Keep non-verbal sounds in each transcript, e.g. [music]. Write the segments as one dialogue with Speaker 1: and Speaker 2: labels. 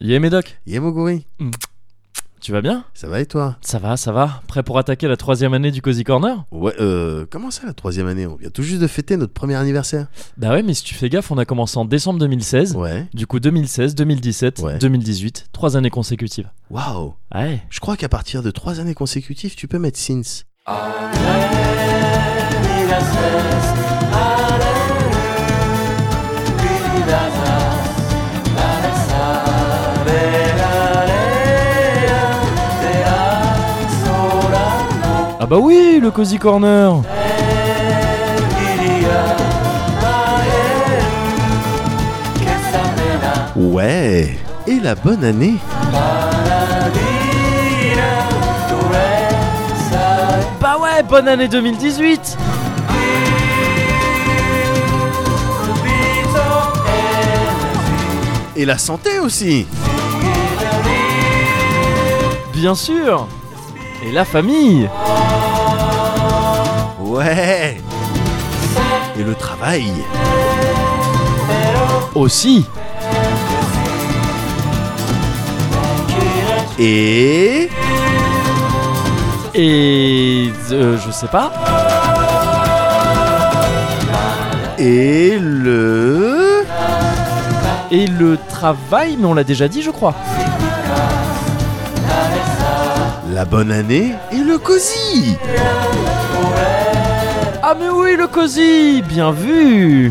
Speaker 1: Yé Médoc,
Speaker 2: Yemoguri,
Speaker 1: tu vas bien
Speaker 2: ça va et toi
Speaker 1: Ça va, ça va. Prêt pour attaquer la troisième année du Cozy Corner
Speaker 2: Ouais, euh, comment ça la troisième année On vient tout juste de fêter notre premier anniversaire.
Speaker 1: Bah ouais, mais si tu fais gaffe, on a commencé en décembre 2016.
Speaker 2: Ouais.
Speaker 1: Du coup, 2016, 2017,
Speaker 2: Ouais.
Speaker 1: 2018, trois années consécutives.
Speaker 2: Waouh
Speaker 1: Ouais.
Speaker 2: Je crois qu'à partir de trois années consécutives, tu peux mettre Sins.
Speaker 1: Ah bah oui, le Cozy Corner
Speaker 2: Ouais Et la bonne année
Speaker 1: Bah ouais, bonne année 2018
Speaker 2: Et la santé aussi
Speaker 1: Bien sûr Et la famille
Speaker 2: Ouais Et le travail
Speaker 1: Aussi
Speaker 2: Et...
Speaker 1: Et... euh, je sais pas.
Speaker 2: Et le...
Speaker 1: Et le travail, mais on l'a déjà dit, je crois.
Speaker 2: La bonne année et le cosy
Speaker 1: Ah mais oui, le Cozy Bien vu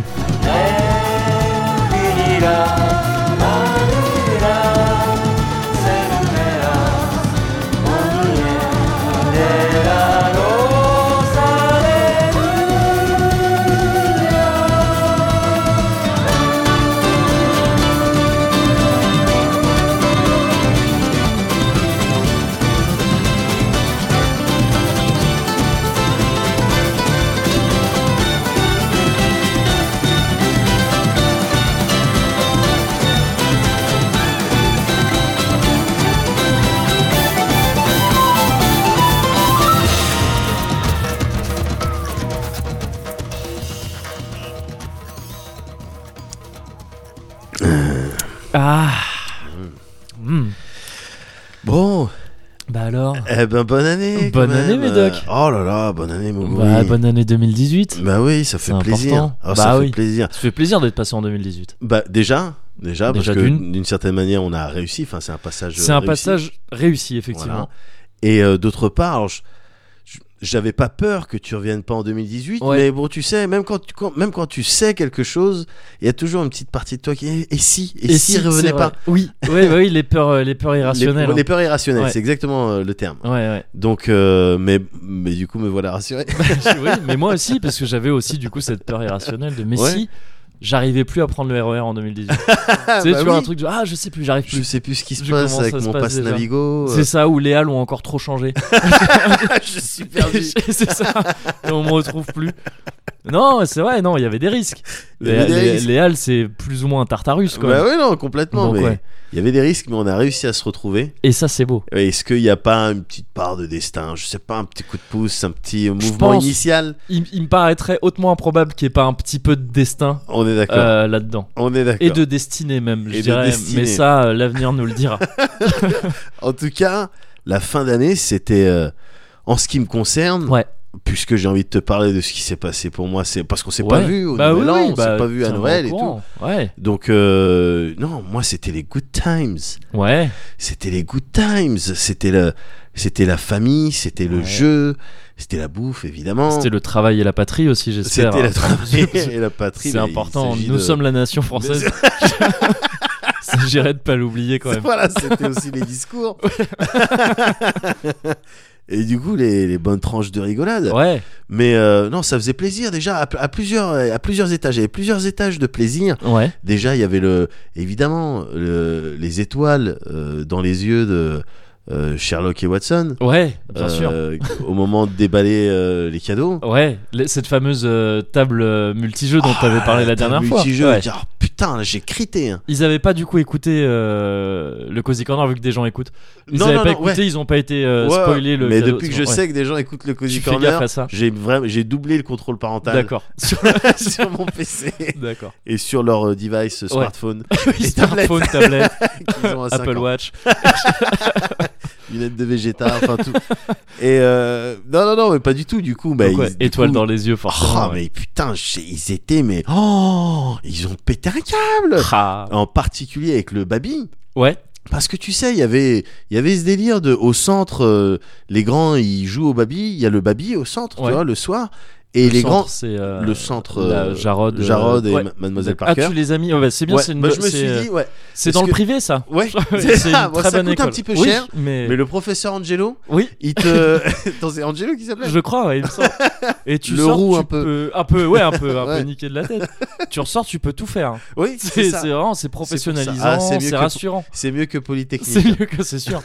Speaker 1: Ah Hmm.
Speaker 2: Bon,
Speaker 1: Bah alors
Speaker 2: eh ben bonne année
Speaker 1: Bonne
Speaker 2: quand
Speaker 1: année,
Speaker 2: même.
Speaker 1: Médoc.
Speaker 2: Oh là là, bonne année mon
Speaker 1: Bah bonne année 2018
Speaker 2: Bah oui, ça fait
Speaker 1: C'est
Speaker 2: plaisir.
Speaker 1: important.
Speaker 2: Ah, ça
Speaker 1: Bah
Speaker 2: fait
Speaker 1: oui.
Speaker 2: plaisir.
Speaker 1: Ça fait plaisir d'être passé en 2018.
Speaker 2: Bah déjà, déjà,
Speaker 1: Déjà
Speaker 2: parce que
Speaker 1: d'une.
Speaker 2: d'une certaine manière, on a réussi. Enfin, c'est un passage. euh,
Speaker 1: C'est un
Speaker 2: réussi.
Speaker 1: passage réussi,
Speaker 2: Voilà.
Speaker 1: effectivement.
Speaker 2: Et euh, d'autre part, alors, je- je- j'avais pas peur que tu reviennes pas en 2018,
Speaker 1: Ouais.
Speaker 2: mais bon, tu sais, même quand tu, quand- même quand tu sais quelque chose, il y a toujours une petite partie de toi qui est et si, et, si,
Speaker 1: c'est
Speaker 2: revenait
Speaker 1: vrai.
Speaker 2: pas.
Speaker 1: Oui, oui, oui, les peurs, euh, les peurs irrationnelles.
Speaker 2: Les, les peurs irrationnelles,
Speaker 1: Ouais.
Speaker 2: c'est exactement euh, le terme.
Speaker 1: hein. Ouais, ouais. [laughs] Bah,
Speaker 2: Donc, euh, mais, mais du coup, me voilà rassuré.
Speaker 1: oui, mais moi aussi, parce que j'avais aussi du coup cette peur irrationnelle de mais
Speaker 2: Ouais.
Speaker 1: si j'arrivais plus à prendre le RER en 2018.
Speaker 2: [laughs]
Speaker 1: tu sais,
Speaker 2: Ah,
Speaker 1: tu
Speaker 2: bah
Speaker 1: vois
Speaker 2: oui.
Speaker 1: un truc de ah, je sais plus, j'arrive
Speaker 2: Je euh,
Speaker 1: plus.
Speaker 2: sais plus ce qui se
Speaker 1: Je
Speaker 2: passe
Speaker 1: commence
Speaker 2: avec
Speaker 1: à se
Speaker 2: mon
Speaker 1: passe
Speaker 2: passe
Speaker 1: déjà.
Speaker 2: Navigo.
Speaker 1: C'est
Speaker 2: [laughs]
Speaker 1: ça, ou les Halles ont encore trop changé.
Speaker 2: euh, je suis [laughs] perdu.
Speaker 1: c'est ça, et on me retrouve plus. Non, c'est vrai, non, il y avait des risques.
Speaker 2: Il y
Speaker 1: [laughs] Les,
Speaker 2: avait des
Speaker 1: les-
Speaker 2: risques.
Speaker 1: les Halles, c'est plus ou moins un tartarus, quoi.
Speaker 2: Bah oui, non, complètement.
Speaker 1: Donc,
Speaker 2: mais
Speaker 1: ouais.
Speaker 2: Il y avait des risques, mais on a réussi à se retrouver.
Speaker 1: Et ça, c'est beau.
Speaker 2: Est-ce qu'il n'y a pas une petite part de destin Je sais pas, un petit coup de pouce, un petit euh,
Speaker 1: Je
Speaker 2: mouvement
Speaker 1: pense.
Speaker 2: initial
Speaker 1: Il, il me paraîtrait hautement improbable qu'il n'y ait pas un petit peu de destin
Speaker 2: On est d'accord.
Speaker 1: euh, là-dedans.
Speaker 2: On est d'accord.
Speaker 1: Et de destinée même, je
Speaker 2: Et de
Speaker 1: dirais.
Speaker 2: destinée.
Speaker 1: Mais ça, euh, l'avenir nous le dira.
Speaker 2: En tout cas, la fin d'année, c'était. euh, en ce qui me concerne,
Speaker 1: Ouais.
Speaker 2: puisque j'ai envie de te parler de ce qui s'est passé pour moi, [laughs] c'est parce qu'on s'est pas
Speaker 1: Ouais.
Speaker 2: vu au
Speaker 1: Bah oui,
Speaker 2: Nouvel An, on
Speaker 1: bah,
Speaker 2: s'est pas vu à
Speaker 1: tiens-moi
Speaker 2: Noël
Speaker 1: au
Speaker 2: et tout.
Speaker 1: courant. Ouais,
Speaker 2: Donc, euh, non, moi, c'était les good times.
Speaker 1: ouais.
Speaker 2: C'était les good times. C'était le, c'était la famille, c'était le
Speaker 1: Ouais.
Speaker 2: jeu, c'était la bouffe, évidemment.
Speaker 1: C'était le travail et la patrie aussi, j'espère.
Speaker 2: C'était la [laughs] travail
Speaker 1: [laughs]
Speaker 2: et la patrie.
Speaker 1: C'est
Speaker 2: mais il
Speaker 1: important.
Speaker 2: s'agit
Speaker 1: Nous
Speaker 2: de-
Speaker 1: sommes la nation française. [laughs] Ça S'agirait de pas l'oublier quand même.
Speaker 2: [laughs] Voilà, c'était aussi
Speaker 1: [laughs]
Speaker 2: les discours. et du coup, les, les bonnes tranches de rigolade.
Speaker 1: Ouais,
Speaker 2: Mais euh, non, ça faisait plaisir déjà à, à plusieurs, à plusieurs étages. Il y avait plusieurs étages de plaisir.
Speaker 1: ouais.
Speaker 2: Déjà, il y avait le, évidemment le- les étoiles euh, dans les yeux de euh, Sherlock et Watson.
Speaker 1: Ouais, bien sûr.
Speaker 2: euh, au moment de déballer euh, les cadeaux.
Speaker 1: Ouais, les- cette fameuse euh, table euh, multijeu dont tu avais parlé la dernière fois.
Speaker 2: Ah, Multijeu,
Speaker 1: Ouais.
Speaker 2: dire, oh, putain, putain, là, j'ai crité. hein.
Speaker 1: Ils avaient pas du coup écouté euh, le Cozy Corner vu que des gens écoutent. Ils avaient pas écouté,
Speaker 2: ouais.
Speaker 1: ils ont pas été euh,
Speaker 2: Ouais,
Speaker 1: spoilés le
Speaker 2: Mais
Speaker 1: cadeau,
Speaker 2: depuis que je
Speaker 1: sinon- ouais.
Speaker 2: sais que des gens écoutent le Cozy
Speaker 1: tu fais gaffe
Speaker 2: Corner,
Speaker 1: à ça.
Speaker 2: j'ai vraiment, j'ai doublé le contrôle parental
Speaker 1: D'accord.
Speaker 2: [laughs] sur mon PC
Speaker 1: D'accord.
Speaker 2: et sur leur euh, device euh,
Speaker 1: Ouais.
Speaker 2: smartphone [laughs]
Speaker 1: Oui,
Speaker 2: tablettes.
Speaker 1: smartphone, tablette,
Speaker 2: qu'ils ont à 5
Speaker 1: Apple
Speaker 2: ans.
Speaker 1: Watch.
Speaker 2: lunettes de Vegeta, enfin tout. Et euh, non, non, non, mais pas du tout. Du coup, bah,
Speaker 1: Donc, ouais,
Speaker 2: ils- du
Speaker 1: étoile
Speaker 2: coup,
Speaker 1: dans les yeux,
Speaker 2: Oh,
Speaker 1: forcément. ouais.
Speaker 2: mais putain, j'ai- ils étaient, mais oh, ils ont pété un câble.
Speaker 1: Ah.
Speaker 2: En particulier avec le Babi.
Speaker 1: Ouais.
Speaker 2: Parce que tu sais, il y avait, il y avait ce délire de au centre, euh, les grands ils jouent au baby, il y a le baby au centre,
Speaker 1: Ouais.
Speaker 2: tu vois, le soir, et
Speaker 1: Le
Speaker 2: les
Speaker 1: centre,
Speaker 2: grands,
Speaker 1: c'est euh,
Speaker 2: le centre,
Speaker 1: la
Speaker 2: euh,
Speaker 1: Jarod. euh,
Speaker 2: Jarod et
Speaker 1: ouais.
Speaker 2: ma- Mademoiselle
Speaker 1: Ah,
Speaker 2: Parker.
Speaker 1: tu les as mis. Ouais, bah, c'est bien.
Speaker 2: Ouais,
Speaker 1: c'est une
Speaker 2: bah,
Speaker 1: bonne-
Speaker 2: je me
Speaker 1: c'est, euh,
Speaker 2: suis dit, ouais,
Speaker 1: C'est
Speaker 2: est-ce
Speaker 1: dans le
Speaker 2: que-
Speaker 1: privé, ça.
Speaker 2: ouais,
Speaker 1: [laughs] C'est une
Speaker 2: Ah, [laughs] bon,
Speaker 1: très
Speaker 2: ça
Speaker 1: bonne
Speaker 2: coûte un
Speaker 1: école.
Speaker 2: petit peu
Speaker 1: Oui,
Speaker 2: cher,
Speaker 1: mais,
Speaker 2: mais le professeur Angelo,
Speaker 1: oui, [laughs]
Speaker 2: il te, Attends, c'est Angelo qui s'appelait.
Speaker 1: je crois. ouais, il me semble. Et tu
Speaker 2: Le
Speaker 1: sors,
Speaker 2: roux,
Speaker 1: tu
Speaker 2: un peu.
Speaker 1: peux- un peu, ouais, un peu, un
Speaker 2: Ouais.
Speaker 1: peu niqué de la tête. tu ressors, tu peux tout faire.
Speaker 2: Oui,
Speaker 1: C'est
Speaker 2: c'est
Speaker 1: c'est
Speaker 2: ça.
Speaker 1: vraiment, c'est
Speaker 2: pour ça.
Speaker 1: professionnalisant,
Speaker 2: Ah, c'est mieux
Speaker 1: c'est
Speaker 2: que-
Speaker 1: rassurant.
Speaker 2: C'est mieux que Polytechnique.
Speaker 1: C'est mieux que c'est sûr.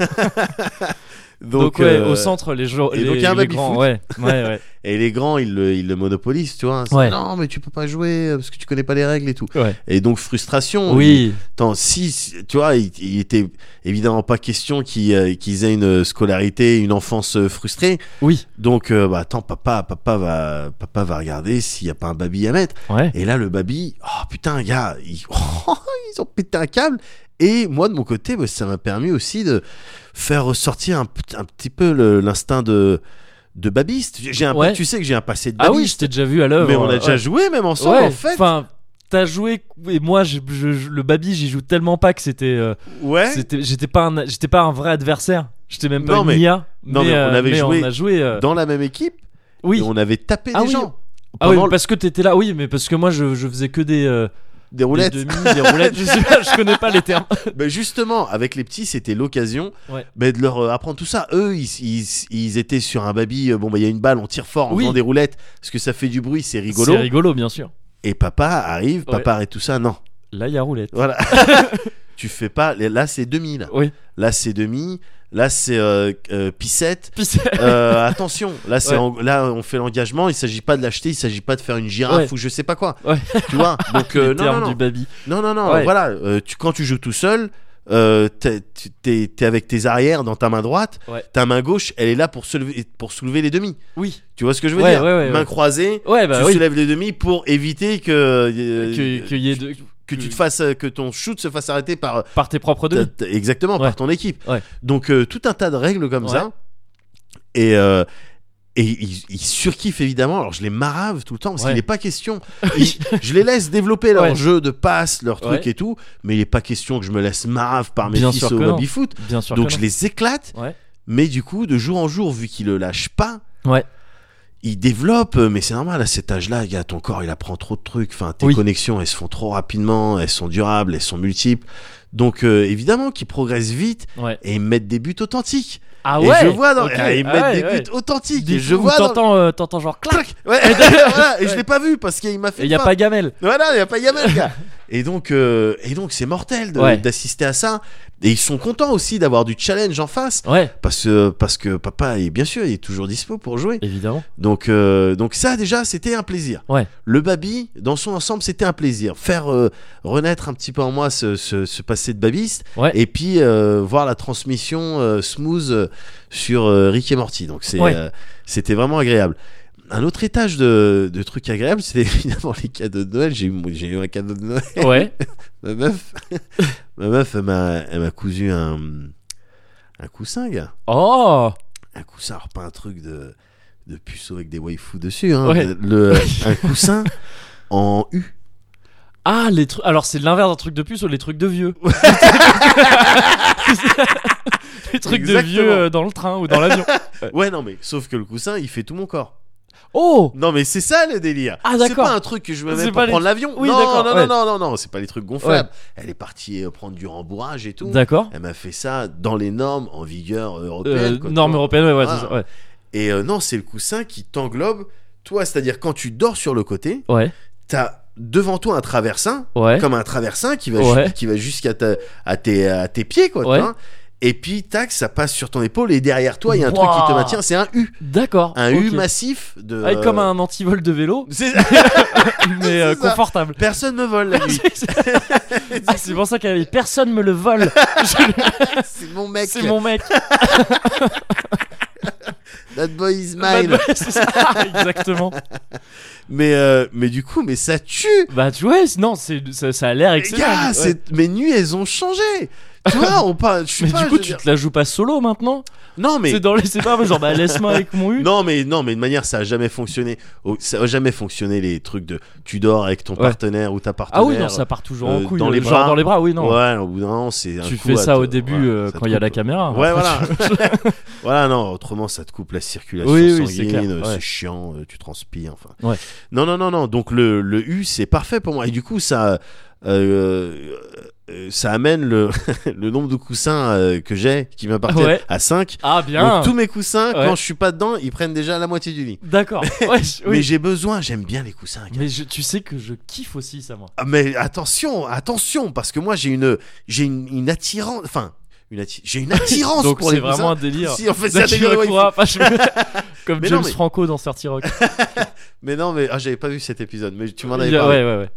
Speaker 1: Donc, ouais,
Speaker 2: euh,
Speaker 1: au centre, les gens,
Speaker 2: et
Speaker 1: les,
Speaker 2: donc, il y a un
Speaker 1: les grands,
Speaker 2: baby-foot.
Speaker 1: ouais, ouais,
Speaker 2: [laughs]
Speaker 1: ouais.
Speaker 2: Et les grands, ils le, ils le monopolisent, tu vois. C'est,
Speaker 1: Ouais.
Speaker 2: Non, mais tu peux pas jouer euh, parce que tu connais pas les règles et tout.
Speaker 1: Ouais.
Speaker 2: Et donc frustration.
Speaker 1: Oui,
Speaker 2: Attends, si, si- tu vois, il, il était évidemment pas question qu'ils euh, qu'ils aient une scolarité, une enfance euh, frustrée.
Speaker 1: oui,
Speaker 2: Donc, euh, bah, attends, papa, papa va, papa va regarder s'il y a pas un baby à mettre.
Speaker 1: ouais.
Speaker 2: Et là, le baby, oh putain, gars, [laughs] ils, oh, ils ont pété un câble. Et moi, de mon côté, bah, ça m'a permis aussi de faire ressortir un, p- un petit peu le- l'instinct de de babiste. J'ai un,
Speaker 1: Ouais.
Speaker 2: tu sais que j'ai un passé de
Speaker 1: Ah oui,
Speaker 2: babiste.
Speaker 1: je t'ai déjà vu à l'œuvre.
Speaker 2: Mais on a
Speaker 1: ouais.
Speaker 2: déjà joué même ensemble
Speaker 1: Ouais,
Speaker 2: en fait.
Speaker 1: Enfin, t'as joué et moi, je- je- je- le baby, j'y joue tellement pas que c'était, euh,
Speaker 2: ouais.
Speaker 1: c'était, j'étais pas un, j'étais pas un vrai adversaire. J'étais même pas
Speaker 2: Non,
Speaker 1: une
Speaker 2: mais-
Speaker 1: IA.
Speaker 2: non, mais on
Speaker 1: euh,
Speaker 2: avait joué
Speaker 1: on a joué. euh,
Speaker 2: Dans la même équipe,
Speaker 1: oui.
Speaker 2: et on avait tapé
Speaker 1: Ah
Speaker 2: des
Speaker 1: oui.
Speaker 2: gens.
Speaker 1: Ah oui,
Speaker 2: Pendant
Speaker 1: parce que t'étais là. Oui, mais parce que moi, je, je faisais que des,
Speaker 2: [laughs]
Speaker 1: euh,
Speaker 2: des
Speaker 1: des
Speaker 2: roulettes.
Speaker 1: demi, des
Speaker 2: [laughs]
Speaker 1: roulettes. [laughs] je sais pas, je connais pas les termes.
Speaker 2: Ben justement, avec les petits, c'était l'occasion
Speaker 1: Ouais.
Speaker 2: ben, de leur euh, apprendre tout ça. Eux, ils, ils, ils étaient sur un baby. euh, Bon, bah il y a une balle, on tire fort en
Speaker 1: Oui.
Speaker 2: faisant des roulettes parce que ça fait du bruit, c'est rigolo.
Speaker 1: C'est rigolo, bien sûr.
Speaker 2: Et papa arrive, papa arrête tout ça. Non,
Speaker 1: Là, il y a roulette. [laughs]
Speaker 2: voilà. [laughs] tu fais pas. Là, c'est demi. Là,
Speaker 1: Oui.
Speaker 2: là c'est demi. Là, c'est euh, euh, pissette.
Speaker 1: Puis c'est- [laughs]
Speaker 2: Euh, attention, là, c'est
Speaker 1: Ouais.
Speaker 2: en- là on fait l'engagement, il s'agit pas de l'acheter, il s'agit pas de faire une girafe
Speaker 1: Ouais.
Speaker 2: ou je sais pas quoi.
Speaker 1: Ouais.
Speaker 2: Tu vois Donc
Speaker 1: [laughs]
Speaker 2: euh,
Speaker 1: les
Speaker 2: non,
Speaker 1: termes
Speaker 2: non, non.
Speaker 1: du baby.
Speaker 2: non, non, non,
Speaker 1: Ouais.
Speaker 2: voilà, euh, tu, quand tu joues tout seul, euh, t'es- tu- t'es t'es avec tes arrières dans ta main droite,
Speaker 1: Ouais.
Speaker 2: ta main gauche, elle est là pour soulever, pour soulever les demi.
Speaker 1: Oui.
Speaker 2: Tu vois ce que je veux
Speaker 1: Ouais,
Speaker 2: dire
Speaker 1: ouais, ouais,
Speaker 2: Main
Speaker 1: ouais.
Speaker 2: croisée,
Speaker 1: Ouais, bah
Speaker 2: tu
Speaker 1: oui.
Speaker 2: soulèves les demi pour éviter que, euh,
Speaker 1: Que, que y ait de-
Speaker 2: que tu te fasses, euh, que ton shoot se fasse arrêter par
Speaker 1: par tes propres
Speaker 2: T'as-
Speaker 1: demi.
Speaker 2: t'as- Exactement,
Speaker 1: Ouais.
Speaker 2: par ton équipe.
Speaker 1: Ouais.
Speaker 2: Donc, euh, tout un tas de règles comme
Speaker 1: Ouais.
Speaker 2: ça. Et. euh, et il, il surkiffe évidemment, alors je les marave tout le temps parce
Speaker 1: Ouais.
Speaker 2: qu'il n'est
Speaker 1: [laughs]
Speaker 2: pas question.
Speaker 1: Oui.
Speaker 2: Il- je les laisse développer leur
Speaker 1: Ouais.
Speaker 2: jeu de passe, leur truc
Speaker 1: Ouais.
Speaker 2: et tout, mais il n'est pas question que je me laisse marave par mes
Speaker 1: Bien
Speaker 2: fils
Speaker 1: sûr
Speaker 2: au
Speaker 1: que non.
Speaker 2: rugby foot.
Speaker 1: Bien sûr.
Speaker 2: Donc
Speaker 1: que
Speaker 2: je
Speaker 1: non.
Speaker 2: les éclate,
Speaker 1: Ouais.
Speaker 2: mais du coup, de jour en jour, vu qu'il le lâche pas,
Speaker 1: Ouais.
Speaker 2: il développe, euh, mais c'est normal à cet âge-là, gars, ton corps il apprend trop de trucs. Enfin, tes
Speaker 1: Oui.
Speaker 2: connexions elles se font trop rapidement, elles sont durables, elles sont multiples. Donc euh, évidemment qu'il progresse vite
Speaker 1: Ouais.
Speaker 2: et ils mettent des buts authentiques.
Speaker 1: Ah
Speaker 2: et
Speaker 1: ouais.
Speaker 2: je vois dans
Speaker 1: ok.
Speaker 2: et ils
Speaker 1: Ah
Speaker 2: mettent
Speaker 1: ouais,
Speaker 2: des
Speaker 1: ouais.
Speaker 2: buts authentiques.
Speaker 1: Des
Speaker 2: Et je
Speaker 1: coups où
Speaker 2: vois dans-
Speaker 1: T'entends, euh, t'entends genre clac.
Speaker 2: Clac Ouais, [laughs] voilà, et
Speaker 1: [laughs]
Speaker 2: je
Speaker 1: Ouais.
Speaker 2: l'ai pas vu parce qu'il m'a fait.
Speaker 1: Et il y a
Speaker 2: peur.
Speaker 1: pas Gamel.
Speaker 2: Voilà, il y a pas Yamel,
Speaker 1: [laughs]
Speaker 2: gars. Et donc, euh, et donc, c'est mortel de-
Speaker 1: Ouais.
Speaker 2: d'assister à ça. Et ils sont contents aussi d'avoir du challenge en face
Speaker 1: Ouais.
Speaker 2: parce que parce que papa est bien sûr, il est toujours dispo pour jouer.
Speaker 1: Évidemment.
Speaker 2: Donc euh, donc ça déjà, c'était un plaisir.
Speaker 1: Ouais.
Speaker 2: Le baby dans son ensemble, c'était un plaisir. Faire euh, renaître un petit peu en moi ce, ce, ce passé de babiste.
Speaker 1: Ouais.
Speaker 2: Et puis euh, voir la transmission euh, smooth euh, sur euh, Rick et Morty. Donc c'est
Speaker 1: Ouais.
Speaker 2: euh, c'était vraiment agréable. Un autre étage de, de trucs agréables, c'était [laughs] évidemment les cadeaux de Noël. J'ai eu, mon- j'ai eu un cadeau de Noël.
Speaker 1: [laughs]
Speaker 2: [laughs]
Speaker 1: Ouais.
Speaker 2: Ma meuf, ma meuf, elle m'a, elle m'a cousu un, un coussin, gars.
Speaker 1: Oh.
Speaker 2: Un coussin, alors pas un truc de, de puceau avec des waifus dessus, hein.
Speaker 1: Ouais.
Speaker 2: Le,
Speaker 1: [laughs]
Speaker 2: un coussin en U.
Speaker 1: Ah les trucs. Alors c'est l'inverse d'un truc de puce ou les trucs de vieux. [laughs] les trucs de vieux
Speaker 2: Exactement.
Speaker 1: euh, dans le train ou dans l'avion.
Speaker 2: Ouais, non, mais sauf que le coussin, il fait tout mon corps.
Speaker 1: Oh.
Speaker 2: Non, mais c'est ça le délire.
Speaker 1: Ah,
Speaker 2: C'est
Speaker 1: d'accord.
Speaker 2: pas un truc que je me
Speaker 1: C'est
Speaker 2: mets pour
Speaker 1: pas les-
Speaker 2: prendre l'avion.
Speaker 1: Oui,
Speaker 2: non,
Speaker 1: d'accord,
Speaker 2: non,
Speaker 1: ouais.
Speaker 2: non, non, non, non, c'est pas les trucs gonflables. Elle est partie euh, prendre du rembourrage et tout.
Speaker 1: D'accord.
Speaker 2: Elle m'a fait ça dans les normes en vigueur européenne.
Speaker 1: Euh,
Speaker 2: quoi,
Speaker 1: norme
Speaker 2: tu vois.
Speaker 1: européenne, ouais, ouais,
Speaker 2: Ah.
Speaker 1: c'est ça, ouais.
Speaker 2: Et euh, non, c'est le coussin qui t'englobe, toi, c'est-à-dire quand tu dors sur le côté,
Speaker 1: ouais,
Speaker 2: t'as devant toi un traversin,
Speaker 1: ouais,
Speaker 2: comme un traversin qui va,
Speaker 1: Ouais.
Speaker 2: ju- qui va jusqu'à ta- à tes, à tes pieds, quoi. tu
Speaker 1: Ouais.
Speaker 2: vois. Et puis, tac, ça passe sur ton épaule et derrière toi, il y a un truc
Speaker 1: Wouah.
Speaker 2: qui te maintient. C'est un U.
Speaker 1: D'accord.
Speaker 2: Un U
Speaker 1: ok.
Speaker 2: massif de.
Speaker 1: Ah, et comme
Speaker 2: euh,
Speaker 1: un antivol de vélo,
Speaker 2: [laughs] c'est-
Speaker 1: mais euh,
Speaker 2: C'est ça.
Speaker 1: confortable.
Speaker 2: [laughs]
Speaker 1: [laughs]
Speaker 2: Personne me vole la nuit.
Speaker 1: C'est- c'est- ah, c'est pour ça qu'elle avait dit, personne me le vole. Je-
Speaker 2: C'est mon mec.
Speaker 1: C'est mon mec.
Speaker 2: That boy is mine.
Speaker 1: Bad Boy, Bah, c'est ça.
Speaker 2: [laughs]
Speaker 1: Exactement.
Speaker 2: Mais, euh, mais du coup, mais ça tue.
Speaker 1: Bah tu vois, non, c'est ça, ça a l'air
Speaker 2: Les
Speaker 1: excellent.
Speaker 2: gars,
Speaker 1: Ouais.
Speaker 2: c'est- mes nuits, elles ont changé. Tu vois, on parle. Je suis
Speaker 1: Mais
Speaker 2: pas.
Speaker 1: du coup,
Speaker 2: je
Speaker 1: tu
Speaker 2: veux
Speaker 1: te la joues pas solo maintenant
Speaker 2: dire- Non, mais
Speaker 1: C'est dans les, c'est pas genre bah laisse-moi avec mon U.
Speaker 2: Non mais non mais de manière ça a jamais fonctionné. Oh, Ça a jamais fonctionné les trucs de tu dors avec ton
Speaker 1: Ouais.
Speaker 2: partenaire ou ta partenaire.
Speaker 1: ah oui, non, ça part toujours en
Speaker 2: euh,
Speaker 1: couille.
Speaker 2: dans
Speaker 1: euh,
Speaker 2: les
Speaker 1: genre
Speaker 2: bras.
Speaker 1: dans les bras, oui, non.
Speaker 2: Ouais, au bout d'un moment, c'est un
Speaker 1: tu
Speaker 2: coup
Speaker 1: fais
Speaker 2: à
Speaker 1: ça
Speaker 2: te-
Speaker 1: au début
Speaker 2: voilà,
Speaker 1: euh,
Speaker 2: ça te
Speaker 1: quand il y a la
Speaker 2: coupe.
Speaker 1: caméra.
Speaker 2: Ouais,
Speaker 1: Après,
Speaker 2: voilà.
Speaker 1: tu-
Speaker 2: [laughs] Voilà, non, autrement ça te coupe la circulation
Speaker 1: Oui, oui, c'est
Speaker 2: sanguine,
Speaker 1: clair,
Speaker 2: euh, c'est
Speaker 1: ouais.
Speaker 2: chiant, euh, tu transpires, enfin.
Speaker 1: Ouais.
Speaker 2: Non, non, non, non, donc le, le U c'est parfait pour moi. Et du coup, ça, euh, euh, ça amène le, [laughs] le nombre de coussins euh, que j'ai qui m'appartiennent
Speaker 1: Ouais.
Speaker 2: à 5.
Speaker 1: [laughs] Ah bien.
Speaker 2: Donc tous mes coussins,
Speaker 1: Ouais.
Speaker 2: quand je suis pas dedans, ils prennent déjà la moitié du lit. [laughs]
Speaker 1: D'accord. Ouais, je-
Speaker 2: Mais
Speaker 1: oui.
Speaker 2: j'ai besoin, j'aime bien les coussins. gars.
Speaker 1: Mais je- tu sais que je kiffe aussi ça moi.
Speaker 2: Ah, Mais attention, attention, parce que moi j'ai une, j'ai une, une attirance, enfin, une atti-
Speaker 1: [laughs]
Speaker 2: j'ai une attirance
Speaker 1: Donc
Speaker 2: pour
Speaker 1: c'est
Speaker 2: les
Speaker 1: vraiment un
Speaker 2: coussins.
Speaker 1: délire. [laughs]
Speaker 2: Si on fait ça,
Speaker 1: D'Akira
Speaker 2: délire, ouais, il faut-
Speaker 1: Kurosawa, enfin,
Speaker 2: [laughs]
Speaker 1: je- Comme
Speaker 2: Mais non,
Speaker 1: James
Speaker 2: mais-
Speaker 1: Franco dans Sortie Rock.
Speaker 2: Mais non, mais ah, j'avais pas vu cet épisode, mais tu m'en
Speaker 1: Il
Speaker 2: avais
Speaker 1: y a-
Speaker 2: parlé.
Speaker 1: ouais, ouais, ouais.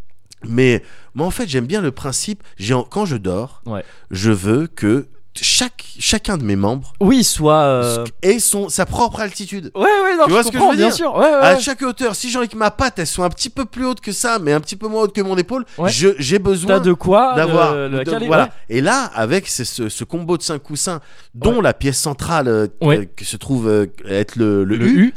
Speaker 2: Mais moi en fait j'aime bien le principe. J'ai en- quand je dors,
Speaker 1: Ouais.
Speaker 2: je veux que chaque chacun de mes membres
Speaker 1: Oui, soit. euh,
Speaker 2: ait son sa propre altitude.
Speaker 1: Ouais, ouais, non,
Speaker 2: Tu
Speaker 1: je
Speaker 2: vois ce que
Speaker 1: comprends,
Speaker 2: je veux
Speaker 1: bien
Speaker 2: dire
Speaker 1: sûr. Ouais, ouais,
Speaker 2: À
Speaker 1: ouais.
Speaker 2: chaque hauteur, si j'ai envie que ma patte elle soit un petit peu plus haute que ça, mais un petit peu moins haute que mon épaule,
Speaker 1: Ouais.
Speaker 2: je- j'ai
Speaker 1: T'as
Speaker 2: besoin
Speaker 1: de quoi
Speaker 2: d'avoir
Speaker 1: euh, le
Speaker 2: de-
Speaker 1: caler,
Speaker 2: voilà
Speaker 1: ouais.
Speaker 2: et là avec ce, ce- ce combo de cinq coussins dont la pièce centrale euh,
Speaker 1: Ouais.
Speaker 2: que se trouve euh, être le, le
Speaker 1: Le
Speaker 2: U,
Speaker 1: U.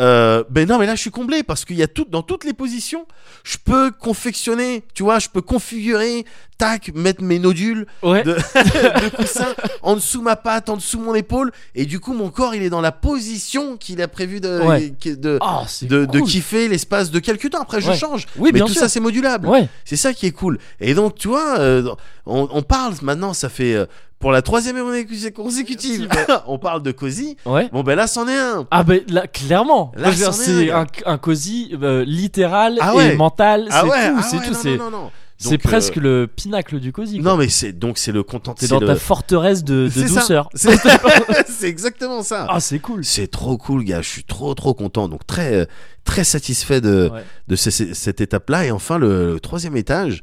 Speaker 2: euh, ben non mais là je suis comblé parce qu'il y a tout dans toutes les positions je peux confectionner tu vois je peux configurer tac mettre mes nodules
Speaker 1: Ouais.
Speaker 2: de, [laughs] de coussin en dessous ma patte en dessous mon épaule et du coup mon corps il est dans la position qu'il a prévu de
Speaker 1: Ouais.
Speaker 2: qui- de,
Speaker 1: Ah, c'est
Speaker 2: de, de
Speaker 1: cool.
Speaker 2: kiffer l'espace de quelques temps après je
Speaker 1: Ouais.
Speaker 2: change
Speaker 1: Oui,
Speaker 2: mais
Speaker 1: bien
Speaker 2: tout
Speaker 1: sûr.
Speaker 2: ça c'est modulable
Speaker 1: Ouais.
Speaker 2: c'est ça qui est cool. Et donc, tu vois, euh, on, on parle maintenant, ça fait euh, pour la troisième année cons- consécutive, [laughs] on parle de Cozy.
Speaker 1: Ouais.
Speaker 2: Bon, ben là, c'en est un.
Speaker 1: Ah ben là clairement,
Speaker 2: Là,
Speaker 1: Je veux dire,
Speaker 2: c'en est
Speaker 1: c'est
Speaker 2: un,
Speaker 1: un, un cosy euh, littéral
Speaker 2: Ah ouais.
Speaker 1: et mental,
Speaker 2: Ah
Speaker 1: c'est
Speaker 2: ouais,
Speaker 1: tout,
Speaker 2: ah
Speaker 1: c'est
Speaker 2: ouais,
Speaker 1: tout,
Speaker 2: non,
Speaker 1: c'est
Speaker 2: non, non, non.
Speaker 1: c'est
Speaker 2: Donc, euh,
Speaker 1: presque le pinacle du cosy. quoi.
Speaker 2: Non, mais c'est donc c'est le content.
Speaker 1: T'es
Speaker 2: c'est
Speaker 1: dans
Speaker 2: le- [laughs]
Speaker 1: ta forteresse de, de
Speaker 2: C'est ça.
Speaker 1: douceur.
Speaker 2: C'est [laughs] c'est exactement ça.
Speaker 1: Ah c'est cool.
Speaker 2: C'est trop cool, gars. Je suis trop, trop content. Donc, très, euh, très satisfait de,
Speaker 1: Ouais.
Speaker 2: de ce- ce- cette étape-là. Et enfin, le, le troisième étage,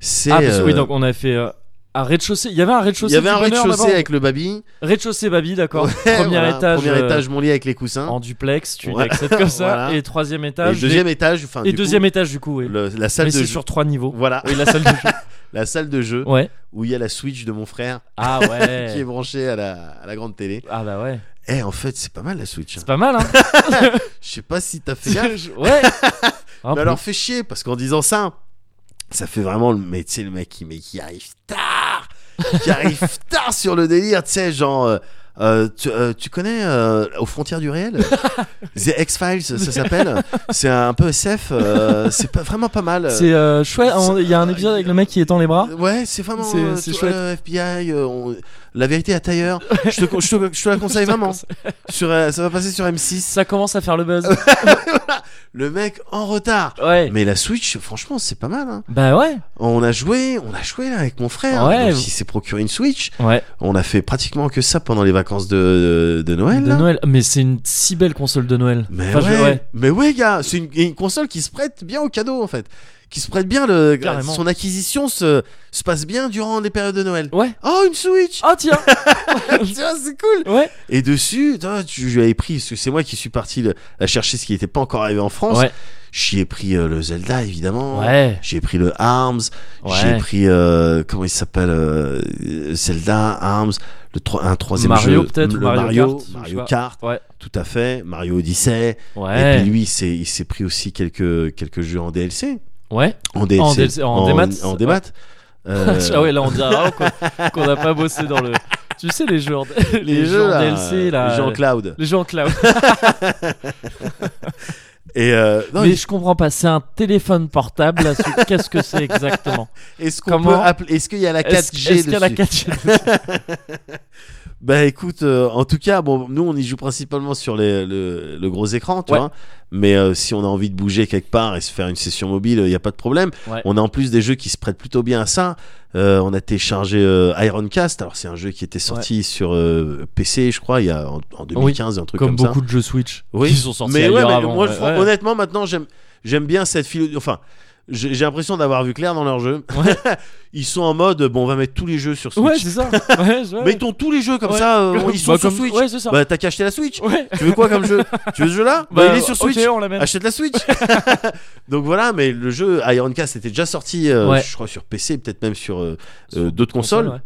Speaker 2: c'est.
Speaker 1: Ah parce que oui
Speaker 2: euh,
Speaker 1: donc on a fait euh, un rez-de-chaussée. Il y avait un
Speaker 2: il
Speaker 1: rez-de-chaussée.
Speaker 2: y avait
Speaker 1: du
Speaker 2: un
Speaker 1: bonheur
Speaker 2: rez-de-chaussée
Speaker 1: d'abord.
Speaker 2: avec le baby.
Speaker 1: Rez-de-chaussée Babi d'accord.
Speaker 2: Ouais,
Speaker 1: premier
Speaker 2: voilà.
Speaker 1: étage.
Speaker 2: Premier
Speaker 1: euh,
Speaker 2: étage, mon lit avec les coussins.
Speaker 1: En duplex, tu
Speaker 2: Ouais.
Speaker 1: l'acceptes
Speaker 2: [laughs]
Speaker 1: comme ça.
Speaker 2: Voilà.
Speaker 1: Et troisième
Speaker 2: Et
Speaker 1: étage.
Speaker 2: le deuxième étage, enfin.
Speaker 1: et
Speaker 2: du coup,
Speaker 1: deuxième étage du coup. Oui.
Speaker 2: le- la salle
Speaker 1: Mais
Speaker 2: de
Speaker 1: c'est
Speaker 2: jeu.
Speaker 1: sur trois niveaux.
Speaker 2: Voilà,
Speaker 1: Oui la salle de jeu.
Speaker 2: la salle de jeu
Speaker 1: [laughs] Ouais.
Speaker 2: où il y a la Switch de mon frère
Speaker 1: Ah
Speaker 2: qui est [laughs]
Speaker 1: ouais.
Speaker 2: branchée à la, à la grande télé.
Speaker 1: Ah bah ouais.
Speaker 2: Eh, en fait, c'est pas mal la Switch. hein.
Speaker 1: C'est pas mal hein.
Speaker 2: Je sais pas si
Speaker 1: [laughs]
Speaker 2: t'as fait gaffe. [laughs]
Speaker 1: ouais. Hein, Un
Speaker 2: Mais
Speaker 1: peu.
Speaker 2: alors, fais chier parce qu'en disant ça, ça fait vraiment le, mais, tu sais, le mec qui, mais qui arrive tard,
Speaker 1: [laughs]
Speaker 2: qui arrive tard sur le délire, tu sais, genre. euh, euh, tu, euh, tu connais euh, aux frontières
Speaker 1: [laughs]
Speaker 2: du réel The X-Files ça s'appelle c'est un peu SF euh, c'est pas vraiment pas mal
Speaker 1: C'est euh, chouette.
Speaker 2: ça-
Speaker 1: on- Il y a un épisode avec le mec qui est dans les bras.
Speaker 2: Ouais, c'est vraiment.
Speaker 1: C'est-
Speaker 2: euh,
Speaker 1: c'est
Speaker 2: tout-
Speaker 1: chouette.
Speaker 2: euh, FBI, euh, on- la vérité
Speaker 1: [laughs]
Speaker 2: à tailleur. je, te, con- je, te, je te la conseille vraiment. Sur, euh, ça va passer sur M6.
Speaker 1: Ça commence à faire le
Speaker 2: [laughs]
Speaker 1: buzz.
Speaker 2: Le mec en retard.
Speaker 1: Ouais.
Speaker 2: Mais la Switch, franchement, c'est pas mal. hein.
Speaker 1: Bah ouais.
Speaker 2: On a joué, on a joué là avec mon frère.
Speaker 1: Ouais.
Speaker 2: Donc, il s'est procuré une Switch.
Speaker 1: Ouais.
Speaker 2: On a fait pratiquement que ça pendant les vacances de, de, Noël.
Speaker 1: De
Speaker 2: là.
Speaker 1: Noël. Mais c'est une si belle console de Noël.
Speaker 2: Mais,
Speaker 1: Enfin, je-
Speaker 2: ouais. mais ouais, gars, c'est une, une console qui se prête bien au cadeau en fait. Qui se prête bien, le,
Speaker 1: Carrément.
Speaker 2: son acquisition se, se passe bien durant les périodes de Noël.
Speaker 1: Ouais.
Speaker 2: Oh, une Switch!
Speaker 1: Oh tiens.
Speaker 2: [laughs] tu vois, c'est cool! [laughs]
Speaker 1: Ouais.
Speaker 2: Et dessus, toi, tu, je lui avais pris, parce que c'est moi qui suis parti le- la chercher ce qui n'était pas encore arrivé en France.
Speaker 1: Ouais.
Speaker 2: J'y ai pris euh, le Zelda, évidemment.
Speaker 1: Ouais.
Speaker 2: J'ai pris le Arms. J'ai
Speaker 1: Ouais.
Speaker 2: pris, euh, comment il s'appelle euh, Zelda, Arms, le tro- un troisième
Speaker 1: Mario,
Speaker 2: jeu.
Speaker 1: peut-être, ou
Speaker 2: le
Speaker 1: Mario
Speaker 2: Mario,
Speaker 1: Kart,
Speaker 2: Mario
Speaker 1: je sais pas.
Speaker 2: Kart,
Speaker 1: Ouais.
Speaker 2: tout à fait. Mario Odyssey. Et
Speaker 1: Ouais.
Speaker 2: puis lui, il s'est- il s'est pris aussi quelques, quelques jeux en DLC.
Speaker 1: Ouais.
Speaker 2: En DLC.
Speaker 1: DLC, en démat.
Speaker 2: En démat. Euh,
Speaker 1: [laughs] ah ouais. Là on dirait vraiment qu'on- qu'on n'a pas bossé dans le. Tu sais les jeux en... les,
Speaker 2: les, jeux
Speaker 1: en
Speaker 2: là,
Speaker 1: DLC là.
Speaker 2: les jeux en cloud.
Speaker 1: Les jeux en cloud.
Speaker 2: Et euh, non,
Speaker 1: mais je comprends pas. C'est un téléphone portable. là, sous- Qu'est-ce que c'est
Speaker 2: [laughs]
Speaker 1: exactement
Speaker 2: Est-ce qu'on
Speaker 1: Comment-
Speaker 2: peut appeler Est-ce qu'il y a la 4G
Speaker 1: Est-ce est-ce qu'il y a la
Speaker 2: dessus
Speaker 1: 4G
Speaker 2: Bah écoute, euh, en tout cas, bon, nous on y joue principalement sur les- le, le gros écran, tu
Speaker 1: Ouais.
Speaker 2: vois. Mais euh, si on a envie de bouger quelque part et se faire une session mobile, il n'y a pas de problème.
Speaker 1: Ouais.
Speaker 2: On a en plus des jeux qui se prêtent plutôt bien à ça. Euh, on a téléchargé euh, Ironcast, alors c'est un jeu qui était sorti sur euh, PC, je crois, il y a en, en 2015, un truc
Speaker 1: Comme,
Speaker 2: comme, ça.
Speaker 1: beaucoup de jeux Switch
Speaker 2: Oui.
Speaker 1: qui sont sortis
Speaker 2: mais ouais,
Speaker 1: ailleurs
Speaker 2: mais
Speaker 1: avant.
Speaker 2: moi,
Speaker 1: ouais,
Speaker 2: je- honnêtement, maintenant, j'aime, j'aime bien cette philosophie. Enfin, j'ai j'ai l'impression d'avoir vu clair dans leur jeu.
Speaker 1: Ouais.
Speaker 2: [laughs] ils sont en mode, bon, on va mettre tous les jeux sur Switch.
Speaker 1: Ouais, c'est
Speaker 2: [laughs]
Speaker 1: ça. Ouais, ouais.
Speaker 2: Mais ils ont tous les jeux comme
Speaker 1: Ouais.
Speaker 2: ça, euh, ils sont
Speaker 1: Bah,
Speaker 2: sur
Speaker 1: comme-
Speaker 2: Switch.
Speaker 1: Ouais, c'est ça.
Speaker 2: Bah, t'as qu'à acheter la Switch.
Speaker 1: ouais.
Speaker 2: Tu veux quoi comme jeu Tu veux ce jeu-là bah, il est sur
Speaker 1: ok,
Speaker 2: Switch.
Speaker 1: [laughs] on l'amène.
Speaker 2: Achète la Switch. Donc voilà, mais le jeu Ironcast était déjà sorti, euh,
Speaker 1: Ouais.
Speaker 2: je crois, sur PC, peut-être même sur euh,
Speaker 1: Sur
Speaker 2: euh, d'autres consoles.
Speaker 1: console,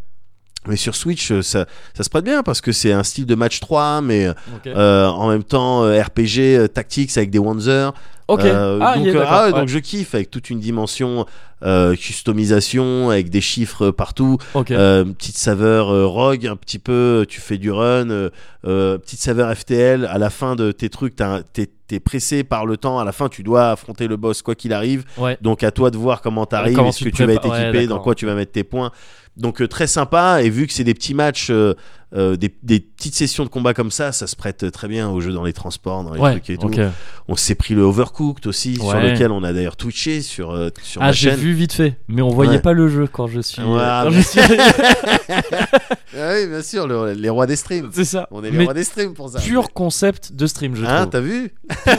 Speaker 2: Mais sur Switch, euh, ça, ça se prête bien parce que c'est un style de match 3, mais euh,
Speaker 1: ouais. Ok.
Speaker 2: euh, en même temps euh, RPG, euh, tactics avec des Wanzers.
Speaker 1: Ok.
Speaker 2: Euh,
Speaker 1: ah,
Speaker 2: donc,
Speaker 1: il est
Speaker 2: euh,
Speaker 1: d'accord,
Speaker 2: ah ouais,
Speaker 1: ouais.
Speaker 2: donc je kiffe avec toute une dimension euh, customisation, avec des chiffres partout,
Speaker 1: Ok.
Speaker 2: euh, petite saveur euh, rogue, un petit peu, tu fais du run, euh, euh, petite saveur FTL, à la fin de tes trucs, t'as un- t'es t'es pressé par le temps, à la fin tu dois affronter le boss quoi qu'il arrive,
Speaker 1: ouais.
Speaker 2: donc à toi de voir comment t'arrives,
Speaker 1: Comment
Speaker 2: est-ce
Speaker 1: tu
Speaker 2: que
Speaker 1: te
Speaker 2: tu vas être
Speaker 1: prépa- ouais,
Speaker 2: équipé, dans
Speaker 1: d'accord.
Speaker 2: quoi tu vas mettre tes points. Donc euh, très sympa, et vu que c'est des petits matchs, euh, euh, des, des petites sessions de combat comme ça, ça se prête très bien aux jeux dans les transports, dans les
Speaker 1: Ouais.
Speaker 2: trucs et tout.
Speaker 1: Ok.
Speaker 2: On s'est pris le Overcooked aussi, sur
Speaker 1: Ouais.
Speaker 2: lequel on a d'ailleurs twitché sur, euh, sur
Speaker 1: Ah,
Speaker 2: ma
Speaker 1: j'ai
Speaker 2: chaîne.
Speaker 1: vu vite fait, mais on voyait
Speaker 2: Ouais.
Speaker 1: pas le jeu quand je suis. euh,
Speaker 2: Ouais,
Speaker 1: quand
Speaker 2: [laughs] mais-
Speaker 1: je suis-
Speaker 2: [laughs] Ah oui, bien sûr, le- les rois des streams.
Speaker 1: c'est ça.
Speaker 2: On est les
Speaker 1: mais
Speaker 2: rois des streams pour ça.
Speaker 1: pur concept de stream, je
Speaker 2: Hein,
Speaker 1: trouve.
Speaker 2: t'as vu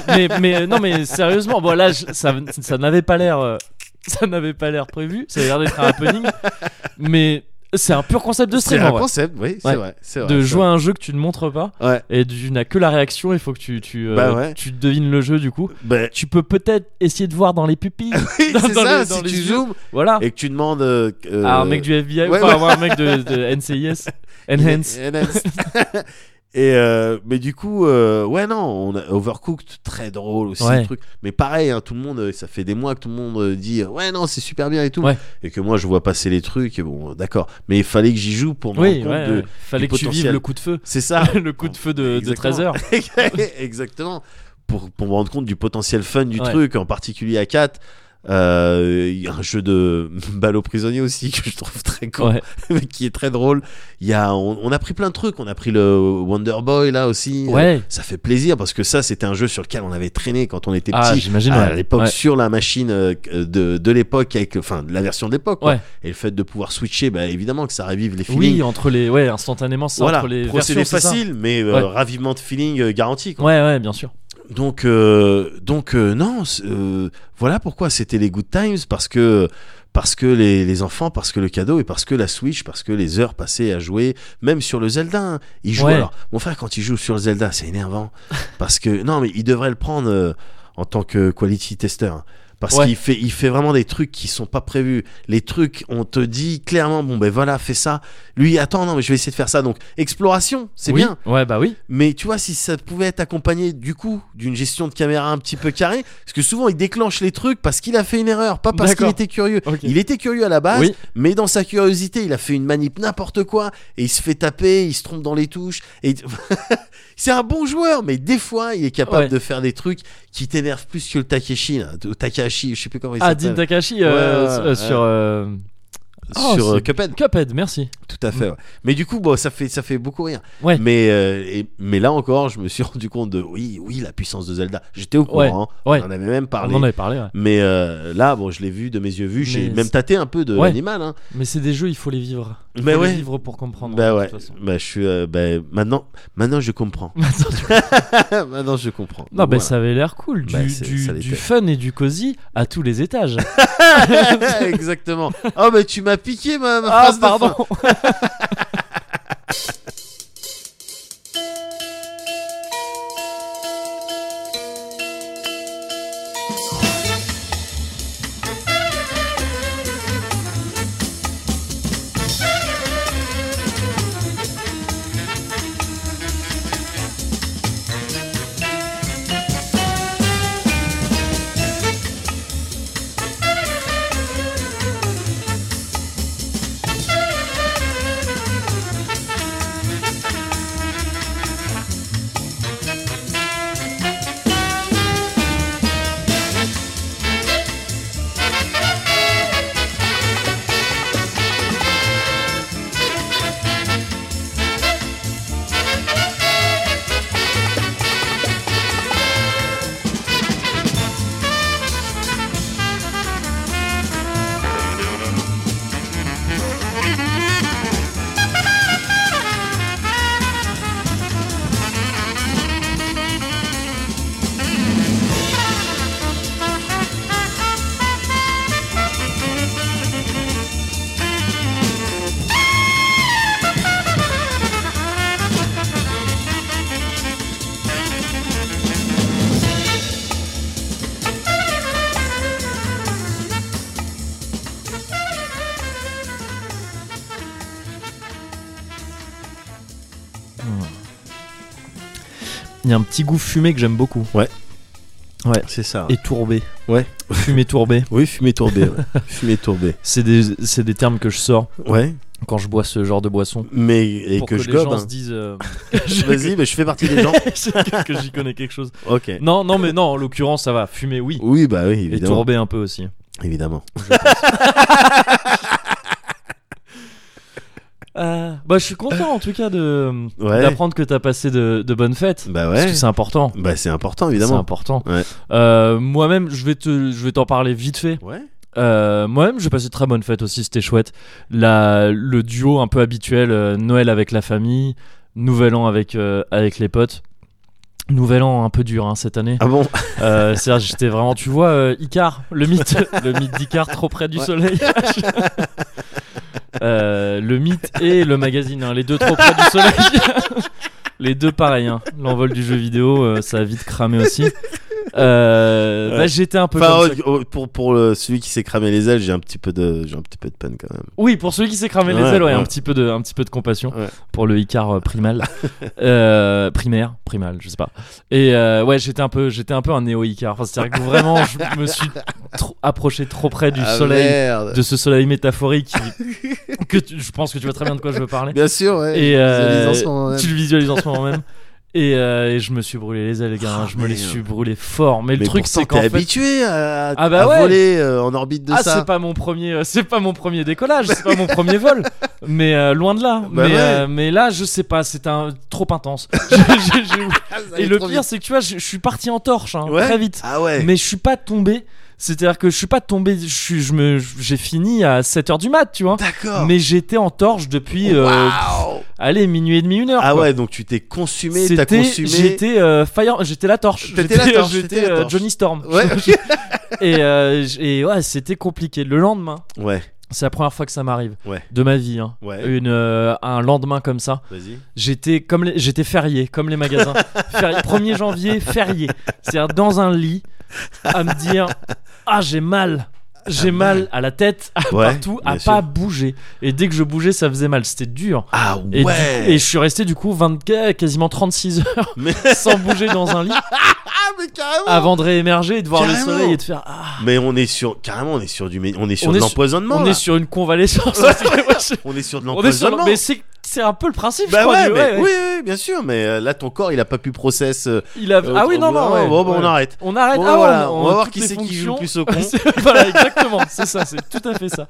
Speaker 1: mais, mais non, mais sérieusement, bon là, je- ça, ça n'avait pas l'air, euh, ça n'avait pas l'air prévu. Ça avait l'air d'être un happening, mais c'est un pur concept de
Speaker 2: C'est
Speaker 1: stream.
Speaker 2: un
Speaker 1: en vrai.
Speaker 2: concept, oui, c'est
Speaker 1: Ouais.
Speaker 2: vrai. c'est vrai,
Speaker 1: De
Speaker 2: c'est
Speaker 1: jouer à un jeu que tu ne montres pas
Speaker 2: vrai. Ouais.
Speaker 1: et tu n'as que la réaction. Il faut que tu tu euh,
Speaker 2: Bah ouais.
Speaker 1: tu devines le jeu du coup.
Speaker 2: Ben,
Speaker 1: Tu peux peut-être essayer de voir dans les
Speaker 2: [laughs]
Speaker 1: pupilles, [laughs]
Speaker 2: oui,
Speaker 1: Dans-
Speaker 2: c'est
Speaker 1: dans
Speaker 2: ça,
Speaker 1: les- dans
Speaker 2: si
Speaker 1: les
Speaker 2: tu
Speaker 1: yeux.
Speaker 2: zoomes
Speaker 1: voilà.
Speaker 2: et que tu demandes. euh, que-
Speaker 1: À un mec du FBI,
Speaker 2: ouais,
Speaker 1: ou
Speaker 2: ouais.
Speaker 1: enfin, à un mec de, de
Speaker 2: [laughs]
Speaker 1: NCIS,
Speaker 2: euh,
Speaker 1: Enhance.
Speaker 2: Enhance. [laughs] Et euh, mais du coup, euh, ouais, non, on a Overcooked, très drôle aussi,
Speaker 1: Ouais.
Speaker 2: le truc. Mais pareil, hein, tout le monde, euh, ça fait des mois que tout le monde euh, dit, euh, ouais, non, c'est super bien et tout.
Speaker 1: Ouais.
Speaker 2: Et que moi, je vois passer les trucs, et bon, d'accord. Mais il fallait que j'y joue pour me
Speaker 1: Oui,
Speaker 2: rendre compte
Speaker 1: ouais,
Speaker 2: de.
Speaker 1: ouais. fallait que tu vives
Speaker 2: potentiel.
Speaker 1: le coup de feu,
Speaker 2: C'est ça.
Speaker 1: [laughs] le coup de feu de, de
Speaker 2: Exactement.
Speaker 1: 13 heures.
Speaker 2: [laughs] Exactement. Pour, pour me rendre compte du potentiel fun du
Speaker 1: Ouais.
Speaker 2: truc, en particulier à 4. euh, Il y a un jeu de [laughs] balle aux prisonniers aussi que je trouve très con,
Speaker 1: Ouais.
Speaker 2: mais [laughs] qui est très drôle. Il y a, on, on a pris plein de trucs. On a pris le Wonder Boy là aussi. Euh,
Speaker 1: Ouais.
Speaker 2: ça fait plaisir parce que ça, c'était un jeu sur lequel on avait traîné quand on était
Speaker 1: Ah,
Speaker 2: petit.
Speaker 1: j'imagine.
Speaker 2: À
Speaker 1: ouais.
Speaker 2: l'époque,
Speaker 1: Ouais.
Speaker 2: sur la machine euh, de, de l'époque, avec enfin de la version de l'époque, quoi.
Speaker 1: Ouais.
Speaker 2: et le fait de pouvoir switcher, bah, évidemment que ça ravive les feelings.
Speaker 1: Oui, entre les. Ouais, instantanément, c'est
Speaker 2: voilà,
Speaker 1: entre les.
Speaker 2: procédé
Speaker 1: versions, c'est ça
Speaker 2: facile, mais euh,
Speaker 1: Ouais.
Speaker 2: ravivement de feeling euh, garanti. quoi.
Speaker 1: Ouais, ouais, bien sûr.
Speaker 2: Donc, euh, donc euh, non, c'est, euh, voilà pourquoi c'était les good times, parce que, parce que les, les enfants, parce que le cadeau, et parce que la Switch, parce que les heures passées à jouer, même sur le Zelda. hein. Il joue
Speaker 1: Ouais.
Speaker 2: alors, mon frère, quand il joue sur le Zelda, c'est
Speaker 1: [laughs]
Speaker 2: énervant. parce que, non, mais il devrait le prendre euh, en tant que quality tester. hein. Parce
Speaker 1: Ouais.
Speaker 2: qu'il fait, il fait vraiment des trucs qui sont pas prévus. Les trucs, on te dit clairement, bon ben voilà, fais ça. Lui, attends, non, mais je vais essayer de faire ça. Donc, exploration, c'est
Speaker 1: Oui.
Speaker 2: bien.
Speaker 1: Ouais, bah oui.
Speaker 2: Mais tu vois, si ça pouvait être accompagné du coup d'une gestion de caméra un petit peu carrée, parce que souvent il déclenche les trucs parce qu'il a fait une erreur, pas parce qu'il
Speaker 1: D'accord.
Speaker 2: était curieux.
Speaker 1: Ok.
Speaker 2: Il était curieux à la base,
Speaker 1: Oui.
Speaker 2: mais dans sa curiosité, il a fait une manip n'importe quoi et il se fait taper, il se trompe dans les touches. Et [laughs] c'est un bon joueur, mais des fois il est capable
Speaker 1: Ouais.
Speaker 2: de faire des trucs qui t'énervent plus que le Takeshi, là, de- Takahashi, je sais plus comment il
Speaker 1: Ah, Dean
Speaker 2: s'appelle.
Speaker 1: Takashi euh,
Speaker 2: Ouais, ouais,
Speaker 1: euh,
Speaker 2: ouais.
Speaker 1: sur euh, Oh,
Speaker 2: sur
Speaker 1: c'est-
Speaker 2: euh, Cuphead,
Speaker 1: Cuphead, merci.
Speaker 2: tout à fait. ouais. Mais du coup, bon, ça fait ça fait beaucoup rire.
Speaker 1: Mm. Ouais.
Speaker 2: Mais, euh, et- mais là encore, je me suis [laughs] rendu compte de oui, oui, la puissance de Zelda. J'étais au
Speaker 1: Ouais,
Speaker 2: courant, hein.
Speaker 1: ouais.
Speaker 2: on en avait même parlé.
Speaker 1: On en avait parlé, ouais.
Speaker 2: Mais euh, là, bon, je l'ai vu de mes yeux vus, j'ai
Speaker 1: Mais
Speaker 2: même
Speaker 1: c'est-
Speaker 2: tâté un peu de
Speaker 1: Ouais.
Speaker 2: l'animal. hein.
Speaker 1: Mais c'est des jeux, il faut les vivre. Il
Speaker 2: Mais
Speaker 1: faut
Speaker 2: ouais.
Speaker 1: les vivre pour comprendre.
Speaker 2: Bah
Speaker 1: de
Speaker 2: ouais,
Speaker 1: toute façon.
Speaker 2: bah, je suis, euh, bah, maintenant, maintenant
Speaker 1: [laughs]
Speaker 2: je comprends.
Speaker 1: Attends, tu-
Speaker 2: [laughs] maintenant je comprends.
Speaker 1: Non, bah
Speaker 2: Donc,
Speaker 1: ça avait l'air cool. Du,
Speaker 2: Bah, c'est-
Speaker 1: du-
Speaker 2: ça l'était.
Speaker 1: du fun et du cosy à tous les
Speaker 2: [laughs]
Speaker 1: étages.
Speaker 2: voilà. [laughs] Exactement. Oh, bah tu m'as piqué ma, ma
Speaker 1: ah,
Speaker 2: phrase de
Speaker 1: pardon.
Speaker 2: fin.
Speaker 1: Il y a un petit goût fumé que j'aime beaucoup.
Speaker 2: C'est ça.
Speaker 1: Et tourbé.
Speaker 2: Ouais.
Speaker 1: Fumé tourbé.
Speaker 2: Oui, fumée tourbée.
Speaker 1: [laughs]
Speaker 2: ouais. Fumée tourbée.
Speaker 1: C'est des, c'est des termes que je sors
Speaker 2: Ouais.
Speaker 1: quand je bois ce genre de boisson.
Speaker 2: Mais et
Speaker 1: pour
Speaker 2: que, je
Speaker 1: les
Speaker 2: gobe.
Speaker 1: gens
Speaker 2: hein.
Speaker 1: se disent euh, [laughs]
Speaker 2: Vas-y, mais je fais partie des gens.
Speaker 1: que que j'y connais quelque chose.
Speaker 2: Ok.
Speaker 1: Non, non, mais non, en l'occurrence, ça va. Fumer, oui.
Speaker 2: Oui, bah oui,
Speaker 1: Et
Speaker 2: évidemment.
Speaker 1: tourbé un peu aussi.
Speaker 2: Évidemment.
Speaker 1: Euh, bah, je suis content en tout cas de
Speaker 2: Ouais.
Speaker 1: d'apprendre que t'as passé de, de bonnes fêtes.
Speaker 2: Bah
Speaker 1: Parce
Speaker 2: ouais.
Speaker 1: que c'est important.
Speaker 2: Bah c'est important,
Speaker 1: C'est
Speaker 2: évidemment.
Speaker 1: important.
Speaker 2: Ouais.
Speaker 1: Euh, moi-même, je vais te, je vais t'en parler vite fait.
Speaker 2: Ouais.
Speaker 1: Euh, moi-même, j'ai passé de très bonnes fêtes aussi. C'était chouette. La, le duo un peu habituel, euh, Noël avec la famille, Nouvel An avec euh, avec les potes. Nouvel An un peu dur hein, cette année.
Speaker 2: Ah bon
Speaker 1: Euh, Serge, j'étais vraiment, tu vois, euh, Icar, le mythe, le mythe d'Icar trop près du
Speaker 2: Ouais.
Speaker 1: soleil. [laughs] Euh, le mythe et le magazine, hein, les deux trop près du soleil. [laughs] les deux pareil, hein. l'envol du jeu vidéo, euh, ça a vite cramé aussi. Euh, bah,
Speaker 2: Ouais.
Speaker 1: j'étais un peu
Speaker 2: Enfin,
Speaker 1: comme
Speaker 2: oh, oh, pour pour le- celui qui s'est cramé les ailes, j'ai un petit peu de j'ai un petit peu de peine quand même.
Speaker 1: Oui, pour celui qui s'est cramé les
Speaker 2: Ouais,
Speaker 1: ailes, ouais,
Speaker 2: ouais.
Speaker 1: Un, petit peu de, un petit peu de compassion
Speaker 2: Ouais.
Speaker 1: pour le Icar euh,
Speaker 2: [laughs]
Speaker 1: primal. Euh, primaire, primal, je sais pas. Et euh, ouais, j'étais un peu, j'étais un peu un néo-Icar. Enfin, C'est-à-dire que vraiment, je me suis trop- approché trop près du
Speaker 2: Ah,
Speaker 1: soleil,
Speaker 2: merde.
Speaker 1: de ce soleil métaphorique. [laughs] que tu- je pense que tu vois très bien de quoi je veux parler.
Speaker 2: Bien sûr, ouais.
Speaker 1: Et,
Speaker 2: je
Speaker 1: euh,
Speaker 2: visualise en ce moment même.
Speaker 1: Tu le visualises en ce moment même. Et, euh, et je me suis brûlé les ailes, les gars. hein.
Speaker 2: Ah,
Speaker 1: je me les
Speaker 2: merde.
Speaker 1: suis brûlé fort. Mais,
Speaker 2: Mais
Speaker 1: le truc,
Speaker 2: pourtant,
Speaker 1: c'est qu'en
Speaker 2: t'es
Speaker 1: fait,
Speaker 2: habitué à,
Speaker 1: Ah bah
Speaker 2: à
Speaker 1: ouais.
Speaker 2: voler euh, en orbite de
Speaker 1: ah,
Speaker 2: ça.
Speaker 1: c'est pas mon premier, euh, c'est pas mon premier décollage, c'est pas mon premier vol, mais euh, loin de là.
Speaker 2: Bah
Speaker 1: mais,
Speaker 2: ouais.
Speaker 1: euh, mais là, je sais pas, c'est un trop intense. [laughs] J'ai- j'ai- j'ai-
Speaker 2: Ah, [laughs] ça
Speaker 1: Et
Speaker 2: allait
Speaker 1: le
Speaker 2: trop
Speaker 1: pire,
Speaker 2: vite.
Speaker 1: c'est que tu vois, je je suis parti en torche hein,
Speaker 2: Ouais.
Speaker 1: très vite,
Speaker 2: Ah ouais.
Speaker 1: mais je suis pas tombé. C'est-à-dire que je suis pas tombé, je suis, je me, j'ai fini à 7 h du mat, tu vois.
Speaker 2: D'accord.
Speaker 1: Mais j'étais en torche depuis, euh,
Speaker 2: Waouh.
Speaker 1: allez, minuit et demi, une heure.
Speaker 2: Ah
Speaker 1: quoi.
Speaker 2: ouais, donc tu t'es consumé, t'as
Speaker 1: C'était-
Speaker 2: consumé.
Speaker 1: J'étais euh, fire- j'étais la torche.
Speaker 2: T'étais la torche,
Speaker 1: j'étais,
Speaker 2: t'étais la
Speaker 1: euh,
Speaker 2: torche.
Speaker 1: Johnny Storm.
Speaker 2: Ouais.
Speaker 1: [laughs] et, euh, j- et ouais, c'était compliqué. Le lendemain,
Speaker 2: ouais.
Speaker 1: c'est la première fois que ça m'arrive
Speaker 2: Ouais.
Speaker 1: de ma vie. hein.
Speaker 2: Ouais.
Speaker 1: Une, euh, un lendemain comme ça,
Speaker 2: Vas-y.
Speaker 1: j'étais comme les- j'étais férié, comme les
Speaker 2: [laughs]
Speaker 1: magasins. Férié- 1er janvier, férié. C'est-à-dire dans un lit, à me dire Ah, j'ai mal. J'ai mal à la tête, à
Speaker 2: Ah, Ouais,
Speaker 1: partout, à
Speaker 2: bien sûr.
Speaker 1: pas bouger. Et dès que je bougeais, ça faisait mal. C'était dur.
Speaker 2: Ah
Speaker 1: Et, du-
Speaker 2: ouais.
Speaker 1: et je suis resté du coup 24, quasiment 36 heures
Speaker 2: Mais-
Speaker 1: [laughs] sans bouger dans un lit
Speaker 2: Ah mais carrément.
Speaker 1: avant de réémerger et de voir
Speaker 2: Carrément.
Speaker 1: le soleil et de faire ah,
Speaker 2: Mais on est sur carrément, on est sur du, mais on est sur
Speaker 1: On
Speaker 2: de
Speaker 1: est sur-
Speaker 2: l'empoisonnement.
Speaker 1: on
Speaker 2: là.
Speaker 1: est sur une convalescence. [laughs]
Speaker 2: On est sur de
Speaker 1: on est sur-
Speaker 2: l'empoisonnement.
Speaker 1: mais c'est c'est un peu le principe. je
Speaker 2: Bah
Speaker 1: crois,
Speaker 2: ouais,
Speaker 1: du-
Speaker 2: mais,
Speaker 1: ouais, ouais.
Speaker 2: Oui, oui, bien sûr, mais euh, là ton corps il a pas pu process. euh,
Speaker 1: Il a... ah oui
Speaker 2: au-
Speaker 1: non
Speaker 2: au-
Speaker 1: non. ouais,
Speaker 2: bon, bon,
Speaker 1: ouais.
Speaker 2: on arrête.
Speaker 1: On arrête.
Speaker 2: Bon,
Speaker 1: ah,
Speaker 2: voilà,
Speaker 1: on,
Speaker 2: on va voir
Speaker 1: toutes
Speaker 2: qui
Speaker 1: les
Speaker 2: c'est qui joue
Speaker 1: fonctions.
Speaker 2: le
Speaker 1: [laughs]
Speaker 2: plus au con.
Speaker 1: C'est- voilà, exactement. C'est ça, c'est tout à fait ça.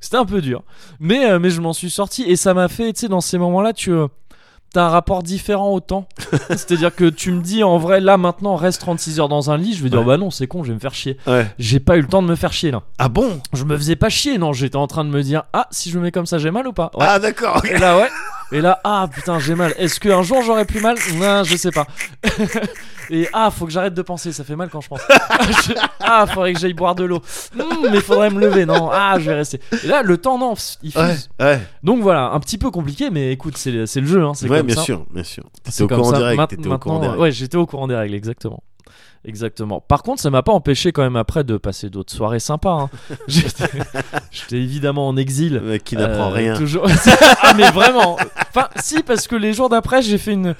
Speaker 1: C'était un peu dur. Mais, euh, mais je m'en suis sorti et ça m'a fait, tu sais, dans ces moments-là, tu euh, t'as un rapport différent au temps. [laughs] C'est-à-dire que tu me dis, en vrai, là maintenant, reste 36 heures dans un lit. Je vais dire,
Speaker 2: Ouais.
Speaker 1: bah non, c'est con, je vais me faire chier.
Speaker 2: Ouais.
Speaker 1: J'ai pas eu le temps de me faire chier là.
Speaker 2: Ah bon
Speaker 1: Je me faisais pas chier, non. J'étais en train de me dire, ah, si je me mets comme ça, j'ai mal ou pas Ouais.
Speaker 2: Ah d'accord.
Speaker 1: [laughs] Et là, ouais. Et là, ah putain, j'ai mal. Est-ce qu'un jour j'aurai plus mal Non, je sais pas. [laughs] Et ah, faut que j'arrête de penser, ça fait mal quand je pense. [laughs] Ah, je- Ah, faudrait que j'aille boire de l'eau. Hmm, mais faudrait me lever, non Ah, je vais rester. Et là, le temps, non, il fuse.
Speaker 2: Ouais, ouais,
Speaker 1: Donc voilà, un petit peu compliqué, mais écoute, c'est c'est le jeu, hein, c'est
Speaker 2: ouais
Speaker 1: comme
Speaker 2: bien
Speaker 1: ça.
Speaker 2: sûr, bien sûr. T'étais
Speaker 1: C'est
Speaker 2: au
Speaker 1: comme
Speaker 2: courant
Speaker 1: ça.
Speaker 2: direct,
Speaker 1: Maint-
Speaker 2: t'étais au
Speaker 1: maintenant,
Speaker 2: courant direct.
Speaker 1: Ouais, j'étais au courant des règles, exactement. Exactement. Par contre, ça m'a pas empêché quand même après de passer d'autres soirées sympas. hein. [laughs] J'étais j'étais évidemment en exil.
Speaker 2: Le mec qui n'apprend
Speaker 1: Euh,
Speaker 2: rien.
Speaker 1: toujours- [laughs] ah mais vraiment. Enfin si parce que les jours d'après j'ai fait une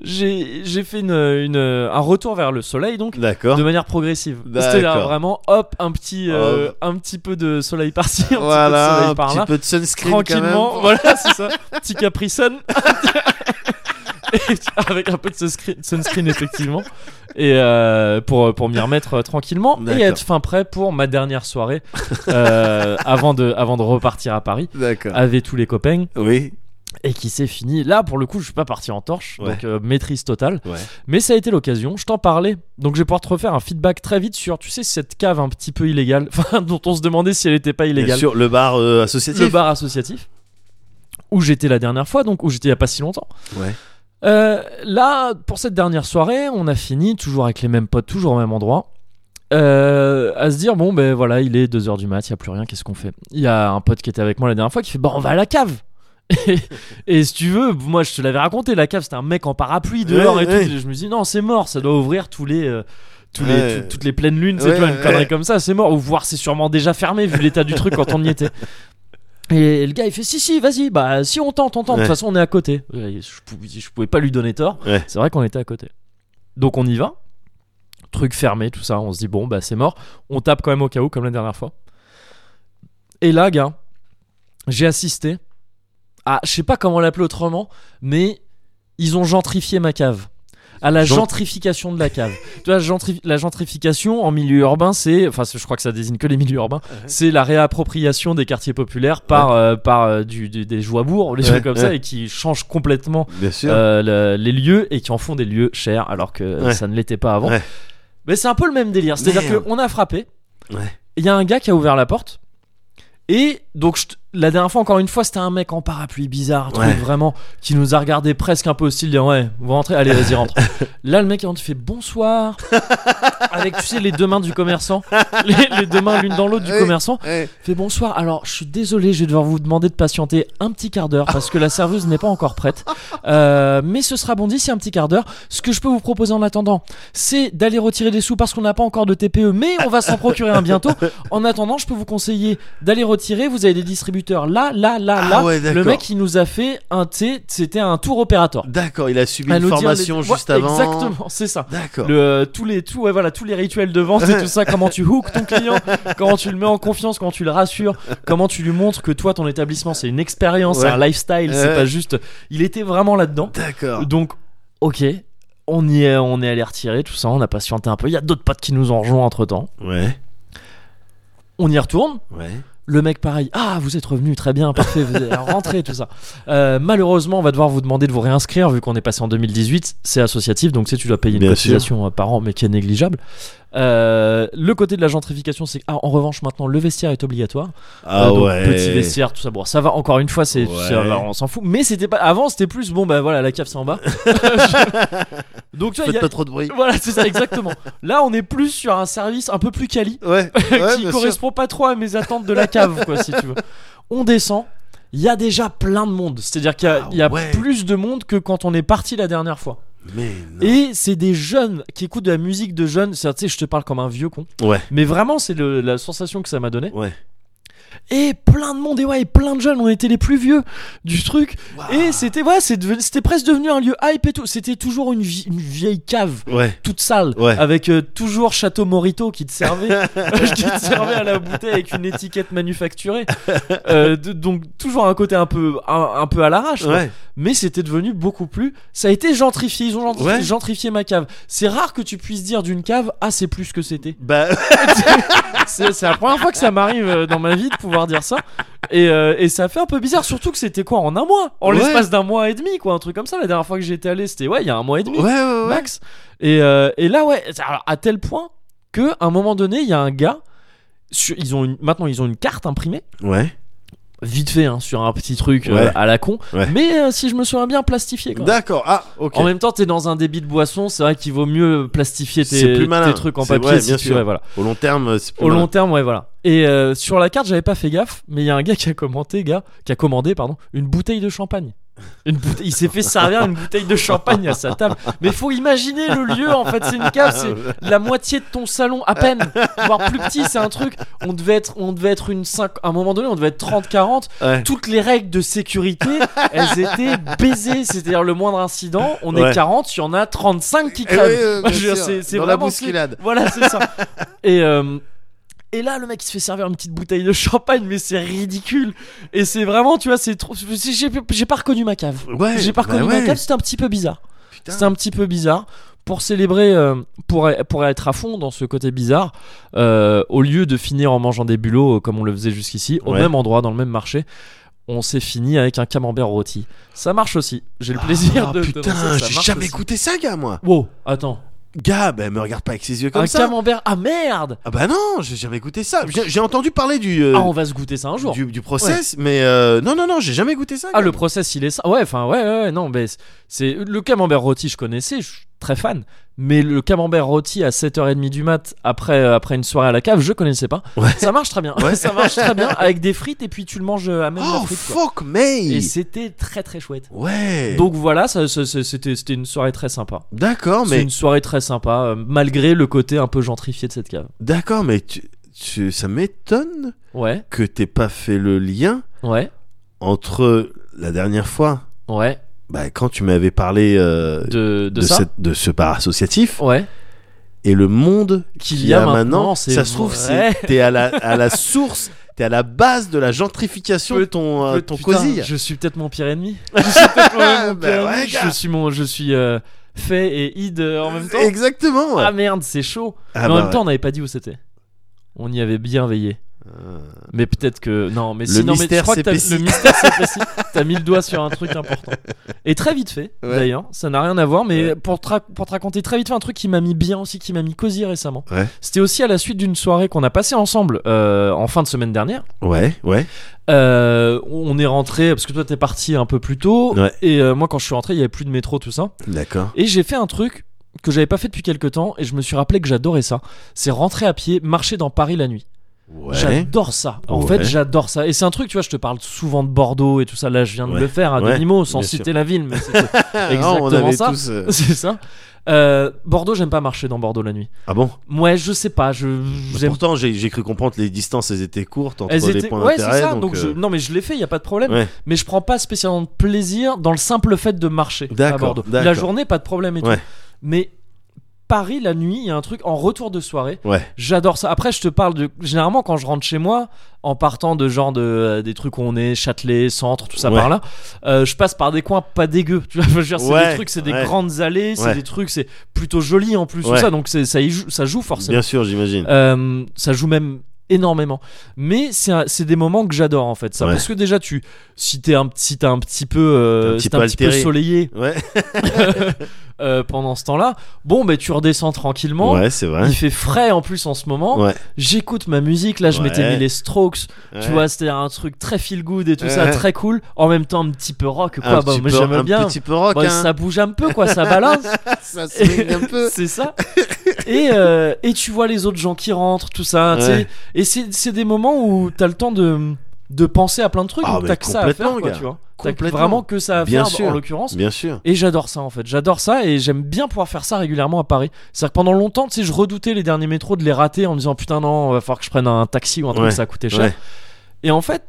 Speaker 1: j'ai j'ai fait une, une- un retour vers le soleil donc
Speaker 2: D'accord.
Speaker 1: de manière progressive.
Speaker 2: D'accord.
Speaker 1: C'était là vraiment hop un petit euh,
Speaker 2: Hop.
Speaker 1: un petit peu de soleil par-ci, un petit peu de
Speaker 2: Voilà,
Speaker 1: soleil
Speaker 2: un
Speaker 1: par
Speaker 2: petit
Speaker 1: là.
Speaker 2: peu de sunscreen
Speaker 1: Tranquillement,
Speaker 2: quand même.
Speaker 1: voilà, c'est ça. Petit Capri Sun. [laughs] Et avec un peu de sunscreen, sunscreen, effectivement. Et euh, pour, pour m'y remettre euh, tranquillement et
Speaker 2: D'accord.
Speaker 1: être fin prêt pour ma dernière soirée euh, avant, de, avant de repartir à Paris
Speaker 2: D'accord.
Speaker 1: avec tous les copains
Speaker 2: Oui.
Speaker 1: et qui s'est fini. Là, pour le coup, je suis pas parti en torche,
Speaker 2: Ouais.
Speaker 1: donc euh, maîtrise totale.
Speaker 2: Ouais.
Speaker 1: Mais ça a été l'occasion, je t'en parlais. Donc je vais pouvoir te refaire un feedback très vite sur, tu sais, cette cave un petit peu illégale, [laughs] enfin, dont on se demandait si elle était pas
Speaker 2: Bien
Speaker 1: illégale.
Speaker 2: sûr, le bar euh, associatif.
Speaker 1: Le bar associatif, où j'étais la dernière fois, donc où j'étais il y a pas si longtemps.
Speaker 2: Ouais.
Speaker 1: Euh, là, pour cette dernière soirée, on a fini toujours avec les mêmes potes, toujours au même endroit. euh, à se dire, bon, ben voilà, il est 2h du mat, il n'y a plus rien, qu'est-ce qu'on fait Il y a un pote qui était avec moi la dernière fois qui fait, bah on va à la cave [laughs] et, et si tu veux, moi je te l'avais raconté, la cave c'était un mec en parapluie dehors
Speaker 2: Ouais,
Speaker 1: et
Speaker 2: ouais.
Speaker 1: tout. et je me dis, non, c'est mort, ça doit ouvrir tous les. euh, tous les,
Speaker 2: Ouais.
Speaker 1: tout- toutes les pleines lunes, c'est
Speaker 2: Ouais,
Speaker 1: une
Speaker 2: ouais.
Speaker 1: connerie comme ça, c'est mort. Ou voir, c'est sûrement déjà fermé vu l'état du truc quand on y était. Et le gars il fait si si vas-y bah si on tente on tente de
Speaker 2: Ouais.
Speaker 1: toute façon on est à côté Et je, pou- je pouvais pas lui donner tort
Speaker 2: Ouais.
Speaker 1: c'est vrai qu'on était à côté donc on y va truc fermé tout ça on se dit bon bah c'est mort on tape quand même au cas où comme la dernière fois et là gars j'ai assisté à je sais pas comment l'appeler autrement mais ils ont gentrifié ma cave à la
Speaker 2: Gen-
Speaker 1: gentrification de la cave tu vois, gentri- la gentrification en milieu urbain, c'est, enfin, je crois que ça désigne que les milieux urbains, c'est la réappropriation des quartiers populaires par, euh, par euh, du, du- des joibourgs, les
Speaker 2: Ouais,
Speaker 1: trucs comme ça,
Speaker 2: ouais.
Speaker 1: et qui changent complètement
Speaker 2: Bien sûr.
Speaker 1: euh, le- les lieux et qui en font des lieux chers, alors que
Speaker 2: Ouais.
Speaker 1: ça ne l'était pas avant.
Speaker 2: Ouais.
Speaker 1: Mais c'est un peu le même délire, c'est-à-dire
Speaker 2: Merde.
Speaker 1: qu'on a frappé,
Speaker 2: Ouais.
Speaker 1: il y a un gars qui a ouvert la porte. Et donc, je t- la dernière fois, encore une fois, c'était un mec en parapluie bizarre, un truc
Speaker 2: Ouais.
Speaker 1: vraiment, qui nous a regardé presque un peu hostile, disant Ouais, vous rentrez, allez, vas-y,
Speaker 2: [laughs]
Speaker 1: rentre. Là, le mec, il rentre, il fait Bonsoir, avec, tu sais, les deux mains du commerçant, les, les deux mains l'une dans l'autre du
Speaker 2: Ouais.
Speaker 1: commerçant.
Speaker 2: Ouais.
Speaker 1: Il Fait bonsoir. Alors, je suis désolé, je vais devoir vous demander de patienter un petit quart d'heure parce que la serveuse n'est pas encore prête. Euh, mais ce sera bon d'ici un petit quart d'heure. Ce que je peux vous proposer en attendant, c'est d'aller retirer des sous parce qu'on n'a pas encore de TPE, mais on va s'en procurer un
Speaker 2: [laughs]
Speaker 1: bientôt. En attendant, je peux vous conseiller d'aller retirer. Vous avez des distributeurs là, là, là,
Speaker 2: Ah
Speaker 1: là.
Speaker 2: ouais,
Speaker 1: Le
Speaker 2: d'accord.
Speaker 1: mec, il nous a fait un thé. C'était un tour opérateur.
Speaker 2: D'accord, il a subi
Speaker 1: À
Speaker 2: une
Speaker 1: nous dire les-
Speaker 2: formation
Speaker 1: Ouais,
Speaker 2: juste avant.
Speaker 1: Exactement, c'est ça.
Speaker 2: D'accord.
Speaker 1: Le, euh, tous les tout, ouais, voilà, tous les rituels de vente et tout ça, comment tu hooks ton
Speaker 2: [laughs]
Speaker 1: client, comment tu le mets en confiance, comment tu le rassures, comment tu lui montres que toi ton établissement c'est une expérience,
Speaker 2: Ouais.
Speaker 1: c'est un lifestyle, c'est
Speaker 2: Ouais. Ah.
Speaker 1: pas juste. Il était vraiment là-dedans.
Speaker 2: D'accord.
Speaker 1: Donc OK, on y est, on est allé retirer tout ça, on a patienté un peu. Il y a d'autres potes qui nous ont rejoints entre-temps.
Speaker 2: Ouais.
Speaker 1: On y retourne.
Speaker 2: Ouais.
Speaker 1: Le mec pareil, ah vous êtes revenu, très bien, parfait, vous êtes rentré, tout ça. Euh, malheureusement, on va devoir vous demander de vous réinscrire vu qu'on est passé en 2018, c'est associatif, donc tu sais, tu dois payer une
Speaker 2: Bien sûr.
Speaker 1: cotisation euh, par an, mais qui est négligeable. Euh, le côté de la gentrification, c'est que, ah, en revanche, maintenant, le vestiaire est obligatoire. Euh,
Speaker 2: Ah
Speaker 1: donc,
Speaker 2: ouais.
Speaker 1: Petit vestiaire, tout ça. Bon, ça va, encore une fois, c'est,
Speaker 2: Ouais.
Speaker 1: ça va, on s'en fout. Mais c'était pas, avant, c'était plus, bon, bah voilà, la cave, c'est en
Speaker 2: [laughs]
Speaker 1: bas. [laughs] donc, tu vois, il y
Speaker 2: Faites
Speaker 1: a-
Speaker 2: pas trop de bruit.
Speaker 1: [laughs] voilà, c'est ça, exactement. Là, on est plus sur un service un peu plus quali
Speaker 2: Ouais.
Speaker 1: [laughs] qui correspond pas trop à mes attentes de la cave, quoi, si tu veux. On descend, il y a déjà plein de monde. C'est-à-dire qu'il y a,
Speaker 2: Ah
Speaker 1: il y a
Speaker 2: ouais.
Speaker 1: plus de monde que quand on est parti la dernière fois.
Speaker 2: Mais non.
Speaker 1: Et c'est des jeunes qui écoutent de la musique de jeunes. C'est-à-dire, Tu sais, je te parle comme un vieux con.
Speaker 2: Ouais.
Speaker 1: Mais vraiment, c'est le- la sensation que ça m'a donné.
Speaker 2: Ouais.
Speaker 1: Et plein de monde, et ouais, et plein de jeunes. On était les plus vieux du truc.
Speaker 2: Waouh.
Speaker 1: Et c'était, ouais, c'est devenu- c'était presque devenu un lieu hype et tout. C'était toujours une vie- une vieille cave
Speaker 2: Ouais.
Speaker 1: toute sale
Speaker 2: Ouais.
Speaker 1: avec euh, toujours Château Morito qui te servait
Speaker 2: [laughs]
Speaker 1: [laughs] qui te servait à la bouteille avec une étiquette manufacturée Euh, de- donc toujours un côté un peu un, un peu à l'arrache quoi.
Speaker 2: Ouais.
Speaker 1: mais c'était devenu beaucoup plus ça a été gentrifié ils ont gentri-
Speaker 2: Ouais.
Speaker 1: gentrifié ma cave c'est rare que tu puisses dire d'une cave ah c'est plus ce que c'était
Speaker 2: Bah.
Speaker 1: c'est c'est la première fois que ça m'arrive euh, dans ma vie de pouvoir dire ça et, euh, et ça fait un peu bizarre surtout que c'était quoi en un mois en
Speaker 2: Ouais.
Speaker 1: l'espace d'un mois et demi quoi un truc comme ça la dernière fois que j'étais allé c'était ouais il y a un mois et demi
Speaker 2: Ouais, ouais, ouais.
Speaker 1: Max. Et, euh, et là, ouais, alors, à tel point que à un moment donné, il y a un gars. sur- ils ont une, maintenant, ils ont une carte imprimée,
Speaker 2: Ouais.
Speaker 1: vite fait, hein, sur un petit truc euh,
Speaker 2: Ouais.
Speaker 1: à la con.
Speaker 2: Ouais.
Speaker 1: Mais euh, si je me souviens bien, plastifié. Quand même.
Speaker 2: D'accord. Ah, ok.
Speaker 1: En même temps, t'es dans un débit de boisson, c'est vrai qu'il vaut mieux plastifier
Speaker 2: C'est
Speaker 1: tes,
Speaker 2: plus malin.
Speaker 1: tes trucs en
Speaker 2: C'est-
Speaker 1: papier.
Speaker 2: ouais,
Speaker 1: si
Speaker 2: bien
Speaker 1: tu-
Speaker 2: sûr.
Speaker 1: ouais, voilà.
Speaker 2: Au long terme, c'est plus
Speaker 1: Au
Speaker 2: malin.
Speaker 1: long terme, ouais, voilà. Et euh, sur la carte, j'avais pas fait gaffe, mais il y a un gars qui a commenté, gars, qui a commandé, pardon, une bouteille de champagne. Une bouteille- il s'est fait servir une bouteille de champagne à sa table. Mais faut imaginer le lieu, en fait, c'est une
Speaker 2: [laughs]
Speaker 1: cave, c'est la moitié de ton salon à peine, voire plus petit, c'est un truc. On devait être, on devait être une 5, à un moment donné, on devait être 30, 40.
Speaker 2: Ouais.
Speaker 1: Toutes les règles de sécurité, elles étaient baisées. C'est-à-dire, le moindre incident, on
Speaker 2: Ouais.
Speaker 1: est 40, il y en a 35 qui
Speaker 2: Eh
Speaker 1: crèvent.
Speaker 2: oui, euh,
Speaker 1: [laughs]
Speaker 2: bien
Speaker 1: Je veux dire,
Speaker 2: sûr.
Speaker 1: c'est- c'est
Speaker 2: Dans la
Speaker 1: vraiment slip.
Speaker 2: bousculade.
Speaker 1: Voilà, c'est ça. et, euh, et là, le mec, il se fait servir une petite bouteille de champagne, mais c'est ridicule. Et c'est vraiment, tu vois, c'est trop. c'est- J'ai j'ai pas reconnu ma cave.
Speaker 2: Ouais.
Speaker 1: J'ai pas
Speaker 2: bah
Speaker 1: reconnu ma
Speaker 2: ouais.
Speaker 1: cave, c'était un petit peu bizarre.
Speaker 2: Putain.
Speaker 1: C'était un petit peu bizarre. Pour célébrer, euh, pour, pour être à fond dans ce côté bizarre, euh, au lieu de finir en mangeant des bulots euh, comme on le faisait jusqu'ici, au
Speaker 2: Ouais.
Speaker 1: même endroit, dans le même marché, on s'est fini avec un camembert rôti. Ça marche aussi. J'ai le plaisir
Speaker 2: Ah,
Speaker 1: de. de
Speaker 2: putain,
Speaker 1: lancer, ça
Speaker 2: j'ai
Speaker 1: marche
Speaker 2: jamais
Speaker 1: aussi.
Speaker 2: goûté ça, gars, moi.
Speaker 1: Wow, attends.
Speaker 2: Gars, ben me regarde pas avec ses yeux comme
Speaker 1: un
Speaker 2: ça.
Speaker 1: camembert. Ah merde
Speaker 2: Ah bah non, j'ai jamais goûté ça. J'ai j'ai entendu parler du, euh,
Speaker 1: Ah, on va se goûter ça un jour.
Speaker 2: du, du process, mais euh, non, non, non, j'ai jamais goûté ça.
Speaker 1: Ah,
Speaker 2: gars.
Speaker 1: le process, il est ça. Ouais, enfin, ouais, ouais, ouais, non, mais c'est- c'est le camembert rôti, je connaissais, je suis très fan. Mais le camembert rôti à 7h30 du mat après, euh, après une soirée à la cave, je connaissais pas.
Speaker 2: Ouais.
Speaker 1: Ça marche très bien. [laughs]
Speaker 2: Ouais.
Speaker 1: ça marche très bien avec des frites et puis tu le manges euh, à même la
Speaker 2: Oh,
Speaker 1: frite. quoi.
Speaker 2: fuck
Speaker 1: Et
Speaker 2: me.
Speaker 1: c'était très très chouette.
Speaker 2: Ouais.
Speaker 1: Donc voilà, ça, ça- ça- c'était c'était une soirée très sympa.
Speaker 2: D'accord,
Speaker 1: C'est
Speaker 2: mais
Speaker 1: une soirée très sympa, euh, malgré le côté un peu gentrifié de cette cave.
Speaker 2: d'accord, mais tu, tu- ça m'étonne
Speaker 1: Ouais,
Speaker 2: que t'aies pas fait le lien
Speaker 1: ouais,
Speaker 2: entre la dernière fois,
Speaker 1: ouais.
Speaker 2: bah, quand tu m'avais parlé euh,
Speaker 1: De, de, ça
Speaker 2: cette- de ce bar associatif
Speaker 1: Ouais.
Speaker 2: et le monde
Speaker 1: Qu'il
Speaker 2: qu'il y a maintenant. Ça se trouve,
Speaker 1: vrai.
Speaker 2: c'est- t'es à la, à la source, t'es à la base de la gentrification de
Speaker 1: Peut-
Speaker 2: ton, euh,
Speaker 1: Peut-
Speaker 2: ton
Speaker 1: putain,
Speaker 2: cosy.
Speaker 1: Je suis peut-être mon pire
Speaker 2: [laughs]
Speaker 1: ennemi. Je suis peut-être moi-même mon
Speaker 2: Bah
Speaker 1: pire ennemi.
Speaker 2: ouais, gars.
Speaker 1: je suis mon, je suis euh, fait et id euh, en même temps.
Speaker 2: Exactement. ouais.
Speaker 1: Ah merde, c'est chaud.
Speaker 2: Ah
Speaker 1: Mais en
Speaker 2: bah
Speaker 1: même
Speaker 2: ouais.
Speaker 1: temps, on n'avait pas dit où c'était. On y avait bien veillé.
Speaker 2: Euh,
Speaker 1: Mais peut-être que non. Mais
Speaker 2: Le
Speaker 1: sinon, mais je
Speaker 2: mystère
Speaker 1: crois que t'as-
Speaker 2: s'épaissit.
Speaker 1: le mystère s'épaissit. T'as mis le doigt sur un truc important. Et très vite fait.
Speaker 2: Ouais.
Speaker 1: D'ailleurs, ça n'a rien à voir. Mais
Speaker 2: Ouais.
Speaker 1: pour, te ra- pour te raconter très vite fait un truc qui m'a mis bien aussi, qui m'a mis cosy récemment.
Speaker 2: Ouais.
Speaker 1: C'était aussi à la suite d'une soirée qu'on a passée ensemble euh, en fin de semaine dernière.
Speaker 2: Ouais, ouais.
Speaker 1: Euh, on est rentré parce que toi t'es parti un peu plus tôt
Speaker 2: Ouais.
Speaker 1: et euh, moi quand je suis rentré il y avait plus de métro tout ça
Speaker 2: D'accord.
Speaker 1: et j'ai fait un truc que j'avais pas fait depuis quelques temps et je me suis rappelé que j'adorais ça c'est rentrer à pied marcher dans Paris la nuit
Speaker 2: Ouais.
Speaker 1: j'adore ça en
Speaker 2: Ouais.
Speaker 1: fait j'adore ça et c'est un truc tu vois je te parle souvent de Bordeaux et tout ça là je viens de
Speaker 2: Ouais.
Speaker 1: le faire à
Speaker 2: Ouais.
Speaker 1: demi mot sans
Speaker 2: Bien
Speaker 1: citer
Speaker 2: sûr.
Speaker 1: la ville mais
Speaker 2: [laughs]
Speaker 1: c'était-
Speaker 2: Ah, on
Speaker 1: exactement
Speaker 2: avait
Speaker 1: ça.
Speaker 2: tous, euh,
Speaker 1: [laughs] c'est ça Euh, Bordeaux j'aime pas marcher dans Bordeaux la nuit
Speaker 2: Ah bon
Speaker 1: ouais je sais pas je
Speaker 2: Mais
Speaker 1: j'aime
Speaker 2: Bah, Pourtant, j'ai j'ai cru comprendre que les distances, elles étaient courtes entre
Speaker 1: Elles
Speaker 2: les
Speaker 1: étaient-
Speaker 2: points
Speaker 1: ouais, c'est
Speaker 2: d'intérêt.
Speaker 1: ça.
Speaker 2: donc,
Speaker 1: Donc, je-
Speaker 2: euh,
Speaker 1: Non, mais je l'ai fait, il n'y a pas de problème.
Speaker 2: Ouais.
Speaker 1: Mais je prends pas spécialement de plaisir dans le simple fait de marcher à
Speaker 2: D'accord,
Speaker 1: Bordeaux.
Speaker 2: d'accord.
Speaker 1: La journée, pas de problème et
Speaker 2: Ouais.
Speaker 1: tout. Mais Paris, la nuit, il y a un truc en retour de soirée.
Speaker 2: Ouais.
Speaker 1: J'adore ça. Après, je te parle de. Généralement, quand je rentre chez moi, en partant de genre de, euh, des trucs où on est, Châtelet, centre, tout ça
Speaker 2: Ouais.
Speaker 1: par là, euh, je passe par des coins pas dégueux. [laughs] Tu vois, je veux dire, c'est
Speaker 2: Ouais,
Speaker 1: des trucs, c'est des
Speaker 2: ouais.
Speaker 1: grandes allées, c'est
Speaker 2: Ouais.
Speaker 1: des trucs, c'est plutôt joli en plus, tout
Speaker 2: Ouais.
Speaker 1: ça. Donc, c'est- ça, y joue, ça joue forcément.
Speaker 2: Bien sûr, j'imagine.
Speaker 1: Euh, ça joue même énormément mais c'est un- c'est des moments que j'adore en fait ça
Speaker 2: Ouais.
Speaker 1: parce que déjà tu si t'es un si t'es un petit peu euh,
Speaker 2: T'es un petit
Speaker 1: si t'es
Speaker 2: peu
Speaker 1: un petit peu
Speaker 2: altéré. [laughs]
Speaker 1: soleillé [laughs]
Speaker 2: Ouais,
Speaker 1: euh, pendant ce temps-là bon ben tu redescends tranquillement
Speaker 2: ouais c'est vrai.
Speaker 1: il fait frais en plus en ce moment
Speaker 2: Ouais.
Speaker 1: j'écoute ma musique là je m'étais
Speaker 2: Ouais.
Speaker 1: mis les Strokes
Speaker 2: Ouais.
Speaker 1: tu vois c'était un truc très feel good et tout
Speaker 2: Ouais.
Speaker 1: ça très cool en même temps un petit peu rock quoi
Speaker 2: un
Speaker 1: bah,
Speaker 2: petit
Speaker 1: moi,
Speaker 2: peu-
Speaker 1: j'aime
Speaker 2: un
Speaker 1: bien
Speaker 2: petit peu rock,
Speaker 1: Bah,
Speaker 2: hein. [laughs]
Speaker 1: ça bouge un peu quoi ça balance
Speaker 2: ça swing un peu.
Speaker 1: c'est
Speaker 2: [laughs]
Speaker 1: ça. Et, euh, et tu vois les autres gens qui rentrent, tout ça. tu sais.
Speaker 2: Ouais.
Speaker 1: Et c'est c'est des moments où t'as le temps de, de penser à plein de trucs.
Speaker 2: Ah,
Speaker 1: donc
Speaker 2: mais
Speaker 1: t'as que ça à faire,
Speaker 2: complètement,
Speaker 1: quoi,
Speaker 2: gars.
Speaker 1: tu vois. T'as que-
Speaker 2: Complètement.
Speaker 1: vraiment que ça à
Speaker 2: Bien
Speaker 1: faire,
Speaker 2: sûr.
Speaker 1: en l'occurrence.
Speaker 2: Bien sûr.
Speaker 1: Et j'adore ça en fait, j'adore ça et j'aime bien pouvoir faire ça régulièrement à Paris. C'est-à-dire que pendant longtemps, tu sais, je redoutais les derniers métros de les rater en me disant putain non, va falloir que je prenne un taxi ou un truc,
Speaker 2: Ouais.
Speaker 1: ça a coûté cher.
Speaker 2: Ouais.
Speaker 1: Et en fait,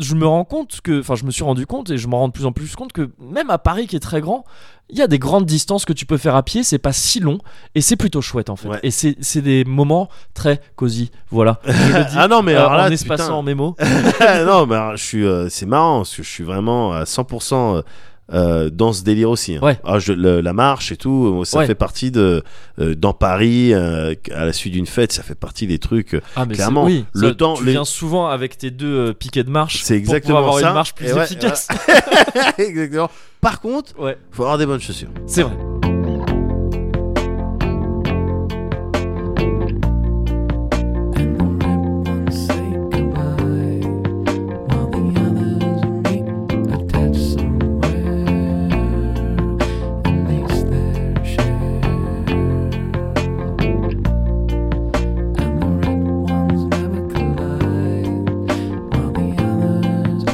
Speaker 1: je me rends compte que, enfin, je me suis rendu compte et je m'en rends de plus en plus compte que même à Paris qui est très grand, il y a des grandes distances que tu peux faire à pied, c'est pas si long et c'est plutôt chouette en fait.
Speaker 2: Ouais.
Speaker 1: Et c'est c'est des moments très cosy, voilà. Je
Speaker 2: [laughs]
Speaker 1: le dis.
Speaker 2: Ah non, mais
Speaker 1: euh,
Speaker 2: alors là,
Speaker 1: en
Speaker 2: putain.
Speaker 1: espaçant mes
Speaker 2: [laughs]
Speaker 1: mots.
Speaker 2: Ah, non, mais alors, je suis, euh, c'est marrant parce que je suis vraiment à 100% euh, euh, dans ce délire aussi. hein.
Speaker 1: Ouais.
Speaker 2: Ah, je- le- la marche et tout, euh, ça
Speaker 1: Ouais.
Speaker 2: fait partie de euh, dans Paris euh, à la suite d'une fête, ça fait partie des trucs.
Speaker 1: [laughs]
Speaker 2: euh,
Speaker 1: Ah mais c'est-
Speaker 2: Clairement,
Speaker 1: oui,
Speaker 2: le
Speaker 1: ça,
Speaker 2: temps-
Speaker 1: Tu
Speaker 2: les-
Speaker 1: viens souvent avec tes deux euh, piquets de marche.
Speaker 2: C'est exactement
Speaker 1: pour pouvoir avoir
Speaker 2: ça.
Speaker 1: une marche plus
Speaker 2: Et ouais,
Speaker 1: efficace.
Speaker 2: [laughs] Exactement. Par contre,
Speaker 1: Ouais,
Speaker 2: faut avoir des bonnes chaussures.
Speaker 1: c'est vrai.
Speaker 3: While the others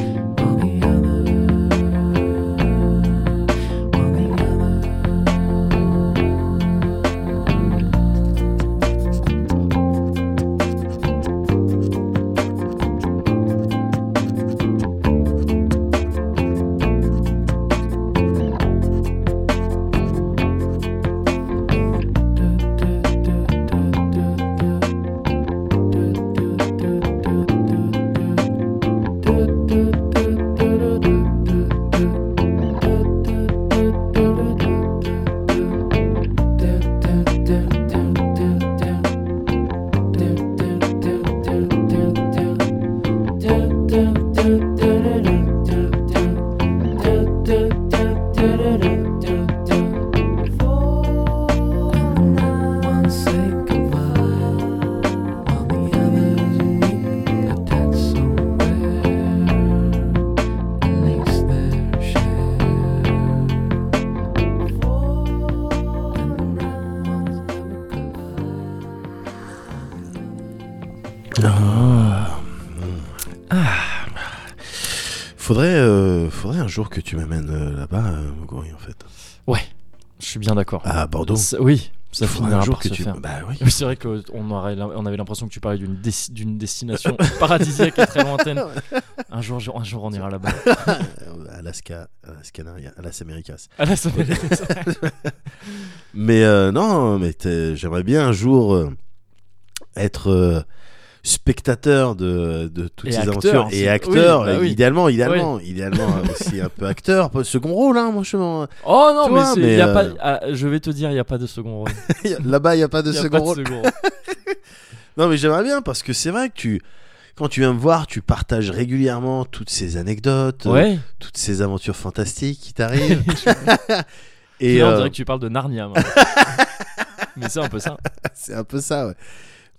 Speaker 2: Faudrait, euh, faudrait un jour que tu m'amènes euh, là-bas, euh, Moguri, en fait.
Speaker 1: Ouais, je suis bien d'accord.
Speaker 2: À Bordeaux.
Speaker 1: Ça- oui, ça
Speaker 2: Faudrait
Speaker 1: finira
Speaker 2: Ah un jour
Speaker 1: par
Speaker 2: que
Speaker 1: se
Speaker 2: tu.
Speaker 1: faire.
Speaker 2: Bah oui.
Speaker 1: Oui, c'est vrai qu'on aurait, on avait l'impression que tu parlais d'une dé- d'une
Speaker 2: [laughs]
Speaker 1: destination paradisiaque et très lointaine. Un jour, je- un jour on ira là-bas.
Speaker 2: Alaska, à Las Canarias, à Las Américas.
Speaker 1: Ah là, ça fait-
Speaker 2: Mais euh, non, mais t'es- j'aimerais bien un jour euh, être euh, spectateur de, de toutes
Speaker 1: Et
Speaker 2: ces
Speaker 1: acteur,
Speaker 2: aventures
Speaker 1: c'est-
Speaker 2: et acteur,
Speaker 1: oui, bah
Speaker 2: et
Speaker 1: oui.
Speaker 2: idéalement, idéalement, idéalement euh, aussi un peu acteur, peu second rôle, hein, moi je m'en-
Speaker 1: Oh non,
Speaker 2: Tu
Speaker 1: mais,
Speaker 2: vois,
Speaker 1: c'est-
Speaker 2: mais,
Speaker 1: y a
Speaker 2: euh,
Speaker 1: pas, ah, je vais te dire, il n'y a pas de second rôle.
Speaker 2: [laughs] Là-bas, il n'y a pas de
Speaker 1: Y a
Speaker 2: second
Speaker 1: pas
Speaker 2: rôle.
Speaker 1: second
Speaker 2: [laughs] Non, mais j'aimerais bien parce que c'est vrai que tu, quand tu viens me voir, tu partages régulièrement toutes ces anecdotes, euh,
Speaker 1: Ouais,
Speaker 2: toutes ces aventures fantastiques
Speaker 1: [laughs]
Speaker 2: qui t'arrivent.
Speaker 1: et
Speaker 2: [laughs] et
Speaker 1: on
Speaker 2: euh,
Speaker 1: dirait que tu parles de Narnia.
Speaker 2: [laughs]
Speaker 1: maintenant. mais c'est un peu ça.
Speaker 2: c'est un peu ça, ouais.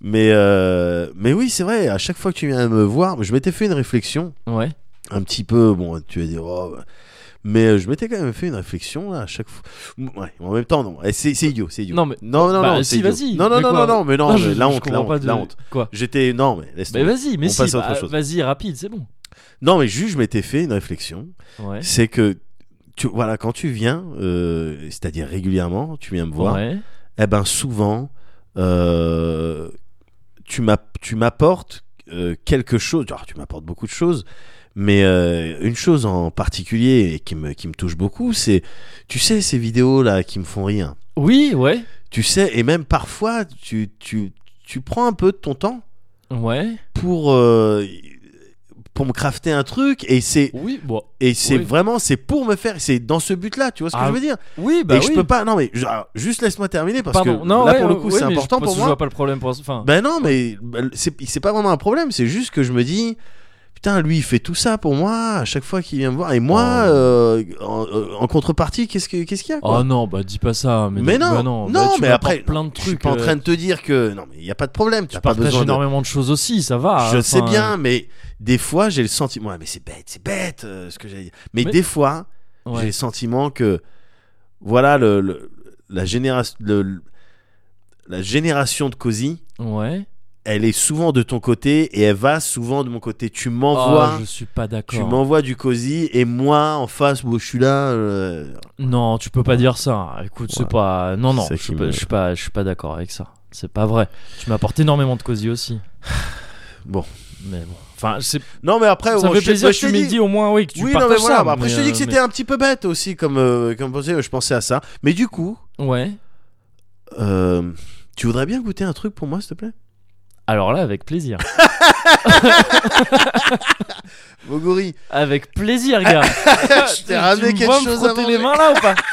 Speaker 2: Mais, euh, mais oui, c'est vrai, à chaque fois que tu viens me voir, je m'étais fait une réflexion,
Speaker 1: Ouais.
Speaker 2: un petit peu, bon, tu vas dire, oh, bah. mais euh, je m'étais quand même fait une réflexion, là, à chaque fois. Ouais, en même temps, non, Eh, c'est c'est idiot, c'est idiot.
Speaker 1: Non, mais-
Speaker 2: non, non,
Speaker 1: Bah,
Speaker 2: non,
Speaker 1: si,
Speaker 2: c'est idiot.
Speaker 1: vas-y,
Speaker 2: Non, non,
Speaker 1: mais
Speaker 2: non,
Speaker 1: quoi
Speaker 2: non, non, mais non,
Speaker 1: Non,
Speaker 2: mais
Speaker 1: je-
Speaker 2: la
Speaker 1: je
Speaker 2: honte, la
Speaker 1: comprends pas
Speaker 2: honte,
Speaker 1: de-
Speaker 2: la honte.
Speaker 1: Quoi
Speaker 2: J'étais, non, mais laisse
Speaker 1: Mais
Speaker 2: tomber.
Speaker 1: vas-y, mais
Speaker 2: On
Speaker 1: si,
Speaker 2: passe à autre
Speaker 1: bah,
Speaker 2: chose.
Speaker 1: vas-y, rapide, c'est bon.
Speaker 2: Non, mais juste, je m'étais fait une réflexion.
Speaker 1: Ouais.
Speaker 2: c'est que tu voilà quand tu viens euh, c'est-à-dire régulièrement tu viens me voir
Speaker 1: Ouais.
Speaker 2: eh ben souvent euh, tu m'app- tu m'apportes euh, quelque chose alors tu m'apportes beaucoup de choses mais euh, une chose en particulier et qui me qui me touche beaucoup c'est tu sais ces vidéos là qui me font rire
Speaker 1: Oui, ouais.
Speaker 2: tu sais et même parfois tu tu tu prends un peu de ton temps
Speaker 1: Ouais.
Speaker 2: pour euh, pour me crafter un truc et c'est
Speaker 1: Oui, bon.
Speaker 2: et c'est
Speaker 1: Oui.
Speaker 2: vraiment c'est pour me faire c'est dans ce but là tu vois ce que
Speaker 1: Ah,
Speaker 2: je veux dire
Speaker 1: Oui, bah
Speaker 2: et
Speaker 1: oui.
Speaker 2: je peux pas. Non, mais je- alors, juste laisse-moi terminer parce
Speaker 1: Pardon.
Speaker 2: que
Speaker 1: non,
Speaker 2: là
Speaker 1: ouais,
Speaker 2: pour le
Speaker 1: ouais,
Speaker 2: coup
Speaker 1: ouais,
Speaker 2: c'est
Speaker 1: mais je
Speaker 2: important
Speaker 1: pense
Speaker 2: pour
Speaker 1: que Je vois
Speaker 2: moi.
Speaker 1: pas le problème pour. Enfin,
Speaker 2: Ben non, mais ben, c'est c'est pas vraiment un problème. C'est juste que je me dis. Putain, lui, il fait tout ça pour moi à chaque fois qu'il vient me voir. Et moi,
Speaker 1: Oh.
Speaker 2: euh, en, euh, en contrepartie, qu'est-ce que- qu'est-ce qu'il y a quoi
Speaker 1: Oh non, bah dis pas ça. Mais,
Speaker 2: Mais non,
Speaker 1: bah non,
Speaker 2: non,
Speaker 1: bah, tu
Speaker 2: mais
Speaker 1: m'apportes
Speaker 2: après,
Speaker 1: plein de
Speaker 2: Je suis
Speaker 1: trucs.
Speaker 2: pas
Speaker 1: euh,
Speaker 2: en train de te dire que. Non, mais il n'y a pas de problème.
Speaker 1: Tu
Speaker 2: T'as pas
Speaker 1: partages
Speaker 2: besoin de.
Speaker 1: énormément de choses aussi, ça va.
Speaker 2: je
Speaker 1: enfin,
Speaker 2: sais bien, mais des fois, j'ai le sentiment. Ouais, mais c'est bête, c'est bête euh, ce que j'allais dire. Mais,
Speaker 1: Mais-
Speaker 2: des fois,
Speaker 1: euh,
Speaker 2: j'ai
Speaker 1: ouais.
Speaker 2: le sentiment que voilà le, le- la génération le- la génération de Cozy
Speaker 1: Ouais.
Speaker 2: elle est souvent de ton côté et elle va souvent de mon côté tu
Speaker 1: Oh,
Speaker 2: m'envoies
Speaker 1: je suis pas
Speaker 2: tu
Speaker 1: d'accord.
Speaker 2: m'envoies du Cozy et moi en face bon, je suis là euh,
Speaker 1: Non, tu peux pas dire ça. hein. Écoute, c'est
Speaker 2: Ouais.
Speaker 1: pas. Non, non,
Speaker 2: C'est
Speaker 1: je
Speaker 2: qui
Speaker 1: suis pas,
Speaker 2: me-
Speaker 1: je suis pas, je suis pas d'accord avec ça. C'est pas vrai. Tu m'apportes énormément de cosy aussi.
Speaker 2: Bon.
Speaker 1: Mais bon. Enfin, c'est-
Speaker 2: non mais après
Speaker 1: ça
Speaker 2: bon,
Speaker 1: me fait
Speaker 2: je-
Speaker 1: plaisir
Speaker 2: moi,
Speaker 1: que
Speaker 2: je
Speaker 1: tu
Speaker 2: t'ai
Speaker 1: m'aies
Speaker 2: dit-
Speaker 1: dit au moins, oui, que tu
Speaker 2: oui, non,
Speaker 1: partages
Speaker 2: mais voilà.
Speaker 1: ça.
Speaker 2: Bah, après, je te
Speaker 1: mais,
Speaker 2: dis que
Speaker 1: euh,
Speaker 2: c'était un petit peu bête aussi, comme, euh, comme pensée, je pensais à ça. Mais du coup,
Speaker 1: mais- Ouais.
Speaker 2: euh, tu voudrais bien goûter un truc pour moi, s'il te plaît
Speaker 1: Alors là, avec
Speaker 2: [laughs]
Speaker 1: plaisir.
Speaker 2: Moguri, [laughs]
Speaker 1: Avec plaisir, gars.
Speaker 2: je
Speaker 1: Tu
Speaker 2: t'ai ramené
Speaker 1: me
Speaker 2: quelque
Speaker 1: vois me
Speaker 2: chose à
Speaker 1: frotter les
Speaker 2: manger.
Speaker 1: mains là ou pas [laughs]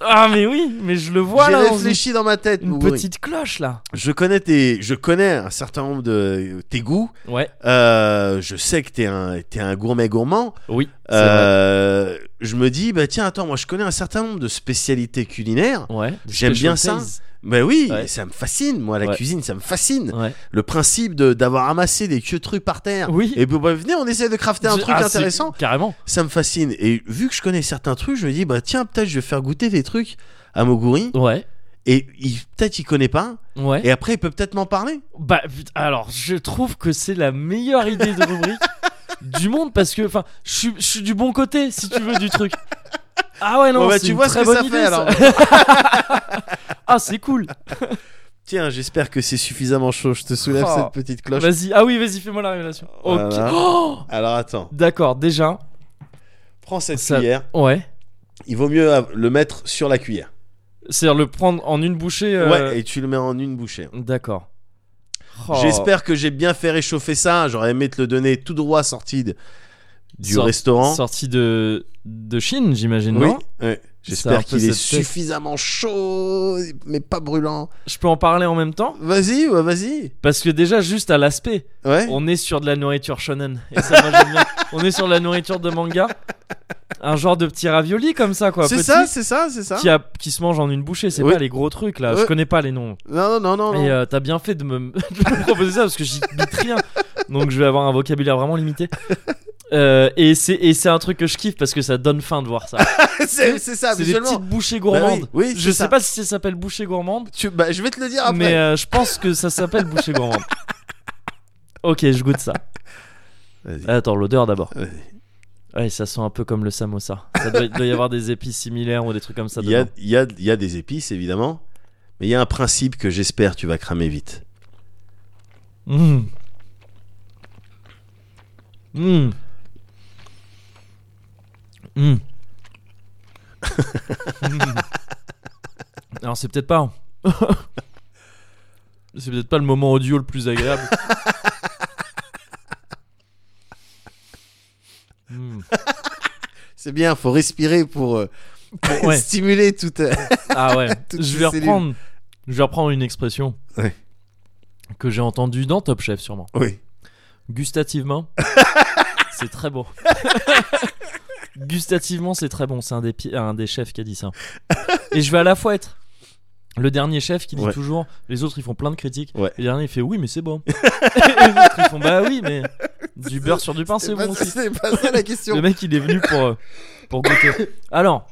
Speaker 1: Ah mais oui, mais je le vois
Speaker 2: J'ai
Speaker 1: là. dans
Speaker 2: réfléchi dans ma tête,
Speaker 1: Une une
Speaker 2: Moguri.
Speaker 1: petite cloche là.
Speaker 2: Je connais tes, je connais un certain nombre de tes goûts.
Speaker 1: Ouais.
Speaker 2: Euh, je sais que t'es un, t'es un gourmet gourmand.
Speaker 1: Oui. c'est
Speaker 2: Euh, je me dis, bah tiens, attends, moi je connais un certain nombre de spécialités culinaires.
Speaker 1: vrai. Ouais. des
Speaker 2: j'aime bien ça.
Speaker 1: specialties.
Speaker 2: Bah oui,
Speaker 1: Ouais.
Speaker 2: ça me fascine. Moi, la
Speaker 1: Ouais.
Speaker 2: cuisine, ça me fascine.
Speaker 1: Ouais.
Speaker 2: Le principe de d'avoir amassé des vieux trucs par terre.
Speaker 1: Oui.
Speaker 2: Et bah, bah, venez, on essaie de crafter un
Speaker 1: Je-
Speaker 2: truc
Speaker 1: ah, c'est-
Speaker 2: intéressant.
Speaker 1: Carrément.
Speaker 2: Ça me fascine. Et vu que je connais certains trucs, je me dis, bah tiens, peut-être je vais faire goûter des trucs à Moguri.
Speaker 1: Ouais.
Speaker 2: Et il- peut-être il connaît pas.
Speaker 1: Ouais.
Speaker 2: Et après, il peut peut-être m'en parler.
Speaker 1: Bah put- alors, je trouve que c'est la meilleure idée de [laughs] rubrique du monde parce que enfin, je suis- je suis du bon côté si tu veux du truc. Ah ouais non,
Speaker 2: Bon, bah,
Speaker 1: c'est
Speaker 2: tu
Speaker 1: une
Speaker 2: vois ce
Speaker 1: très
Speaker 2: que
Speaker 1: bonne
Speaker 2: ça fait,
Speaker 1: idée,
Speaker 2: alors.
Speaker 1: [laughs] ah c'est cool.
Speaker 2: Tiens, j'espère que c'est suffisamment chaud. Je te soulève
Speaker 1: Oh.
Speaker 2: cette petite cloche.
Speaker 1: Vas-y. Ah oui, vas-y, fais-moi la révélation. Ok.
Speaker 2: Voilà.
Speaker 1: Oh
Speaker 2: Alors attends,
Speaker 1: D'accord, déjà.
Speaker 2: prends cette
Speaker 1: Ça-
Speaker 2: cuillère.
Speaker 1: Ouais.
Speaker 2: Il vaut mieux euh, le mettre sur la cuillère.
Speaker 1: C'est-à-dire le prendre en une bouchée. euh,
Speaker 2: Ouais, et tu le mets en une bouchée.
Speaker 1: D'accord. Oh.
Speaker 2: J'espère que j'ai bien fait réchauffer ça. J'aurais aimé te le donner tout droit sorti de- du
Speaker 1: Sort-
Speaker 2: restaurant.
Speaker 1: Sorti de, de Chine, j'imagine,
Speaker 2: hein. Oui.
Speaker 1: non
Speaker 2: ouais.
Speaker 1: Ça a un
Speaker 2: J'espère
Speaker 1: peu
Speaker 2: qu'il est
Speaker 1: cette tête.
Speaker 2: suffisamment chaud, mais pas brûlant.
Speaker 1: Je peux en parler en même temps
Speaker 2: Vas-y, ouais, vas-y.
Speaker 1: Parce que déjà, juste à l'aspect,
Speaker 2: Ouais.
Speaker 1: on est sur de la nourriture shonen. Et ça, moi, j'aime bien. On est sur de la nourriture de manga. Un genre de petit ravioli comme ça, quoi.
Speaker 2: C'est
Speaker 1: petit,
Speaker 2: ça, c'est ça, c'est ça.
Speaker 1: Qui, a- qui se mange en une bouchée. C'est
Speaker 2: Oui.
Speaker 1: pas les gros trucs, là. Je
Speaker 2: Ouais.
Speaker 1: connais pas les noms.
Speaker 2: Non, non, non, non.
Speaker 1: Et
Speaker 2: non.
Speaker 1: euh, t'as bien fait de me, [laughs] de me proposer ça parce que j'y bite rien. Donc je vais avoir un vocabulaire vraiment limité. Euh, et c'est et c'est un truc que je kiffe parce que ça donne faim de
Speaker 2: [laughs]
Speaker 1: voir ça.
Speaker 2: c'est c'est ça,
Speaker 1: euh, C'est des
Speaker 2: visuellement.
Speaker 1: petites bouchées gourmandes.
Speaker 2: Ah, Bah oui, oui,
Speaker 1: je
Speaker 2: c'est ça.
Speaker 1: sais pas si ça s'appelle bouchée gourmande,
Speaker 2: Tu- bah, je vais te le dire après.
Speaker 1: mais euh, je pense que ça s'appelle bouchée gourmande.
Speaker 2: [laughs]
Speaker 1: Ok, je goûte ça.
Speaker 2: Vas-y.
Speaker 1: Attends, l'odeur d'abord.
Speaker 2: Vas-y.
Speaker 1: Ouais, ça sent un peu comme le samosa. Ça doit, doit y avoir des épices similaires ou des trucs comme ça.
Speaker 2: Il y a,
Speaker 1: dedans.
Speaker 2: il y a- il y a des épices, évidemment. Mais il y a un principe que j'espère tu vas cramer vite.
Speaker 1: Mmh. Mmh. Mmh. Mmh. [laughs] Alors c'est peut-être pas. hein. [laughs] c'est peut-être pas le moment audio le plus agréable. Mmh.
Speaker 2: C'est bien, faut respirer pour euh,
Speaker 1: Ouais.
Speaker 2: [laughs] stimuler toute. euh,
Speaker 1: Ah ouais.
Speaker 2: Toutes
Speaker 1: je
Speaker 2: ces
Speaker 1: vais
Speaker 2: cellules.
Speaker 1: reprendre. Je vais reprendre une expression
Speaker 2: Ouais.
Speaker 1: que j'ai entendue dans Top Chef sûrement.
Speaker 2: Oui. [laughs]
Speaker 1: Gustativement, c'est très beau. [laughs] Gustativement, c'est très bon. C'est un des, pi- un des chefs qui a dit ça. Et je vais à la fois être le dernier chef qui dit
Speaker 2: Ouais.
Speaker 1: toujours les autres ils font plein de critiques.
Speaker 2: Ouais.
Speaker 1: Et le dernier il fait oui, mais c'est
Speaker 2: [laughs]
Speaker 1: bon. Et les autres ils font bah oui, mais du beurre sur du pain, c'est
Speaker 2: C'est
Speaker 1: bon
Speaker 2: pas,
Speaker 1: aussi.
Speaker 2: c'est pas ça la
Speaker 1: Le
Speaker 2: question.
Speaker 1: mec il est venu pour, euh, pour goûter. Alors,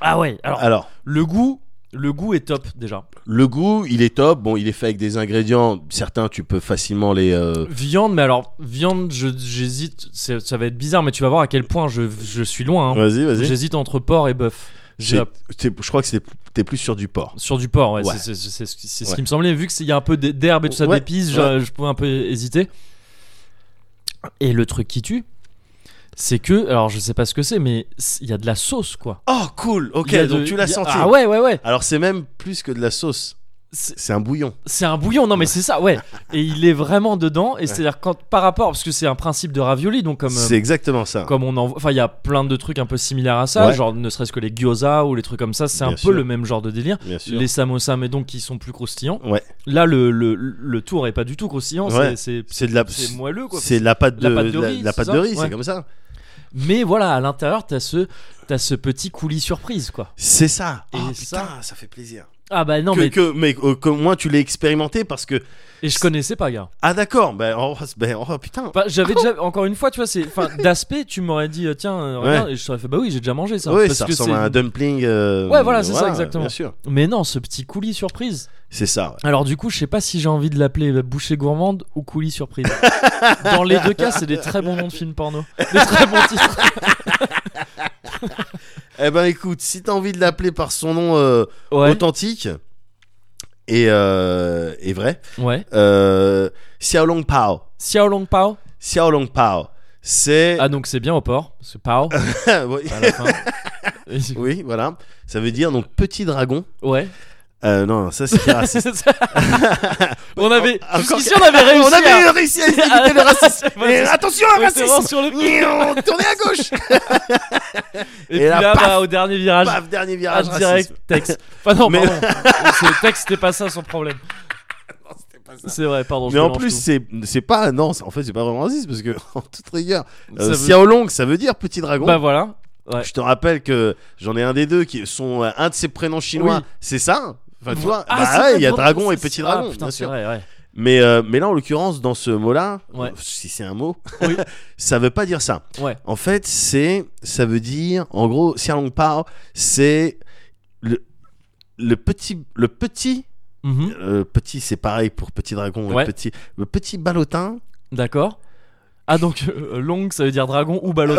Speaker 1: ah ouais, alors
Speaker 2: Alors,
Speaker 1: le goût. Le goût est top déjà.
Speaker 2: le goût, il est top. Bon, il est fait avec des ingrédients. Certains, tu peux facilement les. euh,
Speaker 1: Viande, mais alors viande, je- j'hésite. c'est- Ça va être bizarre, mais tu vas voir à quel point je, je suis loin. hein.
Speaker 2: Vas-y, vas-y.
Speaker 1: J'hésite entre porc et bœuf.
Speaker 2: J'ai-
Speaker 1: J'ai-
Speaker 2: t'es- Je crois que c'est- t'es plus sur du porc.
Speaker 1: Sur du porc, ouais,
Speaker 2: Ouais.
Speaker 1: c'est, c'est- c'est- c'est- c'est ce
Speaker 2: Ouais.
Speaker 1: qui me semblait. Vu qu'il y a un peu d'he- d'herbe et tout ça,
Speaker 2: Ouais,
Speaker 1: d'épices, je, je pouvais un peu hésiter. Et le truc qui tue, c'est que, alors je sais pas ce que c'est, mais c- il y a de la sauce, quoi.
Speaker 2: Oh, cool. Ok,
Speaker 1: Il y a
Speaker 2: donc
Speaker 1: de-
Speaker 2: tu l'as
Speaker 1: il y a-
Speaker 2: senti.
Speaker 1: Ah ouais, ouais, ouais.
Speaker 2: Alors, c'est même plus que de la sauce.
Speaker 1: C'est-
Speaker 2: C'est un bouillon.
Speaker 1: C'est un bouillon, non mais c'est ça, ouais. Et il est vraiment dedans. Et c'est-à-dire quand par rapport, parce que c'est un principe de ravioli, donc comme. euh,
Speaker 2: C'est exactement ça.
Speaker 1: comme on en enfin il y a plein de trucs un peu similaires à ça
Speaker 2: Ouais.
Speaker 1: genre ne serait-ce que les gyoza ou les trucs comme ça c'est
Speaker 2: Bien
Speaker 1: un
Speaker 2: sûr.
Speaker 1: peu le même genre de délire
Speaker 2: Bien sûr.
Speaker 1: les samosas mais donc qui sont plus croustillants
Speaker 2: Ouais.
Speaker 1: là le, le, le tour est pas du tout croustillant
Speaker 2: Ouais.
Speaker 1: c'est, c'est,
Speaker 2: C'est de la.
Speaker 1: c'est moelleux quoi
Speaker 2: C'est de la pâte de,
Speaker 1: La pâte de
Speaker 2: la-
Speaker 1: riz,
Speaker 2: la
Speaker 1: c'est
Speaker 2: pâte
Speaker 1: ça
Speaker 2: de riz, c'est
Speaker 1: Ouais.
Speaker 2: comme ça.
Speaker 1: mais voilà à l'intérieur t'as ce t'as ce petit coulis surprise quoi
Speaker 2: C'est ça.
Speaker 1: Et
Speaker 2: oh,
Speaker 1: ça-
Speaker 2: putain, ça fait plaisir.
Speaker 1: ah bah non
Speaker 2: que,
Speaker 1: mais
Speaker 2: que- mais euh, que moi tu l'as expérimenté parce que
Speaker 1: et je connaissais pas gars
Speaker 2: ah d'accord ben oh, ben, oh, putain
Speaker 1: Enfin, j'avais déjà encore une fois tu vois c'est
Speaker 2: [laughs]
Speaker 1: enfin d'aspect tu m'aurais dit euh, tiens euh,
Speaker 2: Ouais.
Speaker 1: regarde et je t'aurais fait bah oui j'ai déjà mangé ça
Speaker 2: oui
Speaker 1: Parce
Speaker 2: ça
Speaker 1: que
Speaker 2: ressemble
Speaker 1: c'est-
Speaker 2: à un dumpling euh,
Speaker 1: Ouais, voilà, c'est ça, exactement.
Speaker 2: bien sûr
Speaker 1: mais non ce petit coulis surprise
Speaker 2: c'est ça ouais.
Speaker 1: Alors du coup, je sais pas si j'ai envie de l'appeler bouchée gourmande ou coulis
Speaker 2: [laughs]
Speaker 1: surprise. Dans les deux cas, c'est des très bons noms de films porno. Des très bons titres.
Speaker 2: eh ben écoute si t'as envie de l'appeler par son nom euh,
Speaker 1: Ouais.
Speaker 2: authentique et euh, et vrai
Speaker 1: Ouais.
Speaker 2: euh, Xiaolong Pao
Speaker 1: Xiaolong Pao.
Speaker 2: Xiaolong Pao c'est
Speaker 1: Ah donc c'est bien au port. C'est Pao
Speaker 2: [laughs] oui,
Speaker 1: à la fin.
Speaker 2: [laughs] oui, voilà ça veut dire donc petit dragon
Speaker 1: Ouais.
Speaker 2: Euh, non ça c'est raciste
Speaker 1: on avait
Speaker 2: Encore-
Speaker 1: jusqu'ici [laughs] on avait réussi.
Speaker 2: on avait
Speaker 1: à-
Speaker 2: réussi à éviter
Speaker 1: [laughs]
Speaker 2: le racisme
Speaker 1: Ouais,
Speaker 2: Et
Speaker 1: c'est-
Speaker 2: attention
Speaker 1: ouais,
Speaker 2: à
Speaker 1: c'est vraiment
Speaker 2: racisme
Speaker 1: sur le
Speaker 2: [laughs]
Speaker 1: coup.
Speaker 2: Gnon, tournez à gauche
Speaker 1: Et, puis
Speaker 2: Et là,
Speaker 1: là,
Speaker 2: paf
Speaker 1: bah, au dernier virage,
Speaker 2: Paf, dernier
Speaker 1: ah,
Speaker 2: virage
Speaker 1: direct
Speaker 2: racisme.
Speaker 1: texte. Enfin non,
Speaker 2: Mais-
Speaker 1: pardon. C'est- texte, c'était pas ça son problème. C'est vrai, pardon. je
Speaker 2: Mais en
Speaker 1: mélange
Speaker 2: plus,
Speaker 1: tout.
Speaker 2: c'est c'est pas. Non, c'est- en fait, c'est pas vraiment raciste parce que, [laughs] en toute rigueur,
Speaker 1: Ça
Speaker 2: euh,
Speaker 1: veut-
Speaker 2: Xiaolong, ça veut dire petit dragon.
Speaker 1: bah voilà. ouais.
Speaker 2: Je te rappelle que j'en ai un des deux qui sont. euh, Un de ses prénoms chinois,
Speaker 1: Oui.
Speaker 2: c'est ça Enfin, tu vois,
Speaker 1: Ah, c'est
Speaker 2: bah ouais,
Speaker 1: vrai,
Speaker 2: il y a
Speaker 1: bon,
Speaker 2: dragon
Speaker 1: ça,
Speaker 2: et
Speaker 1: c'est-
Speaker 2: petit
Speaker 1: ah,
Speaker 2: dragon,
Speaker 1: putain,
Speaker 2: bien
Speaker 1: c'est
Speaker 2: sûr.
Speaker 1: vrai, ouais.
Speaker 2: Mais, euh, mais là, en l'occurrence, dans ce mot-là,
Speaker 1: Ouais.
Speaker 2: euh, si c'est un mot,
Speaker 1: Oui.
Speaker 2: [laughs] ça veut pas dire ça.
Speaker 1: Ouais.
Speaker 2: En fait, c'est, ça veut dire, en gros, Xiaolong Pao, c'est le, le petit, le petit,
Speaker 1: Mhm.
Speaker 2: euh, petit, c'est pareil pour petit dragon,
Speaker 1: Ouais.
Speaker 2: le petit, le petit ballotin.
Speaker 1: D'accord. Ah donc euh, long ça veut dire dragon ou ballon.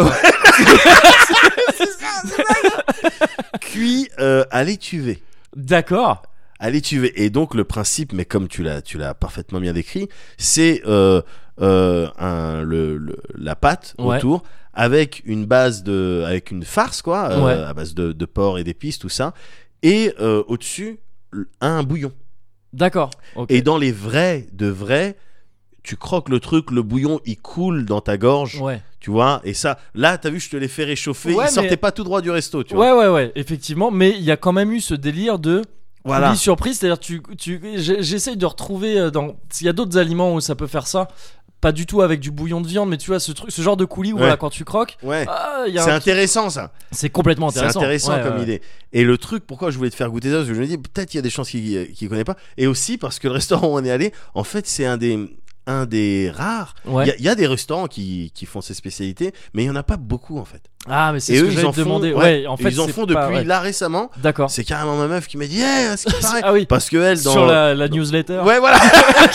Speaker 2: cuit euh, à l'étuvée.
Speaker 1: D'accord.
Speaker 2: À l'étuvée. Et donc le principe, mais comme tu l'as, tu l'as parfaitement bien décrit, c'est euh, euh, un- le- le- la pâte
Speaker 1: Ouais.
Speaker 2: autour avec une base de, avec une farce quoi, euh,
Speaker 1: Ouais.
Speaker 2: à base de, de porc et d'épices tout ça, et euh, au-dessus l- un bouillon.
Speaker 1: D'accord. Ok.
Speaker 2: Et dans les vrais, de vrais, tu croques le truc, le bouillon il coule dans ta gorge,
Speaker 1: Ouais.
Speaker 2: tu vois. Et ça, là, t'as vu, je te l'ai fait réchauffer.
Speaker 1: Ouais,
Speaker 2: il
Speaker 1: mais-
Speaker 2: sortait pas tout droit du resto, tu vois.
Speaker 1: Ouais ouais ouais. Effectivement, mais il y a quand même eu ce délire de
Speaker 2: Voilà.
Speaker 1: coulis surprise, c'est-à-dire tu tu j'ai- j'essaye de retrouver euh, dans s'il y a d'autres aliments où ça peut faire ça. Pas du tout avec du bouillon de viande, mais tu vois ce truc, ce genre de coulis où
Speaker 2: Ouais.
Speaker 1: voilà, quand tu croques,
Speaker 2: Ouais.
Speaker 1: ah, il y a
Speaker 2: C'est
Speaker 1: un-
Speaker 2: intéressant ça.
Speaker 1: c'est complètement
Speaker 2: C'est
Speaker 1: intéressant.
Speaker 2: intéressant
Speaker 1: Ouais,
Speaker 2: comme
Speaker 1: ouais.
Speaker 2: idée. Et le truc, pourquoi je voulais te faire goûter ça, parce que je me dis peut-être il y a des chances qu'il qu'il connaît pas. Et aussi parce que le restaurant où on est allé, en fait, c'est un des un des rares. Il
Speaker 1: Ouais.
Speaker 2: y a- il y, a des restaurants qui, qui font ces spécialités, mais il y en a pas beaucoup en fait.
Speaker 1: Ah, mais c'est
Speaker 2: Et
Speaker 1: ce
Speaker 2: eux,
Speaker 1: que
Speaker 2: ils en
Speaker 1: j'allais te
Speaker 2: font,
Speaker 1: demander.
Speaker 2: ouais,
Speaker 1: Ouais, en fait,
Speaker 2: ils en
Speaker 1: c'est
Speaker 2: font
Speaker 1: pas
Speaker 2: depuis
Speaker 1: vrai.
Speaker 2: là récemment.
Speaker 1: D'accord.
Speaker 2: C'est carrément ma meuf qui m'a dit, eh, à ce qui
Speaker 1: [laughs]
Speaker 2: paraît.
Speaker 1: Ah oui.
Speaker 2: Parce que elle, dans.
Speaker 1: Sur la, la newsletter. [laughs]
Speaker 2: Ouais, voilà. [laughs]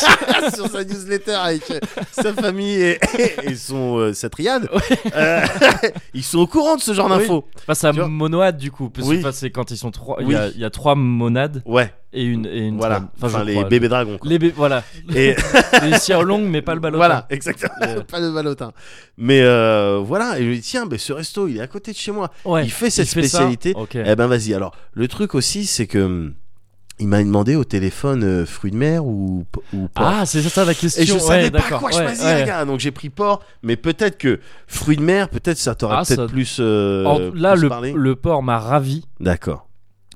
Speaker 2: Sur sa newsletter avec euh, sa famille et, et son, euh, sa triade. Euh, [laughs] ils sont au courant de ce genre
Speaker 1: Oui.
Speaker 2: d'infos.
Speaker 1: Face à
Speaker 2: Tu vois
Speaker 1: monade bah, du coup, parce que
Speaker 2: Oui.
Speaker 1: enfin, c'est quand ils sont trois. Il
Speaker 2: Oui.
Speaker 1: y, a, il y a trois monades
Speaker 2: Ouais,
Speaker 1: et une et une
Speaker 2: voilà.
Speaker 1: femme.
Speaker 2: Enfin,
Speaker 1: je
Speaker 2: les
Speaker 1: crois.
Speaker 2: bébés
Speaker 1: [laughs]
Speaker 2: dragons. quoi.
Speaker 1: Les bé-
Speaker 2: [laughs]
Speaker 1: voilà.
Speaker 2: Et
Speaker 1: les cires longues, mais [laughs] pas le ballon.
Speaker 2: voilà, exactement.
Speaker 1: Euh.
Speaker 2: Pas le balotin. Mais euh, voilà, et je lui dis tiens, ben, ce resto, il est à côté de chez moi.
Speaker 1: Ouais.
Speaker 2: il fait cette
Speaker 1: fait ça
Speaker 2: spécialité.
Speaker 1: Ok.
Speaker 2: Eh ben vas-y. Alors, le truc aussi, c'est que hum, il m'a demandé au téléphone euh, fruits de mer ou, p- ou porc.
Speaker 1: Ah, c'est ça la question.
Speaker 2: Et je
Speaker 1: ouais,
Speaker 2: savais pas
Speaker 1: d'accord.
Speaker 2: quoi
Speaker 1: Ouais,
Speaker 2: choisir,
Speaker 1: ouais.
Speaker 2: les gars. Donc j'ai pris porc, mais peut-être que fruits de mer, peut-être ça t'aurait
Speaker 1: Ah, ça-
Speaker 2: peut-être plus. euh,
Speaker 1: Or, là,
Speaker 2: plus
Speaker 1: le,
Speaker 2: parlé.
Speaker 1: le porc m'a ravi,
Speaker 2: D'accord,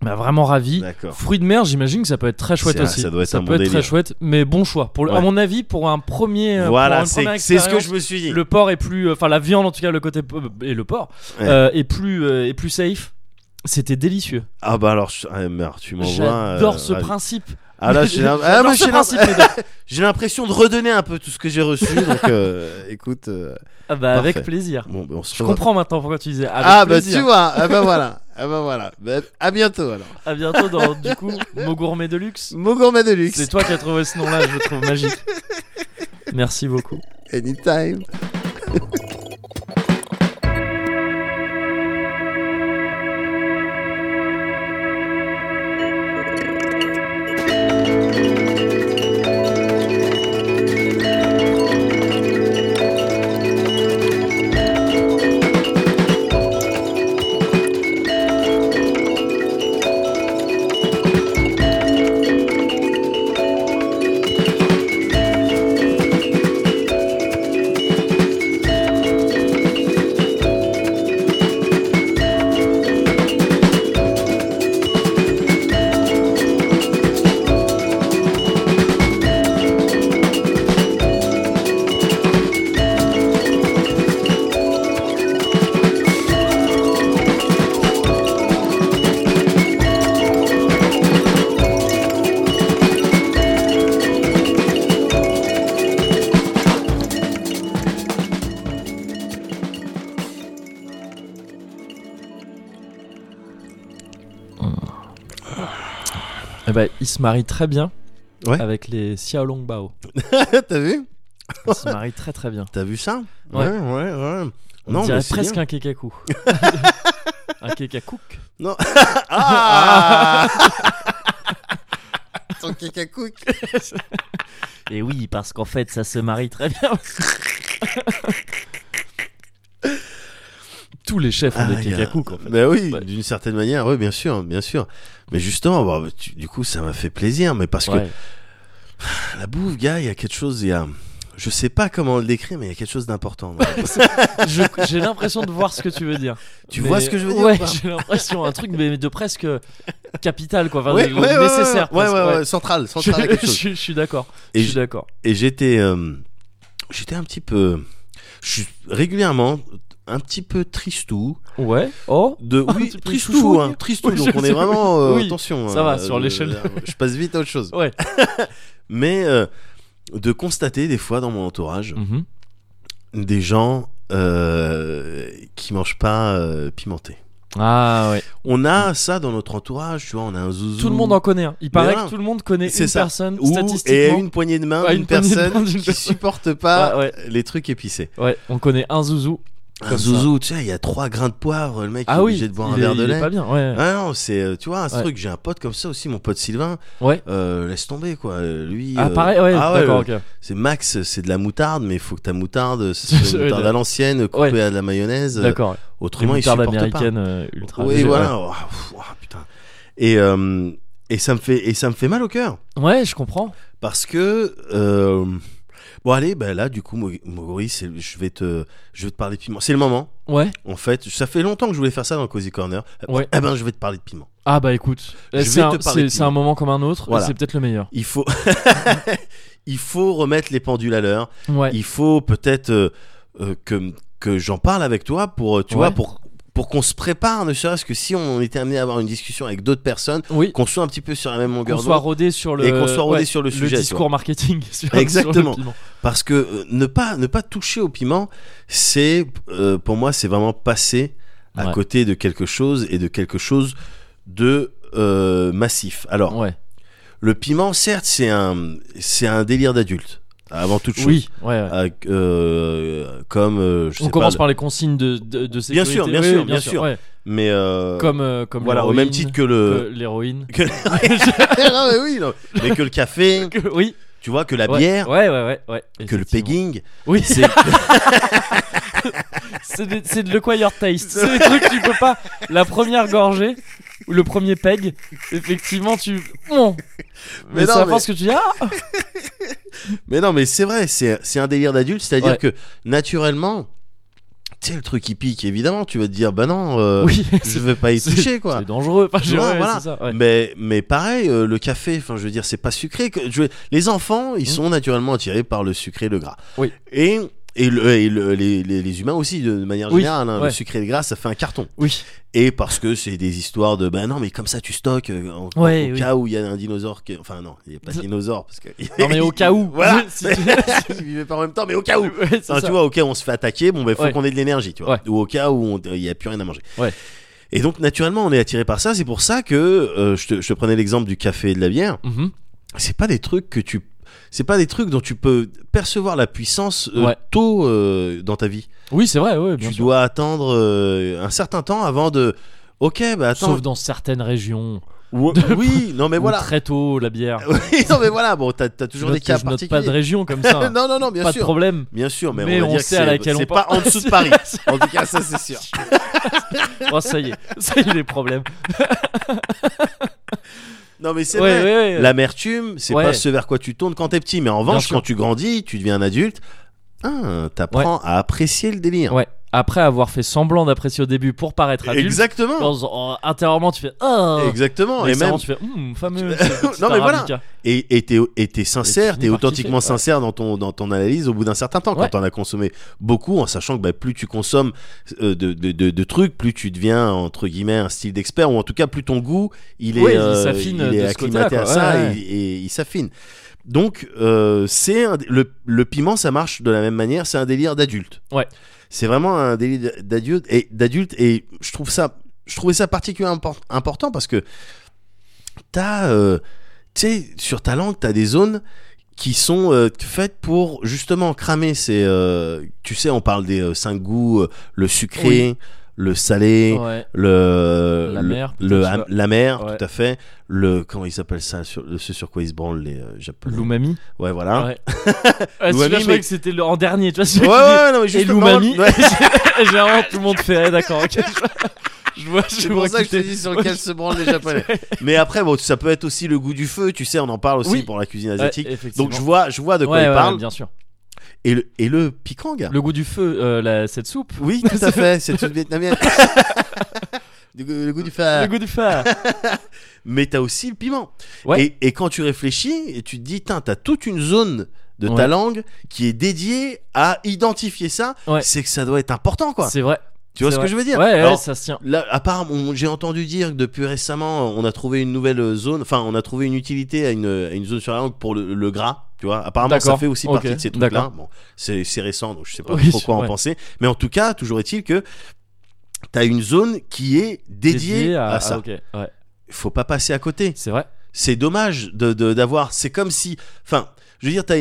Speaker 1: m'a vraiment ravi.
Speaker 2: d'accord.
Speaker 1: Fruits de mer, j'imagine que ça peut être très chouette
Speaker 2: C'est-
Speaker 1: aussi.
Speaker 2: ça doit être un bon
Speaker 1: peut être très
Speaker 2: délire.
Speaker 1: chouette, mais bon choix. Pour le-
Speaker 2: Ouais.
Speaker 1: À mon avis, pour un premier, euh, pour
Speaker 2: Voilà,
Speaker 1: une première
Speaker 2: c'est c'est ce que
Speaker 1: expérience,
Speaker 2: je me suis dit.
Speaker 1: Le porc est plus, euh, enfin la viande en tout cas, le côté po- et le porc
Speaker 2: Ouais.
Speaker 1: euh, est plus euh, est plus safe. C'était délicieux.
Speaker 2: Ah bah alors, je- ah, merde, tu m'envoies. euh,
Speaker 1: J'adore ce
Speaker 2: ravi.
Speaker 1: principe.
Speaker 2: Ah là, [laughs] j'ai l'im- ah,
Speaker 1: J'adore
Speaker 2: moi,
Speaker 1: ce
Speaker 2: j'ai l'im-
Speaker 1: principe. mesdames.
Speaker 2: [laughs] j'ai l'impression de redonner un peu tout ce que j'ai reçu. donc euh, [laughs] écoute, euh,
Speaker 1: Ah bah, avec
Speaker 2: Parfait.
Speaker 1: plaisir.
Speaker 2: bon, ben, on se
Speaker 1: Je
Speaker 2: revoit.
Speaker 1: comprends maintenant pourquoi tu disais. Avec
Speaker 2: Ah bah
Speaker 1: plaisir.
Speaker 2: tu vois, ah bah voilà, ah bah voilà. Bah, à bientôt alors.
Speaker 1: À bientôt dans du coup [laughs] Mot Gourmet de luxe.
Speaker 2: Mon gourmet de luxe.
Speaker 1: C'est toi qui as trouvé ce nom-là, je le trouve magique. Merci beaucoup.
Speaker 2: Anytime.
Speaker 1: Eh ben, il se marie très bien
Speaker 2: Ouais.
Speaker 1: avec les Xiaolong Bao.
Speaker 2: [laughs] T'as vu
Speaker 1: Il se marie très très bien.
Speaker 2: T'as vu ça
Speaker 1: Ouais.
Speaker 2: ouais, ouais.
Speaker 1: On
Speaker 2: non,
Speaker 1: dirait
Speaker 2: mais c'est
Speaker 1: presque
Speaker 2: bien.
Speaker 1: un
Speaker 2: [laughs]
Speaker 1: kekaku. un kekakouk.
Speaker 2: [laughs] Ah Ton [laughs] cacacook.
Speaker 1: Et Eh oui, parce qu'en fait, ça se marie très bien. [laughs] Tous les chefs ont
Speaker 2: Ah,
Speaker 1: des
Speaker 2: il y a-
Speaker 1: kekakouks en fait.
Speaker 2: Bah oui,
Speaker 1: Ouais.
Speaker 2: d'une certaine manière, oui, bien sûr, bien sûr. Mais justement, bah, tu- du coup, ça m'a fait plaisir, mais parce
Speaker 1: Ouais.
Speaker 2: que la bouffe, gars, il y a quelque chose, il y a... Je sais pas comment le décrire, mais il y a quelque chose d'important.
Speaker 1: [laughs]
Speaker 2: dans la bouffe.
Speaker 1: Je- J'ai l'impression de voir ce que tu veux dire.
Speaker 2: Tu
Speaker 1: Mais-
Speaker 2: vois ce que je veux dire
Speaker 1: Ouais,
Speaker 2: ou pas
Speaker 1: [laughs] j'ai l'impression. Un truc mais de presque capital, quoi. Enfin,
Speaker 2: Ouais,
Speaker 1: de-
Speaker 2: ouais, ouais,
Speaker 1: nécessaire.
Speaker 2: Ouais, ouais,
Speaker 1: presque,
Speaker 2: ouais,
Speaker 1: ouais.
Speaker 2: ouais,
Speaker 1: [laughs]
Speaker 2: central,
Speaker 1: Je,
Speaker 2: central à quelque chose.
Speaker 1: je- je suis d'accord. Je
Speaker 2: Et
Speaker 1: suis
Speaker 2: j-
Speaker 1: d'accord.
Speaker 2: et j'étais, euh, j'étais un petit peu, je suis régulièrement un petit peu tristou.
Speaker 1: Ouais. Oh.
Speaker 2: De,
Speaker 1: [laughs] Un
Speaker 2: oui,
Speaker 1: petit peu
Speaker 2: tristou,
Speaker 1: chouchou.
Speaker 2: hein,
Speaker 1: [laughs]
Speaker 2: tristou.
Speaker 1: Oui,
Speaker 2: donc
Speaker 1: je
Speaker 2: on
Speaker 1: sais,
Speaker 2: est vraiment, euh,
Speaker 1: oui.
Speaker 2: attention.
Speaker 1: Ça va,
Speaker 2: euh,
Speaker 1: sur
Speaker 2: je-
Speaker 1: l'échelle.
Speaker 2: Je passe vite à autre chose.
Speaker 1: Ouais.
Speaker 2: [laughs] Mais euh, de constater des fois dans mon entourage
Speaker 1: Mm.
Speaker 2: des gens euh, qui mangent pas euh, pimenté.
Speaker 1: Ah ouais.
Speaker 2: On a ça dans notre entourage, tu vois, on a un zouzou.
Speaker 1: Tout le monde en connaît. un. Il paraît
Speaker 2: là,
Speaker 1: que tout le monde connaît
Speaker 2: c'est
Speaker 1: une
Speaker 2: ça.
Speaker 1: personne
Speaker 2: Ou- et
Speaker 1: statistiquement.
Speaker 2: une poignée de main
Speaker 1: Ouais,
Speaker 2: d'une
Speaker 1: une poignée de
Speaker 2: personne
Speaker 1: main d'une
Speaker 2: qui
Speaker 1: personne.
Speaker 2: supporte pas
Speaker 1: Ouais,
Speaker 2: les trucs épicés.
Speaker 1: Ouais. On connaît un zouzou.
Speaker 2: Un
Speaker 1: Comme ça.
Speaker 2: zouzou, tu sais, il y a trois grains de poivre, le mec est
Speaker 1: Ah oui.
Speaker 2: obligé de boire un
Speaker 1: il est-
Speaker 2: verre de
Speaker 1: il est
Speaker 2: lait.
Speaker 1: Pas bien. Ouais.
Speaker 2: Ah non, c'est, euh, tu vois, un
Speaker 1: Ouais.
Speaker 2: truc, j'ai un pote comme ça aussi, mon pote Sylvain.
Speaker 1: Ouais.
Speaker 2: Euh, laisse tomber, quoi. Euh, Lui.
Speaker 1: Ah
Speaker 2: euh,
Speaker 1: pareil. Ouais.
Speaker 2: ah
Speaker 1: d'accord.
Speaker 2: le-
Speaker 1: ok.
Speaker 2: C'est max, c'est de la moutarde, mais il faut que ta moutarde,
Speaker 1: [laughs]
Speaker 2: c'est de
Speaker 1: Je-
Speaker 2: la moutarde à l'ancienne, coupée à de la mayonnaise.
Speaker 1: D'accord. Une
Speaker 2: Autrement, il
Speaker 1: moutarde
Speaker 2: supporte pas.
Speaker 1: américaine euh, ultra.
Speaker 2: Oui,
Speaker 1: végé,
Speaker 2: voilà. Oh, pff, oh, putain. Et, euh, et ça me fait, et ça me fait mal au cœur.
Speaker 1: Ouais, Ouais, je comprends.
Speaker 2: Parce que. euh, bon, allez, bah, là, du coup, Mo- Mogori, c'est- je vais te, je vais te parler de piment. C'est le moment,
Speaker 1: Ouais.
Speaker 2: en fait. Ça fait longtemps que je voulais faire ça dans Cozy Corner. Eh ben-
Speaker 1: Ouais.
Speaker 2: Eh ben, je vais te parler de piment.
Speaker 1: Ah bah écoute,
Speaker 2: Je
Speaker 1: c'est
Speaker 2: vais
Speaker 1: un,
Speaker 2: te parler
Speaker 1: c'est-
Speaker 2: de
Speaker 1: c'est
Speaker 2: piment.
Speaker 1: un moment comme un autre,
Speaker 2: Voilà.
Speaker 1: et c'est peut-être le meilleur. [laughs]
Speaker 2: Il faut. Il faut remettre les pendules à l'heure.
Speaker 1: Ouais.
Speaker 2: Il faut peut-être euh, euh, que, que j'en parle avec toi pour, euh, tu
Speaker 1: Ouais.
Speaker 2: vois, pour, pour qu'on se prépare, ne serait-ce que si on était amené à avoir une discussion avec d'autres personnes,
Speaker 1: Oui.
Speaker 2: qu'on soit un petit peu sur la même longueur
Speaker 1: Qu'on soit
Speaker 2: d'onde.
Speaker 1: rodé sur le
Speaker 2: et qu'on soit rodé sur le sujet, tu vois.
Speaker 1: discours marketing [laughs] sur,
Speaker 2: Exactement.
Speaker 1: sur le piment.
Speaker 2: Parce que euh, ne, pas, ne pas toucher au piment, c'est, euh, pour moi, c'est vraiment passer à
Speaker 1: Ouais.
Speaker 2: côté de quelque chose et de quelque chose de euh, massif. Alors,
Speaker 1: Ouais.
Speaker 2: le piment, certes, c'est un, c'est un délire d'adulte, avant toute chose.
Speaker 1: Oui, ouais. ouais.
Speaker 2: Ah, euh, comme, euh, je sais
Speaker 1: On commence
Speaker 2: pas,
Speaker 1: par les consignes de, de, de
Speaker 2: Bien
Speaker 1: sécurité.
Speaker 2: sûr, bien
Speaker 1: Oui,
Speaker 2: sûr,
Speaker 1: oui,
Speaker 2: bien sûr.
Speaker 1: ouais.
Speaker 2: mais euh,
Speaker 1: Comme, euh, comme
Speaker 2: voilà, au
Speaker 1: l'héroïne,
Speaker 2: même titre que le,
Speaker 1: que l'héroïne.
Speaker 2: que- [laughs] Non, mais oui, non. mais [laughs] que
Speaker 1: [laughs]
Speaker 2: le café,
Speaker 1: Que- Oui.
Speaker 2: tu vois, que la
Speaker 1: ouais,
Speaker 2: bière,
Speaker 1: Ouais, ouais, ouais. ouais,
Speaker 2: que le
Speaker 1: effectivement. [laughs]
Speaker 2: pegging,
Speaker 1: Oui,
Speaker 2: c'est
Speaker 1: c'est des- c'est de l'acquired
Speaker 2: [laughs]
Speaker 1: taste. C'est des trucs que tu peux pas. La première gorgée ou le premier peg, effectivement, tu. Bon. Mais,
Speaker 2: Mais non,
Speaker 1: ça
Speaker 2: mais-
Speaker 1: pense que tu dis ah
Speaker 2: Mais non, mais c'est vrai, c'est c'est un délire d'adulte, c'est-à-dire
Speaker 1: Ouais.
Speaker 2: que naturellement, tu sais, le truc qui pique, évidemment, tu vas te dire, bah non, euh,
Speaker 1: oui,
Speaker 2: [laughs] je vais pas y
Speaker 1: c'est-
Speaker 2: toucher, quoi.
Speaker 1: c'est dangereux. Enfin, je-
Speaker 2: Ouais,
Speaker 1: ouais,
Speaker 2: voilà.
Speaker 1: c'est ça, ouais.
Speaker 2: Mais, mais pareil, euh, le café, enfin, je veux dire, c'est pas sucré. Que, je veux- les enfants, ils
Speaker 1: Mm.
Speaker 2: sont naturellement attirés par le sucré et le gras.
Speaker 1: Oui.
Speaker 2: Et, et, le- et le- les, les- les humains aussi, de, de manière
Speaker 1: Oui,
Speaker 2: générale, hein,
Speaker 1: ouais.
Speaker 2: le sucré et le gras, ça fait un carton.
Speaker 1: Oui,
Speaker 2: Et parce que c'est des histoires de, bah non, mais comme ça, tu stockes euh, en,
Speaker 1: Ouais,
Speaker 2: au
Speaker 1: oui.
Speaker 2: cas où il y a un dinosaure. Qui, enfin, non, il n'y a pas de dinosaure. Parce que,
Speaker 1: non mais au cas où.
Speaker 2: [laughs] Voilà.
Speaker 1: [laughs] Si tu-
Speaker 2: ils vivaient pas en même temps, mais au cas où.
Speaker 1: Ouais, [laughs] c'est
Speaker 2: Enfin,
Speaker 1: ça.
Speaker 2: tu vois, au cas où on se fait attaquer, bon, ben, faut
Speaker 1: Ouais.
Speaker 2: qu'on ait de l'énergie, tu vois.
Speaker 1: Ouais.
Speaker 2: Ou au cas où il n'y a plus rien à manger.
Speaker 1: Ouais.
Speaker 2: Et donc, naturellement, on est attiré par ça. C'est pour ça que euh, je, te, je te prenais l'exemple du café et de la bière.
Speaker 1: Mhm.
Speaker 2: C'est pas des trucs que tu. C'est pas des trucs dont tu peux percevoir la puissance euh,
Speaker 1: Ouais.
Speaker 2: tôt euh, dans ta vie.
Speaker 1: Oui, c'est vrai, ouais, bien
Speaker 2: tu
Speaker 1: sûr.
Speaker 2: dois attendre euh, un certain temps avant de. Ok, bah attends.
Speaker 1: Sauf dans certaines régions. [laughs]
Speaker 2: Ou- Oui, non mais
Speaker 1: où
Speaker 2: voilà. Ah
Speaker 1: Très tôt, la bière.
Speaker 2: [laughs] Oui, non mais voilà. Bon, t'as t'as toujours
Speaker 1: Je
Speaker 2: des
Speaker 1: note-
Speaker 2: cas
Speaker 1: je note pas de
Speaker 2: particuliers.
Speaker 1: région
Speaker 2: [laughs]
Speaker 1: comme ça.
Speaker 2: non, non, non, bien
Speaker 1: pas de
Speaker 2: sûr.
Speaker 1: problème.
Speaker 2: Bien sûr, mais,
Speaker 1: Mais
Speaker 2: on va
Speaker 1: on
Speaker 2: dire que
Speaker 1: sait à
Speaker 2: c'est
Speaker 1: laquelle on
Speaker 2: c'est
Speaker 1: part.
Speaker 2: pas en dessous de
Speaker 1: [laughs]
Speaker 2: Paris. en tout cas, ça c'est sûr.
Speaker 1: Oh, ça y est,
Speaker 2: [laughs]
Speaker 1: ça y est, les problèmes.
Speaker 2: Non, mais c'est
Speaker 1: Ouais,
Speaker 2: vrai.
Speaker 1: ouais, ouais.
Speaker 2: L'amertume, c'est
Speaker 1: Ouais.
Speaker 2: pas ce vers quoi tu tournes quand t'es petit, mais en revanche,
Speaker 1: sûr.
Speaker 2: quand tu grandis, tu deviens un adulte, ah, t'apprends à apprécier le délire.
Speaker 1: Ouais. Après avoir fait semblant d'apprécier au début pour paraître adulte,
Speaker 2: Exactement.
Speaker 1: dans- en- intérieurement tu fais ah.
Speaker 2: Exactement.
Speaker 1: Mais
Speaker 2: Et
Speaker 1: extérieurement,
Speaker 2: même,
Speaker 1: tu fais Hum,
Speaker 2: [laughs]
Speaker 1: fameux.
Speaker 2: Non, mais voilà. et et t'es, et t'es sincère,
Speaker 1: finis
Speaker 2: t'es
Speaker 1: par
Speaker 2: authentiquement
Speaker 1: kiffer, ouais.
Speaker 2: sincère dans ton, dans ton analyse au bout d'un certain temps,
Speaker 1: Ouais.
Speaker 2: quand t'en as consommé beaucoup, en sachant que bah, plus tu consommes euh, de, de, de- de trucs, plus tu deviens, entre guillemets, un style d'expert, ou en tout cas, plus ton goût, il est,
Speaker 1: Oui, il
Speaker 2: euh,
Speaker 1: s'affine
Speaker 2: il est
Speaker 1: de ce
Speaker 2: acclimaté
Speaker 1: côté-là,
Speaker 2: à
Speaker 1: quoi.
Speaker 2: ça,
Speaker 1: Ouais, ouais.
Speaker 2: et, et il s'affine. Donc, euh, c'est un- le, le piment, ça marche de la même manière, c'est un délire d'adulte.
Speaker 1: Ouais.
Speaker 2: C'est vraiment un délire d'adulte, et, d'adulte, et je trouve ça, je trouvais ça particulièrement impor- important parce que t'as, euh, tu sais, sur ta langue, t'as des zones qui sont euh, faites pour justement cramer ces, euh, tu sais, on parle des euh, cinq goûts, euh, le sucré, le salé,
Speaker 1: Ouais.
Speaker 2: le
Speaker 1: La
Speaker 2: le-
Speaker 1: mer,
Speaker 2: le,
Speaker 1: peut-être, je sais
Speaker 2: ham-
Speaker 1: pas.
Speaker 2: la mer,
Speaker 1: Ouais.
Speaker 2: tout à fait. Le comment il s'appelle ça, sur, le- ce sur quoi ils se branlent les euh, japonais.
Speaker 1: L'umami.
Speaker 2: Ouais, voilà.
Speaker 1: ouais. Ah, celui-là,
Speaker 2: L'umami,
Speaker 1: je croyais
Speaker 2: mais-
Speaker 1: que c'était le- en dernier. Tu vois,
Speaker 2: [laughs] Ouais,
Speaker 1: celui
Speaker 2: ouais,
Speaker 1: qui dit-
Speaker 2: ouais, non, mais
Speaker 1: et
Speaker 2: juste
Speaker 1: l'umami. [laughs]
Speaker 2: Ouais,
Speaker 1: Généralement tout le monde fait ouais, d'accord.
Speaker 2: [laughs]
Speaker 1: ok. Je vois, je
Speaker 2: c'est
Speaker 1: vois
Speaker 2: pour ça que je te
Speaker 1: t'es-
Speaker 2: dis sur
Speaker 1: Ouais,
Speaker 2: lequel se branlent les
Speaker 1: [laughs]
Speaker 2: japonais. mais après, bon, ça peut être aussi le goût du feu. Tu sais, on en parle aussi
Speaker 1: Oui.
Speaker 2: pour la cuisine
Speaker 1: ouais,
Speaker 2: asiatique.
Speaker 1: effectivement.
Speaker 2: Donc je vois, je vois de quoi
Speaker 1: Ouais,
Speaker 2: il
Speaker 1: ouais,
Speaker 2: parle.
Speaker 1: ouais, bien sûr.
Speaker 2: Et le et le piquant, gars.
Speaker 1: Le goût du feu, euh, la- cette soupe.
Speaker 2: Oui, tout [laughs] à fait, c'est tout vietnamien. [laughs] le, goût- le goût du
Speaker 1: Le
Speaker 2: phare.
Speaker 1: goût du feu.
Speaker 2: Mais t'as aussi le piment.
Speaker 1: Ouais.
Speaker 2: Et, et quand tu réfléchis, et tu te dis, Tain, t'as toute une zone de ta
Speaker 1: Ouais.
Speaker 2: langue qui est dédiée à identifier ça.
Speaker 1: Ouais.
Speaker 2: C'est que ça doit être important, [laughs] quoi.
Speaker 1: C'est vrai.
Speaker 2: Tu vois
Speaker 1: c'est
Speaker 2: ce que
Speaker 1: vrai.
Speaker 2: je veux dire
Speaker 1: Ouais, ouais,
Speaker 2: Alors,
Speaker 1: ça se tient.
Speaker 2: Là, à part, on- j'ai entendu dire que depuis récemment, on a trouvé une nouvelle zone, enfin, on a trouvé une utilité à une, à une zone sur la langue pour le, le gras, tu vois. Apparemment, ça
Speaker 1: D'accord,
Speaker 2: fait aussi
Speaker 1: ok,
Speaker 2: partie de ces trucs-là.
Speaker 1: d'accord.
Speaker 2: Bon, c'est c'est récent, donc je sais pas
Speaker 1: Oui,
Speaker 2: trop quoi en
Speaker 1: ouais.
Speaker 2: penser. Mais en tout cas, toujours est-il que t'as une zone qui est dédiée, à,
Speaker 1: ah,
Speaker 2: ça.
Speaker 1: ok, ouais.
Speaker 2: Faut pas passer à côté.
Speaker 1: C'est vrai.
Speaker 2: C'est dommage de de- d'avoir. c'est comme si, enfin, je veux dire, t'as-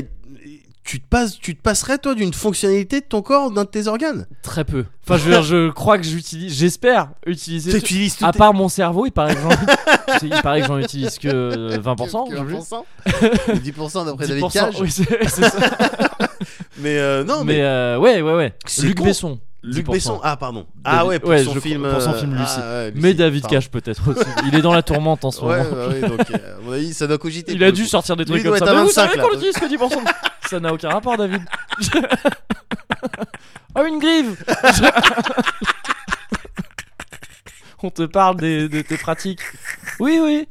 Speaker 2: tu te passes, tu te passerais toi d'une fonctionnalité de ton corps, ou d'un de tes organes.
Speaker 1: Très peu. Enfin, je, veux dire, je crois que j'utilise, j'espère utiliser.
Speaker 2: Tu
Speaker 1: tout-
Speaker 2: utilises tout
Speaker 1: À part mon cerveau, il paraît que j'en,
Speaker 2: [laughs]
Speaker 1: il paraît que j'en utilise que euh, 20%. je sais plus. [laughs]
Speaker 2: 10% d'après
Speaker 1: 10%, oui, c'est, c'est ça.
Speaker 2: Mais euh, [laughs] non, mais,
Speaker 1: mais euh, ouais, ouais, ouais.
Speaker 2: C'est
Speaker 1: Luc
Speaker 2: con.
Speaker 1: Besson.
Speaker 2: Luc
Speaker 1: 10%.
Speaker 2: Besson. Ah, pardon. Ah ouais, pour
Speaker 1: ouais,
Speaker 2: son
Speaker 1: je-
Speaker 2: film.
Speaker 1: pour son
Speaker 2: euh,
Speaker 1: film,
Speaker 2: ah,
Speaker 1: Lucie.
Speaker 2: ouais, Lucie,
Speaker 1: Mais David
Speaker 2: pardon.
Speaker 1: Cash peut-être aussi. Il est dans la tourmente en ce
Speaker 2: Ouais,
Speaker 1: moment.
Speaker 2: ouais, ouais, donc, euh, à mon avis, ça doit cogiter.
Speaker 1: Il
Speaker 2: pour
Speaker 1: a
Speaker 2: le
Speaker 1: dû
Speaker 2: coup.
Speaker 1: sortir des
Speaker 2: Lui,
Speaker 1: trucs
Speaker 2: il
Speaker 1: comme ça.
Speaker 2: doit être à
Speaker 1: Mais vous
Speaker 2: 25,
Speaker 1: savez
Speaker 2: là.
Speaker 1: qu'on utilise que 10%. ça n'a aucun rapport, David. [laughs] oh, une grive [laughs] On te parle des- de tes pratiques. Oui, oui.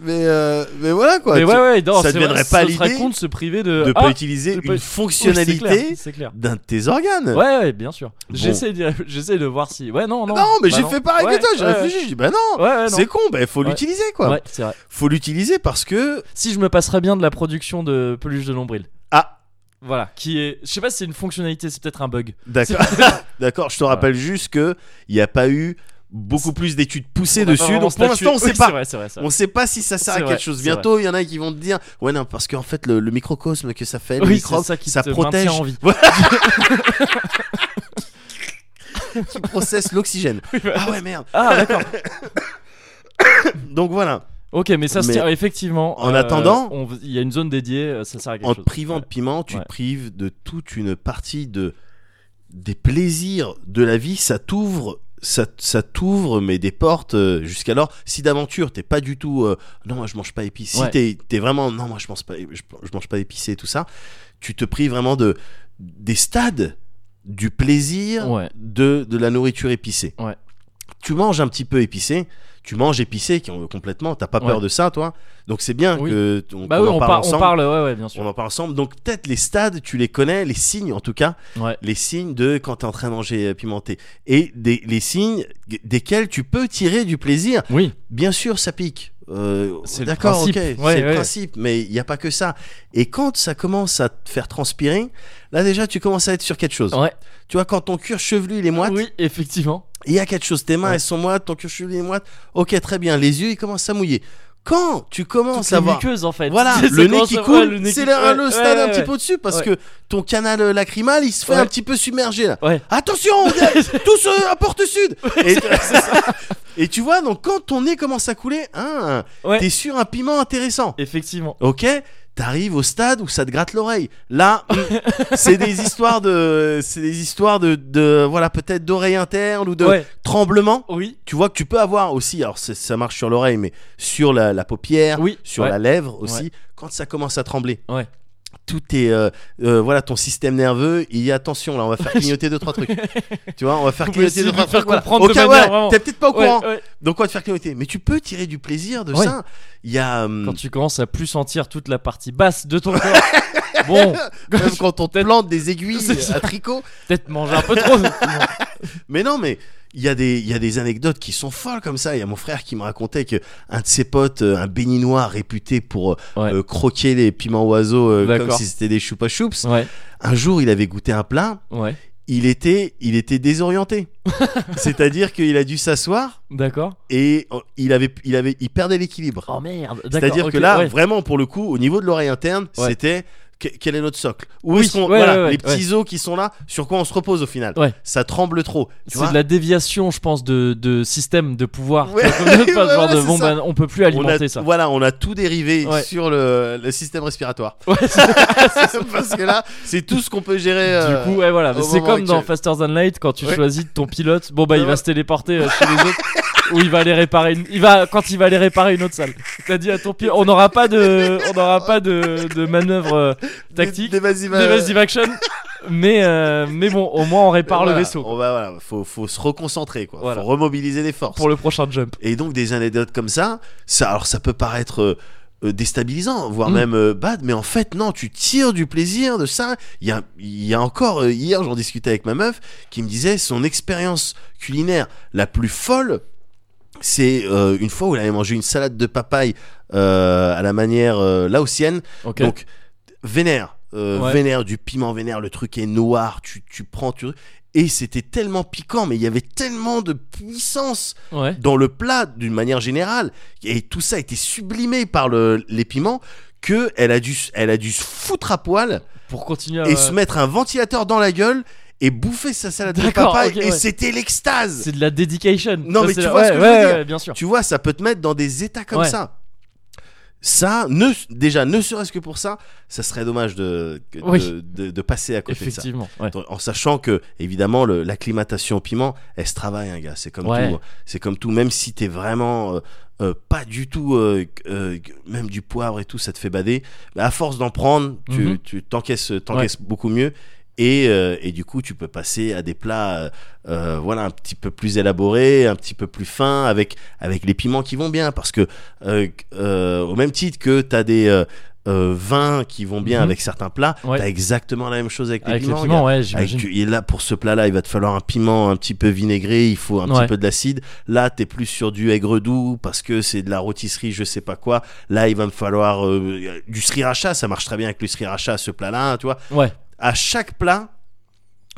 Speaker 2: Mais, euh, mais voilà quoi.
Speaker 1: Mais
Speaker 2: Tu-
Speaker 1: ouais, ouais, non,
Speaker 2: ça
Speaker 1: c'est
Speaker 2: deviendrait
Speaker 1: vrai,
Speaker 2: pas
Speaker 1: Ce serait
Speaker 2: l'idée
Speaker 1: con de se priver de.
Speaker 2: De
Speaker 1: Ah,
Speaker 2: pas
Speaker 1: oui,
Speaker 2: utiliser
Speaker 1: de pas-
Speaker 2: une
Speaker 1: oui,
Speaker 2: fonctionnalité
Speaker 1: C'est clair. c'est clair.
Speaker 2: d'un de tes organes.
Speaker 1: Ouais, ouais, bien sûr.
Speaker 2: Euh. Bon.
Speaker 1: J'essaie de, [laughs] j'essaie de voir si. Ouais, non, non.
Speaker 2: Non, mais
Speaker 1: Bah
Speaker 2: j'ai
Speaker 1: non.
Speaker 2: fait pareil
Speaker 1: Ouais,
Speaker 2: que toi. J'ai
Speaker 1: ouais,
Speaker 2: réfléchi. J'ai dit, bah non,
Speaker 1: Ouais, ouais, non.
Speaker 2: c'est con. Bah faut
Speaker 1: Ouais.
Speaker 2: l'utiliser quoi.
Speaker 1: Ouais, c'est vrai.
Speaker 2: Faut l'utiliser parce que.
Speaker 1: Si je me passerais bien de la production de peluche de nombril.
Speaker 2: Ah,
Speaker 1: Voilà, qui est. Je sais pas si c'est une fonctionnalité, c'est peut-être un bug.
Speaker 2: D'accord. [laughs] D'accord. Je te rappelle juste que il n'y a pas eu beaucoup plus d'études poussées
Speaker 1: On a pas
Speaker 2: dessus.
Speaker 1: vraiment
Speaker 2: Donc pour
Speaker 1: statué.
Speaker 2: l'instant, on ne
Speaker 1: Oui,
Speaker 2: sait pas.
Speaker 1: C'est vrai, c'est vrai, c'est vrai.
Speaker 2: On sait pas si ça sert à
Speaker 1: C'est
Speaker 2: quelque
Speaker 1: vrai,
Speaker 2: chose.
Speaker 1: c'est
Speaker 2: Bientôt, il y en a qui vont te dire Ouais, non, parce qu'en fait, le, le microcosme que ça fait, le
Speaker 1: Oui,
Speaker 2: microbe,
Speaker 1: c'est ça qui te
Speaker 2: protège,
Speaker 1: maintient en vie.
Speaker 2: qui
Speaker 1: [laughs]
Speaker 2: processe l'oxygène. Ah ouais, merde.
Speaker 1: Ah, d'accord.
Speaker 2: Donc voilà,
Speaker 1: Ok, mais ça se
Speaker 2: Mais-
Speaker 1: tient. Effectivement.
Speaker 2: En
Speaker 1: euh,
Speaker 2: attendant-
Speaker 1: on- il y a une zone dédiée, euh, ça sert à quelque
Speaker 2: en te
Speaker 1: chose.
Speaker 2: privant de piment, tu
Speaker 1: Ouais.
Speaker 2: te prives de toute une partie de des plaisirs de la vie. Ça t'ouvre. Ça, ça t'ouvre mais des portes euh, jusqu'alors si d'aventure t'es pas du tout euh, non moi je mange pas épicé
Speaker 1: Ouais.
Speaker 2: si t'es- t'es vraiment non moi je mange pas je, je mange pas épicé et tout ça tu te prives vraiment de des stades du plaisir
Speaker 1: Ouais.
Speaker 2: de, de la nourriture épicée.
Speaker 1: Ouais.
Speaker 2: Tu manges un petit peu épicé, tu manges épicé qui- complètement, t'as pas peur
Speaker 1: Ouais.
Speaker 2: de ça, toi. Donc c'est bien
Speaker 1: Oui.
Speaker 2: que t- on,
Speaker 1: Bah
Speaker 2: qu'on
Speaker 1: oui,
Speaker 2: en
Speaker 1: on,
Speaker 2: parle
Speaker 1: par- on
Speaker 2: ensemble.
Speaker 1: parle. Ouais, ouais, bien sûr.
Speaker 2: On en parle ensemble. Donc peut-être les stades, tu les connais, les signes en tout cas,
Speaker 1: Ouais.
Speaker 2: les signes de quand t'es en train de manger euh, pimenté et des, les signes g- desquels tu peux tirer du plaisir.
Speaker 1: Oui.
Speaker 2: Bien sûr, ça pique. Euh,
Speaker 1: C'est le
Speaker 2: D'accord, ok,
Speaker 1: principe.
Speaker 2: c'est
Speaker 1: Ouais,
Speaker 2: le
Speaker 1: ouais.
Speaker 2: principe, mais il n'y a pas que ça. Et quand ça commence à te faire transpirer, là déjà tu commences à être sur quelque chose.
Speaker 1: Ouais.
Speaker 2: Tu vois, quand ton cuir chevelu il est moite,
Speaker 1: Oui, effectivement.
Speaker 2: il y a quelque chose, tes mains
Speaker 1: Ouais.
Speaker 2: elles sont moites, ton cuir chevelu est moite. Ok, très bien, les yeux ils commencent à mouiller. Quand tu commences
Speaker 1: Toutes
Speaker 2: à
Speaker 1: les
Speaker 2: voir.
Speaker 1: muqueuses, en fait. [laughs]
Speaker 2: Voilà,
Speaker 1: C'est
Speaker 2: le nez
Speaker 1: comment
Speaker 2: qui
Speaker 1: ça- ouais, le
Speaker 2: coule,
Speaker 1: nez
Speaker 2: c'est
Speaker 1: qui-
Speaker 2: le,
Speaker 1: ouais,
Speaker 2: le stade
Speaker 1: ouais,
Speaker 2: un
Speaker 1: ouais.
Speaker 2: petit peu au-dessus parce
Speaker 1: Ouais.
Speaker 2: que ton canal euh, lacrymal il se fait
Speaker 1: Ouais.
Speaker 2: un petit peu submerger là.
Speaker 1: Ouais. [laughs]
Speaker 2: Attention, tous euh, à porte sud et, [laughs] et tu vois, donc quand ton nez commence à couler, hein,
Speaker 1: Ouais.
Speaker 2: t'es sur un piment intéressant.
Speaker 1: Effectivement.
Speaker 2: Ok T'arrives au stade où ça te gratte l'oreille. Là,
Speaker 1: [laughs]
Speaker 2: mm, c'est des histoires de, c'est des histoires de, de voilà peut-être d'oreille interne ou de
Speaker 1: Ouais.
Speaker 2: tremblement.
Speaker 1: Oui.
Speaker 2: Tu vois que tu peux avoir aussi, alors c'est- ça marche sur l'oreille, mais sur la, la paupière,
Speaker 1: Oui.
Speaker 2: sur
Speaker 1: Ouais.
Speaker 2: la lèvre aussi, quand ça commence à trembler.
Speaker 1: Ouais.
Speaker 2: Tout est, euh, euh, voilà, ton système nerveux, il y a attention là, on
Speaker 1: [laughs]
Speaker 2: va faire clignoter deux trois trucs. tu vois, on va faire
Speaker 1: Faut
Speaker 2: clignoter
Speaker 1: essayer
Speaker 2: deux
Speaker 1: de
Speaker 2: trois
Speaker 1: faire
Speaker 2: trucs. voilà.
Speaker 1: comprendre de
Speaker 2: Ok,
Speaker 1: manière
Speaker 2: ouais,
Speaker 1: vraiment-
Speaker 2: t'es peut-être pas au
Speaker 1: Ouais,
Speaker 2: courant,
Speaker 1: ouais.
Speaker 2: donc on va te faire clignoter. Mais tu peux tirer du plaisir de
Speaker 1: Ouais.
Speaker 2: ça. Il y a hum,
Speaker 1: Quand tu commences à plus sentir toute la partie basse de ton
Speaker 2: [laughs]
Speaker 1: corps. bon,
Speaker 2: Même quand on te
Speaker 1: Peut-être-
Speaker 2: plante des aiguilles
Speaker 1: C'est ça.
Speaker 2: à tricot.
Speaker 1: peut-être manger un peu trop.
Speaker 2: Mais non, mais il y, a des- il y a des anecdotes qui sont folles comme ça. Il y a mon frère qui me racontait que un de ses potes, euh, un béninois réputé pour euh,
Speaker 1: Ouais.
Speaker 2: euh, croquer les piments oiseaux euh, comme
Speaker 1: D'accord.
Speaker 2: si c'était des choupa choups,
Speaker 1: ouais,
Speaker 2: un jour il avait goûté un plat,
Speaker 1: ouais,
Speaker 2: il était, il
Speaker 1: [laughs]
Speaker 2: était désorienté. C'est-à-dire qu'il a dû s'asseoir
Speaker 1: d'accord.
Speaker 2: et euh, il, avait, il, avait, il perdait l'équilibre.
Speaker 1: Oh merde, d'accord.
Speaker 2: C'est-à-dire
Speaker 1: ok,
Speaker 2: que là,
Speaker 1: ouais.
Speaker 2: vraiment, pour le coup, au niveau de l'oreille interne,
Speaker 1: Ouais.
Speaker 2: c'était que- quel est notre socle Où
Speaker 1: Oui,
Speaker 2: est-ce qu'on
Speaker 1: ouais,
Speaker 2: voilà,
Speaker 1: ouais, ouais,
Speaker 2: les petits os qui sont là Sur quoi on se repose au final
Speaker 1: Ouais.
Speaker 2: Ça tremble trop.
Speaker 1: c'est
Speaker 2: Tu [laughs] vois
Speaker 1: de la déviation, je pense, de, de système, de pouvoir. [laughs]
Speaker 2: Ouais, [laughs]
Speaker 1: Enfin, genre
Speaker 2: ouais, ouais,
Speaker 1: de
Speaker 2: c'est
Speaker 1: bon,
Speaker 2: ça.
Speaker 1: bah, on peut plus
Speaker 2: on a,
Speaker 1: alimenter ça.
Speaker 2: Voilà, on a tout dérivé
Speaker 1: Ouais.
Speaker 2: sur le, le système respiratoire.
Speaker 1: Ouais, c'est-
Speaker 2: [laughs] Parce que là, c'est tout ce qu'on peut gérer. euh,
Speaker 1: du coup, ouais, voilà.
Speaker 2: au
Speaker 1: C'est
Speaker 2: moment
Speaker 1: comme dans
Speaker 2: actuel.
Speaker 1: Faster Than Light quand tu
Speaker 2: Ouais.
Speaker 1: choisis ton pilote. Bon, bah, il
Speaker 2: Ouais.
Speaker 1: va se téléporter euh, chez les autres. Ou il va aller réparer une... il va quand il va aller réparer une autre salle. T'as dit à ton pilote, on n'aura pas de, on n'aura pas de, de manœuvre euh,
Speaker 2: d'é-
Speaker 1: tactique,
Speaker 2: d'évasive, euh,
Speaker 1: d'évasive action. Mais euh, mais bon, au moins on répare
Speaker 2: voilà,
Speaker 1: le vaisseau
Speaker 2: On va, voilà, faut, faut se reconcentrer, quoi.
Speaker 1: Voilà.
Speaker 2: Faut remobiliser les forces.
Speaker 1: pour le prochain jump.
Speaker 2: Et donc des anecdotes comme ça, ça alors ça peut paraître euh, euh, déstabilisant, voire
Speaker 1: Mm.
Speaker 2: même euh, bad, mais en fait non, tu tires du plaisir de ça. Il y a, il y a encore euh, hier, j'en discutais avec ma meuf qui me disait son expérience culinaire la plus folle, c'est euh, une fois où elle avait mangé une salade de papaye euh, à la manière euh, laotienne,
Speaker 1: Ok.
Speaker 2: donc vénère, euh,
Speaker 1: Ouais.
Speaker 2: vénère du piment vénère, le truc est noir, tu, tu prends, tu et c'était tellement piquant, mais il y avait tellement de puissance
Speaker 1: ouais.
Speaker 2: dans le plat d'une manière générale et tout ça a été sublimé par le, les piments que elle a dû s- elle a dû se foutre à poil
Speaker 1: Pour continuer. à-
Speaker 2: et se mettre un ventilateur dans la gueule et bouffer sa salade de
Speaker 1: D'accord,
Speaker 2: papaye
Speaker 1: ok,
Speaker 2: et
Speaker 1: ouais.
Speaker 2: c'était l'extase
Speaker 1: C'est de la dedication.
Speaker 2: Non,
Speaker 1: Ça,
Speaker 2: mais
Speaker 1: c'est
Speaker 2: tu
Speaker 1: la-
Speaker 2: vois ce
Speaker 1: ouais,
Speaker 2: que je
Speaker 1: ouais,
Speaker 2: veux dire.
Speaker 1: ouais, bien sûr.
Speaker 2: tu vois ça peut te mettre dans des états comme
Speaker 1: Ouais.
Speaker 2: ça ça ne déjà ne serait-ce que pour ça ça serait dommage de que- de,
Speaker 1: Oui.
Speaker 2: de- de passer à côté de ça
Speaker 1: Effectivement. ouais.
Speaker 2: en sachant que évidemment le- l'acclimatation au piment elle se travaille un gars c'est comme
Speaker 1: Ouais.
Speaker 2: tout hein. c'est comme tout même si t'es vraiment euh, euh, pas du tout euh, euh, même du poivre et tout ça te fait bader Bah, à force d'en prendre tu
Speaker 1: Mhm.
Speaker 2: tu t'encaisses t'encaisses beaucoup mieux et, euh, et du coup tu peux passer à des plats euh, euh, voilà un petit peu plus élaborés un petit peu plus fins avec avec les piments qui vont bien parce que euh, euh, au même titre que t'as des euh, euh, vins qui vont bien
Speaker 1: Mhm.
Speaker 2: avec certains plats,
Speaker 1: Ouais.
Speaker 2: t'as exactement la même chose avec les
Speaker 1: Avec le
Speaker 2: piments.
Speaker 1: piment, Ah, ouais,
Speaker 2: gars. Avec
Speaker 1: j'imagine.
Speaker 2: du- et là, pour ce plat-là, il va te falloir un piment un petit peu vinaigré, il faut un
Speaker 1: Ouais.
Speaker 2: petit peu de l'acide. Là, t'es plus sur du aigre doux parce que c'est de la rôtisserie, je sais pas quoi. Là, il va me falloir euh, du sriracha, ça marche très bien avec le sriracha, ce plat-là, hein, tu vois.
Speaker 1: Ouais.
Speaker 2: À chaque plat,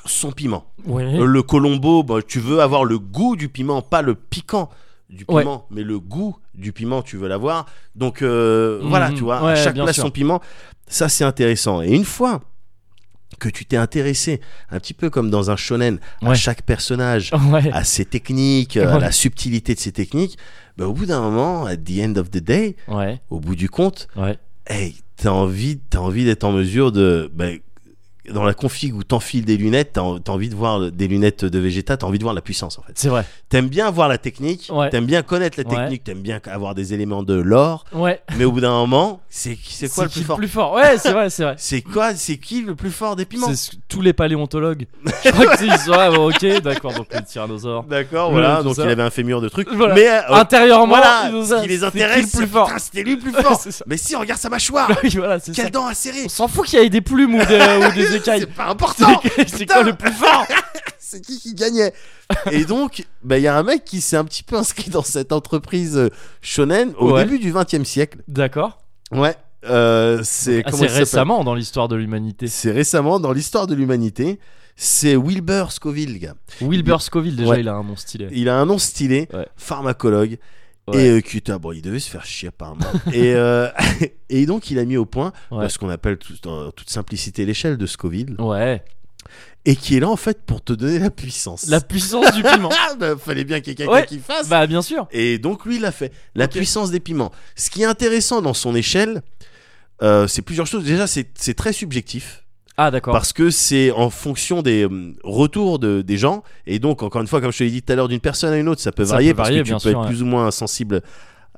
Speaker 2: son piment.
Speaker 1: Oui.
Speaker 2: Euh, Le colombo, bah, tu veux avoir le goût du piment, pas le piquant du
Speaker 1: Ouais.
Speaker 2: piment, mais le goût du piment, tu veux l'avoir. Donc euh,
Speaker 1: Mhm.
Speaker 2: voilà, tu vois, à
Speaker 1: Ouais,
Speaker 2: chaque
Speaker 1: bien
Speaker 2: plat
Speaker 1: sûr.
Speaker 2: son piment. Ça, c'est intéressant. Et une fois que tu t'es intéressé, un petit peu comme dans un shonen, à
Speaker 1: Ouais.
Speaker 2: chaque personnage,
Speaker 1: Ouais.
Speaker 2: à ses techniques, euh, à
Speaker 1: Ouais.
Speaker 2: la subtilité de ses techniques, bah, au bout d'un moment, at the end of the day,
Speaker 1: Ouais.
Speaker 2: au bout du compte,
Speaker 1: Ouais.
Speaker 2: hey, t'as envie, t'as envie d'être en mesure de, bah, dans la config où t'enfiles des lunettes, t'as, en- t'as envie de voir le- des lunettes de Vegeta, t'as envie de voir la puissance en fait.
Speaker 1: C'est vrai.
Speaker 2: T'aimes bien voir la technique,
Speaker 1: Ouais.
Speaker 2: t'aimes bien connaître la
Speaker 1: Ouais.
Speaker 2: technique, t'aimes bien avoir des éléments de lore,
Speaker 1: Ouais.
Speaker 2: mais au bout d'un moment, c'est, c'est quoi le
Speaker 1: qui
Speaker 2: plus fort
Speaker 1: Plus fort. Ouais, c'est vrai,
Speaker 2: [laughs]
Speaker 1: c'est vrai.
Speaker 2: C'est quoi C'est qui le plus fort des piments
Speaker 1: C'est ce- tous les
Speaker 2: [laughs]
Speaker 1: paléontologues. Je crois que c'est- ils sont là, bon, ok, d'accord, donc les tyrannosaures.
Speaker 2: D'accord,
Speaker 1: Le-
Speaker 2: voilà.
Speaker 1: tout
Speaker 2: Donc
Speaker 1: ça.
Speaker 2: il avait un fémur de trucs,
Speaker 1: Voilà.
Speaker 2: mais euh,
Speaker 1: Intérieurement,
Speaker 2: voilà,
Speaker 1: ils ont
Speaker 2: ce
Speaker 1: ça.
Speaker 2: qui les
Speaker 1: C'est
Speaker 2: intéresse,
Speaker 1: le plus fort. [laughs]
Speaker 2: putain, c'était lui le plus fort.
Speaker 1: C'est ça. [laughs]
Speaker 2: mais si, regarde sa mâchoire,
Speaker 1: Oui, voilà, c'est ça.
Speaker 2: quelle dent à serrer.
Speaker 1: On s'en fout qu'il y ait des plumes ou des, ou des écailles.
Speaker 2: [laughs] C'est pas important.
Speaker 1: [laughs] C'est- C'est quoi
Speaker 2: putain.
Speaker 1: le plus fort
Speaker 2: [laughs] c'est qui qui gagnait Et donc, bah, il y a un mec qui s'est un petit peu inscrit dans cette entreprise euh, shonen au
Speaker 1: Ouais.
Speaker 2: début du 20 siècle.
Speaker 1: D'accord.
Speaker 2: Ouais, euh, c'est
Speaker 1: Ah,
Speaker 2: comment
Speaker 1: c'est
Speaker 2: il s'appelle
Speaker 1: récemment dans l'histoire de l'humanité.
Speaker 2: C'est récemment dans l'histoire de l'humanité. C'est Wilbur Scoville, gars.
Speaker 1: Wilbur Scoville, déjà,
Speaker 2: Ouais.
Speaker 1: il a un nom stylé.
Speaker 2: Il a un nom stylé,
Speaker 1: Ouais.
Speaker 2: pharmacologue.
Speaker 1: Ouais.
Speaker 2: Et euh, qui était- bon, il devait se faire
Speaker 1: [laughs]
Speaker 2: chier apparemment. et, euh, [laughs] et donc, il a mis au point
Speaker 1: Ouais.
Speaker 2: ce qu'on appelle tout- en toute simplicité l'échelle de Scoville,
Speaker 1: Ouais.
Speaker 2: et qui est là en fait pour te donner la puissance.
Speaker 1: La puissance du [laughs]
Speaker 2: [laughs]
Speaker 1: piment.
Speaker 2: Ah, bah, fallait bien qu'il y ait quelqu'un
Speaker 1: Ouais.
Speaker 2: qui fasse.
Speaker 1: Bah, bien sûr.
Speaker 2: Et donc lui, il l'a fait. La
Speaker 1: Ok.
Speaker 2: puissance des piments. Ce qui est intéressant dans son échelle, euh, c'est plusieurs choses. Déjà, c'est c'est très subjectif
Speaker 1: Ah, d'accord.
Speaker 2: parce que c'est en fonction des hum, retours de, des gens. Et donc, encore une fois, comme je te l'ai dit tout à l'heure, d'une personne à une autre, ça peut
Speaker 1: Ça
Speaker 2: varier
Speaker 1: peut
Speaker 2: parce
Speaker 1: varier,
Speaker 2: que tu
Speaker 1: bien
Speaker 2: peux
Speaker 1: sûr,
Speaker 2: être
Speaker 1: ouais.
Speaker 2: plus ou moins sensible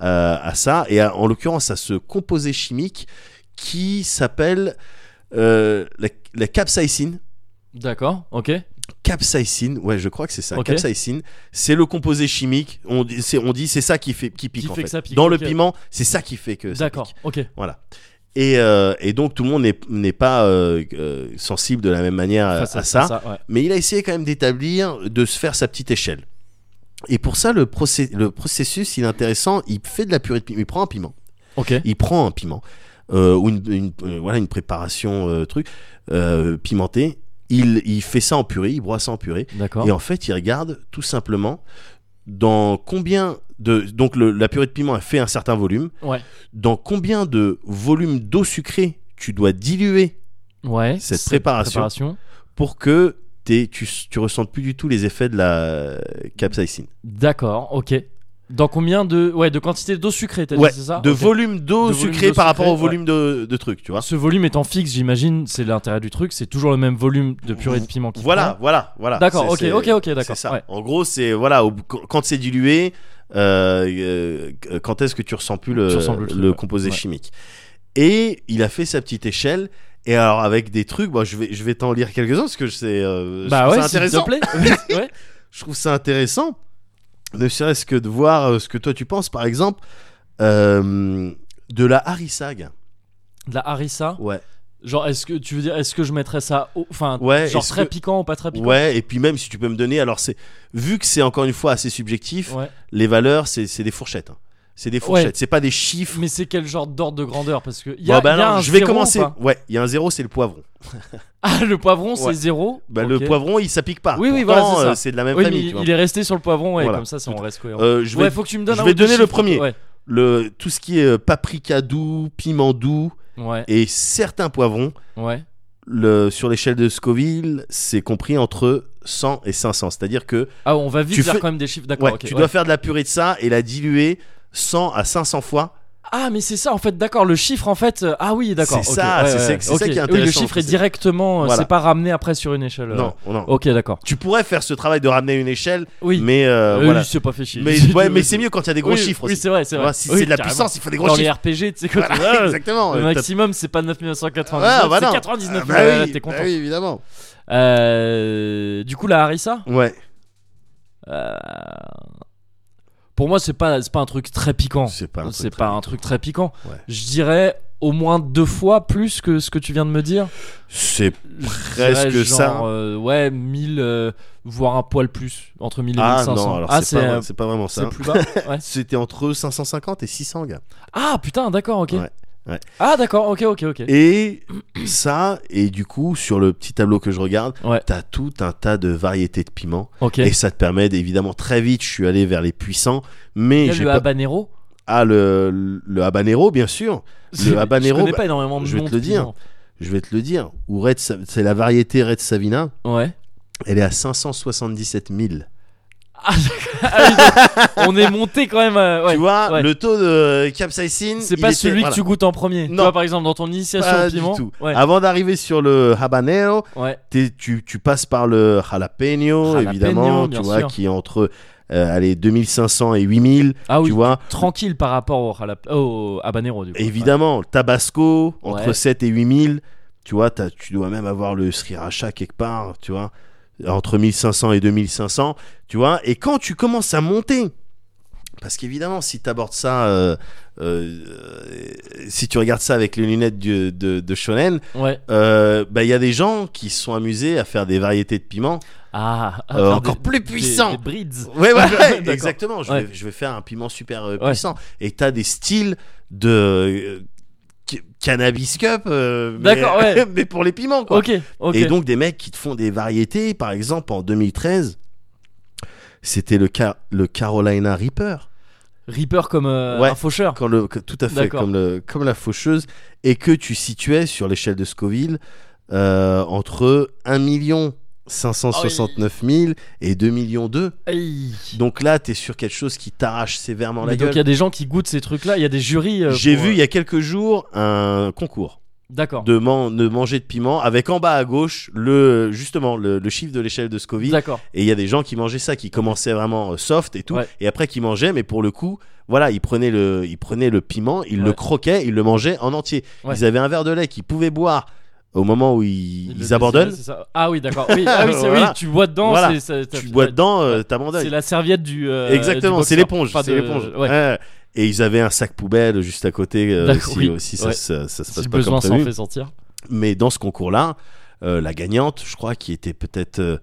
Speaker 2: euh, à ça. Et à- en l'occurrence, à ce composé chimique qui s'appelle euh, la, la capsaïcine.
Speaker 1: D'accord, ok.
Speaker 2: Capsaïcine, ouais, je crois que c'est ça.
Speaker 1: Ok.
Speaker 2: Capsaïcine, c'est le composé chimique. On dit, c'est, on dit, c'est ça qui fait qui pique.
Speaker 1: Qui
Speaker 2: en
Speaker 1: fait que ça pique,
Speaker 2: Dans
Speaker 1: ok.
Speaker 2: le piment, c'est ça qui fait que. ça
Speaker 1: D'accord,
Speaker 2: pique. Euh,
Speaker 1: ok.
Speaker 2: Voilà. Et, euh, et donc tout le monde n'est, n'est pas euh, euh, sensible de la même manière à,
Speaker 1: Face
Speaker 2: à ça.
Speaker 1: ouais.
Speaker 2: Mais il a essayé quand même d'établir, de se faire sa petite échelle. Et pour ça, le, procé- le processus, il est intéressant. Il fait de la purée de piment. Il prend un piment.
Speaker 1: Ok.
Speaker 2: Il prend un piment euh, ou une, une- euh, voilà une préparation euh, truc euh, pimentée. Il, il fait ça en purée. Il broie ça en purée.
Speaker 1: D'accord.
Speaker 2: Et en fait, il regarde tout simplement dans combien de. Donc, le- la purée de piment a fait un certain volume.
Speaker 1: Ouais.
Speaker 2: Dans combien de volume d'eau sucrée tu dois diluer
Speaker 1: Ouais.
Speaker 2: cette préparation. pour que t'aies- tu, tu ressentes plus du tout les effets de la capsaïcine
Speaker 1: D'accord, ok. Dans combien de. Ouais, de quantité d'eau sucrée, t'as
Speaker 2: Ouais,
Speaker 1: dit, c'est ça
Speaker 2: de
Speaker 1: Ok.
Speaker 2: volume d'eau
Speaker 1: De volume
Speaker 2: sucrée
Speaker 1: d'eau
Speaker 2: par rapport au
Speaker 1: sucrée,
Speaker 2: volume de, de truc, tu vois.
Speaker 1: Ce volume étant fixe, j'imagine, c'est l'intérêt du truc, c'est toujours le même volume de purée de piment qui
Speaker 2: Voilà, voilà, voilà.
Speaker 1: D'accord,
Speaker 2: C'est-
Speaker 1: ok,
Speaker 2: c'est-
Speaker 1: ok, ok, d'accord,
Speaker 2: C'est ça.
Speaker 1: ouais.
Speaker 2: En gros, c'est voilà, au- quand quand c'est dilué, euh, euh, quand est-ce que tu ressens plus le,
Speaker 1: Tu ressens plus le truc, ouais.
Speaker 2: composé
Speaker 1: Ouais.
Speaker 2: chimique Et il a fait sa petite échelle. Et alors avec des trucs, moi je vais je vais t'en lire quelques uns parce que c'est
Speaker 1: prend.
Speaker 2: euh, je
Speaker 1: Bah
Speaker 2: trouve
Speaker 1: ouais,
Speaker 2: ça
Speaker 1: s'il
Speaker 2: intéressant.
Speaker 1: te
Speaker 2: [laughs]
Speaker 1: plaît. [laughs] ouais.
Speaker 2: Je trouve ça intéressant, ne serait-ce que de voir euh, ce que toi tu penses, par exemple, euh, de la harissa. gars.
Speaker 1: Ah, De la harissa.
Speaker 2: Ouais.
Speaker 1: Genre, est-ce que tu veux dire, est-ce que je mettrais ça. au- Enfin,
Speaker 2: Ouais,
Speaker 1: genre
Speaker 2: est-ce
Speaker 1: très
Speaker 2: que-
Speaker 1: piquant ou pas très piquant
Speaker 2: Ouais, et puis même si tu peux me donner, alors c'est vu que c'est encore une fois assez subjectif,
Speaker 1: Ouais.
Speaker 2: les valeurs c'est c'est des fourchettes. hein. C'est des fourchettes, c'est pas des chiffres.
Speaker 1: Mais c'est quel genre d'ordre de grandeur Parce que. Y a,
Speaker 2: Bon, bah
Speaker 1: y a
Speaker 2: non,
Speaker 1: un
Speaker 2: je vais
Speaker 1: zéro ou
Speaker 2: commencer.
Speaker 1: pas
Speaker 2: Ouais, il y a un zéro, c'est le poivron.
Speaker 1: Ah, le poivron,
Speaker 2: Ouais.
Speaker 1: c'est zéro
Speaker 2: Bah,
Speaker 1: Ok.
Speaker 2: Le poivron, il s'applique pas.
Speaker 1: Oui, oui,
Speaker 2: Pourtant,
Speaker 1: voilà, c'est ça.
Speaker 2: euh, c'est de la même
Speaker 1: Oui,
Speaker 2: famille.
Speaker 1: mais
Speaker 2: tu vois.
Speaker 1: il est resté sur le poivron et
Speaker 2: Voilà.
Speaker 1: comme ça, ça on reste cohérent.
Speaker 2: Euh, je vais
Speaker 1: ouais, faut que tu me donnes
Speaker 2: je
Speaker 1: un
Speaker 2: vais
Speaker 1: ou deux
Speaker 2: donner le
Speaker 1: chiffres.
Speaker 2: premier.
Speaker 1: Ouais.
Speaker 2: le tout ce qui est euh, paprika doux, piment doux
Speaker 1: Ouais.
Speaker 2: et certains poivrons.
Speaker 1: Ouais.
Speaker 2: Le, sur l'échelle de Scoville, c'est compris entre 100 et 500. C'est-à-dire que
Speaker 1: Ah, on va vite
Speaker 2: Tu
Speaker 1: vers
Speaker 2: fais-
Speaker 1: quand même des chiffres, d'accord.
Speaker 2: ouais,
Speaker 1: ok,
Speaker 2: tu
Speaker 1: ouais.
Speaker 2: dois faire de la purée de ça et la diluer 100 à 500 fois.
Speaker 1: Ah, mais c'est ça en fait, d'accord. Le chiffre en fait, euh, ah oui, d'accord.
Speaker 2: C'est
Speaker 1: ok,
Speaker 2: ça,
Speaker 1: ouais,
Speaker 2: c'est-
Speaker 1: ouais,
Speaker 2: c'est- c'est
Speaker 1: ok.
Speaker 2: ça qui est
Speaker 1: Oui, le
Speaker 2: intéressant,
Speaker 1: chiffre
Speaker 2: c'est-
Speaker 1: est directement, euh,
Speaker 2: Voilà.
Speaker 1: c'est pas ramené après sur une échelle. euh.
Speaker 2: Non, non.
Speaker 1: Ok, d'accord.
Speaker 2: Tu pourrais faire ce travail de ramener une échelle,
Speaker 1: Oui.
Speaker 2: mais euh,
Speaker 1: Euh,
Speaker 2: voilà.
Speaker 1: oui, c'est pas fait chier. [laughs]
Speaker 2: Mais, ouais, mais c'est mieux quand il y a des gros
Speaker 1: Oui,
Speaker 2: chiffres
Speaker 1: Oui,
Speaker 2: aussi.
Speaker 1: c'est vrai, c'est
Speaker 2: Tu
Speaker 1: vrai.
Speaker 2: vois, si
Speaker 1: Oui,
Speaker 2: c'est de la
Speaker 1: carrément.
Speaker 2: puissance, il faut des gros
Speaker 1: Dans les
Speaker 2: chiffres.
Speaker 1: RPG, tu sais quand
Speaker 2: Voilà,
Speaker 1: [laughs] tu vois,
Speaker 2: [laughs] exactement.
Speaker 1: le
Speaker 2: T'as-
Speaker 1: maximum, c'est pas 9999,
Speaker 2: Ah, bah non.
Speaker 1: c'est 99.
Speaker 2: Ah, bah
Speaker 1: ouais,
Speaker 2: oui,
Speaker 1: T'es content.
Speaker 2: bah oui, évidemment.
Speaker 1: Euh, du coup, la harissa,
Speaker 2: Ouais,
Speaker 1: euh, pour moi, c'est pas, c'est pas un truc très piquant.
Speaker 2: c'est pas un
Speaker 1: C'est
Speaker 2: truc
Speaker 1: pas
Speaker 2: très-
Speaker 1: un truc très piquant.
Speaker 2: Ouais.
Speaker 1: Je dirais au moins deux fois plus que ce que tu viens de me dire.
Speaker 2: C'est
Speaker 1: Je
Speaker 2: Presque
Speaker 1: dirais
Speaker 2: ça.
Speaker 1: genre, euh, ouais, 1000, euh, voire un poil plus, entre 1000 et
Speaker 2: ah
Speaker 1: 1500.
Speaker 2: non, alors
Speaker 1: ah,
Speaker 2: c'est pas,
Speaker 1: euh,
Speaker 2: vrai- c'est pas vraiment
Speaker 1: c'est
Speaker 2: ça.
Speaker 1: plus
Speaker 2: [laughs]
Speaker 1: bas. ouais.
Speaker 2: C'était entre 550 et 600 gars.
Speaker 1: Ah putain, d'accord, ok.
Speaker 2: Ouais, ouais.
Speaker 1: Ah d'accord, ok, ok, ok.
Speaker 2: Et [clears throat] ça, et du coup, sur le petit tableau que je regarde,
Speaker 1: Ouais.
Speaker 2: t'as tout un tas de variétés de piments.
Speaker 1: ok.
Speaker 2: Et ça te permet d- évidemment très vite, je suis allé vers les puissants,
Speaker 1: Il y
Speaker 2: mais
Speaker 1: a
Speaker 2: j'ai
Speaker 1: le
Speaker 2: pas...
Speaker 1: habanero.
Speaker 2: Ah, le, le habanero, bien sûr. Le habanero,
Speaker 1: Je connais
Speaker 2: bah,
Speaker 1: pas énormément de
Speaker 2: je vais
Speaker 1: noms
Speaker 2: te le
Speaker 1: de
Speaker 2: dire.
Speaker 1: piments.
Speaker 2: Je vais te le dire. Ou Red, Sa- c'est la variété Red Savina. [laughs]
Speaker 1: Ouais.
Speaker 2: Elle est à 577 000.
Speaker 1: Ah, d'accord. on est monté quand même. euh, ouais.
Speaker 2: tu vois,
Speaker 1: ouais.
Speaker 2: le taux de capsaïcine.
Speaker 1: C'est
Speaker 2: il
Speaker 1: pas
Speaker 2: était-
Speaker 1: celui
Speaker 2: voilà.
Speaker 1: que tu goûtes en premier.
Speaker 2: Non.
Speaker 1: Toi, par exemple, dans ton initiation
Speaker 2: Pas
Speaker 1: au
Speaker 2: du
Speaker 1: piment.
Speaker 2: tout. Ah.
Speaker 1: Ouais.
Speaker 2: Avant d'arriver sur le habanero,
Speaker 1: ouais.
Speaker 2: t'es- tu, tu passes par le jalapeno,
Speaker 1: Jalapeno,
Speaker 2: évidemment, tu
Speaker 1: bien
Speaker 2: vois,
Speaker 1: sûr.
Speaker 2: qui est entre euh, allez, 2500 et 8000.
Speaker 1: Ah oui.
Speaker 2: tu vois,
Speaker 1: Tranquille par rapport au, jalap- au habanero du coup.
Speaker 2: évidemment, le tabasco, entre
Speaker 1: Ouais.
Speaker 2: 7 et 8000. Tu vois, t'as- tu dois même avoir le sriracha quelque part, tu vois, entre 1500 et 2500. Tu vois, et quand tu commences à monter. Parce qu'évidemment, si tu abordes ça, euh, euh, euh, si tu regardes ça avec les lunettes du- de, de Shonen,
Speaker 1: Ouais. Ouais.
Speaker 2: euh, bah, il y a des gens qui se sont amusés à faire des variétés de piments
Speaker 1: Ah.
Speaker 2: euh,
Speaker 1: enfin,
Speaker 2: encore
Speaker 1: des-
Speaker 2: plus
Speaker 1: des-
Speaker 2: puissants.
Speaker 1: Des brides.
Speaker 2: [laughs] Ouais, ouais, ouais,
Speaker 1: D'accord.
Speaker 2: exactement. Je,
Speaker 1: Ouais.
Speaker 2: Vais, je vais faire un piment super euh,
Speaker 1: Ouais.
Speaker 2: puissant. Et t'as des styles de euh, ca- cannabis cup, euh, mais-
Speaker 1: D'accord, ouais.
Speaker 2: [laughs] mais pour les piments, quoi.
Speaker 1: Ok. Ok.
Speaker 2: Et donc des mecs qui te font des variétés, par exemple en 2013, c'était le, Ca- le Carolina Reaper,
Speaker 1: Reaper comme euh,
Speaker 2: Ouais.
Speaker 1: un faucheur.
Speaker 2: quand le, que- tout à fait
Speaker 1: D'accord.
Speaker 2: comme, le, comme la faucheuse, et que tu situais sur l'échelle de Scoville euh, entre 1 million 569
Speaker 1: Ah
Speaker 2: 000 et 2 millions 2.
Speaker 1: Aïe.
Speaker 2: Donc là, t'es sur quelque chose qui t'arrache sévèrement la
Speaker 1: Mais donc il y
Speaker 2: gueule.
Speaker 1: a des gens qui goûtent ces trucs-là, il y a des jurys. euh,
Speaker 2: J'ai
Speaker 1: pour,
Speaker 2: vu
Speaker 1: euh,
Speaker 2: il y a quelques jours un concours
Speaker 1: D'accord.
Speaker 2: de, man- de manger de piment avec en bas à gauche le justement le, le chiffre de l'échelle de Scoville
Speaker 1: D'accord.
Speaker 2: et il y a des gens qui mangeaient ça qui commençaient vraiment euh, soft et tout
Speaker 1: Ouais.
Speaker 2: et après qui mangeaient mais pour le coup voilà ils prenaient le ils prenaient le piment ils le
Speaker 1: Ouais.
Speaker 2: croquaient ils le mangeaient en entier
Speaker 1: Ouais.
Speaker 2: ils avaient un verre de lait qu'ils pouvaient boire au moment où ils,
Speaker 1: Le
Speaker 2: ils
Speaker 1: deuxième,
Speaker 2: abandonnent
Speaker 1: c'est ça. Ah oui, d'accord.
Speaker 2: [laughs]
Speaker 1: Oui, ah oui, c'est- oui,
Speaker 2: Voilà.
Speaker 1: tu bois dedans.
Speaker 2: Voilà.
Speaker 1: c'est- ça- t'as-
Speaker 2: tu bois dedans euh,
Speaker 1: C'est
Speaker 2: t'abandonnes
Speaker 1: la serviette du. euh,
Speaker 2: Exactement,
Speaker 1: du
Speaker 2: c'est
Speaker 1: boxeur.
Speaker 2: l'éponge.
Speaker 1: Enfin,
Speaker 2: c'est
Speaker 1: de-
Speaker 2: l'éponge.
Speaker 1: ouais.
Speaker 2: Ouais. Et ils avaient un sac poubelle juste à côté euh,
Speaker 1: D'accord,
Speaker 2: si,
Speaker 1: oui.
Speaker 2: aussi ça,
Speaker 1: Ouais.
Speaker 2: se- ça se
Speaker 1: Si
Speaker 2: passe
Speaker 1: le
Speaker 2: pas comme
Speaker 1: besoin s'en
Speaker 2: prévu.
Speaker 1: fait sentir.
Speaker 2: Mais dans ce concours-là, euh, la gagnante, je crois, qui était peut-être euh,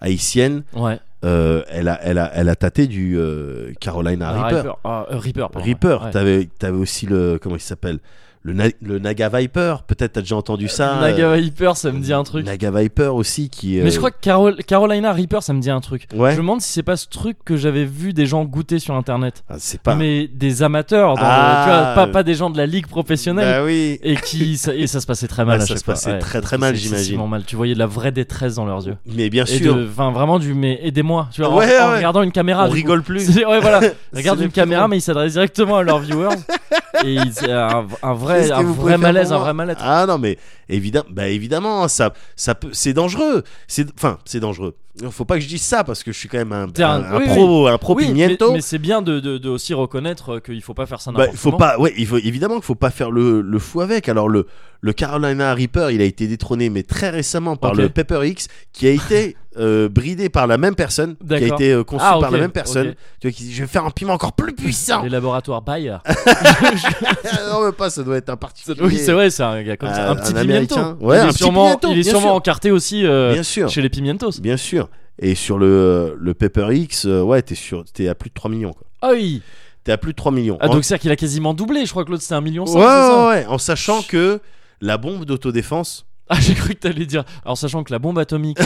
Speaker 2: haïtienne,
Speaker 1: Ouais.
Speaker 2: euh, elle, a, elle, a, elle a tâté du euh, Carolina
Speaker 1: Ah,
Speaker 2: Reaper.
Speaker 1: Ah, euh, Reaper. pardon,
Speaker 2: Reaper,
Speaker 1: ouais.
Speaker 2: t'avais t'avais aussi le. Comment il s'appelle le, Na- le Naga Viper. Peut-être t'as déjà entendu ça.
Speaker 1: Naga
Speaker 2: euh,
Speaker 1: Reaper, ça me dit un truc.
Speaker 2: Naga Viper aussi qui.
Speaker 1: Mais
Speaker 2: euh,
Speaker 1: je crois que Carol- Carolina Reaper, ça me dit un truc.
Speaker 2: Ouais.
Speaker 1: Je me demande si c'est pas ce truc que j'avais vu des gens goûter sur internet.
Speaker 2: Ah, c'est pas.
Speaker 1: Mais des amateurs, dans le-
Speaker 2: Ah.
Speaker 1: tu vois, pas, pas des gens de la ligue professionnelle.
Speaker 2: Bah oui.
Speaker 1: Et, qui, ça, et ça se passait très mal
Speaker 2: Ah,
Speaker 1: à
Speaker 2: ça
Speaker 1: chaque
Speaker 2: se passait
Speaker 1: fois. Ouais,
Speaker 2: très
Speaker 1: parce
Speaker 2: très
Speaker 1: que
Speaker 2: mal,
Speaker 1: c'est excessivement
Speaker 2: j'imagine.
Speaker 1: mal. Tu voyais de la vraie détresse dans leurs yeux.
Speaker 2: Mais bien
Speaker 1: Et
Speaker 2: sûr.
Speaker 1: de- Enfin, vraiment du mais aidez-moi. Tu vois, en-
Speaker 2: Ouais,
Speaker 1: en,
Speaker 2: ouais.
Speaker 1: regardant une caméra.
Speaker 2: On
Speaker 1: du coup. [laughs]
Speaker 2: rigole plus.
Speaker 1: C'est- Ouais,
Speaker 2: [laughs]
Speaker 1: voilà.
Speaker 2: C'est
Speaker 1: Regarde
Speaker 2: les
Speaker 1: une
Speaker 2: plus
Speaker 1: caméra,
Speaker 2: drôles.
Speaker 1: mais ils s'adressent directement à leurs viewers. et ils- c'est un, un vrai,
Speaker 2: Qu'est-ce que
Speaker 1: un
Speaker 2: vous pouvez
Speaker 1: vrai
Speaker 2: faire
Speaker 1: malaise,
Speaker 2: pour
Speaker 1: un
Speaker 2: moi
Speaker 1: vrai mal-être.
Speaker 2: Ah non, mais évidemment, bah évidemment, ça, ça peut, c'est dangereux. C'est, enfin, c'est dangereux. Faut pas que je dise ça parce que je suis quand même un,
Speaker 1: T'es un-
Speaker 2: un- un
Speaker 1: oui,
Speaker 2: pro, un pro
Speaker 1: Oui, mais,
Speaker 2: pimiento.
Speaker 1: mais c'est bien de, de- de aussi reconnaître euh, qu'il faut pas faire ça
Speaker 2: Bah,
Speaker 1: n'importe
Speaker 2: faut
Speaker 1: comment.
Speaker 2: pas, ouais, il faut évidemment qu'il faut pas faire le, le fou avec. Alors le le Carolina Reaper, il a été détrôné, mais très récemment par
Speaker 1: Ok.
Speaker 2: le Pepper X, qui
Speaker 1: [laughs]
Speaker 2: a été euh, bridé par la même personne, qui a
Speaker 1: D'accord.
Speaker 2: été euh, conçu
Speaker 1: Ah,
Speaker 2: par
Speaker 1: ok,
Speaker 2: la même personne.
Speaker 1: ok.
Speaker 2: Tu vois, qui dit, je vais faire un piment encore plus
Speaker 1: [laughs]
Speaker 2: puissant.
Speaker 1: Les laboratoires Bayer.
Speaker 2: Ah non, mais pas, ça doit être un particulier.
Speaker 1: oui, c'est vrai, c'est un gars comme ça.
Speaker 2: Euh,
Speaker 1: Un petit
Speaker 2: un
Speaker 1: pimiento.
Speaker 2: Américain. Ouais,
Speaker 1: il
Speaker 2: un
Speaker 1: est
Speaker 2: petit
Speaker 1: sûrement,
Speaker 2: pimiento,
Speaker 1: il est
Speaker 2: bien
Speaker 1: sûrement
Speaker 2: sûr.
Speaker 1: encarté aussi euh,
Speaker 2: Bien sûr.
Speaker 1: chez les pimientos.
Speaker 2: Bien sûr. Et sur le, le Paper X, euh, ouais, t'es sur- t'es à plus de 3 millions. quoi.
Speaker 1: Ah oui.
Speaker 2: T'es à plus de 3 millions.
Speaker 1: Ah,
Speaker 2: En-
Speaker 1: donc c'est-à-dire qu'il a quasiment doublé. Je crois que l'autre c'était 1 million.
Speaker 2: ouais,
Speaker 1: cinq, c'est ça
Speaker 2: ouais, ouais, en sachant que la bombe d'autodéfense.
Speaker 1: Ah, j'ai cru que t'allais dire. Alors, sachant que la bombe
Speaker 2: [laughs]
Speaker 1: atomique.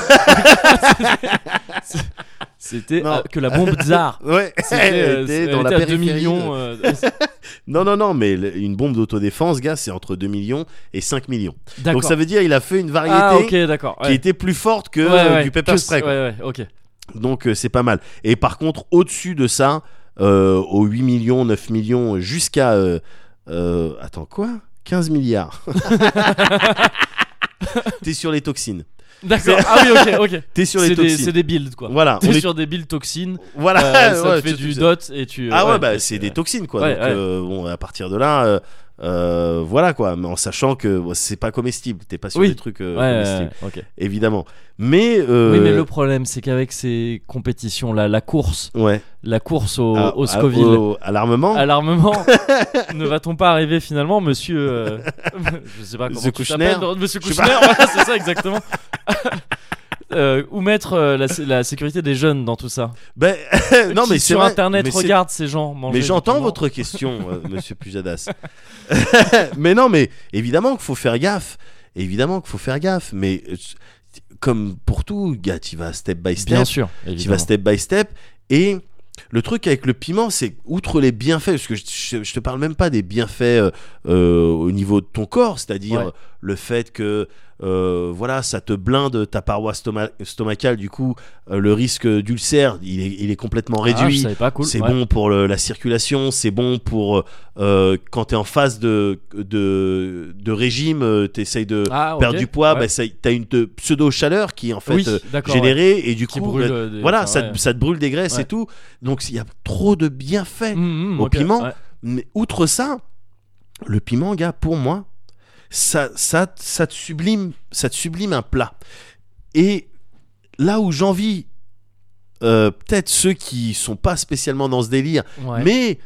Speaker 1: C'était
Speaker 2: Non.
Speaker 1: euh, que la bombe tsar.
Speaker 2: Ouais, [laughs] elle
Speaker 1: C'était euh,
Speaker 2: était
Speaker 1: elle
Speaker 2: dans la
Speaker 1: était à 2
Speaker 2: périphérie.
Speaker 1: millions.
Speaker 2: de- [laughs]
Speaker 1: euh,
Speaker 2: Non, non, non, mais le- une bombe d'autodéfense, gars, c'est entre 2 millions et 5 millions.
Speaker 1: D'accord.
Speaker 2: Donc ça veut dire il a fait une variété
Speaker 1: Ah, ok, d'accord.
Speaker 2: qui
Speaker 1: ouais.
Speaker 2: était plus forte que
Speaker 1: Ouais,
Speaker 2: euh,
Speaker 1: ouais,
Speaker 2: du Pepper
Speaker 1: que-
Speaker 2: Spray. quoi.
Speaker 1: Ouais, ouais, ok.
Speaker 2: Donc euh, c'est pas mal. Et par contre, au-dessus de ça, euh, aux 8 millions, 9 millions, jusqu'à... euh, euh,
Speaker 1: [laughs]
Speaker 2: attends, quoi 15 milliards. T'es sur les toxines.
Speaker 1: D'accord. Ah oui, ok, ok.
Speaker 2: T'es [laughs] sur les
Speaker 1: C'est des, [laughs]
Speaker 2: toxines.
Speaker 1: c'est des builds quoi.
Speaker 2: Voilà, on
Speaker 1: T'es
Speaker 2: est-
Speaker 1: sur des builds toxines.
Speaker 2: [laughs] voilà.
Speaker 1: euh,
Speaker 2: [laughs]
Speaker 1: ça
Speaker 2: ouais,
Speaker 1: te fait
Speaker 2: tu-
Speaker 1: du
Speaker 2: tu-
Speaker 1: dot et tu.
Speaker 2: Ah ouais, bah
Speaker 1: et
Speaker 2: c'est
Speaker 1: tu-
Speaker 2: des toxines quoi.
Speaker 1: euh, Ouais,
Speaker 2: Donc,
Speaker 1: ouais.
Speaker 2: euh, bon, à partir de là, euh, euh, voilà quoi. Mais en sachant que bon, c'est pas comestible, t'es pas sur
Speaker 1: Oui.
Speaker 2: des trucs euh,
Speaker 1: Ouais, ouais,
Speaker 2: comestibles,
Speaker 1: ouais, ok.
Speaker 2: évidemment. Mais euh,
Speaker 1: Oui, mais le problème, c'est qu'avec ces compétitions là, la course,
Speaker 2: ouais,
Speaker 1: la course au,
Speaker 2: à,
Speaker 1: au
Speaker 2: à-
Speaker 1: Scoville,
Speaker 2: au- à l'armement,
Speaker 1: à l'armement,
Speaker 2: [laughs]
Speaker 1: ne va-t-on pas arriver finalement, monsieur. euh, je sais pas comment
Speaker 2: The
Speaker 1: tu
Speaker 2: Kouchner.
Speaker 1: t'appelles, non, Monsieur
Speaker 2: Je sais pas.
Speaker 1: Kouchner, voilà, [laughs] c'est ça exactement. Euh, où mettre euh, la, sé- la sécurité des jeunes dans tout ça
Speaker 2: Ben, [laughs] non
Speaker 1: Qui,
Speaker 2: mais c'est
Speaker 1: sur
Speaker 2: vrai,
Speaker 1: internet
Speaker 2: mais c'est-
Speaker 1: regarde ces gens manger
Speaker 2: Mais j'entends
Speaker 1: justement.
Speaker 2: votre question,
Speaker 1: [laughs]
Speaker 2: euh, monsieur Pujadas. [laughs] mais non, mais évidemment qu'il faut faire gaffe. Évidemment qu'il faut faire gaffe. Mais euh, comme pour tout, gars, tu vas step by step.
Speaker 1: bien sûr
Speaker 2: tu vas
Speaker 1: évidemment.
Speaker 2: step by step. Et le truc avec le piment, c'est outre les bienfaits, parce que je, je- je te parle même pas des bienfaits euh, euh, au niveau de ton corps, c'est-à-dire
Speaker 1: Ouais.
Speaker 2: le fait que euh, voilà, ça te blinde ta paroi stoma- stomacale, du coup, euh, le risque d'ulcère, il est, il est complètement
Speaker 1: Ah, je
Speaker 2: réduit.
Speaker 1: savais pas cool
Speaker 2: C'est
Speaker 1: ouais.
Speaker 2: bon pour le- la circulation, c'est bon pour euh, quand tu es en phase de, de, de régime, euh, t'essayes de
Speaker 1: Ah, ok.
Speaker 2: perdre du poids,
Speaker 1: Ouais.
Speaker 2: bah, ça- t'as une de- pseudo-chaleur qui est en fait
Speaker 1: Oui,
Speaker 2: euh,
Speaker 1: d'accord, ouais.
Speaker 2: générée et du
Speaker 1: qui
Speaker 2: coup,
Speaker 1: brûle
Speaker 2: bah,
Speaker 1: euh, des-
Speaker 2: voilà,
Speaker 1: enfin,
Speaker 2: ça,
Speaker 1: ouais.
Speaker 2: te- ça te brûle des graisses
Speaker 1: Ouais.
Speaker 2: et tout. Donc il y a trop de bienfaits.
Speaker 1: Hum, hum,
Speaker 2: au
Speaker 1: ok,
Speaker 2: piment.
Speaker 1: ouais.
Speaker 2: Mais outre ça, le piment, gars, pour moi, ça, ça, ça, te sublime, ça te sublime un plat. Et là où j'envie euh, peut-être ceux qui sont pas spécialement dans ce délire,
Speaker 1: Ouais.
Speaker 2: mais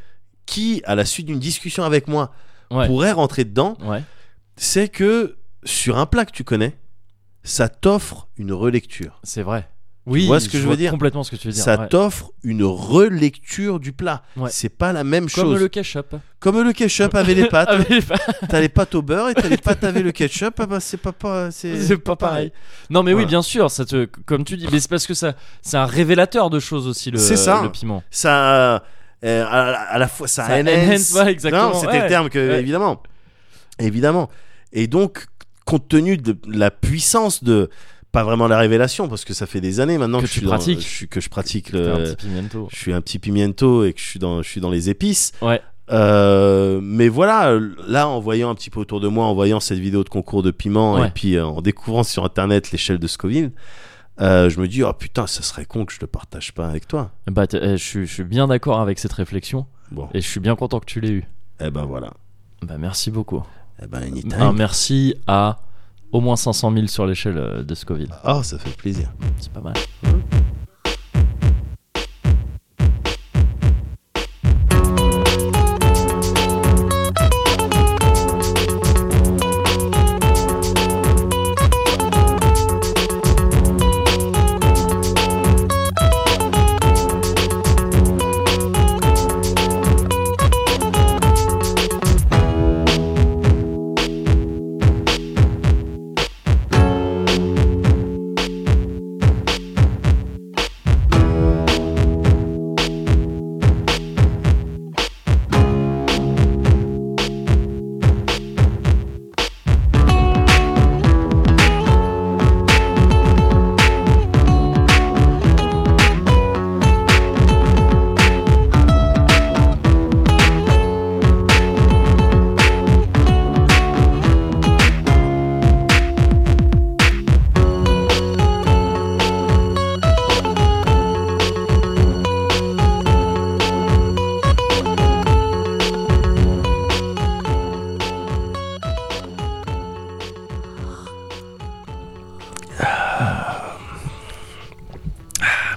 Speaker 2: qui, à la suite d'une discussion avec moi,
Speaker 1: Ouais.
Speaker 2: pourraient rentrer dedans,
Speaker 1: Ouais.
Speaker 2: c'est que sur un plat que tu connais, ça t'offre une relecture.
Speaker 1: C'est vrai. Oui,
Speaker 2: vois ce que je veux dire
Speaker 1: Complètement ce que tu veux dire.
Speaker 2: ça
Speaker 1: ouais.
Speaker 2: t'offre une relecture du plat.
Speaker 1: Ouais.
Speaker 2: C'est pas la même
Speaker 1: Comme
Speaker 2: chose.
Speaker 1: le ketchup. Ah,
Speaker 2: Comme le ketchup avait les
Speaker 1: [laughs]
Speaker 2: pâtes,
Speaker 1: Avec les pâtes,
Speaker 2: t'as les pâtes au beurre et t'as les pâtes avec le ketchup, ah bah c'est pas pas
Speaker 1: [laughs]
Speaker 2: c'est
Speaker 1: c'est pas pareil. Non, mais oui,
Speaker 2: Voilà.
Speaker 1: bien sûr. Ça te, comme tu dis, mais c'est parce que ça, c'est un révélateur de choses aussi le,
Speaker 2: C'est ça.
Speaker 1: le piment.
Speaker 2: Ça euh, à, la- à la fois ça,
Speaker 1: Ça enhance, ouais, exactement,
Speaker 2: Non, c'était
Speaker 1: ouais.
Speaker 2: le terme que
Speaker 1: Ouais.
Speaker 2: évidemment. Évidemment. Et donc compte tenu de la puissance de pas vraiment la révélation parce que ça fait des années maintenant
Speaker 1: Que
Speaker 2: que,
Speaker 1: tu
Speaker 2: je suis dans-
Speaker 1: pratiques.
Speaker 2: je suis- que je pratique
Speaker 1: T'as un
Speaker 2: le,
Speaker 1: petit pimiento.
Speaker 2: je suis un petit pimiento et que je suis dans, je suis dans les épices.
Speaker 1: Ouais.
Speaker 2: Euh, mais voilà, là, en voyant un petit peu autour de moi, en voyant cette vidéo de concours de piment
Speaker 1: Ouais.
Speaker 2: et puis euh, en découvrant sur internet l'échelle de Scoville, euh, je me dis, oh putain, ça serait con que je le partage pas avec toi.
Speaker 1: Bah, t'es- eh, je suis- je suis bien d'accord avec cette réflexion
Speaker 2: Bon,
Speaker 1: et je suis bien content que tu l'aies eu.
Speaker 2: eh ben voilà.
Speaker 1: Bah, merci beaucoup.
Speaker 2: Eh ben,
Speaker 1: Un
Speaker 2: anytime.
Speaker 1: merci à au moins 500 000 sur l'échelle euh, de Scoville.
Speaker 2: Oh, ça fait plaisir.
Speaker 1: C'est pas mal. Ah,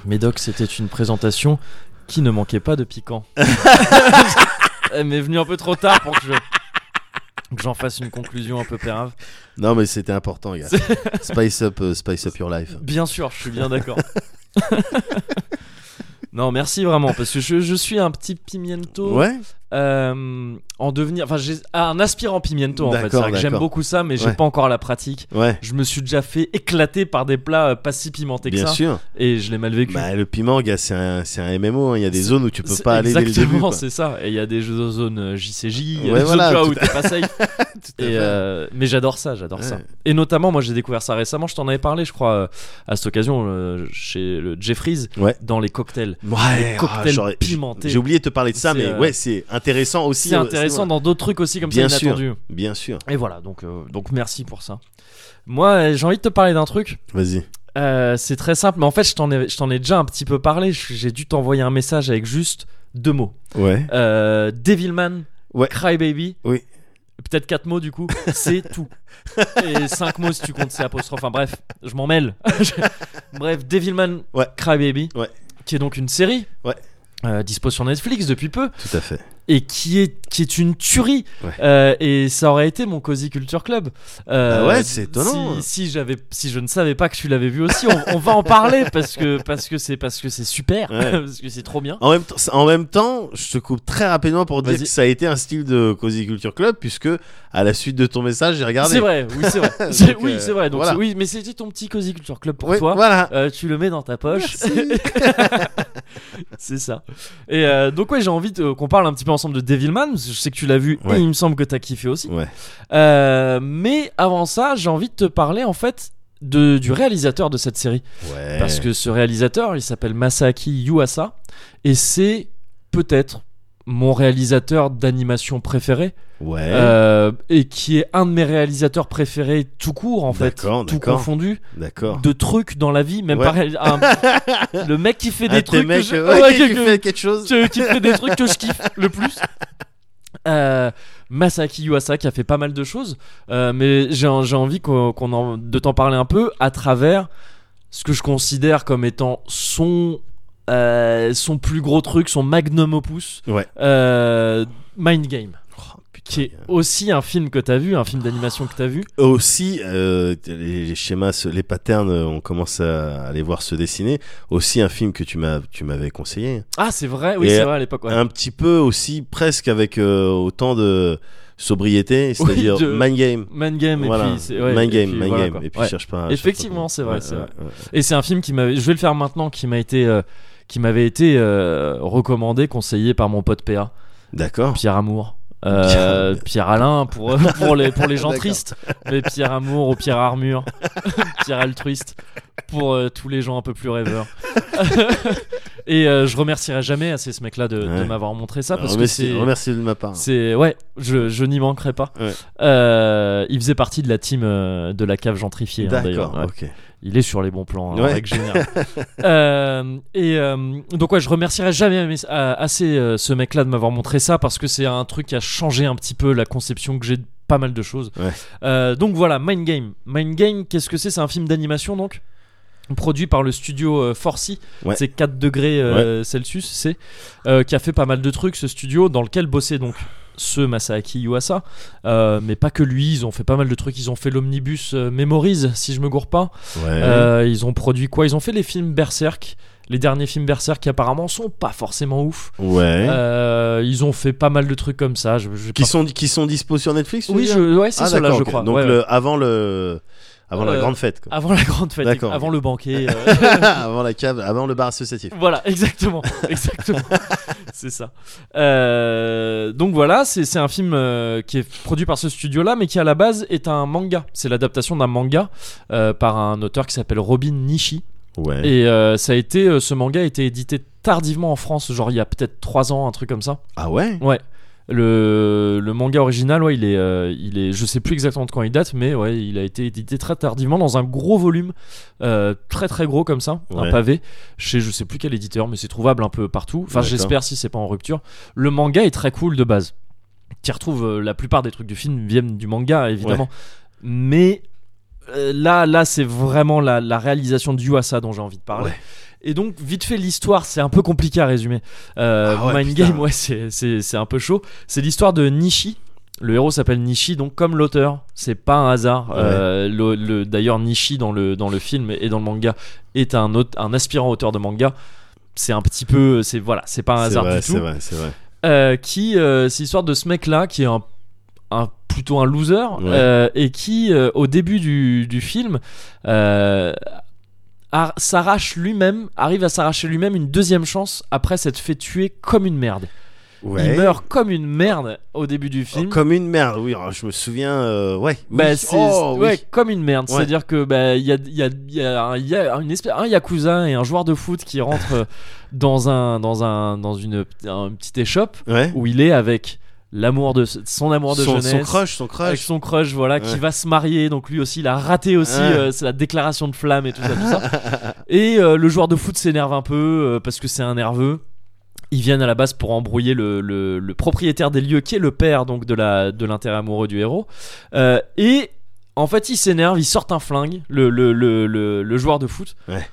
Speaker 1: Médoc, c'était une présentation qui ne manquait pas de [laughs] piquant. Elle m'est venue un peu trop tard pour que je que j'en fasse une conclusion un peu pérave.
Speaker 2: Non, mais c'était important, gars. [laughs] spice up, euh, spice up your life.
Speaker 1: Bien sûr, je suis bien d'accord. [laughs] non, merci vraiment parce que je, je suis un petit pimiento
Speaker 2: Ouais,
Speaker 1: euh, en devenir, enfin j'ai ah, un aspirant pimiento en fait.
Speaker 2: D'accord,
Speaker 1: C'est-à-dire que J'aime
Speaker 2: d'accord.
Speaker 1: beaucoup ça, mais j'ai
Speaker 2: Ouais.
Speaker 1: pas encore la pratique.
Speaker 2: ouais.
Speaker 1: Je me suis déjà fait éclater par des plats euh, pas si pimentés que
Speaker 2: Bien
Speaker 1: ça,
Speaker 2: sûr.
Speaker 1: et je l'ai mal vécu.
Speaker 2: Bah, le piment, gars, c'est un, c'est un MMO. hein. Il y a des
Speaker 1: C'est-
Speaker 2: zones où tu peux
Speaker 1: C'est
Speaker 2: pas aller dès le début.
Speaker 1: Exactement,
Speaker 2: quoi.
Speaker 1: c'est ça. Et il y a des jeux de zone euh, JCJ, il y a
Speaker 2: Ouais,
Speaker 1: des
Speaker 2: voilà,
Speaker 1: zones tu vois,
Speaker 2: tout
Speaker 1: où t'es pas safe.
Speaker 2: [laughs] tout à
Speaker 1: Et,
Speaker 2: fait.
Speaker 1: euh, mais j'adore ça, j'adore ça.
Speaker 2: Ouais.
Speaker 1: Et notamment, moi j'ai découvert ça récemment, je t'en avais parlé, je crois, euh, à cette occasion, euh, chez le Jeffries,
Speaker 2: Ouais.
Speaker 1: dans les cocktails.
Speaker 2: Ouais,
Speaker 1: les
Speaker 2: ah,
Speaker 1: cocktails
Speaker 2: j'aurais-
Speaker 1: pimentés.
Speaker 2: J'ai oublié de te parler de ça,
Speaker 1: C'est,
Speaker 2: mais
Speaker 1: euh,
Speaker 2: ouais, c'est intéressant aussi.
Speaker 1: C'est
Speaker 2: euh,
Speaker 1: intéressant
Speaker 2: vrai.
Speaker 1: dans d'autres trucs aussi comme
Speaker 2: Bien
Speaker 1: ça,
Speaker 2: sûr.
Speaker 1: inattendus.
Speaker 2: Bien sûr.
Speaker 1: Et voilà, donc, euh, donc merci pour ça. Moi, euh, j'ai envie de te parler d'un truc.
Speaker 2: Vas-y.
Speaker 1: Euh, c'est très simple, mais en fait, je t'en ai, je t'en ai déjà un petit peu parlé. Je- J'ai dû t'envoyer un message avec juste deux mots.
Speaker 2: Ouais.
Speaker 1: Euh, Devilman,
Speaker 2: Ouais.
Speaker 1: Crybaby.
Speaker 2: Oui.
Speaker 1: Peut-être quatre mots du coup,
Speaker 2: [laughs]
Speaker 1: c'est tout. Et cinq mots si tu comptes, c'est apostrophe. Enfin bref, je m'en mêle. [laughs] bref, Devilman
Speaker 2: Ouais.
Speaker 1: Crybaby,
Speaker 2: Ouais.
Speaker 1: qui est donc une série
Speaker 2: Ouais.
Speaker 1: euh, dispo sur Netflix depuis peu
Speaker 2: Tout à fait.
Speaker 1: et qui est, qui est une tuerie.
Speaker 2: Ouais.
Speaker 1: Euh, et ça aurait été mon Cozy Culture Club. Euh,
Speaker 2: Ah ouais, c'est étonnant.
Speaker 1: Si, si j'avais, si je ne savais pas que tu l'avais vu aussi, on, on va en parler parce que parce que c'est parce que c'est super,
Speaker 2: Ouais.
Speaker 1: [laughs] parce que c'est trop bien.
Speaker 2: En même, temps, en même temps, je te coupe très rapidement pour dire
Speaker 1: Vas-y.
Speaker 2: que ça a été un style de Cozy Culture Club, puisque à la suite de ton message, j'ai regardé.
Speaker 1: C'est vrai, oui c'est vrai,
Speaker 2: [laughs]
Speaker 1: C'est-
Speaker 2: Donc,
Speaker 1: oui
Speaker 2: euh,
Speaker 1: c'est vrai. Donc
Speaker 2: voilà.
Speaker 1: c'est- oui, mais c'était ton petit Cozy Culture Club pour
Speaker 2: Ouais,
Speaker 1: toi.
Speaker 2: Voilà.
Speaker 1: Euh, tu le mets dans ta
Speaker 2: [laughs]
Speaker 1: poche,
Speaker 2: Merci.
Speaker 1: c'est ça. Et euh, donc ouais, j'ai envie de- qu'on parle un petit peu ensemble de Devilman. parce que Je sais que tu l'as vu
Speaker 2: Ouais.
Speaker 1: et il me semble que t'as kiffé aussi.
Speaker 2: ouais.
Speaker 1: Euh, mais avant ça, j'ai envie de te parler en fait de, du réalisateur de cette série.
Speaker 2: Ouais.
Speaker 1: [laughs] Parce que ce réalisateur, il s'appelle Masaaki Yuasa. Et c'est peut-être mon réalisateur d'animation préféré.
Speaker 2: Ouais.
Speaker 1: euh, et qui est un de mes réalisateurs préférés tout court en fait.
Speaker 2: D'accord,
Speaker 1: Tout
Speaker 2: d'accord.
Speaker 1: confondu.
Speaker 2: D'accord.
Speaker 1: De trucs dans la vie. Même
Speaker 2: Ouais.
Speaker 1: pas réalis-
Speaker 2: [laughs]
Speaker 1: un- le mec qui fait
Speaker 2: Ah,
Speaker 1: des
Speaker 2: t'es
Speaker 1: trucs. que
Speaker 2: mec,
Speaker 1: je- [laughs]
Speaker 2: ouais,
Speaker 1: ouais,
Speaker 2: qui
Speaker 1: que-
Speaker 2: fait quelque
Speaker 1: [laughs]
Speaker 2: chose.
Speaker 1: qui, qui fait des trucs que je kiffe le plus. Euh, Masaki Yuasa qui a fait pas mal de choses, euh, mais j'ai j'ai envie qu'on qu'on en- de t'en parler un peu à travers ce que je considère comme étant son euh, son plus gros truc, son magnum opus,
Speaker 2: Ouais.
Speaker 1: euh, Mind Game,
Speaker 2: Oh, putain,
Speaker 1: qui est aussi un film que t'as vu, un film d'animation que t'as vu.
Speaker 2: aussi euh, les, les schémas se- les patterns euh, on commence à, à les voir se dessiner aussi un film que tu m'as tu m'avais conseillé
Speaker 1: Ah c'est vrai, oui
Speaker 2: Et
Speaker 1: c'est vrai à l'époque. ouais.
Speaker 2: un petit peu aussi presque avec euh, autant de sobriété c'est-à-dire
Speaker 1: de-
Speaker 2: mind game
Speaker 1: Mind Game et
Speaker 2: voilà
Speaker 1: puis c'est- ouais,
Speaker 2: mind
Speaker 1: et
Speaker 2: game
Speaker 1: puis
Speaker 2: mind
Speaker 1: voilà,
Speaker 2: game
Speaker 1: quoi.
Speaker 2: et puis
Speaker 1: Ouais.
Speaker 2: cherche pas cherche pas
Speaker 1: Effectivement,
Speaker 2: trop.
Speaker 1: c'est vrai,
Speaker 2: Ouais,
Speaker 1: c'est
Speaker 2: ouais,
Speaker 1: vrai.
Speaker 2: ouais.
Speaker 1: Et c'est un film qui m'avait, je vais le faire maintenant, qui m'a été, euh, qui m'avait été euh, recommandé, conseillé par mon pote PA,
Speaker 2: d'accord
Speaker 1: Pierre Amour. Euh,
Speaker 2: Pierre-
Speaker 1: Pierre Alain pour, euh, [laughs] pour, les, pour les gens
Speaker 2: D'accord.
Speaker 1: tristes, mais Pierre Amour ou Pierre Armure, [laughs] Pierre Altruiste pour euh, tous les gens un peu plus rêveurs. [laughs] Et euh, je remercierai jamais assez ce mec-là de, de
Speaker 2: Ouais.
Speaker 1: m'avoir montré ça parce que
Speaker 2: remercie,
Speaker 1: c'est.
Speaker 2: remercie de ma part
Speaker 1: C'est ouais, je, je n'y manquerai pas.
Speaker 2: hein. Ouais.
Speaker 1: Euh, il faisait partie de la team euh, de la cave gentrifiée. hein,
Speaker 2: d'accord
Speaker 1: d'ailleurs. Ouais.
Speaker 2: ok
Speaker 1: Il est sur les bons plans, hein,
Speaker 2: Ouais.
Speaker 1: en règle générale.
Speaker 2: [laughs]
Speaker 1: Euh, et euh, donc ouais, je remercierai jamais mes- à- assez euh, ce mec-là de m'avoir montré ça parce que c'est un truc qui a changé un petit peu la conception que j'ai de pas mal de choses.
Speaker 2: Ouais.
Speaker 1: Euh, donc voilà, Mind Game. Mind Game, qu'est-ce que c'est C'est un film d'animation donc produit par le studio euh, 4C,
Speaker 2: Ouais.
Speaker 1: c'est 4 degrés euh, Celsius, c'est euh, qui a fait pas mal de trucs ce studio dans lequel bossait donc ce Masaaki Yuasa, Euh, mais pas que lui, ils ont fait pas mal de trucs, ils ont fait l'omnibus euh, Memories si je me gourre pas.
Speaker 2: ouais
Speaker 1: Euh, ils ont produit quoi Ils ont fait les films Berserk, les derniers films Berserk qui apparemment sont pas forcément ouf.
Speaker 2: ouais
Speaker 1: Euh, ils ont fait pas mal de trucs comme ça. Je, je-
Speaker 2: Eh. qui sont qui sont dispo sur Netflix tu veux
Speaker 1: Oui,
Speaker 2: dire
Speaker 1: je, ouais, c'est
Speaker 2: ah
Speaker 1: ceux-là,
Speaker 2: d'accord
Speaker 1: je
Speaker 2: ok.
Speaker 1: crois.
Speaker 2: donc
Speaker 1: Ouais, ouais.
Speaker 2: le avant le avant la
Speaker 1: Euh,
Speaker 2: grande fête [laughs] quoi.
Speaker 1: Avant la grande fête,
Speaker 2: D'accord.
Speaker 1: avant le
Speaker 2: [laughs]
Speaker 1: banquet. euh, [laughs]
Speaker 2: avant la cave avant le bar associatif
Speaker 1: voilà,
Speaker 2: [laughs]
Speaker 1: exactement, exactement. [laughs] c'est ça. Euh, donc voilà, c'est c'est un film euh, qui est produit par ce studio-là, mais qui à la base est un manga. C'est l'adaptation d'un manga euh, par un auteur qui s'appelle Robin Nishi.
Speaker 2: ouais
Speaker 1: Et euh, ça a été, euh, ce manga a été édité tardivement en France, genre il y a peut-être 3 ans, un truc comme ça.
Speaker 2: ah ouais
Speaker 1: Ouais. Le, le manga original, ouais, il est, euh, il est, je sais plus exactement de quand il date, mais ouais, il a été édité très tardivement dans un gros volume, euh, très très gros comme ça, un
Speaker 2: Ouais.
Speaker 1: pavé, chez je sais plus quel éditeur, mais c'est trouvable un peu partout. Enfin,
Speaker 2: D'accord.
Speaker 1: j'espère si c'est pas en rupture. Le manga est très cool de base. T'y retrouves euh, la plupart des trucs du film viennent du manga évidemment, mais euh, là, là, c'est vraiment la, la réalisation du Yuasa dont j'ai envie de parler.
Speaker 2: Ouais.
Speaker 1: Et donc, vite fait, l'histoire, c'est un peu compliqué à résumer. Euh,
Speaker 2: Ah ouais,
Speaker 1: Mind
Speaker 2: putain.
Speaker 1: Game, ouais, c'est- c'est c'est un peu chaud. C'est l'histoire de Nishi. Le héros s'appelle Nishi, donc comme l'auteur, c'est pas un hasard. Euh, le- le- D'ailleurs, Nishi dans le, dans le film et dans le manga est un, aute- un aspirant auteur de manga. C'est un petit peu, c'est voilà, c'est pas un
Speaker 2: c'est
Speaker 1: hasard
Speaker 2: vrai
Speaker 1: du tout.
Speaker 2: c'est vrai c'est vrai
Speaker 1: Euh, qui euh, c'est l'histoire de ce mec là qui est un, un- plutôt un loser euh, et qui euh, au début du, du film euh, ar- s'arrache lui-même arrive à s'arracher lui-même une deuxième chance après s'être fait tuer comme une merde
Speaker 2: Ouais. Oh,
Speaker 1: Il meurt comme une merde au début du film.
Speaker 2: Comme une merde, oui. alors, je me souviens, euh, ouais. oui.
Speaker 1: Bah, c'est
Speaker 2: Oh, oui.
Speaker 1: ouais, comme une merde.
Speaker 2: Ouais.
Speaker 1: C'est-à-dire que bah il y a il y a il y a un, il y a une espèce, un yakuza et un joueur de foot qui rentre
Speaker 2: [laughs]
Speaker 1: euh, dans un dans un dans une, un petite échoppe
Speaker 2: Ouais.
Speaker 1: où il est avec l'amour de son amour de
Speaker 2: son,
Speaker 1: jeunesse.
Speaker 2: son crush, son
Speaker 1: Avec
Speaker 2: crush.
Speaker 1: son crush, voilà,
Speaker 2: Ouais.
Speaker 1: qui va se marier, donc lui aussi, il a raté aussi
Speaker 2: Ouais.
Speaker 1: euh, c'est la déclaration de flamme et tout ça, tout ça.
Speaker 2: [laughs]
Speaker 1: Et euh, le joueur de foot s'énerve un peu euh, parce que c'est un nerveux. Ils viennent à la base pour embrouiller le, le- le propriétaire des lieux, qui est le père donc de la de l'intérêt amoureux du héros. Euh, et en fait, ils s'énervent, ils sortent un flingue, le, le, le, le- le joueur de foot.
Speaker 2: Ouais.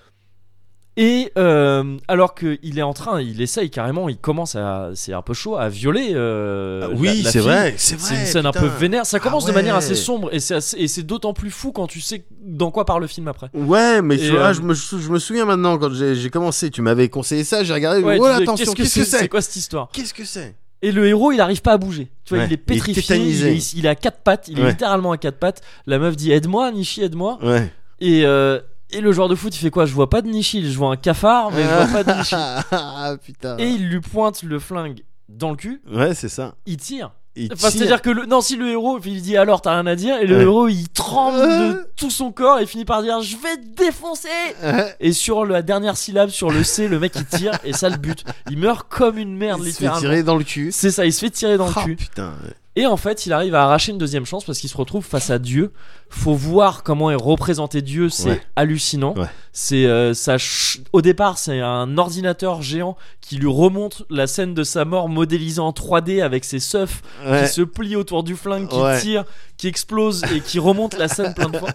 Speaker 1: Et euh, alors qu'il est en train, il essaye carrément, il commence à, c'est un peu chaud, à violer. euh,
Speaker 2: Ah
Speaker 1: la-
Speaker 2: oui,
Speaker 1: la
Speaker 2: c'est
Speaker 1: fille.
Speaker 2: vrai, c'est vrai.
Speaker 1: C'est une scène un
Speaker 2: putain.
Speaker 1: peu vénère. Ça commence
Speaker 2: Ah
Speaker 1: de manière
Speaker 2: ouais.
Speaker 1: assez sombre et c'est assez- et c'est d'autant plus fou quand tu sais dans quoi parle le film après.
Speaker 2: Ouais, mais tu
Speaker 1: Et,
Speaker 2: vois,
Speaker 1: euh,
Speaker 2: je, me, sou- je me souviens maintenant quand j'ai j'ai commencé, tu m'avais conseillé ça, j'ai regardé,
Speaker 1: Ouais,
Speaker 2: oh
Speaker 1: tu
Speaker 2: là,
Speaker 1: dis,
Speaker 2: attention, qu'est-ce que
Speaker 1: C'est
Speaker 2: c'est
Speaker 1: quoi cette histoire
Speaker 2: Qu'est-ce que c'est
Speaker 1: Et le héros, il arrive pas à bouger. Tu vois, il
Speaker 2: Ouais,
Speaker 1: est
Speaker 2: il est
Speaker 1: pétrifié, il
Speaker 2: tétanisé.
Speaker 1: est, il est à quatre pattes, il est
Speaker 2: Ouais.
Speaker 1: littéralement à quatre pattes. La meuf dit aide-moi, Nishi, aide-moi.
Speaker 2: Ouais.
Speaker 1: Et, euh, et le joueur de foot, il fait quoi Je vois pas de Nishi, je vois un cafard, mais je vois pas de Nishi.
Speaker 2: ah putain.
Speaker 1: Et il lui pointe le flingue dans le cul,
Speaker 2: Ouais, c'est ça.
Speaker 1: il tire.
Speaker 2: Il
Speaker 1: Enfin,
Speaker 2: tire.
Speaker 1: c'est-à-dire que le... non, si le héros, puis il dit alors t'as rien à dire, et le
Speaker 2: Ouais.
Speaker 1: héros il tremble
Speaker 2: Euh.
Speaker 1: de tout son corps et finit par dire je vais te défoncer.
Speaker 2: Ouais,
Speaker 1: Et sur la dernière syllabe, sur le C, le mec il tire et ça le bute. Il meurt comme une merde
Speaker 2: il se fait
Speaker 1: littéralement.
Speaker 2: tirer dans le cul.
Speaker 1: C'est ça, il se fait tirer dans
Speaker 2: Ah,
Speaker 1: le cul.
Speaker 2: putain. ouais.
Speaker 1: Et en fait, il arrive à arracher une deuxième chance parce qu'il se retrouve face à Dieu. Faut voir comment est représenté Dieu, c'est
Speaker 2: Ouais.
Speaker 1: hallucinant.
Speaker 2: Ouais.
Speaker 1: C'est euh, ça. ch- Au départ, c'est un ordinateur géant qui lui remonte la scène de sa mort modélisée en 3D avec ses seufs
Speaker 2: Ouais.
Speaker 1: qui se plie autour du flingue, qui
Speaker 2: Ouais.
Speaker 1: tire, qui explose et qui remonte la scène plein de
Speaker 2: [laughs]
Speaker 1: fois.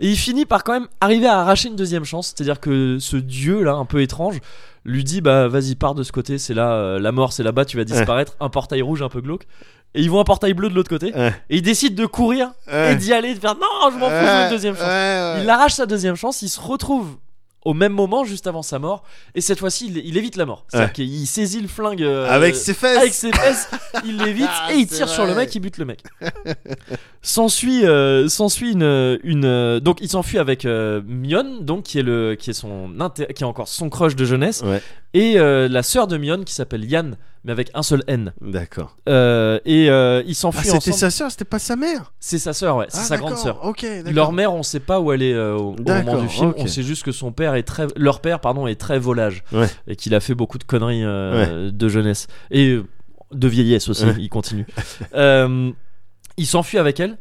Speaker 1: Et il finit par quand même arriver à arracher une deuxième chance, c'est-à-dire que ce dieu là, un peu étrange, lui dit bah vas-y pars de ce côté, c'est là, euh, la mort c'est là-bas, tu vas disparaître, un portail rouge un peu glauque. Et ils voient un portail bleu de l'autre côté,
Speaker 2: Ouais.
Speaker 1: et il décide de courir et
Speaker 2: Ouais.
Speaker 1: d'y aller, de faire non je m'en fous, je veux une deuxième chance.
Speaker 2: Ouais, ouais.
Speaker 1: Il arrache sa deuxième chance, il se retrouve au même moment, juste avant sa mort, et cette fois-ci il, il évite la mort, c'est-à-dire
Speaker 2: Ouais.
Speaker 1: qu'il saisit le flingue euh,
Speaker 2: Avec ses fesses.
Speaker 1: avec ses
Speaker 2: [laughs]
Speaker 1: fesses, il l'évite
Speaker 2: Ah,
Speaker 1: et il
Speaker 2: c'est
Speaker 1: tire sur le
Speaker 2: vrai.
Speaker 1: mec, il bute le mec. S'ensuit, euh, s'ensuit une, une, euh, donc il s'enfuit avec euh, Mion, donc qui est le, qui est son, inté- qui est encore son crush de jeunesse,
Speaker 2: Ouais.
Speaker 1: et euh, la sœur de Mion qui s'appelle Yann, mais avec un seul N.
Speaker 2: D'accord.
Speaker 1: Euh, et euh, ils
Speaker 2: Ah,
Speaker 1: s'enfuient
Speaker 2: c'était
Speaker 1: ensemble.
Speaker 2: sa sœur, c'était pas sa mère.
Speaker 1: C'est sa sœur, ouais, c'est
Speaker 2: Ah,
Speaker 1: sa grande
Speaker 2: d'accord,
Speaker 1: sœur.
Speaker 2: Ok, d'accord.
Speaker 1: Leur mère, on sait pas où elle est euh, au, au moment
Speaker 2: D'accord,
Speaker 1: du film.
Speaker 2: ok.
Speaker 1: On sait juste que son père est très, leur père, pardon, est très volage
Speaker 2: Ouais.
Speaker 1: et qu'il a fait beaucoup de conneries euh, de jeunesse et euh, de vieillesse aussi.
Speaker 2: Ouais.
Speaker 1: Il continue. [laughs] Euh, il s'enfuit avec elle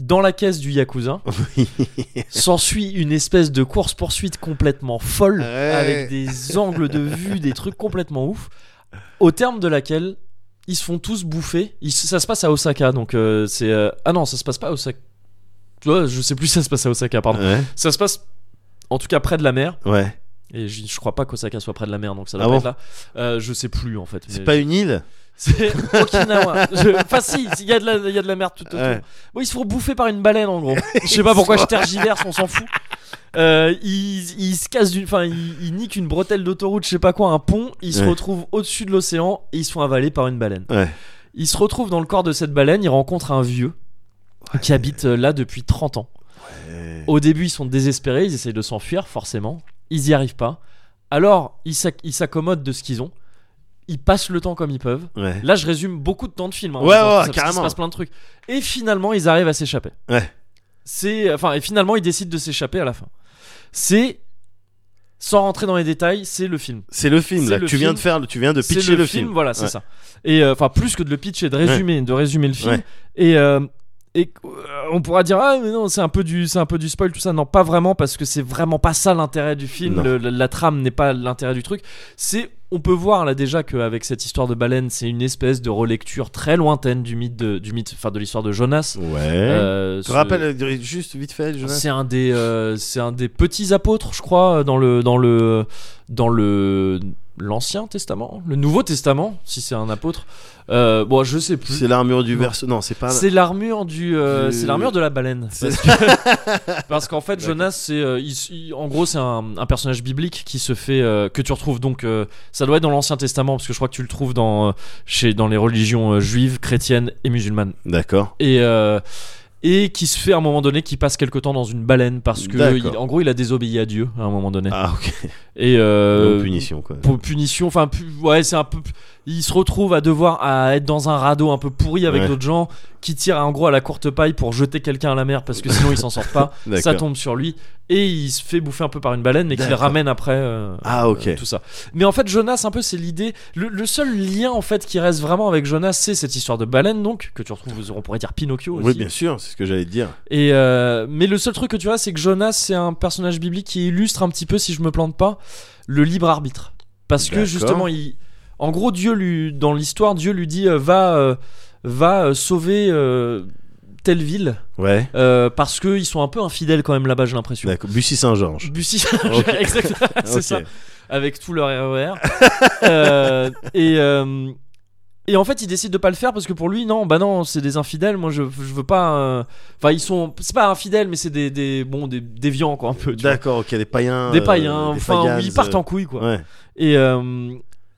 Speaker 1: dans la caisse du yakuza.
Speaker 2: [laughs] Oui.
Speaker 1: S'ensuit une espèce de course poursuite complètement folle
Speaker 2: Ouais.
Speaker 1: avec des angles de vue, des trucs complètement ouf. Au terme de laquelle ils se font tous bouffer. Ils- ça se passe à Osaka, donc euh, c'est euh, ah non, ça se passe pas à Osaka. Ouais, je sais plus si ça se passe à Osaka, pardon.
Speaker 2: Ouais.
Speaker 1: Ça se passe en tout cas près de la mer.
Speaker 2: Ouais.
Speaker 1: Et je, je crois pas qu'Osaka soit près de la mer, donc ça doit
Speaker 2: Ah
Speaker 1: pas
Speaker 2: bon
Speaker 1: être là. Euh, je sais plus en fait.
Speaker 2: C'est
Speaker 1: mais-
Speaker 2: pas une île
Speaker 1: C'est [laughs] Okinawa. Je- Enfin si, il y, a de la- il y a de la mer tout autour.
Speaker 2: Ouais.
Speaker 1: Bon, ils se font bouffer par une baleine en
Speaker 2: [laughs]
Speaker 1: gros. Je sais pas pourquoi je tergiverse, on s'en fout. Euh, ils, ils se cassent d'une. Enfin, ils, ils niquent une bretelle d'autoroute, je sais pas quoi, un pont. Ils se
Speaker 2: Ouais.
Speaker 1: retrouvent au-dessus de l'océan et ils sont avalés par une baleine.
Speaker 2: Ouais.
Speaker 1: Ils se retrouvent dans le corps de cette baleine, ils rencontrent un vieux qui habite euh, là depuis 30 ans.
Speaker 2: Euh,
Speaker 1: Au début, ils sont désespérés, ils essayent de s'enfuir, forcément. Ils y arrivent pas. Alors, ils s'ac- ils s'accommodent de ce qu'ils ont. Ils passent le temps comme ils peuvent.
Speaker 2: Ouais.
Speaker 1: Là, je résume beaucoup de temps de film. hein,
Speaker 2: Ouais,
Speaker 1: parce que
Speaker 2: ouais,
Speaker 1: ça- parce qu'il
Speaker 2: carrément.
Speaker 1: se passe plein de trucs. Et finalement, ils arrivent à s'échapper.
Speaker 2: Ouais.
Speaker 1: C'est, enfin, et finalement, ils décident de s'échapper à la fin. C'est, sans rentrer dans les détails, c'est le film.
Speaker 2: C'est le film,
Speaker 1: C'est
Speaker 2: là.
Speaker 1: le
Speaker 2: Tu viens
Speaker 1: film.
Speaker 2: de faire, le- tu viens de
Speaker 1: C'est
Speaker 2: pitcher le, film.
Speaker 1: Voilà, c'est
Speaker 2: Ouais.
Speaker 1: ça. Et euh, enfin, plus que de le pitcher, de résumer, de résumer le film.
Speaker 2: Ouais.
Speaker 1: Et euh, et euh, on pourra dire ah mais non c'est un peu du c'est un peu du spoil tout ça non pas vraiment parce que c'est vraiment pas ça l'intérêt du film
Speaker 2: Non.
Speaker 1: Le- la, la trame n'est pas l'intérêt du truc c'est on peut voir là déjà qu'avec cette histoire de baleine c'est une espèce de relecture très lointaine du mythe de, du mythe enfin de l'histoire de Jonas
Speaker 2: Ouais.
Speaker 1: Euh,
Speaker 2: tu
Speaker 1: ce-
Speaker 2: rappelles euh, juste vite fait, Jonas
Speaker 1: c'est un des euh, c'est un des petits apôtres je crois euh, dans le dans le dans le l'Ancien Testament le Nouveau Testament si c'est un apôtre Euh, bon je sais plus
Speaker 2: C'est l'armure du
Speaker 1: Non.
Speaker 2: verso. Non, c'est pas.
Speaker 1: c'est l'armure du, euh,
Speaker 2: Du-
Speaker 1: c'est l'armure de la baleine.
Speaker 2: C'est-
Speaker 1: Parce que- [laughs] parce qu'en fait, Jonas, c'est, euh, il s- il- en gros, c'est un, un personnage biblique qui se fait, euh, que tu retrouves donc, euh, ça doit être dans l'Ancien Testament, parce que je crois que tu le trouves dans, euh, chez, dans les religions euh, juives, chrétiennes et musulmanes.
Speaker 2: D'accord.
Speaker 1: Et euh, et qui se fait à un moment donné, qui passe quelque temps dans une baleine parce que,
Speaker 2: D'accord.
Speaker 1: il- en gros, il a désobéi à Dieu à un moment donné.
Speaker 2: Ah, ok.
Speaker 1: Et euh,
Speaker 2: Donc, punition, quoi.
Speaker 1: pour punition, enfin, pu- ouais, c'est un peu, il se retrouve à devoir à être dans un radeau un peu pourri avec
Speaker 2: Ouais.
Speaker 1: d'autres gens qui tirent en gros à la courte paille pour jeter quelqu'un à la mer parce que sinon il s'en sort pas. ça
Speaker 2: [laughs] D'accord.
Speaker 1: tombe sur lui et il se fait bouffer un peu par une baleine mais qu'il
Speaker 2: D'accord.
Speaker 1: ramène après euh,
Speaker 2: Ah, ok.
Speaker 1: euh, tout ça. Mais en fait Jonas un peu c'est l'idée le, le seul lien en fait qui reste vraiment avec Jonas c'est cette histoire de baleine donc que tu retrouves on pourrait dire Pinocchio aussi.
Speaker 2: Oui, bien sûr, c'est ce que j'allais te dire.
Speaker 1: Et euh, mais le seul truc que tu vois, c'est que Jonas, c'est un personnage biblique qui illustre un petit peu, si je me plante pas, le libre arbitre. Parce que
Speaker 2: D'accord.
Speaker 1: justement, il, en gros, Dieu lui, dans l'histoire, Dieu lui dit euh, va, euh, va euh, sauver euh, telle ville
Speaker 2: Ouais.
Speaker 1: euh, parce que ils sont un peu infidèles quand même là-bas, j'ai l'impression.
Speaker 2: D'accord. Bussy Saint-Georges.
Speaker 1: Bussy,
Speaker 2: Ok.
Speaker 1: exactement, [laughs] c'est
Speaker 2: Ok.
Speaker 1: ça avec tout leur RER. [laughs] Euh, et, euh, et en fait, il décide de pas le faire parce que pour lui, non, bah non, c'est des infidèles. Moi, je, je veux pas. euh, Enfin, ils sont. C'est pas infidèles, mais c'est des, des. Bon, des déviants, quoi, un peu. tu vois.
Speaker 2: D'accord, ok, des païens.
Speaker 1: Des
Speaker 2: euh,
Speaker 1: païens,
Speaker 2: des
Speaker 1: enfin,
Speaker 2: pagans,
Speaker 1: oui, ils partent en
Speaker 2: euh,
Speaker 1: couille, quoi.
Speaker 2: Ouais.
Speaker 1: Et, euh,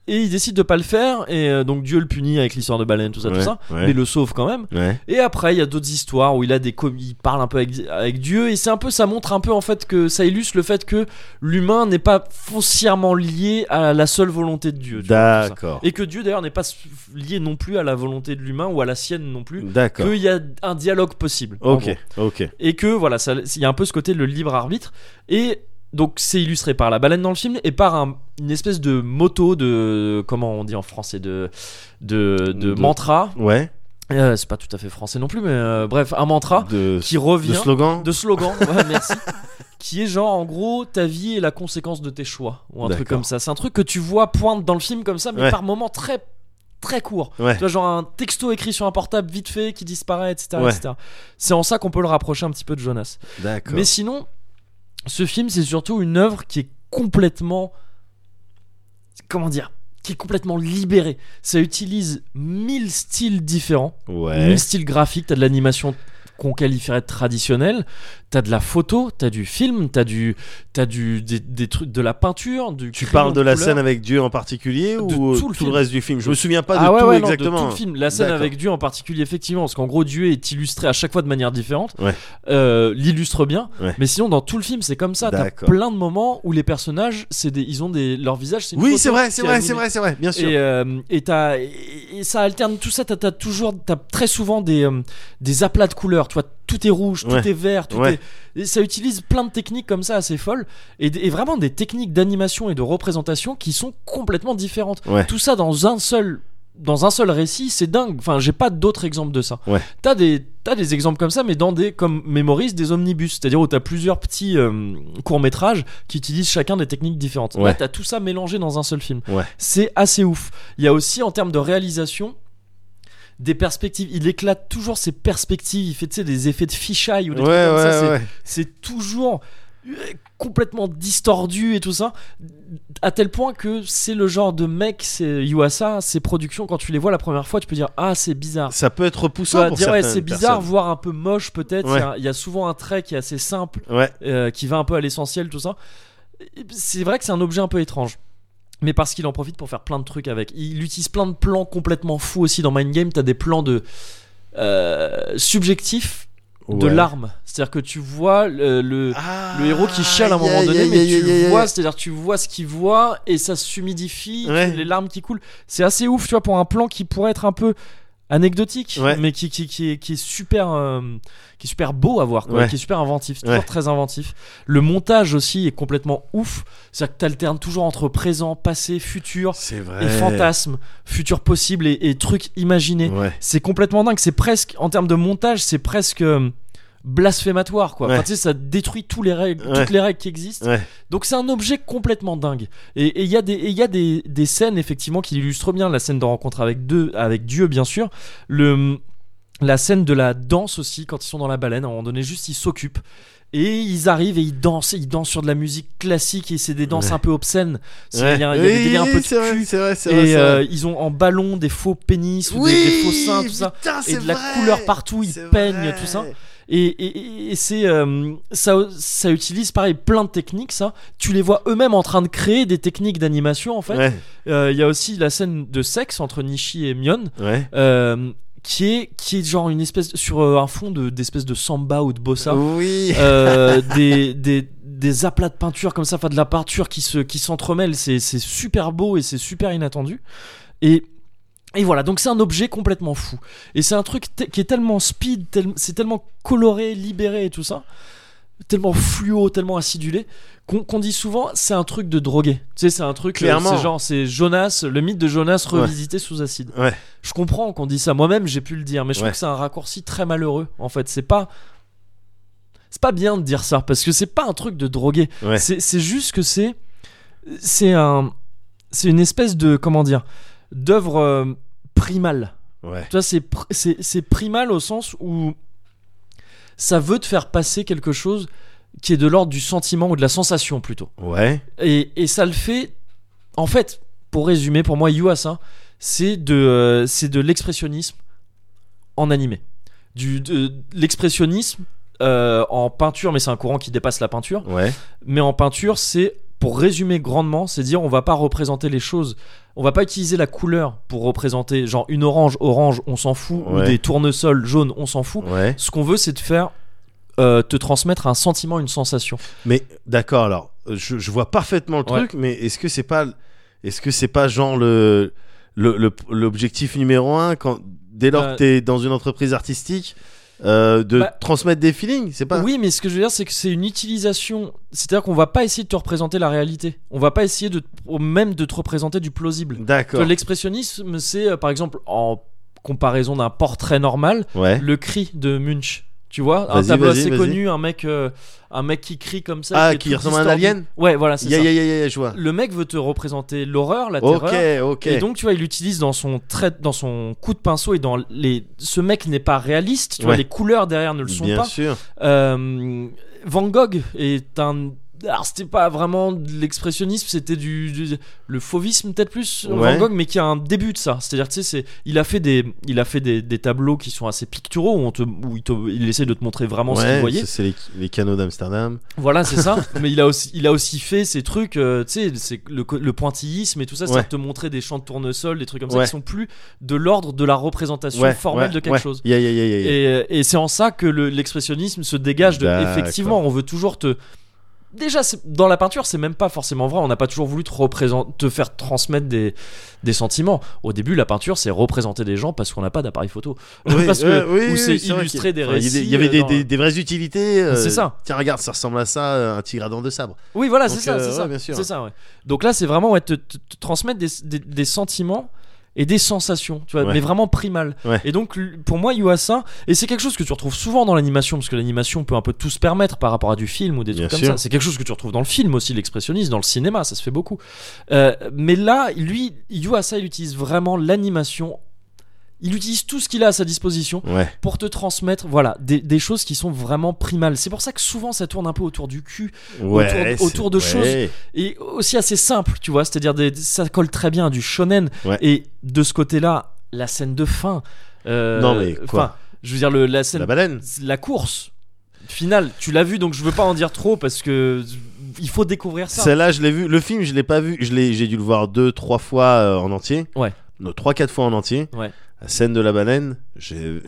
Speaker 1: et il décide de pas le faire, et euh, donc Dieu le punit avec l'histoire de baleine, tout ça, tout
Speaker 2: ouais,
Speaker 1: ça.
Speaker 2: ouais,
Speaker 1: Mais le sauve quand même.
Speaker 2: ouais.
Speaker 1: Et après, il y a d'autres histoires où il a des com- il parle un peu avec, avec Dieu et c'est un peu ça montre un peu en fait que ça illustre le fait que l'humain n'est pas foncièrement lié à la seule volonté de Dieu. tu vois, tout ça.
Speaker 2: D'accord.
Speaker 1: Et que Dieu d'ailleurs n'est pas s- lié non plus à la volonté de l'humain ou à la sienne non plus.
Speaker 2: D'accord.
Speaker 1: Qu'il y a un dialogue possible. en
Speaker 2: Ok,
Speaker 1: gros.
Speaker 2: ok.
Speaker 1: Et que voilà, ça- il y a un peu ce côté le libre arbitre et donc c'est illustré par la baleine dans le film et par un- une espèce de moto de comment on dit en français de de, de
Speaker 2: De-
Speaker 1: mantra
Speaker 2: Ouais.
Speaker 1: euh, c'est pas tout à fait français non plus, mais euh, bref, un mantra
Speaker 2: de,
Speaker 1: qui revient
Speaker 2: de slogan.
Speaker 1: de slogan, ouais, merci, [laughs] qui est genre en gros ta vie est la conséquence de tes choix ou un truc
Speaker 2: D'accord.
Speaker 1: comme ça. C'est un truc que tu vois pointe dans le film comme ça, mais
Speaker 2: Ouais.
Speaker 1: par moments très très court.
Speaker 2: Ouais.
Speaker 1: Tu vois, genre un texto écrit sur un portable vite fait qui disparaît, etc.
Speaker 2: Ouais.
Speaker 1: etc. C'est en ça qu'on peut le rapprocher un petit peu de Jonas.
Speaker 2: D'accord.
Speaker 1: Mais sinon, ce film c'est surtout une œuvre qui est complètement, comment dire, qui est complètement libérée. Ça utilise mille styles différents
Speaker 2: Ouais.
Speaker 1: mille styles graphiques, t'as de l'animation qu'on qualifierait de traditionnelle, t'as de la photo, t'as du film, t'as du, t'as du, des, des trucs, de la peinture, du.
Speaker 2: Tu
Speaker 1: crayon
Speaker 2: parles de la
Speaker 1: couleur.
Speaker 2: scène avec Dieu en particulier
Speaker 1: De
Speaker 2: ou euh,
Speaker 1: tout le film.
Speaker 2: reste du film Je me souviens pas de
Speaker 1: ah ouais,
Speaker 2: tout
Speaker 1: ouais, non, de
Speaker 2: exactement.
Speaker 1: tout le film. La scène
Speaker 2: D'accord.
Speaker 1: avec Dieu en particulier, effectivement, parce qu'en gros, Dieu est illustré à chaque fois de manière différente,
Speaker 2: Ouais.
Speaker 1: euh, l'illustre bien,
Speaker 2: Ouais.
Speaker 1: mais sinon, dans tout le film, c'est comme ça. T'as
Speaker 2: D'accord.
Speaker 1: plein de moments où les personnages, c'est des, ils ont des, leur visage, c'est une
Speaker 2: Oui,
Speaker 1: photo
Speaker 2: c'est vrai,
Speaker 1: qui
Speaker 2: c'est
Speaker 1: est
Speaker 2: vrai,
Speaker 1: animée.
Speaker 2: c'est vrai, c'est vrai, bien sûr.
Speaker 1: Et, euh, et, t'as- et- et ça alterne tout ça. T'as as toujours, t'as très souvent des euh, des aplats de couleurs. Tu vois, tout est rouge, tout
Speaker 2: Ouais.
Speaker 1: est vert, tout
Speaker 2: Ouais.
Speaker 1: est. et ça utilise plein de techniques comme ça assez folles et, des- et vraiment des techniques d'animation et de représentation qui sont complètement différentes.
Speaker 2: Ouais.
Speaker 1: Tout ça dans un seul dans un seul récit, c'est dingue. Enfin, j'ai pas d'autres exemples de ça.
Speaker 2: Ouais.
Speaker 1: T'as des t'as des exemples comme ça, mais dans des comme Memories, des omnibus, c'est-à-dire où t'as plusieurs petits courts métrages qui utilisent chacun des techniques différentes. Là,
Speaker 2: Ouais.
Speaker 1: t'as tout ça mélangé dans un seul film.
Speaker 2: Ouais.
Speaker 1: C'est assez ouf. Il y a aussi en termes de réalisation des perspectives. Il éclate toujours ses perspectives. Il fait tu sais, des effets de fisheye ou des trucs
Speaker 2: ouais,
Speaker 1: comme
Speaker 2: ouais,
Speaker 1: ça. C'est-
Speaker 2: ouais.
Speaker 1: c'est toujours euh, complètement distordu et tout ça à tel point que c'est le genre de mec c'est Yuasa ses productions quand tu les vois la première fois tu peux dire ah c'est bizarre
Speaker 2: Ça peut être
Speaker 1: tu
Speaker 2: repoussant
Speaker 1: vas
Speaker 2: pour
Speaker 1: dire ouais
Speaker 2: certaines
Speaker 1: c'est bizarre
Speaker 2: personnes.
Speaker 1: voire un peu moche peut-être il y
Speaker 2: Ouais.
Speaker 1: a- il y, a souvent un trait qui est assez simple
Speaker 2: Ouais,
Speaker 1: euh, qui va un peu à l'essentiel tout ça c'est vrai que c'est un objet un peu étrange mais parce qu'il en profite pour faire plein de trucs avec il utilise plein de plans complètement fous aussi dans Mind Game t'as des plans de euh, subjectifs de
Speaker 2: ouais.
Speaker 1: larmes c'est-à-dire que tu vois euh, le
Speaker 2: Ah,
Speaker 1: le héros qui chiale à un
Speaker 2: aïe,
Speaker 1: moment
Speaker 2: aïe,
Speaker 1: donné,
Speaker 2: aïe,
Speaker 1: mais
Speaker 2: aïe,
Speaker 1: tu
Speaker 2: aïe, aïe,
Speaker 1: vois,
Speaker 2: aïe.
Speaker 1: c'est-à-dire tu vois ce qu'il voit et ça s'humidifie, tu-
Speaker 2: Ouais.
Speaker 1: les larmes qui coulent. C'est assez ouf, tu vois, pour un plan qui pourrait être un peu anecdotique,
Speaker 2: Ouais.
Speaker 1: mais qui, qui, qui, est, qui est super, euh, qui est super beau à voir, quoi,
Speaker 2: Ouais.
Speaker 1: qui est super inventif, c'est toujours
Speaker 2: Ouais.
Speaker 1: très inventif. Le montage aussi est complètement ouf, c'est-à-dire que t'alternes toujours entre présent, passé, futur
Speaker 2: C'est
Speaker 1: et
Speaker 2: vrai.
Speaker 1: fantasme, futur possible et, et trucs imaginés.
Speaker 2: Ouais.
Speaker 1: C'est complètement dingue. C'est presque, en termes de montage, c'est presque euh, blasphématoire, quoi. Enfin,
Speaker 2: Ouais.
Speaker 1: tu sais, ça détruit tous les règles,
Speaker 2: Ouais.
Speaker 1: toutes les règles qui existent.
Speaker 2: Ouais.
Speaker 1: Donc c'est un objet complètement dingue. Et et il y a des, et il y a des, des scènes effectivement qui illustrent bien la scène de rencontre avec deux, avec Dieu bien sûr. Le la scène de la danse aussi quand ils sont dans la baleine. À un moment donné, juste ils s'occupent. Et ils arrivent et ils dansent, et ils dansent sur de la musique classique et c'est des danses
Speaker 2: Ouais.
Speaker 1: un peu obscènes. C'est- Il
Speaker 2: Ouais.
Speaker 1: y a, il y a des
Speaker 2: Oui,
Speaker 1: délires un peu de
Speaker 2: c'est vrai,
Speaker 1: cul.
Speaker 2: C'est vrai, c'est vrai.
Speaker 1: Et
Speaker 2: c'est
Speaker 1: euh,
Speaker 2: vrai.
Speaker 1: ils ont en ballon des faux pénis ou des- des, faux seins, tout ça.
Speaker 2: putain,
Speaker 1: Et
Speaker 2: c'est
Speaker 1: de la
Speaker 2: vrai.
Speaker 1: couleur partout, ils
Speaker 2: C'est
Speaker 1: peignent
Speaker 2: vrai.
Speaker 1: tout ça. Et, et- et- et c'est euh, ça, ça utilise pareil plein de techniques. Ça, tu les vois eux-mêmes en train de créer des techniques d'animation. En fait,
Speaker 2: Ouais,
Speaker 1: Euh, il y a aussi la scène de sexe entre Nishi et Mion,
Speaker 2: ouais.
Speaker 1: euh, qui est qui est genre une espèce sur euh, un fond de d'espèce de samba ou de bossa,
Speaker 2: Oui. [laughs]
Speaker 1: Euh, des, des des aplats de peinture comme ça, enfin de la peinture qui se qui s'entremêle. C'est c'est super beau et c'est super inattendu. Et Et voilà, donc c'est un objet complètement fou. Et c'est un truc te- qui est tellement speed, tel- c'est tellement coloré, libéré et tout ça, tellement fluo, tellement acidulé, qu'on qu'on dit souvent c'est un truc de drogué. Tu sais, c'est un truc, euh,
Speaker 2: Clairement.
Speaker 1: c'est genre, c'est Jonas, le mythe de Jonas revisité sous acide.
Speaker 2: Ouais.
Speaker 1: Je comprends qu'on dit ça, moi-même j'ai pu le dire, mais je
Speaker 2: Ouais.
Speaker 1: trouve que c'est un raccourci très malheureux. En fait, c'est pas. C'est pas bien de dire ça, parce que c'est pas un truc de drogué.
Speaker 2: Ouais.
Speaker 1: C'est c'est juste que c'est. C'est un. C'est une espèce de. Comment dire D'œuvre euh, primale.
Speaker 2: Ouais.
Speaker 1: Tu vois, c'est pr- c'est c'est primal au sens où ça veut te faire passer quelque chose qui est de l'ordre du sentiment ou de la sensation plutôt.
Speaker 2: Ouais.
Speaker 1: Et, et ça le fait. En fait, pour résumer, pour moi, Yuasa, c'est de, euh, c'est de l'expressionnisme en animé. Du, de, de l'expressionnisme euh, en peinture, mais c'est un courant qui dépasse la peinture.
Speaker 2: Ouais.
Speaker 1: Mais en peinture, c'est pour résumer grandement, c'est dire on va pas représenter les choses, on va pas utiliser la couleur pour représenter genre une orange, orange, on s'en fout, ou
Speaker 2: Ouais.
Speaker 1: des tournesols jaunes, on s'en fout.
Speaker 2: Ouais.
Speaker 1: Ce qu'on veut, c'est de faire euh, te transmettre un sentiment, une sensation.
Speaker 2: Mais d'accord, alors euh, je, je vois parfaitement le
Speaker 1: Ouais.
Speaker 2: truc, mais est-ce que c'est pas, est-ce que c'est pas genre le le- le- l'objectif numéro un quand dès lors
Speaker 1: Euh,
Speaker 2: que t'es dans une entreprise artistique euh, de
Speaker 1: Bah-
Speaker 2: transmettre des feelings, c'est pas
Speaker 1: Oui, mais ce que je veux dire, c'est que c'est une utilisation. C'est-à-dire qu'on va pas essayer de te représenter la réalité. On va pas essayer de, au même de te représenter du plausible. Tu vois,
Speaker 2: D'accord.
Speaker 1: L'expressionnisme, c'est euh, par exemple en comparaison d'un portrait normal,
Speaker 2: Ouais.
Speaker 1: le cri de Munch. Tu vois, un
Speaker 2: Vas-y,
Speaker 1: tableau
Speaker 2: vas-y,
Speaker 1: assez
Speaker 2: vas-y.
Speaker 1: connu, un mec, euh, un mec qui crie comme ça.
Speaker 2: Ah,
Speaker 1: est
Speaker 2: qui
Speaker 1: tout
Speaker 2: ressemble à un
Speaker 1: distordu.
Speaker 2: alien
Speaker 1: Ouais, voilà, c'est
Speaker 2: Ya
Speaker 1: ça.
Speaker 2: ya ya ya, je vois.
Speaker 1: Le mec veut te représenter l'horreur, la
Speaker 2: Ok,
Speaker 1: terreur.
Speaker 2: ok.
Speaker 1: Et donc, tu vois, il utilise dans son trait, dans son coup de pinceau et dans les. Ce mec n'est pas réaliste. Tu vois,
Speaker 2: Ouais.
Speaker 1: les couleurs derrière ne le sont
Speaker 2: Bien
Speaker 1: pas.
Speaker 2: sûr.
Speaker 1: Euh, Van Gogh est un. Alors, c'était pas vraiment de l'expressionnisme, c'était du, du- le fauvisme, peut-être plus euh,
Speaker 2: Ouais.
Speaker 1: Van Gogh, mais qui a un début de ça. C'est-à-dire, tu sais, c'est- il a fait, des, il a fait des, des tableaux qui sont assez picturaux, où, on te- où il, te- il essaie de te montrer vraiment ce qu'il
Speaker 2: Ouais,
Speaker 1: voyait.
Speaker 2: ça, c'est les, les canaux d'Amsterdam.
Speaker 1: Voilà, c'est
Speaker 2: [laughs]
Speaker 1: ça. mais il a, aussi, il a aussi fait ces trucs, euh, tu sais, c'est le, co- le pointillisme et tout ça,
Speaker 2: Ouais.
Speaker 1: c'est-à-dire te montrer des champs de tournesol, des trucs comme ça,
Speaker 2: Ouais.
Speaker 1: qui sont plus de l'ordre de la représentation
Speaker 2: Ouais,
Speaker 1: formelle
Speaker 2: ouais,
Speaker 1: de quelque
Speaker 2: ouais.
Speaker 1: chose.
Speaker 2: Ya ya ya ya. ya.
Speaker 1: Et, et c'est en ça que le- l'expressionnisme se dégage de.
Speaker 2: D'accord.
Speaker 1: Effectivement, on veut toujours te. Déjà, c'est- dans la peinture, c'est même pas forcément vrai. On n'a pas toujours voulu te, représenter, te faire transmettre des, des sentiments. Au début, la peinture, c'est représenter des gens parce qu'on n'a pas d'appareil photo. [laughs]
Speaker 2: Oui,
Speaker 1: parce que,
Speaker 2: euh, oui,
Speaker 1: ou
Speaker 2: oui,
Speaker 1: c'est
Speaker 2: oui, vrai
Speaker 1: illustrer
Speaker 2: qu'il-
Speaker 1: des
Speaker 2: enfin, il y avait-
Speaker 1: récits,
Speaker 2: Il y
Speaker 1: euh,
Speaker 2: avait des,
Speaker 1: dans-
Speaker 2: des- des vraies utilités. euh,
Speaker 1: C'est ça.
Speaker 2: Tiens, regarde, ça ressemble à ça, euh, un tigre à dents de sabre.
Speaker 1: Oui, voilà,
Speaker 2: Donc,
Speaker 1: c'est ça.
Speaker 2: euh,
Speaker 1: c'est
Speaker 2: ouais,
Speaker 1: ça.
Speaker 2: bien sûr.
Speaker 1: C'est ça, ouais. Donc là, c'est vraiment ouais, te, te- te transmettre des, des- des sentiments et des sensations, tu vois,
Speaker 2: Ouais.
Speaker 1: mais vraiment primales.
Speaker 2: Ouais.
Speaker 1: Et donc, l- pour moi, Yuasa, et c'est quelque chose que tu retrouves souvent dans l'animation, parce que l'animation peut un peu tout se permettre par rapport à du film ou des
Speaker 2: Bien
Speaker 1: trucs
Speaker 2: sûr.
Speaker 1: comme ça. C'est quelque chose que tu retrouves dans le film aussi, l'expressionnisme, dans le cinéma, ça se fait beaucoup. Euh, mais là, lui, Yuasa, il utilise vraiment l'animation. Il utilise tout ce qu'il a à sa disposition
Speaker 2: Ouais.
Speaker 1: pour te transmettre voilà, des, des choses qui sont vraiment primales. C'est pour ça que souvent ça tourne un peu autour du cul,
Speaker 2: Ouais,
Speaker 1: autour- autour de
Speaker 2: c'est-
Speaker 1: choses
Speaker 2: ouais.
Speaker 1: et aussi assez simple, tu vois, c'est-à-dire des- des- ça colle très bien à du shonen.
Speaker 2: Ouais.
Speaker 1: Et de ce côté-là, la scène de fin. euh,
Speaker 2: Non, mais quoi
Speaker 1: enfin, Je veux dire le- la scène,
Speaker 2: La
Speaker 1: la,
Speaker 2: baleine.
Speaker 1: course finale. Tu l'as vu, donc je veux pas en dire trop parce que il faut découvrir ça.
Speaker 2: Celle-là, je l'ai vu. Le film, je l'ai pas vu. Je l'ai, j'ai dû le voir deux, trois fois euh, en entier.
Speaker 1: Ouais.
Speaker 2: Non, trois, quatre fois en entier.
Speaker 1: Ouais.
Speaker 2: La scène de la baleine, j'ai [laughs] vu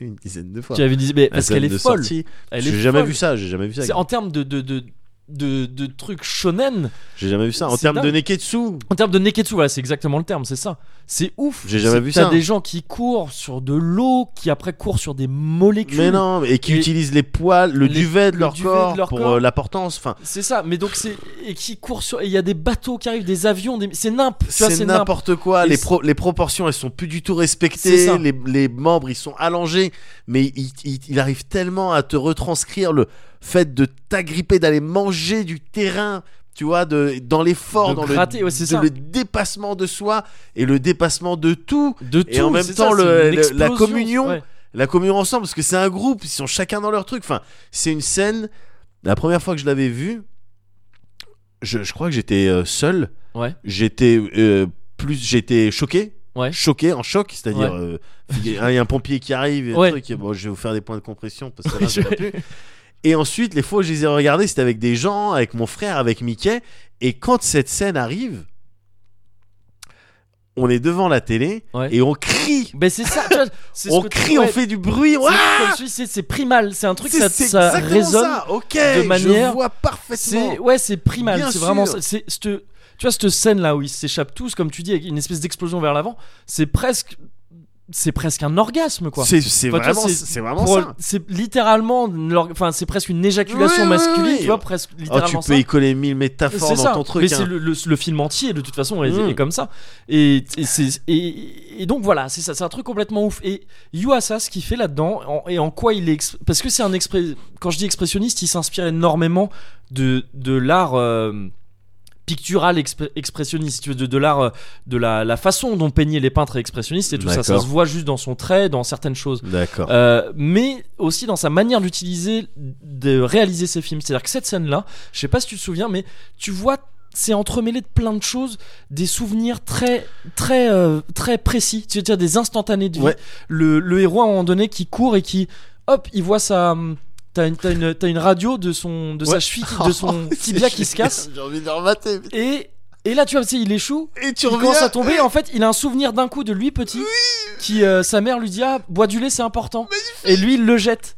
Speaker 2: une dizaine de fois.
Speaker 1: Tu avais dit, mais
Speaker 2: La
Speaker 1: parce
Speaker 2: scène
Speaker 1: qu'elle
Speaker 2: de
Speaker 1: est folle.
Speaker 2: sortie,
Speaker 1: Elle est
Speaker 2: J'ai jamais
Speaker 1: folle.
Speaker 2: vu ça. J'ai jamais vu
Speaker 1: C'est
Speaker 2: ça.
Speaker 1: en termes de de, de de de trucs shonen,
Speaker 2: J'ai jamais vu ça. En
Speaker 1: c'est
Speaker 2: termes de
Speaker 1: dingue.
Speaker 2: neketsu,
Speaker 1: en termes de neketsu, voilà, c'est exactement le terme, c'est ça. C'est ouf.
Speaker 2: J'ai jamais
Speaker 1: C'est-
Speaker 2: vu
Speaker 1: t'as
Speaker 2: ça. hein.
Speaker 1: des gens qui courent sur de l'eau, qui après courent sur des molécules.
Speaker 2: mais non, et qui
Speaker 1: Et-
Speaker 2: utilisent les poils, le
Speaker 1: Les-
Speaker 2: duvet de
Speaker 1: le
Speaker 2: leur
Speaker 1: duvet de
Speaker 2: corps
Speaker 1: leur
Speaker 2: pour
Speaker 1: corps.
Speaker 2: euh, la portance. Enfin,
Speaker 1: C'est ça, mais donc c'est. Et qui court sur. et Il y a des bateaux qui arrivent, des avions, des... c'est nimp. tu vois,
Speaker 2: C'est n'importe quoi.
Speaker 1: Et
Speaker 2: Les,
Speaker 1: c'est-
Speaker 2: pro- les proportions, elles sont plus du tout
Speaker 1: C'est
Speaker 2: respectées.
Speaker 1: ça.
Speaker 2: Les, les membres, ils sont allongés. Mais il, il- il arrive tellement à te retranscrire le fait de t'agripper, d'aller manger du terrain. Tu vois, de, dans l'effort,
Speaker 1: De
Speaker 2: dans
Speaker 1: gratter,
Speaker 2: le,
Speaker 1: ouais, c'est
Speaker 2: de
Speaker 1: ça.
Speaker 2: le dépassement de soi et le dépassement de tout,
Speaker 1: De
Speaker 2: Et en
Speaker 1: tout,
Speaker 2: même
Speaker 1: c'est
Speaker 2: temps,
Speaker 1: ça, c'est
Speaker 2: le-
Speaker 1: une
Speaker 2: le- la
Speaker 1: explosion.
Speaker 2: communion,
Speaker 1: Ouais.
Speaker 2: la communion ensemble, parce que c'est un groupe, ils sont chacun dans leur truc. Enfin, c'est une scène. La première fois que je l'avais vue, je, je crois que j'étais euh, seul
Speaker 1: Ouais.
Speaker 2: j'étais euh, plus j'étais choqué
Speaker 1: Ouais.
Speaker 2: choqué en choc c'est à dire
Speaker 1: Ouais.
Speaker 2: hein, il y a un pompier qui arrive et un
Speaker 1: Ouais.
Speaker 2: truc, et bon, je vais vous faire des points de compression parce
Speaker 1: [laughs]
Speaker 2: que
Speaker 1: Oui,
Speaker 2: là, ça
Speaker 1: je-
Speaker 2: va plus. et ensuite les fois où je les ai regardés c'était avec des gens avec mon frère avec Mickey et quand cette scène arrive on est devant la télé
Speaker 1: Ouais.
Speaker 2: et on crie
Speaker 1: Ben c'est ça, tu vois, c'est ce
Speaker 2: on
Speaker 1: que tu-
Speaker 2: crie on
Speaker 1: ouais,
Speaker 2: fait du bruit
Speaker 1: c'est-
Speaker 2: Ouah
Speaker 1: comme je dis, C'est c'est primal, c'est un truc,
Speaker 2: C'est-
Speaker 1: ça,
Speaker 2: c'est
Speaker 1: ça
Speaker 2: exactement
Speaker 1: résonne.
Speaker 2: ça. ok
Speaker 1: manière-
Speaker 2: je vois
Speaker 1: C'est
Speaker 2: parfaitement
Speaker 1: ouais, c'est primal,
Speaker 2: Bien
Speaker 1: c'est vraiment
Speaker 2: sûr.
Speaker 1: ça. C'est c'est- Tu vois cette scène là où ils s'échappent tous, comme tu dis, avec une espèce d'explosion vers l'avant, c'est presque, c'est presque un orgasme quoi.
Speaker 2: C'est c'est
Speaker 1: Enfin, tu vois,
Speaker 2: vraiment,
Speaker 1: c'est-
Speaker 2: c'est vraiment
Speaker 1: Pour-
Speaker 2: ça.
Speaker 1: C'est littéralement, l'org- enfin c'est presque une éjaculation
Speaker 2: Oui, oui,
Speaker 1: masculine,
Speaker 2: oui.
Speaker 1: tu vois, presque
Speaker 2: Oh,
Speaker 1: littéralement
Speaker 2: tu
Speaker 1: ça.
Speaker 2: peux y coller mille métaphores
Speaker 1: C'est
Speaker 2: dans
Speaker 1: ça.
Speaker 2: ton truc.
Speaker 1: Mais c'est
Speaker 2: hein.
Speaker 1: le, le- le film entier de toute façon est,
Speaker 2: Mm.
Speaker 1: est comme ça. Et, et c'est- et- et donc voilà, c'est ça, c'est un truc complètement ouf. Et Yuasa, ce qu'il fait là-dedans en- et en quoi il est exp- parce que c'est un expré- quand je dis expressionniste, il s'inspire énormément de de l'art. euh, pictural exp- expressionniste, si tu veux, de, de l'art, euh, de la, la façon dont peignaient les peintres expressionnistes et tout ça, ça
Speaker 2: D'accord.
Speaker 1: se voit juste dans son trait, dans certaines choses.
Speaker 2: D'accord.
Speaker 1: Euh, mais aussi dans sa manière d'utiliser, de réaliser ses films. C'est-à-dire que cette scène-là, je sais pas si tu te souviens, mais tu vois, c'est entremêlé de plein de choses, des souvenirs très, très, euh, très précis. Tu veux dire des instantanés de vie.
Speaker 2: Ouais.
Speaker 1: Le, le héros à un moment donné qui court et qui, hop, il voit sa, t'as une, t'as une, t'as une radio de son, de sa
Speaker 2: Ouais. [laughs]
Speaker 1: cheville, qui- de son
Speaker 2: C'est
Speaker 1: tibia qui se
Speaker 2: génial,
Speaker 1: casse.
Speaker 2: [laughs] J'ai envie de remater.
Speaker 1: Et, et là, tu vois, tu sais, il échoue.
Speaker 2: Et tu
Speaker 1: Il
Speaker 2: reviens.
Speaker 1: commence à tomber. En fait, il a un souvenir d'un coup de lui petit, qui euh, sa mère lui dit ah bois du lait c'est important. Et lui il le jette.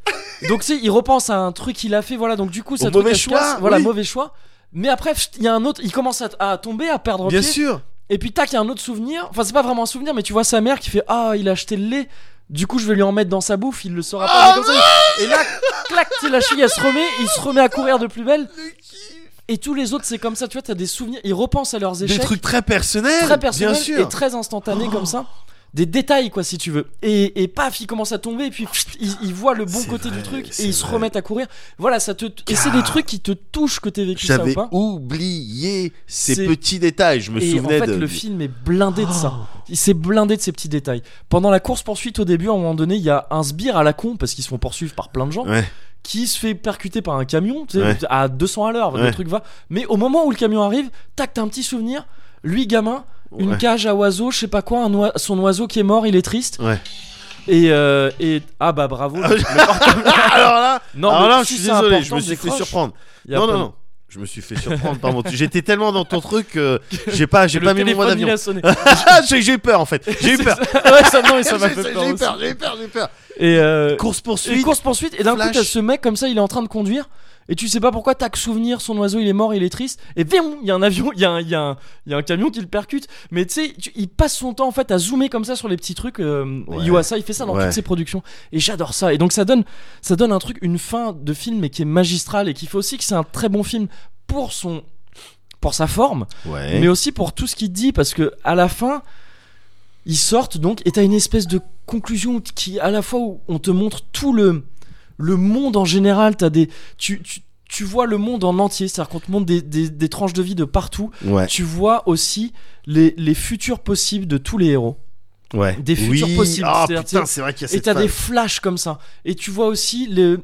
Speaker 1: Donc tu sais, il repense à un truc qu'il a fait. Voilà. Donc du coup, ça
Speaker 2: mauvais choix,
Speaker 1: Voilà,
Speaker 2: oui.
Speaker 1: mauvais choix. Mais après, pfft, il y a un autre. Il commence à, à tomber, à perdre
Speaker 2: Bien
Speaker 1: pied.
Speaker 2: sûr.
Speaker 1: Et puis tac, il y a un autre souvenir. Enfin, c'est pas vraiment un souvenir, mais tu vois sa mère qui fait ah il a acheté le lait. Du coup, je vais lui en mettre dans sa bouffe. Il le saura
Speaker 2: Ah
Speaker 1: pas. mais comme ça, Et là, clac, tu sais, la cheville elle se remet. Il se remet à courir de plus belle. Et tous les autres, c'est comme ça. Tu vois, t'as des souvenirs. Ils repensent à leurs
Speaker 2: Des
Speaker 1: échecs
Speaker 2: trucs très personnels.
Speaker 1: très personnel
Speaker 2: Bien sûr. Oh.
Speaker 1: et très instantané comme ça. Des détails, quoi, si tu veux. Et, et paf, il commence à tomber, et puis pfft, il, il voit le bon
Speaker 2: C'est
Speaker 1: côté
Speaker 2: vrai,
Speaker 1: du truc,
Speaker 2: c'est
Speaker 1: et ils se
Speaker 2: vrai.
Speaker 1: remettent à courir. Voilà, ça te. Et c'est
Speaker 2: Car-
Speaker 1: des trucs qui te touchent que t'aies vécu ça ou
Speaker 2: J'avais
Speaker 1: pas.
Speaker 2: oublié ces
Speaker 1: C'est-
Speaker 2: petits détails. Je me
Speaker 1: Et en
Speaker 2: souvenais
Speaker 1: fait,
Speaker 2: de. Oh.
Speaker 1: le film est blindé de ça. Il s'est blindé de ces petits détails. Pendant la course-poursuite, au début, à un moment donné, il y a un sbire à la con, parce qu'ils se font poursuivre par plein de gens,
Speaker 2: Ouais.
Speaker 1: qui se fait percuter par un camion, tu sais,
Speaker 2: Ouais.
Speaker 1: à 200 à l'heure, le
Speaker 2: Ouais.
Speaker 1: truc va. Mais au moment où le camion arrive, tac, t'as un petit souvenir. Lui, gamin, une
Speaker 2: Oh, Ouais.
Speaker 1: cage à oiseaux, je sais pas quoi, un oi- son oiseau qui est mort, il est triste.
Speaker 2: Ouais.
Speaker 1: Et, euh, et- ah bah bravo.
Speaker 2: Ah, je- [laughs] alors là,
Speaker 1: Non,
Speaker 2: alors
Speaker 1: mais
Speaker 2: là,
Speaker 1: si
Speaker 2: je suis
Speaker 1: c'est
Speaker 2: désolé,
Speaker 1: important,
Speaker 2: je me suis fait
Speaker 1: décroche.
Speaker 2: surprendre.
Speaker 1: Y a
Speaker 2: Non,
Speaker 1: pas
Speaker 2: non,
Speaker 1: de-
Speaker 2: non. Je me suis fait surprendre par mon. J'étais tellement dans ton truc que j'ai pas, j'ai
Speaker 1: Le
Speaker 2: pas mis mon
Speaker 1: téléphone,
Speaker 2: mot
Speaker 1: il
Speaker 2: d'avion.
Speaker 1: a sonné.
Speaker 2: Ah, j'ai j'ai eu peur
Speaker 1: [laughs]
Speaker 2: en fait. J'ai eu peur.
Speaker 1: ouais, ça, non, et ça m'a
Speaker 2: [laughs] J'ai-
Speaker 1: fait
Speaker 2: j'ai
Speaker 1: peur
Speaker 2: eu
Speaker 1: aussi.
Speaker 2: peur, j'ai eu peur, j'ai eu peur.
Speaker 1: Et, euh,
Speaker 2: Course
Speaker 1: une
Speaker 2: poursuite.
Speaker 1: course poursuite et d'un coup
Speaker 2: Flash.
Speaker 1: t'as ce mec comme ça il est en train de conduire et tu sais pas pourquoi tac souvenir son oiseau il est mort il est triste et bim il y a un avion il y a un il y a un il y a un camion qui le percute mais tu sais tu- il passe son temps en fait à zoomer comme ça sur les petits trucs euh,
Speaker 2: Ouais.
Speaker 1: Yuasa il fait ça dans
Speaker 2: Ouais.
Speaker 1: toutes ses productions et j'adore ça et donc ça donne ça donne un truc une fin de film mais qui est magistrale et qui fait aussi que c'est un très bon film pour son pour sa forme
Speaker 2: Ouais.
Speaker 1: mais aussi pour tout ce qu'il dit parce que à la fin ils sortent donc et t'as une espèce de conclusion qui à la fois où on te montre tout le le monde en général t'as des tu, tu tu vois le monde en entier, c'est-à-dire qu'on te montre des, des, des tranches de vie de partout.
Speaker 2: Ouais.
Speaker 1: Tu vois aussi les, les futurs possibles de tous les héros.
Speaker 2: Ouais.
Speaker 1: Des futurs
Speaker 2: oui.
Speaker 1: possibles,
Speaker 2: Ah
Speaker 1: c'est-à-dire,
Speaker 2: putain,
Speaker 1: tu
Speaker 2: c'est vrai qu'il y a
Speaker 1: Et
Speaker 2: cette
Speaker 1: t'as
Speaker 2: phase.
Speaker 1: des flashs comme ça. Et tu vois aussi les.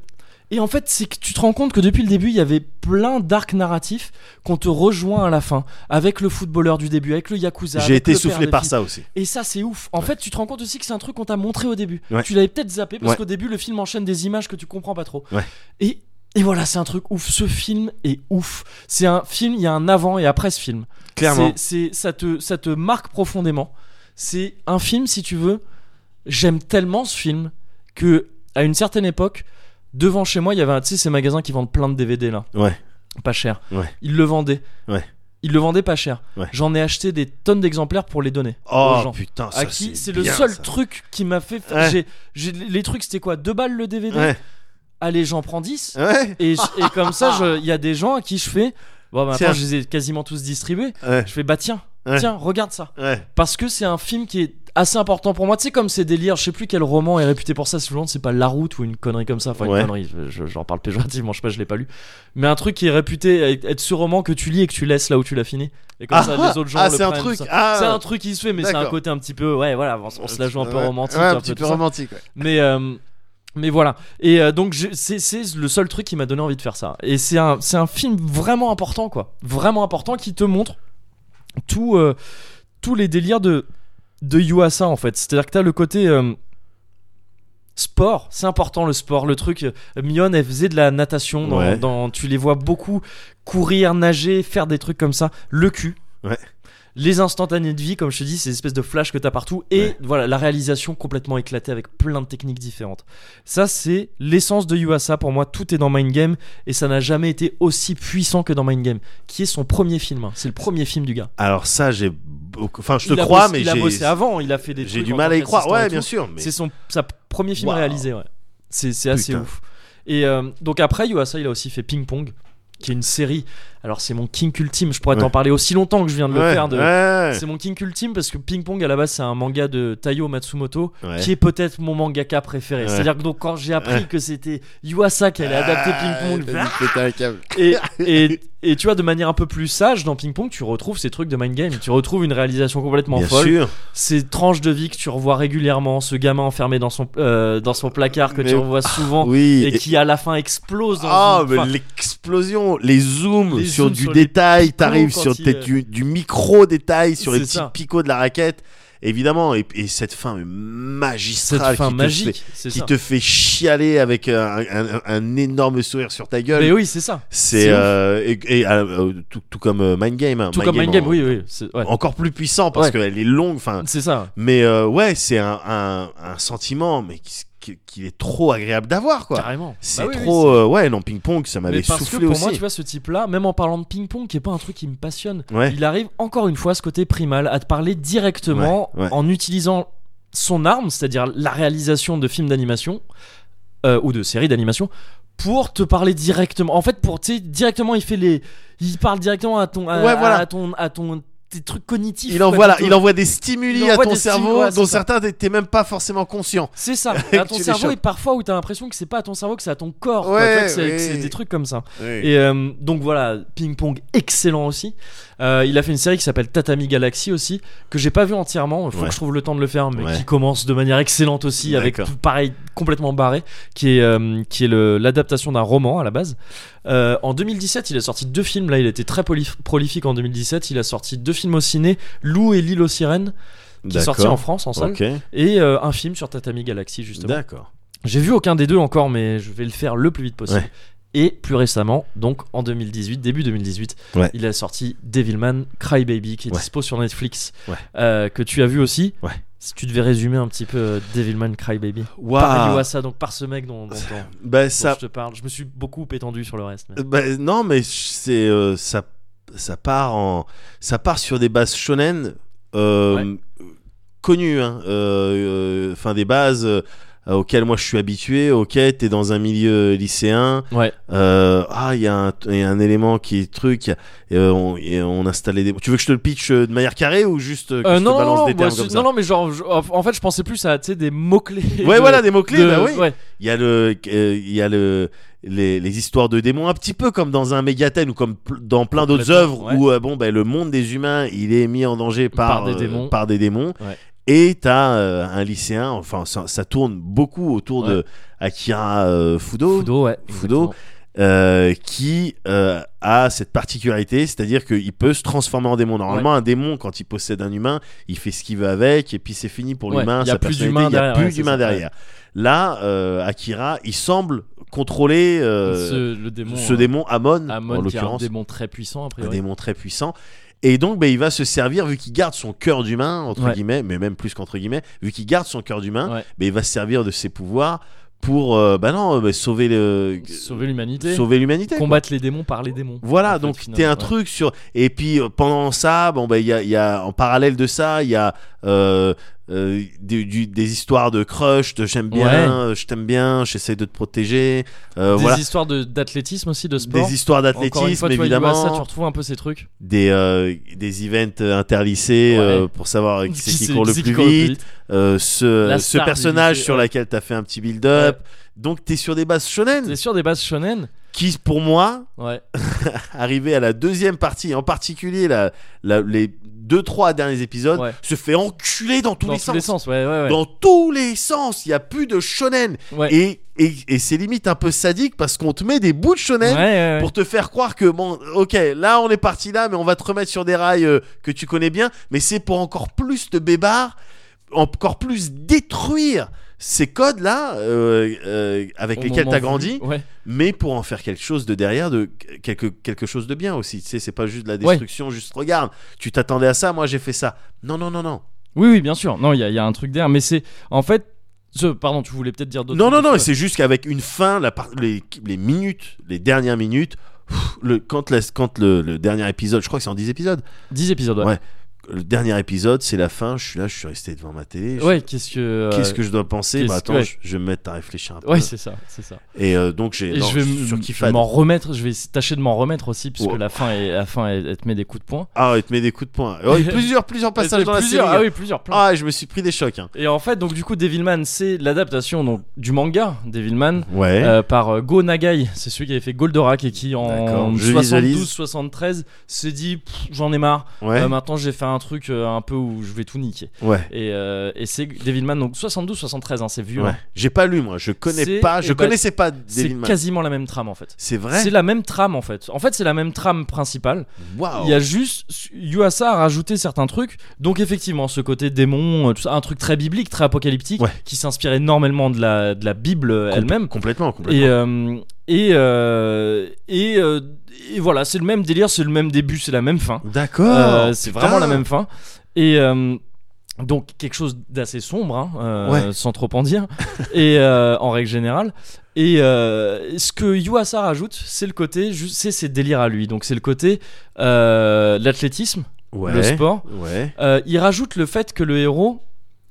Speaker 1: Et en fait, c'est que tu te rends compte que depuis le début, il y avait plein d'arcs narratifs qu'on te rejoint à la fin, avec le footballeur du début, avec le yakuza.
Speaker 2: J'ai
Speaker 1: avec
Speaker 2: été
Speaker 1: le père
Speaker 2: soufflé
Speaker 1: des
Speaker 2: par
Speaker 1: filles.
Speaker 2: ça aussi.
Speaker 1: Et ça, c'est ouf. En fait, tu te rends compte aussi que c'est un truc qu'on t'a montré au début.
Speaker 2: Ouais.
Speaker 1: Tu l'avais peut-être zappé parce
Speaker 2: Ouais.
Speaker 1: qu'au début, le film enchaîne des images que tu comprends pas trop.
Speaker 2: Ouais.
Speaker 1: Et, et voilà, c'est un truc ouf. Ce film est ouf. C'est un film, il y a un avant et après ce film.
Speaker 2: Clairement.
Speaker 1: C'est, c'est- ça, te, ça te marque profondément. C'est un film, si tu veux. J'aime tellement ce film que, à une certaine époque, devant chez moi, il y avait un, tu sais, ces magasins qui vendent plein de DVD là.
Speaker 2: Ouais.
Speaker 1: Pas cher.
Speaker 2: Ouais.
Speaker 1: Ils le vendaient.
Speaker 2: Ouais.
Speaker 1: Ils le vendaient pas cher.
Speaker 2: Ouais.
Speaker 1: J'en ai acheté des tonnes d'exemplaires pour les donner aux
Speaker 2: Oh
Speaker 1: gens.
Speaker 2: putain, ça
Speaker 1: à qui c'est le
Speaker 2: bien,
Speaker 1: seul
Speaker 2: ça.
Speaker 1: truc qui m'a fait.
Speaker 2: Ouais.
Speaker 1: J'ai, j'ai- les trucs, c'était quoi Deux balles le DVD
Speaker 2: Ouais.
Speaker 1: Allez, j'en prends 10.
Speaker 2: Ouais.
Speaker 1: Et, je- et comme ça, je- il y a des gens à qui je fais. Bon, bah,
Speaker 2: Tiens.
Speaker 1: maintenant, je les ai quasiment tous distribués.
Speaker 2: Ouais.
Speaker 1: Je fais, bah tiens,
Speaker 2: Ouais.
Speaker 1: tiens, regarde ça.
Speaker 2: Ouais.
Speaker 1: Parce que c'est un film qui est assez important pour moi. Tu sais, comme ces délires, je sais plus quel roman est réputé pour ça, si je me demande, c'est pas La Route ou une connerie comme ça. Enfin, une
Speaker 2: Ouais.
Speaker 1: connerie, je- je- j'en parle péjorativement, je sais pas, je l'ai pas lu. Mais un truc qui est réputé être- être ce roman que tu lis et que tu laisses là où tu l'as fini. Et [laughs] comme ça, les autres gens
Speaker 2: ah,
Speaker 1: le
Speaker 2: c'est un
Speaker 1: prennent,
Speaker 2: truc.
Speaker 1: ça.
Speaker 2: Ah,
Speaker 1: C'est un truc qui se fait, mais c'est un
Speaker 2: D'accord.
Speaker 1: côté un petit peu. Ouais, voilà, on, se- on se la joue un peu
Speaker 2: Ouais.
Speaker 1: romantique.
Speaker 2: Ouais,
Speaker 1: un
Speaker 2: un
Speaker 1: peu
Speaker 2: petit
Speaker 1: tout
Speaker 2: peu
Speaker 1: ça.
Speaker 2: romantique. ouais.
Speaker 1: Mais, euh, mais voilà. Et euh, donc, je- c'est c'est le seul truc qui m'a donné envie de faire ça. Et c'est un, c'est un film vraiment important, quoi. Vraiment important qui te montre tout, euh, tous les délires de, de Yuasa, en fait. C'est-à-dire que t'as le côté. euh, Sport, c'est important le sport, le truc. euh, Mion, elle faisait de la natation. Dans,
Speaker 2: Ouais.
Speaker 1: dans- tu les vois beaucoup courir, nager, faire des trucs comme ça. Le cul.
Speaker 2: Ouais.
Speaker 1: les instantanés de vie, comme je te dis, ces espèces de flash que t'as partout, et
Speaker 2: Ouais.
Speaker 1: voilà la réalisation complètement éclatée avec plein de techniques différentes. Ça, c'est l'essence de Yuasa. Pour moi, tout est dans Mind Game, et ça n'a jamais été aussi puissant que dans Mind Game, qui est son premier film. hein. C'est le premier film du gars.
Speaker 2: Alors ça, j'ai beaucoup... Enfin, je te
Speaker 1: Il a
Speaker 2: crois,
Speaker 1: bossé-
Speaker 2: mais
Speaker 1: il a bossé
Speaker 2: j'ai
Speaker 1: avant. Il a fait des.
Speaker 2: j'ai
Speaker 1: trucs
Speaker 2: du
Speaker 1: en
Speaker 2: mal
Speaker 1: tant
Speaker 2: à y croire.
Speaker 1: qu'assistant et
Speaker 2: Ouais,
Speaker 1: tout.
Speaker 2: bien sûr. Mais
Speaker 1: C'est son sa premier film
Speaker 2: Waouh.
Speaker 1: réalisé, ouais. C'est c'est assez
Speaker 2: Putain.
Speaker 1: ouf. Et euh, donc après, Yuasa, il a aussi fait Ping Pong, qui est une série. Alors c'est mon kink ultime. Je pourrais
Speaker 2: Ouais.
Speaker 1: t'en parler aussi longtemps que je viens de le
Speaker 2: Ouais,
Speaker 1: faire. De...
Speaker 2: ouais,
Speaker 1: C'est mon kink ultime parce que Ping Pong à la base c'est un manga de Taiyo Matsumoto
Speaker 2: ouais.
Speaker 1: qui est peut-être mon mangaka préféré.
Speaker 2: Ouais.
Speaker 1: C'est-à-dire que donc quand j'ai appris
Speaker 2: Ouais.
Speaker 1: que c'était Yuasa qui allait adapter Ping Pong,
Speaker 2: Ah, péter un câble.
Speaker 1: et, et, et tu vois de manière un peu plus sage dans Ping Pong tu retrouves ces trucs de mind game, tu retrouves une réalisation complètement
Speaker 2: Bien
Speaker 1: folle
Speaker 2: sûr.
Speaker 1: ces tranches de vie que tu revois régulièrement, ce gamin enfermé dans son, euh, dans son placard que
Speaker 2: Mais- ah
Speaker 1: tu revois souvent
Speaker 2: Oui.
Speaker 1: et qui à la fin explose dans
Speaker 2: Ah,
Speaker 1: une-
Speaker 2: mais
Speaker 1: enfin,
Speaker 2: l'explosion, les zooms
Speaker 1: Les
Speaker 2: sur
Speaker 1: zooms
Speaker 2: du
Speaker 1: sur les
Speaker 2: détail, t'arrives
Speaker 1: quand
Speaker 2: sur
Speaker 1: il,
Speaker 2: tes-
Speaker 1: euh,
Speaker 2: du, du micro détail, sur les
Speaker 1: C'est
Speaker 2: petits
Speaker 1: ça.
Speaker 2: picots de la raquette, évidemment. Et, et cette fin
Speaker 1: cette
Speaker 2: magistrale
Speaker 1: fin
Speaker 2: qui, te fait,
Speaker 1: magique, c'est
Speaker 2: qui
Speaker 1: ça.
Speaker 2: te fait chialer avec un, un- un énorme sourire sur ta gueule.
Speaker 1: Mais oui, c'est ça.
Speaker 2: C'est
Speaker 1: c'est
Speaker 2: euh, et, et, euh, tout, tout comme euh, Mind Game. hein.
Speaker 1: Tout comme Mind Game,
Speaker 2: en-
Speaker 1: oui, oui, c'est ouais.
Speaker 2: Encore plus puissant parce
Speaker 1: Ouais.
Speaker 2: qu'elle est longue. Enfin,
Speaker 1: C'est ça.
Speaker 2: mais euh, ouais, c'est un, un- un sentiment, mais qui- qui- qu'il est trop agréable d'avoir, quoi.
Speaker 1: Carrément.
Speaker 2: C'est
Speaker 1: Bah oui, oui,
Speaker 2: trop. euh, ouais, non, ping-pong, ça
Speaker 1: Mais
Speaker 2: m'avait
Speaker 1: parce que
Speaker 2: soufflé
Speaker 1: pour
Speaker 2: aussi.
Speaker 1: moi, tu vois, ce type-là, même en parlant de ping-pong, qui est pas un truc qui me passionne,
Speaker 2: ouais.
Speaker 1: il arrive encore une fois ce côté primal à te parler directement
Speaker 2: Ouais, ouais.
Speaker 1: en utilisant son arme, c'est-à-dire la réalisation de films d'animation euh, ou de séries d'animation pour te parler directement. En fait, pour tu sais, directement, il fait les, il parle directement à ton, à,
Speaker 2: Ouais, voilà.
Speaker 1: à ton, à ton tes trucs cognitifs.
Speaker 2: Il
Speaker 1: quoi,
Speaker 2: envoie, la-
Speaker 1: plutôt.
Speaker 2: il envoie des stimuli
Speaker 1: Il
Speaker 2: à
Speaker 1: envoie
Speaker 2: ton
Speaker 1: des stimuli,
Speaker 2: cerveau
Speaker 1: ouais, c'est
Speaker 2: dont
Speaker 1: ça.
Speaker 2: certains t'es- t'es même pas forcément conscient.
Speaker 1: C'est
Speaker 2: [laughs]
Speaker 1: ça,
Speaker 2: Et
Speaker 1: à
Speaker 2: que
Speaker 1: ton
Speaker 2: tu les
Speaker 1: cerveau
Speaker 2: chopes.
Speaker 1: et parfois où t'as l'impression que c'est pas à ton cerveau, que c'est à ton corps. quoi.
Speaker 2: Ouais,
Speaker 1: Tu vois, que c'est que
Speaker 2: oui.
Speaker 1: c'est des trucs comme ça. Et euh, donc voilà, Ping Pong excellent aussi. Euh, il a fait une série qui s'appelle Tatami Galaxy aussi, que j'ai pas vu entièrement, il faut
Speaker 2: Ouais.
Speaker 1: que je trouve le temps de le faire, mais
Speaker 2: Ouais.
Speaker 1: qui commence de manière excellente aussi, avec
Speaker 2: D'accord.
Speaker 1: tout pareil, complètement barré, qui est, euh, qui est le- l'adaptation d'un roman à la base. Euh, en 2017, il a sorti deux films, là il était très poli- prolifique en 2017, il a sorti deux films au ciné, Loup et l'île aux sirènes, qui est sorti en France en salle,
Speaker 2: Ok.
Speaker 1: et euh, un film sur Tatami Galaxy justement.
Speaker 2: D'accord.
Speaker 1: J'ai vu aucun des deux encore, mais je vais le faire le plus vite possible.
Speaker 2: Ouais.
Speaker 1: Et plus récemment, donc en 2018, début 2018,
Speaker 2: Ouais.
Speaker 1: il a sorti Devilman Crybaby qui est
Speaker 2: Ouais.
Speaker 1: dispo sur Netflix,
Speaker 2: Ouais.
Speaker 1: euh, que tu as vu aussi.
Speaker 2: Ouais.
Speaker 1: Si tu devais résumer un petit peu euh, Devilman Crybaby. Par
Speaker 2: Waouh.
Speaker 1: Yuasa, donc par ce mec dont, dont- dont- dont
Speaker 2: Bah [laughs] ça.
Speaker 1: je te parle. Je me suis beaucoup étendu sur le reste. mais-
Speaker 2: bah, non, mais c'est euh, ça. Ça part en. Ça part sur des bases shonen euh, connues. Hein, euh, euh, enfin des bases. euh, auxquelles moi je suis habitué, ok, t'es dans un milieu lycéen,
Speaker 1: Ouais,
Speaker 2: Euh, ah, il y, a un- il y a un élément qui est truc. il y a- et, euh, on, et on installait des. Tu veux que je te le pitch euh, de manière carrée ou juste euh, que
Speaker 1: Euh,
Speaker 2: je te
Speaker 1: non, non,
Speaker 2: balance
Speaker 1: non,
Speaker 2: des
Speaker 1: moi,
Speaker 2: termes
Speaker 1: c'est-
Speaker 2: comme
Speaker 1: non,
Speaker 2: ça
Speaker 1: non, mais genre, je- en fait, je pensais plus à tu sais, des mots-clés.
Speaker 2: Ouais,
Speaker 1: de-
Speaker 2: voilà, des mots-clés.
Speaker 1: de-
Speaker 2: bah oui.
Speaker 1: ouais.
Speaker 2: Il y a le, euh, il y a le, les, les histoires de démons, un petit peu comme dans un Megaten ou comme pl- dans plein d'autres œuvres
Speaker 1: Complètement, ouais.
Speaker 2: où euh, bon, bah, le monde des humains, il est mis en danger par,
Speaker 1: Par des
Speaker 2: euh,
Speaker 1: démons.
Speaker 2: par des démons.
Speaker 1: Ouais.
Speaker 2: Et t'as euh, un lycéen, enfin ça, ça tourne beaucoup autour de Akira euh, Fudo,
Speaker 1: Fudo, ouais.
Speaker 2: Fudo.
Speaker 1: exactement.
Speaker 2: euh, qui euh, a cette particularité, c'est-à-dire qu'il peut se transformer en démon. Normalement, un démon, quand il possède un humain, il fait ce qu'il veut avec, et puis c'est fini pour
Speaker 1: Ouais,
Speaker 2: l'humain.
Speaker 1: il y a
Speaker 2: sa
Speaker 1: plus
Speaker 2: personnalité,
Speaker 1: d'humain
Speaker 2: il y a
Speaker 1: derrière,
Speaker 2: plus
Speaker 1: ouais, c'est
Speaker 2: d'humain
Speaker 1: ça,
Speaker 2: derrière. Là, euh, Akira, il semble contrôler euh,
Speaker 1: Ce- le démon.
Speaker 2: ce
Speaker 1: euh,
Speaker 2: démon Amon, en
Speaker 1: Amon, qui est un
Speaker 2: l'occurrence,
Speaker 1: démon très puissant, a
Speaker 2: un
Speaker 1: priori.
Speaker 2: démon très puissant. Et donc, ben, il va se servir, vu qu'il garde son cœur d'humain, entre
Speaker 1: Ouais.
Speaker 2: guillemets, mais même plus qu'entre guillemets, vu qu'il garde son cœur d'humain,
Speaker 1: Ouais.
Speaker 2: ben, il va se servir de ses pouvoirs pour euh, bah non, euh, bah, sauver le-
Speaker 1: Sauver l'humanité.
Speaker 2: sauver l'humanité. quoi.
Speaker 1: combattre les démons par les démons.
Speaker 2: Voilà,
Speaker 1: en fait,
Speaker 2: donc t'es
Speaker 1: finalement,
Speaker 2: un
Speaker 1: ouais.
Speaker 2: truc sur. Et puis euh, pendant ça, bon bah il y a, il y a- en parallèle de ça, il y a euh, euh, des, du- des histoires de crush, de j'aime bien,
Speaker 1: Ouais.
Speaker 2: euh, je t'aime bien, j'essaie de te protéger. euh,
Speaker 1: des
Speaker 2: voilà,
Speaker 1: histoires de- d'athlétisme aussi, de sport.
Speaker 2: des histoires
Speaker 1: Encore une fois,
Speaker 2: d'athlétisme
Speaker 1: tu vois,
Speaker 2: évidemment,
Speaker 1: Yuasa, tu retrouves un peu ces trucs.
Speaker 2: des euh, des events interlycées
Speaker 1: Ouais.
Speaker 2: euh, pour
Speaker 1: [laughs]
Speaker 2: savoir qui c'est qui court le
Speaker 1: c'est
Speaker 2: plus
Speaker 1: court
Speaker 2: vite, euh, ce,
Speaker 1: La
Speaker 2: ce
Speaker 1: star du
Speaker 2: personnage
Speaker 1: lycée,
Speaker 2: sur
Speaker 1: ouais.
Speaker 2: laquelle t'as fait un petit build-up. Donc t'es sur des bases shonen
Speaker 1: T'es sur des bases shonen
Speaker 2: qui pour moi
Speaker 1: Ouais.
Speaker 2: arrivé à la deuxième partie, en particulier la, la- les deux trois derniers épisodes,
Speaker 1: Ouais.
Speaker 2: se fait enculer dans tous
Speaker 1: dans
Speaker 2: les
Speaker 1: tous
Speaker 2: sens.
Speaker 1: les sens, ouais, ouais, ouais.
Speaker 2: Dans tous les sens, il y a plus de shonen
Speaker 1: ouais.
Speaker 2: et, et, et c'est limite un peu sadique parce qu'on te met des bouts de
Speaker 1: Ouais, ouais,
Speaker 2: shonen
Speaker 1: ouais.
Speaker 2: pour te faire croire que bon, ok, là on est parti là, mais on va te remettre sur des rails euh, que tu connais bien, mais c'est pour encore plus te bébar, encore plus détruire ces codes-là euh, euh, avec
Speaker 1: Au
Speaker 2: lesquels
Speaker 1: moment
Speaker 2: tu as
Speaker 1: voulu.
Speaker 2: grandi,
Speaker 1: Ouais.
Speaker 2: mais pour en faire quelque chose de derrière, de quelque, quelque chose de bien aussi. Tu sais, c'est pas juste de la
Speaker 1: Ouais.
Speaker 2: destruction, juste regarde, tu t'attendais à ça, moi j'ai fait ça. Non, non, non, non.
Speaker 1: Oui, oui, bien sûr. Non, il y, a- il y a un truc derrière, mais c'est en fait. ce- Pardon, tu voulais peut-être dire d'autres.
Speaker 2: Non, non,
Speaker 1: trucs,
Speaker 2: non,
Speaker 1: euh,
Speaker 2: et c'est juste qu'avec une fin, la par- les, les minutes, les dernières minutes, pff, le, quand, la- quand le, le dernier épisode, je crois que c'est en 10 épisodes,
Speaker 1: 10 épisodes.
Speaker 2: Ouais.
Speaker 1: Ouais.
Speaker 2: le dernier épisode, c'est la fin, je suis là, je suis resté devant ma télé. je-
Speaker 1: Ouais, qu'est-ce que. euh,
Speaker 2: Qu'est-ce que je dois penser
Speaker 1: qu'est-ce
Speaker 2: bah,
Speaker 1: que-
Speaker 2: Attends,
Speaker 1: ouais.
Speaker 2: je, je vais me mettre à réfléchir un peu.
Speaker 1: Ouais, c'est ça, c'est ça.
Speaker 2: et euh, donc, j'ai.
Speaker 1: Et
Speaker 2: non,
Speaker 1: je vais
Speaker 2: suis
Speaker 1: m-
Speaker 2: sûr qu'il fallait-
Speaker 1: m'en remettre, je vais tâcher de m'en remettre aussi, puisque
Speaker 2: Ouais.
Speaker 1: la fin, est, la fin elle, elle te met des coups de poing.
Speaker 2: Ah, il te met des coups de poing.
Speaker 1: [laughs]
Speaker 2: Oh, il y a plusieurs, plusieurs passages
Speaker 1: Euh,
Speaker 2: dans la série.
Speaker 1: plusieurs,
Speaker 2: hein.
Speaker 1: ah oui, plusieurs, plein.
Speaker 2: Ah, je me suis pris des chocs. hein.
Speaker 1: Et en fait, donc du coup, Devilman, c'est l'adaptation donc, du manga Devilman
Speaker 2: Ouais.
Speaker 1: euh, par euh, Go Nagai. C'est celui qui avait fait Goldorak et qui en
Speaker 2: D'accord, je visualise.
Speaker 1: 72-73 s'est dit Pff, j'en ai marre.
Speaker 2: ouais.
Speaker 1: Euh, maintenant, j'ai fait un truc euh, un peu où je vais tout niquer.
Speaker 2: ouais.
Speaker 1: Et, euh, et c'est Devilman, donc 72-73, hein, c'est vieux.
Speaker 2: Ouais.
Speaker 1: hein.
Speaker 2: J'ai pas lu, moi. Je connais
Speaker 1: C'est-
Speaker 2: pas. Je
Speaker 1: eh ben,
Speaker 2: connaissais pas
Speaker 1: C'est
Speaker 2: Devilman.
Speaker 1: quasiment la même trame en fait.
Speaker 2: C'est vrai.
Speaker 1: C'est la même trame en fait. En fait, c'est la même trame principale.
Speaker 2: Waouh.
Speaker 1: Il y a juste Yuasa a rajouté certains trucs. Donc effectivement, ce côté démon, euh, tout ça, un truc très biblique, très apocalyptique,
Speaker 2: Ouais.
Speaker 1: qui s'inspire énormément de la, de la Bible euh,
Speaker 2: Com-
Speaker 1: elle-même.
Speaker 2: Complètement, complètement.
Speaker 1: Et euh, et euh, et, euh, et voilà, c'est le même délire, c'est le même début, c'est la même fin.
Speaker 2: D'accord.
Speaker 1: Euh, c'est
Speaker 2: Oh, putain.
Speaker 1: vraiment la même fin. Et euh, donc quelque chose d'assez sombre, hein, euh,
Speaker 2: Ouais.
Speaker 1: sans trop en
Speaker 2: [laughs]
Speaker 1: dire, et euh, en règle générale. Et euh, ce que Yuasa rajoute, c'est le côté, ju- c'est ses délires à lui. Donc c'est le côté euh, de l'athlétisme,
Speaker 2: Ouais.
Speaker 1: le sport.
Speaker 2: Ouais.
Speaker 1: Euh, il rajoute le fait que le héros,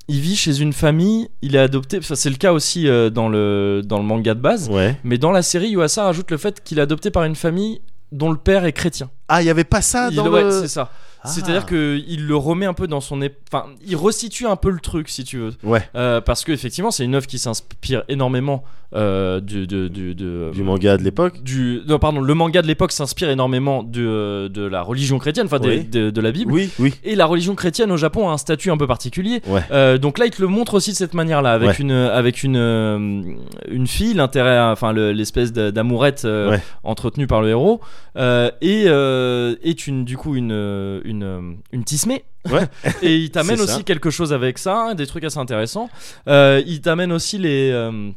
Speaker 1: il vit chez une famille, il est adopté. Ça c'est le cas aussi euh, dans le dans le manga de base.
Speaker 2: Ouais.
Speaker 1: Mais dans la série, Yuasa rajoute le fait qu'il est adopté par une famille dont le père est chrétien.
Speaker 2: Ah, il y avait pas ça
Speaker 1: Il-
Speaker 2: dans
Speaker 1: ouais,
Speaker 2: le.
Speaker 1: c'est ça.
Speaker 2: Ah.
Speaker 1: C'est-à-dire que il le remet un peu dans son, é- enfin, il restitue un peu le truc si tu veux,
Speaker 2: Ouais.
Speaker 1: Euh, parce que effectivement, c'est une œuvre qui s'inspire énormément euh, du, de- du- de-
Speaker 2: Du manga de l'époque.
Speaker 1: du- non, pardon, le manga de l'époque s'inspire énormément de, de la religion chrétienne, enfin des-
Speaker 2: Oui.
Speaker 1: de, de la Bible.
Speaker 2: Oui, oui.
Speaker 1: Et la religion chrétienne au Japon a un statut un peu particulier.
Speaker 2: Ouais.
Speaker 1: Euh, donc là, il te le montre aussi de cette manière-là, avec
Speaker 2: Ouais.
Speaker 1: une avec une euh, une fille, l'intérêt, à- enfin le- l'espèce d'a- d'amourette euh,
Speaker 2: Ouais.
Speaker 1: entretenue par le héros, euh, et euh, est une du coup une euh, une euh, une tismée.
Speaker 2: Ouais.
Speaker 1: [laughs] et il t'amène
Speaker 2: C'est ça.
Speaker 1: aussi quelque chose avec ça, hein, des trucs assez intéressants. Euh, il t'amène aussi les euh,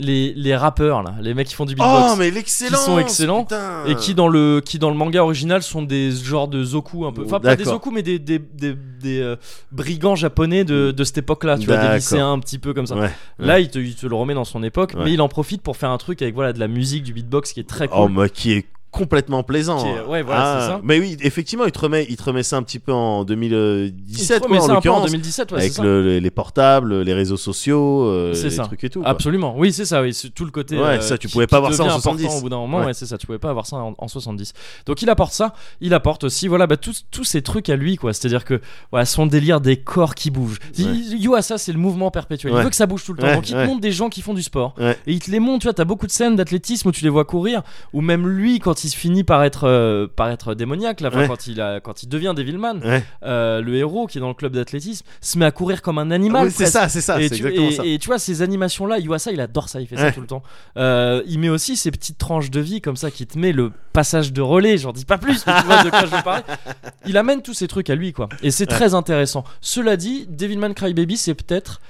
Speaker 1: les, les rappeurs là, les mecs qui font du beatbox
Speaker 2: Oh, mais l'excellent.
Speaker 1: Qui sont excellents.
Speaker 2: Ah.
Speaker 1: et qui dans le qui dans le manga original sont des genres de zoku un peu enfin pas des
Speaker 2: D'accord.
Speaker 1: zoku mais des des, des, des, euh, brigands japonais de, de cette époque là tu vois des
Speaker 2: D'accord.
Speaker 1: lycéens un petit peu comme ça
Speaker 2: Ouais.
Speaker 1: là il te, il te le remet dans son époque
Speaker 2: Ouais.
Speaker 1: mais il en profite pour faire un truc avec voilà de la musique du beatbox qui est très
Speaker 2: Oh, ah,
Speaker 1: cool
Speaker 2: mais qui est complètement plaisant. hein.
Speaker 1: Qui est- ouais, voilà, c'est ça.
Speaker 2: Mais oui, effectivement, il te remet, il te remet ça un petit peu en 2017,
Speaker 1: Il te
Speaker 2: quoi,
Speaker 1: remet ça un
Speaker 2: en
Speaker 1: peu en
Speaker 2: l'occurrence.
Speaker 1: 2017 ouais, c'est
Speaker 2: avec
Speaker 1: ça.
Speaker 2: le- les, les portables, les réseaux sociaux, euh,
Speaker 1: C'est
Speaker 2: les
Speaker 1: ça.
Speaker 2: trucs et tout. quoi.
Speaker 1: Absolument, oui, c'est ça, oui, c'est tout le côté.
Speaker 2: Ouais,
Speaker 1: euh,
Speaker 2: ça, tu
Speaker 1: qui-
Speaker 2: pouvais
Speaker 1: qui
Speaker 2: pas avoir ça en
Speaker 1: devient important
Speaker 2: 70.
Speaker 1: Au bout d'un moment,
Speaker 2: Ouais.
Speaker 1: ouais, c'est ça, tu pouvais pas avoir ça en, en 70. Donc il apporte ça, il apporte aussi, voilà, bah, tous tous ces trucs à lui, quoi. C'est-à-dire que, voilà, son délire des corps qui bougent. Il- Yuasa, c'est le mouvement perpétuel.
Speaker 2: Ouais.
Speaker 1: Il veut que ça bouge tout le temps.
Speaker 2: Ouais,
Speaker 1: Donc il
Speaker 2: ouais.
Speaker 1: te montre des gens qui font du sport.
Speaker 2: Ouais.
Speaker 1: Et il te les montre, tu vois, t'as beaucoup de scènes d'athlétisme où tu les vois courir, ou même lui, quand il finit par être, euh, par être démoniaque, là, enfin,
Speaker 2: Ouais.
Speaker 1: quand, il a, quand il devient Devilman,
Speaker 2: Ouais.
Speaker 1: euh, le héros qui est dans le club d'athlétisme se met à courir comme un animal.
Speaker 2: Ah Oui, c'est
Speaker 1: presque.
Speaker 2: ça, c'est ça, c'est
Speaker 1: Et tu,
Speaker 2: exactement
Speaker 1: et-
Speaker 2: ça.
Speaker 1: et tu vois, ces animations-là, Yuasa, il adore ça, il fait ça
Speaker 2: Ouais.
Speaker 1: tout le temps. Euh, il met aussi ces petites tranches de vie comme ça qui te met le passage de relais, j'en dis pas plus, mais tu vois de quoi je veux
Speaker 2: [laughs]
Speaker 1: parler. Il amène tous ces trucs à lui, quoi. Et c'est très intéressant. Cela dit, Devilman Crybaby, c'est peut-être,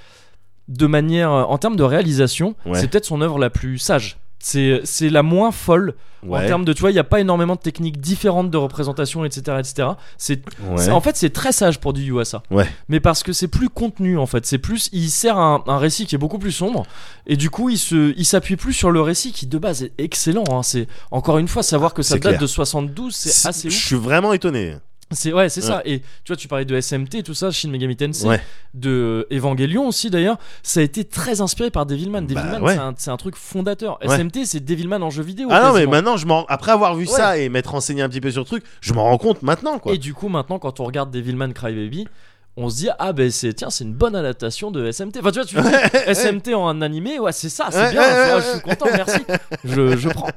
Speaker 1: de manière, euh, en termes de réalisation,
Speaker 2: Ouais.
Speaker 1: c'est peut-être son œuvre la plus sage. C'est c'est la moins folle en
Speaker 2: Ouais,
Speaker 1: termes de, tu vois, il n'y a pas énormément de techniques différentes de représentation, etc. etc. C'est
Speaker 2: ouais.
Speaker 1: c'est- En fait, c'est très sage pour du Yuasa.
Speaker 2: Ouais.
Speaker 1: Mais parce que c'est plus contenu, en fait. C'est plus, il sert un, un récit qui est beaucoup plus sombre. Et du coup, il se, il s'appuie plus sur le récit qui de base est excellent. hein. C'est encore une fois savoir que ça
Speaker 2: C'est
Speaker 1: date
Speaker 2: clair.
Speaker 1: de 72, c'est
Speaker 2: C'est-
Speaker 1: assez
Speaker 2: Je
Speaker 1: ouf.
Speaker 2: suis vraiment étonné.
Speaker 1: C'est ouais, c'est ça. Et tu vois, tu parlais de SMT, tout ça, Shin Megami Tensei,
Speaker 2: Ouais.
Speaker 1: de euh, Evangelion aussi d'ailleurs. Ça a été très inspiré par Devilman. Devilman,
Speaker 2: Bah ouais.
Speaker 1: c'est un- c'est un, truc fondateur.
Speaker 2: Ouais.
Speaker 1: SMT, c'est Devilman en jeu vidéo.
Speaker 2: Ah non, mais
Speaker 1: quasiment.
Speaker 2: maintenant, je m'en... après avoir vu
Speaker 1: Ouais.
Speaker 2: ça et m'être renseigné un petit peu sur le truc, je m'en rends compte maintenant, quoi.
Speaker 1: Et du coup, maintenant, quand on regarde Devilman Crybaby, on se dit ah ben c'est tiens c'est une bonne adaptation de SMT. Enfin tu vois tu te dis, SMT en un animé ouais c'est ça c'est
Speaker 2: Ouais,
Speaker 1: bien
Speaker 2: ouais,
Speaker 1: ça,
Speaker 2: ouais,
Speaker 1: je suis content merci je, je prends.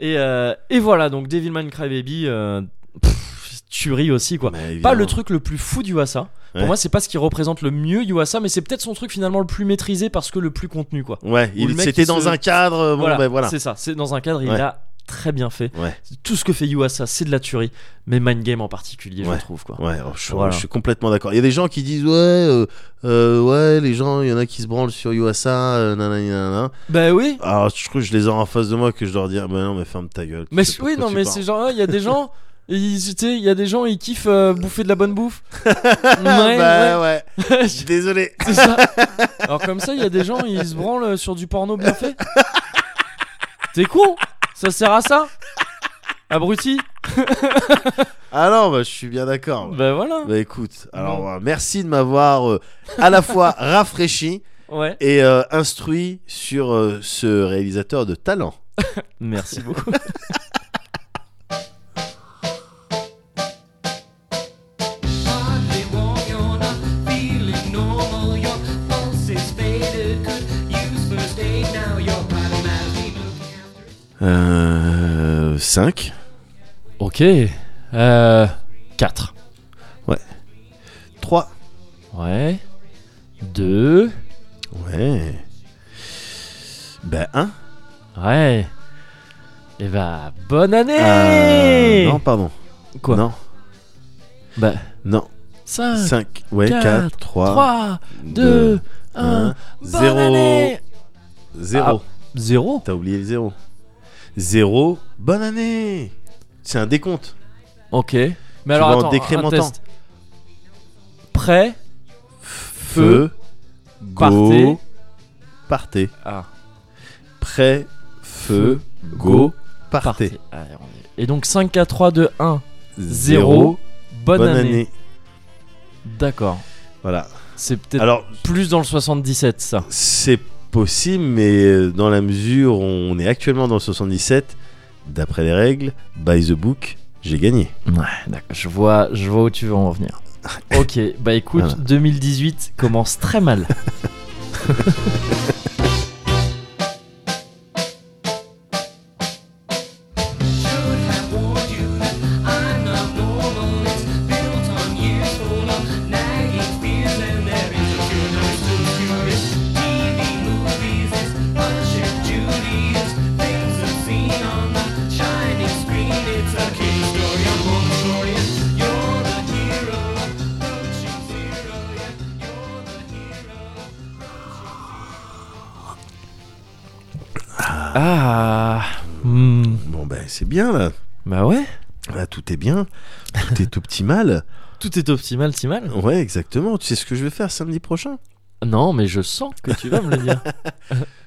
Speaker 1: Et euh, et voilà donc Devilman Crybaby euh, pff, tuerie aussi quoi.
Speaker 2: Mais évidemment.
Speaker 1: Pas le truc le plus fou du Yuasa. Pour
Speaker 2: Ouais.
Speaker 1: moi, c'est pas ce qui représente le mieux Yuasa, mais c'est peut-être son truc finalement le plus maîtrisé parce que le plus contenu quoi.
Speaker 2: Ouais, il-
Speaker 1: le mec
Speaker 2: c'était
Speaker 1: qui
Speaker 2: dans
Speaker 1: se-
Speaker 2: un cadre. euh, Bon, ben voilà.
Speaker 1: C'est ça, c'est dans un cadre,
Speaker 2: Ouais.
Speaker 1: il a très bien fait.
Speaker 2: Ouais.
Speaker 1: Tout ce que fait Yuasa, c'est de la tuerie, mais Mind Game en particulier,
Speaker 2: Ouais.
Speaker 1: je trouve quoi.
Speaker 2: Ouais, alors, je,
Speaker 1: Voilà.
Speaker 2: je suis complètement d'accord. Il y a des gens qui disent ouais, euh, euh, ouais, les gens, il y en a qui se branlent sur Yuasa, euh, nanani, nanana.
Speaker 1: Bah oui.
Speaker 2: Alors je trouve que je les aurai en face de moi que je leur dis, ah, bah non, mais ferme ta gueule. tu
Speaker 1: Mais
Speaker 2: sais pas
Speaker 1: oui,
Speaker 2: de quoi
Speaker 1: non,
Speaker 2: tu
Speaker 1: mais
Speaker 2: parles.
Speaker 1: c'est genre, il y a des gens, ils, tu sais, il y a des gens, ils kiffent euh, bouffer de la bonne bouffe. Ouais,
Speaker 2: [laughs] bah ouais.
Speaker 1: [laughs] ouais.
Speaker 2: Désolé.
Speaker 1: C'est ça. Alors comme ça, il y a des gens, ils se branlent euh, sur du porno bien fait. T'es con Ça sert à ça Abruti
Speaker 2: Ah non, bah, je suis bien d'accord.
Speaker 1: Bah [laughs] voilà.
Speaker 2: Bah écoute, alors
Speaker 1: Non.
Speaker 2: euh, merci de m'avoir euh, à
Speaker 1: [laughs]
Speaker 2: la fois rafraîchi
Speaker 1: Ouais.
Speaker 2: et euh, instruit sur euh, ce réalisateur de talent.
Speaker 1: Merci beaucoup.
Speaker 3: Hardly warm, you're not feeling normal. Your pulse is faded. Could use first aid now. Your body might be looking after it.
Speaker 2: Euh, 5
Speaker 1: Ok. Euh, 4.
Speaker 2: 3
Speaker 1: Ouais. 2.
Speaker 2: Ouais. Bah 1
Speaker 1: Ouais. Et bah, bonne
Speaker 2: Euh,
Speaker 1: année
Speaker 2: non, pardon.
Speaker 1: Quoi
Speaker 2: Non,
Speaker 1: Bah,
Speaker 2: non.
Speaker 1: 5,
Speaker 2: 5, ouais,
Speaker 1: quatre,
Speaker 2: 4, 3,
Speaker 1: 3,
Speaker 2: deux,
Speaker 1: 2, 1. Bonne
Speaker 2: zéro.
Speaker 1: année
Speaker 2: 0.
Speaker 1: Ah. 0
Speaker 2: T'as oublié le 0. 0, bonne année C'est un décompte.
Speaker 1: Ok. Mais
Speaker 2: Tu
Speaker 1: alors,
Speaker 2: vas en
Speaker 1: attends, un-
Speaker 2: décrémentant.
Speaker 1: un test. Prêt
Speaker 2: Feu, go, partez.
Speaker 1: Ah,
Speaker 2: Prêt,
Speaker 1: Feu,
Speaker 2: feu, go,
Speaker 1: go,
Speaker 2: partez.
Speaker 1: partez. Allez, on y- Et donc 5 à 3, 2, 1.
Speaker 2: Zéro,
Speaker 1: Bonne, année. D'accord.
Speaker 2: Voilà.
Speaker 1: C'est peut-être
Speaker 2: Alors,
Speaker 1: plus dans le 77, ça.
Speaker 2: c'est possible, mais euh, dans la mesure où on est actuellement dans le 77, d'après les règles, by the book, j'ai gagné.
Speaker 1: Ouais, d'accord. Je vois, je vois où tu veux en
Speaker 2: [laughs]
Speaker 1: venir. Ok, bah écoute,
Speaker 2: Voilà.
Speaker 1: 2018 commence très mal.
Speaker 3: Should have warned you that I'm not normal. It's built on years full of nagging fears, and there is a cure. I'm still curious. TV movies, it's Punch and Judy, it's things I've seen on the shining screen. It's a kid story. I'm born glorious. You're the hero. Approaching zero. Yeah, you're the hero.
Speaker 1: Ah. hmm,
Speaker 2: Bon, ben, c'est bien là.
Speaker 1: Bah ouais.
Speaker 2: Là, tout est bien. Tout
Speaker 1: [laughs]
Speaker 2: est optimal.
Speaker 1: Tout est optimal, si mal.
Speaker 2: Ouais, exactement. Tu sais ce que je vais faire samedi prochain
Speaker 1: Non, mais je sens que tu vas me le dire.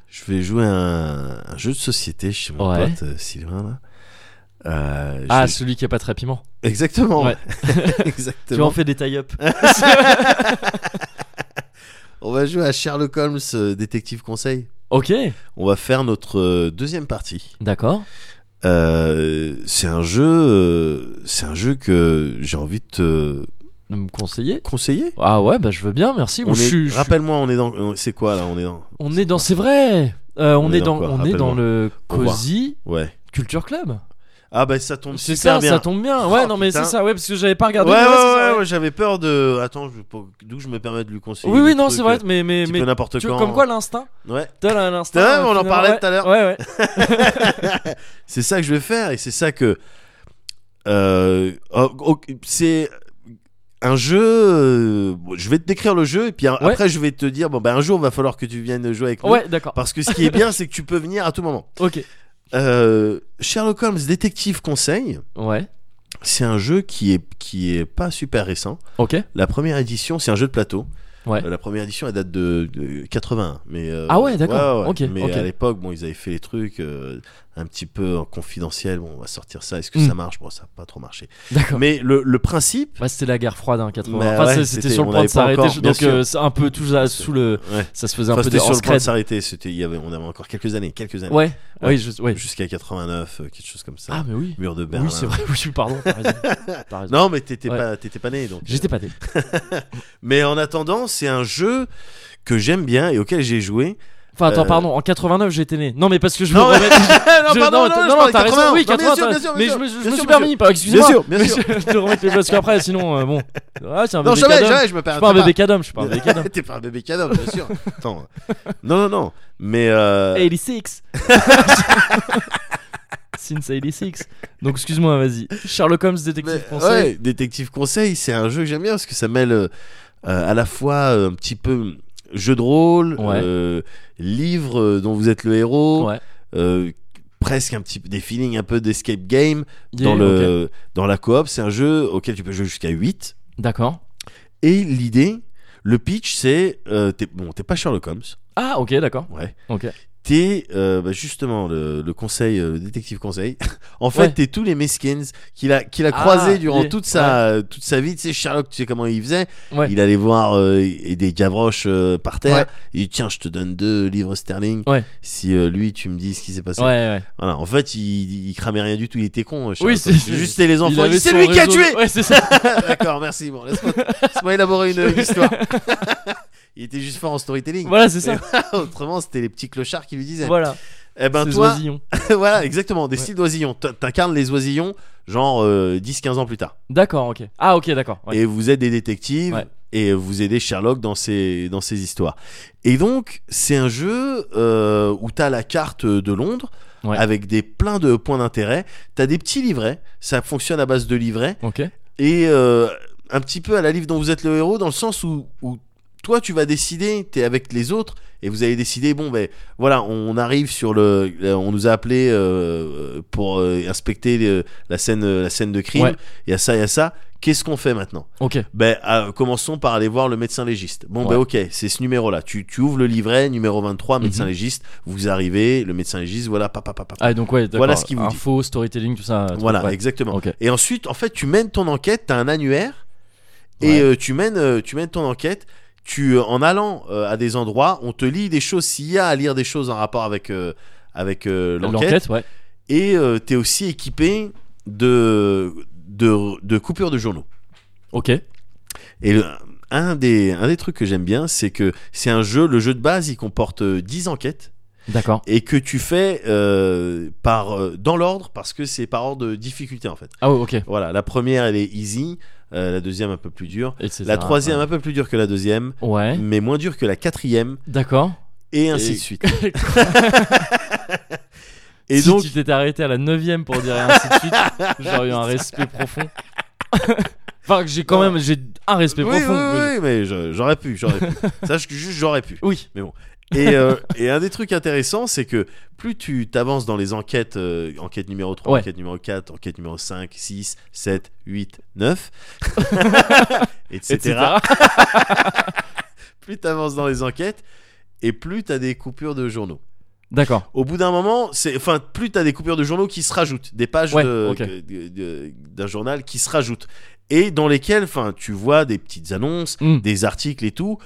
Speaker 2: Je vais jouer à un, un jeu de société chez mon
Speaker 1: Ouais.
Speaker 2: pote euh, Sylvain là. Euh, je
Speaker 1: Ah,
Speaker 2: vais-
Speaker 1: celui qui a pas très piment.
Speaker 2: exactement.
Speaker 1: Ouais. Tu
Speaker 2: [laughs] exactement.
Speaker 1: en fais des tie-up.
Speaker 2: On va jouer à Sherlock Holmes euh, détective conseil.
Speaker 1: ok,
Speaker 2: On va faire notre euh, deuxième partie.
Speaker 1: d'accord.
Speaker 2: Euh, c'est un jeu, euh, c'est un jeu que j'ai envie de te
Speaker 1: De me conseiller
Speaker 2: conseiller.
Speaker 1: Ah ouais, bah je veux bien, merci.
Speaker 2: On
Speaker 1: je
Speaker 2: est-
Speaker 1: suis- je suis-
Speaker 2: Rappelle-moi, on est dans, on- c'est quoi là On est dans,
Speaker 1: on est dans, c'est vrai. euh, on, est dans,
Speaker 2: quoi
Speaker 1: on est dans
Speaker 2: Rappelle-moi.
Speaker 1: le
Speaker 2: Au revoir.
Speaker 1: Cozy
Speaker 2: ouais.
Speaker 1: Culture Club.
Speaker 2: Ah bah ça tombe
Speaker 1: C'est
Speaker 2: super
Speaker 1: ça,
Speaker 2: bien.
Speaker 1: ça tombe bien. Ouais,
Speaker 2: Oh,
Speaker 1: non mais
Speaker 2: putain.
Speaker 1: c'est ça, ouais, parce que j'avais pas
Speaker 2: Ouais,
Speaker 1: regardé.
Speaker 2: ouais,
Speaker 1: mais
Speaker 2: ouais,
Speaker 1: c'est ça, ouais.
Speaker 2: ouais, j'avais peur de. Attends, je... pour- d'où je me permets de lui conseiller.
Speaker 1: Oui, oui,
Speaker 2: des
Speaker 1: non,
Speaker 2: trucs,
Speaker 1: c'est vrai,
Speaker 2: euh,
Speaker 1: mais mais
Speaker 2: petit
Speaker 1: mais
Speaker 2: peu n'importe
Speaker 1: tu
Speaker 2: quand.
Speaker 1: vois, comme quoi l'instinct.
Speaker 2: Ouais.
Speaker 1: T'as là, l'instinct.
Speaker 2: Ouais,
Speaker 1: euh,
Speaker 2: on en
Speaker 1: finalement,
Speaker 2: parlait
Speaker 1: ouais.
Speaker 2: tout à l'heure.
Speaker 1: Ouais, ouais.
Speaker 2: C'est ça que je vais faire et c'est ça que. euh, oh, oh, c'est un jeu. euh, bon, Je vais te décrire le jeu et puis a-
Speaker 1: Ouais.
Speaker 2: après je vais te dire bon ben un jour va falloir que tu viennes jouer avec nous.
Speaker 1: Ouais, d'accord.
Speaker 2: Parce que ce qui est bien c'est que tu peux venir à tout moment.
Speaker 1: Ok.
Speaker 2: Euh, Sherlock Holmes détective conseil.
Speaker 1: Ouais.
Speaker 2: C'est un jeu qui est qui est pas super récent.
Speaker 1: Ok.
Speaker 2: La première édition c'est un jeu de plateau.
Speaker 1: Ouais.
Speaker 2: Euh, la première édition elle date de, de 81. Mais euh,
Speaker 1: Ah ouais, d'accord. Ok,
Speaker 2: Mais
Speaker 1: ok.
Speaker 2: à l'époque bon ils avaient fait les trucs euh, un petit peu en confidentiel. Bon on va sortir ça. Est-ce que
Speaker 1: Mm.
Speaker 2: ça marche Bon ça n'a pas trop marché.
Speaker 1: D'accord.
Speaker 2: Mais le, le principe.
Speaker 1: Ouais, c'était la guerre froide hein, 80.
Speaker 2: Mais
Speaker 1: Enfin,
Speaker 2: Bah ouais,
Speaker 1: c'est- c'était
Speaker 2: c'était-
Speaker 1: sur
Speaker 2: on
Speaker 1: le point
Speaker 2: avait
Speaker 1: de
Speaker 2: pas
Speaker 1: s'arrêter.
Speaker 2: encore,
Speaker 1: je-
Speaker 2: bien
Speaker 1: Donc
Speaker 2: sûr.
Speaker 1: euh, c'est un peu tout ça sous le,
Speaker 2: Ouais.
Speaker 1: ça se faisait un
Speaker 2: Enfin,
Speaker 1: peu
Speaker 2: c'était
Speaker 1: des
Speaker 2: sur le point de
Speaker 1: hors-scred.
Speaker 2: s'arrêter. C'était il y avait on avait encore quelques années, quelques années.
Speaker 1: Ouais.
Speaker 2: Ouais.
Speaker 1: Oui, je, ouais.
Speaker 2: Jusqu'à 89 euh, quelque chose comme ça.
Speaker 1: Ah mais oui.
Speaker 2: Mur de Berlin.
Speaker 1: Oui, c'est vrai. Oui, pardon. T'as
Speaker 2: [laughs]
Speaker 1: raison. T'as raison.
Speaker 2: Non mais t'étais
Speaker 1: Ouais.
Speaker 2: pas t'étais pas né donc.
Speaker 1: J'étais pas dé-
Speaker 2: Mais en attendant, c'est un jeu que j'aime bien et auquel j'ai joué.
Speaker 1: Enfin, attends,
Speaker 2: Euh,
Speaker 1: pardon, en 89 j'étais né. Non, mais parce que je
Speaker 2: [laughs] Non,
Speaker 1: me
Speaker 2: mais-
Speaker 1: remets. [laughs] je-
Speaker 2: non, pardon,
Speaker 1: t-
Speaker 2: je
Speaker 1: non,
Speaker 2: parle
Speaker 1: t'as raison,
Speaker 2: 80.
Speaker 1: oui,
Speaker 2: Non,
Speaker 1: 80.
Speaker 2: bien sûr, bien sûr,
Speaker 1: mais
Speaker 2: bien
Speaker 1: je me,
Speaker 2: sûr,
Speaker 1: je
Speaker 2: bien
Speaker 1: me
Speaker 2: sûr,
Speaker 1: suis permis, pas, excusez-moi.
Speaker 2: Bien sûr, bien
Speaker 1: Mais
Speaker 2: sûr.
Speaker 1: [laughs] Je, je te remets les parce qu'après, sinon, euh, bon. Ah, c'est un
Speaker 2: Non,
Speaker 1: bébé
Speaker 2: jamais,
Speaker 1: cadom. Je
Speaker 2: jamais,
Speaker 1: suis
Speaker 2: je me perds.
Speaker 1: pas un
Speaker 2: [laughs]
Speaker 1: bébé cadom, je suis pas un bébé cadom.
Speaker 2: T'es pas un bébé cadeau, bien sûr. Attends. euh, [laughs] Non, non, non. Mais euh,
Speaker 1: 86. Since 86. Donc excuse-moi, vas-y. Sherlock Holmes, détective
Speaker 2: Mais,
Speaker 1: français.
Speaker 2: ouais, Détective Conseil, c'est un jeu que j'aime bien parce que ça mêle euh, euh, à la fois euh, un petit peu jeu de rôle,
Speaker 1: Ouais.
Speaker 2: euh, livre euh, dont vous êtes le héros,
Speaker 1: Ouais.
Speaker 2: euh, presque un petit des feelings un peu d'escape game dans,
Speaker 1: Yeah, ok.
Speaker 2: le, dans la coop. C'est un jeu auquel tu peux jouer jusqu'à 8.
Speaker 1: D'accord.
Speaker 2: Et l'idée, le pitch, c'est. euh, t'es- bon, t'es pas Sherlock Holmes.
Speaker 1: Ah, ok, d'accord.
Speaker 2: Ouais.
Speaker 1: Ok.
Speaker 2: T'es euh, bah, justement le, le conseil, euh, le détective conseil. [laughs] en fait,
Speaker 1: Ouais.
Speaker 2: t'es tous les Meskins qu'il a, qu'il a
Speaker 1: Ah,
Speaker 2: croisés durant
Speaker 1: yeah.
Speaker 2: toute, sa, euh, toute sa vie. Tu sais, Sherlock, tu sais comment il faisait.
Speaker 1: Ouais.
Speaker 2: Il allait voir euh, et des gavroches euh, par terre.
Speaker 1: Ouais.
Speaker 2: Il dit Tiens, je te donne deux livres sterling.
Speaker 1: Ouais.
Speaker 2: Si euh, lui, tu me dis ce qui s'est passé.
Speaker 1: Ouais, ouais.
Speaker 2: Voilà, en fait, il, il cramait rien du tout. Il était con. euh, Sherlock
Speaker 1: Oui, c'est-
Speaker 2: Holmes. juste les
Speaker 1: Il
Speaker 2: enfants. il
Speaker 1: avait
Speaker 2: dit, C'est
Speaker 1: son
Speaker 2: lui qui a
Speaker 1: réseau
Speaker 2: tué
Speaker 1: de- Ouais, c'est ça.
Speaker 2: [laughs] D'accord, merci. Bon, laisse-moi laisse-moi élaborer une,
Speaker 1: [laughs]
Speaker 2: une histoire. il était juste fort en
Speaker 1: [laughs]
Speaker 2: storytelling.
Speaker 1: voilà, c'est ça.
Speaker 2: [laughs] Autrement, c'était les petits clochards qui lui disaient.
Speaker 1: Voilà.
Speaker 2: Eh ben
Speaker 1: Ces
Speaker 2: toi,
Speaker 1: oisillons.
Speaker 2: [laughs] voilà, exactement, des
Speaker 1: Ouais.
Speaker 2: styles d'oisillons. T'in- T'incarnes les oisillons, genre 10-15 ans plus tard.
Speaker 1: D'accord, ok. Ah, ok, d'accord. ouais.
Speaker 2: Et vous êtes des détectives,
Speaker 1: Ouais.
Speaker 2: et vous aidez Sherlock dans ses, dans ses histoires. Et donc, c'est un jeu euh, où t'as la carte de Londres,
Speaker 1: Ouais.
Speaker 2: avec des plein de points d'intérêt. T'as des petits livrets, ça fonctionne à base de livrets,
Speaker 1: Ok.
Speaker 2: et euh, un petit peu à la livre dont vous êtes le héros, dans le sens où, où toi tu vas décider, t'es avec les autres, et vous allez décider, bon ben voilà, on arrive sur le. le- On nous a appelé euh, pour euh, inspecter le- la, scène, euh, la scène de crime,
Speaker 1: Ouais.
Speaker 2: il y a ça, il y a ça. Qu'est-ce qu'on fait maintenant
Speaker 1: Ok.
Speaker 2: Ben, euh, commençons par aller voir le médecin légiste. Bon, ben
Speaker 1: Ouais.
Speaker 2: ok, c'est ce numéro-là. Tu, tu ouvres le livret, numéro 23, médecin
Speaker 1: Mhm.
Speaker 2: légiste. Vous arrivez, le médecin légiste, voilà, papa, papa.
Speaker 1: Ah, donc, ouais, d'accord.
Speaker 2: Voilà ce qu'il vous dit.
Speaker 1: Info, storytelling, tout ça. tout-
Speaker 2: voilà,
Speaker 1: ouais.
Speaker 2: exactement.
Speaker 1: Ok.
Speaker 2: Et ensuite, en fait, tu mènes ton enquête, t'as un annuaire, et
Speaker 1: Ouais.
Speaker 2: euh, tu, mènes, euh, tu mènes ton enquête. Tu, euh, en allant euh, à des endroits, on te lit des choses, s'il y a à lire des choses en rapport avec, euh, avec euh, l'enquête.
Speaker 1: L'enquête, ouais.
Speaker 2: Et euh, t'es aussi équipé de, de, de coupures de journaux.
Speaker 1: Ok.
Speaker 2: Et le- un, des, un des trucs que j'aime bien, c'est que c'est un jeu, le jeu de base, il comporte euh, 10 enquêtes
Speaker 1: D'accord.
Speaker 2: et que tu fais euh, par, euh, dans l'ordre parce que c'est par ordre de difficulté en fait.
Speaker 1: Ah, ouais, ok.
Speaker 2: Voilà, la première elle est easy, euh, la deuxième un peu plus dure,
Speaker 1: Et c'est
Speaker 2: la
Speaker 1: ça,
Speaker 2: troisième un peu plus dure que la deuxième,
Speaker 1: Ouais. Ouais.
Speaker 2: mais moins dure que la quatrième,
Speaker 1: D'accord.
Speaker 2: et ainsi
Speaker 1: Et- [laughs]
Speaker 2: de suite. [laughs] et
Speaker 1: si
Speaker 2: donc,
Speaker 1: tu t'étais arrêté à la 9 pour dire ainsi de
Speaker 2: [laughs]
Speaker 1: suite, j'aurais eu un respect profond. [laughs] enfin, que j'ai quand
Speaker 2: Non.
Speaker 1: même j'ai un respect
Speaker 2: oui, oui,
Speaker 1: profond. mais
Speaker 2: oui, mais je- j'aurais pu,
Speaker 1: [laughs]
Speaker 2: j'aurais pu. Sache que juste j'aurais pu.
Speaker 1: je- oui.
Speaker 2: Et, euh, et un des trucs intéressants, c'est que plus tu t'avances dans les enquêtes, euh, enquête numéro 3,
Speaker 1: Ouais.
Speaker 2: enquête numéro 4, enquête numéro 5, 6, 7, 8,
Speaker 1: [laughs]
Speaker 2: [laughs] 9, etc. Plus t'avances dans les enquêtes, et plus t'as des coupures de journaux.
Speaker 1: D'accord.
Speaker 2: Au bout d'un moment, c'est, enfin, plus t'as des coupures de journaux qui se rajoutent, des pages
Speaker 1: Ouais,
Speaker 2: de-
Speaker 1: ok.
Speaker 2: que- de- de- d'un journal qui se rajoutent, et dans lesquelles, enfin, tu vois des petites annonces,
Speaker 1: Hmm.
Speaker 2: des articles et tout.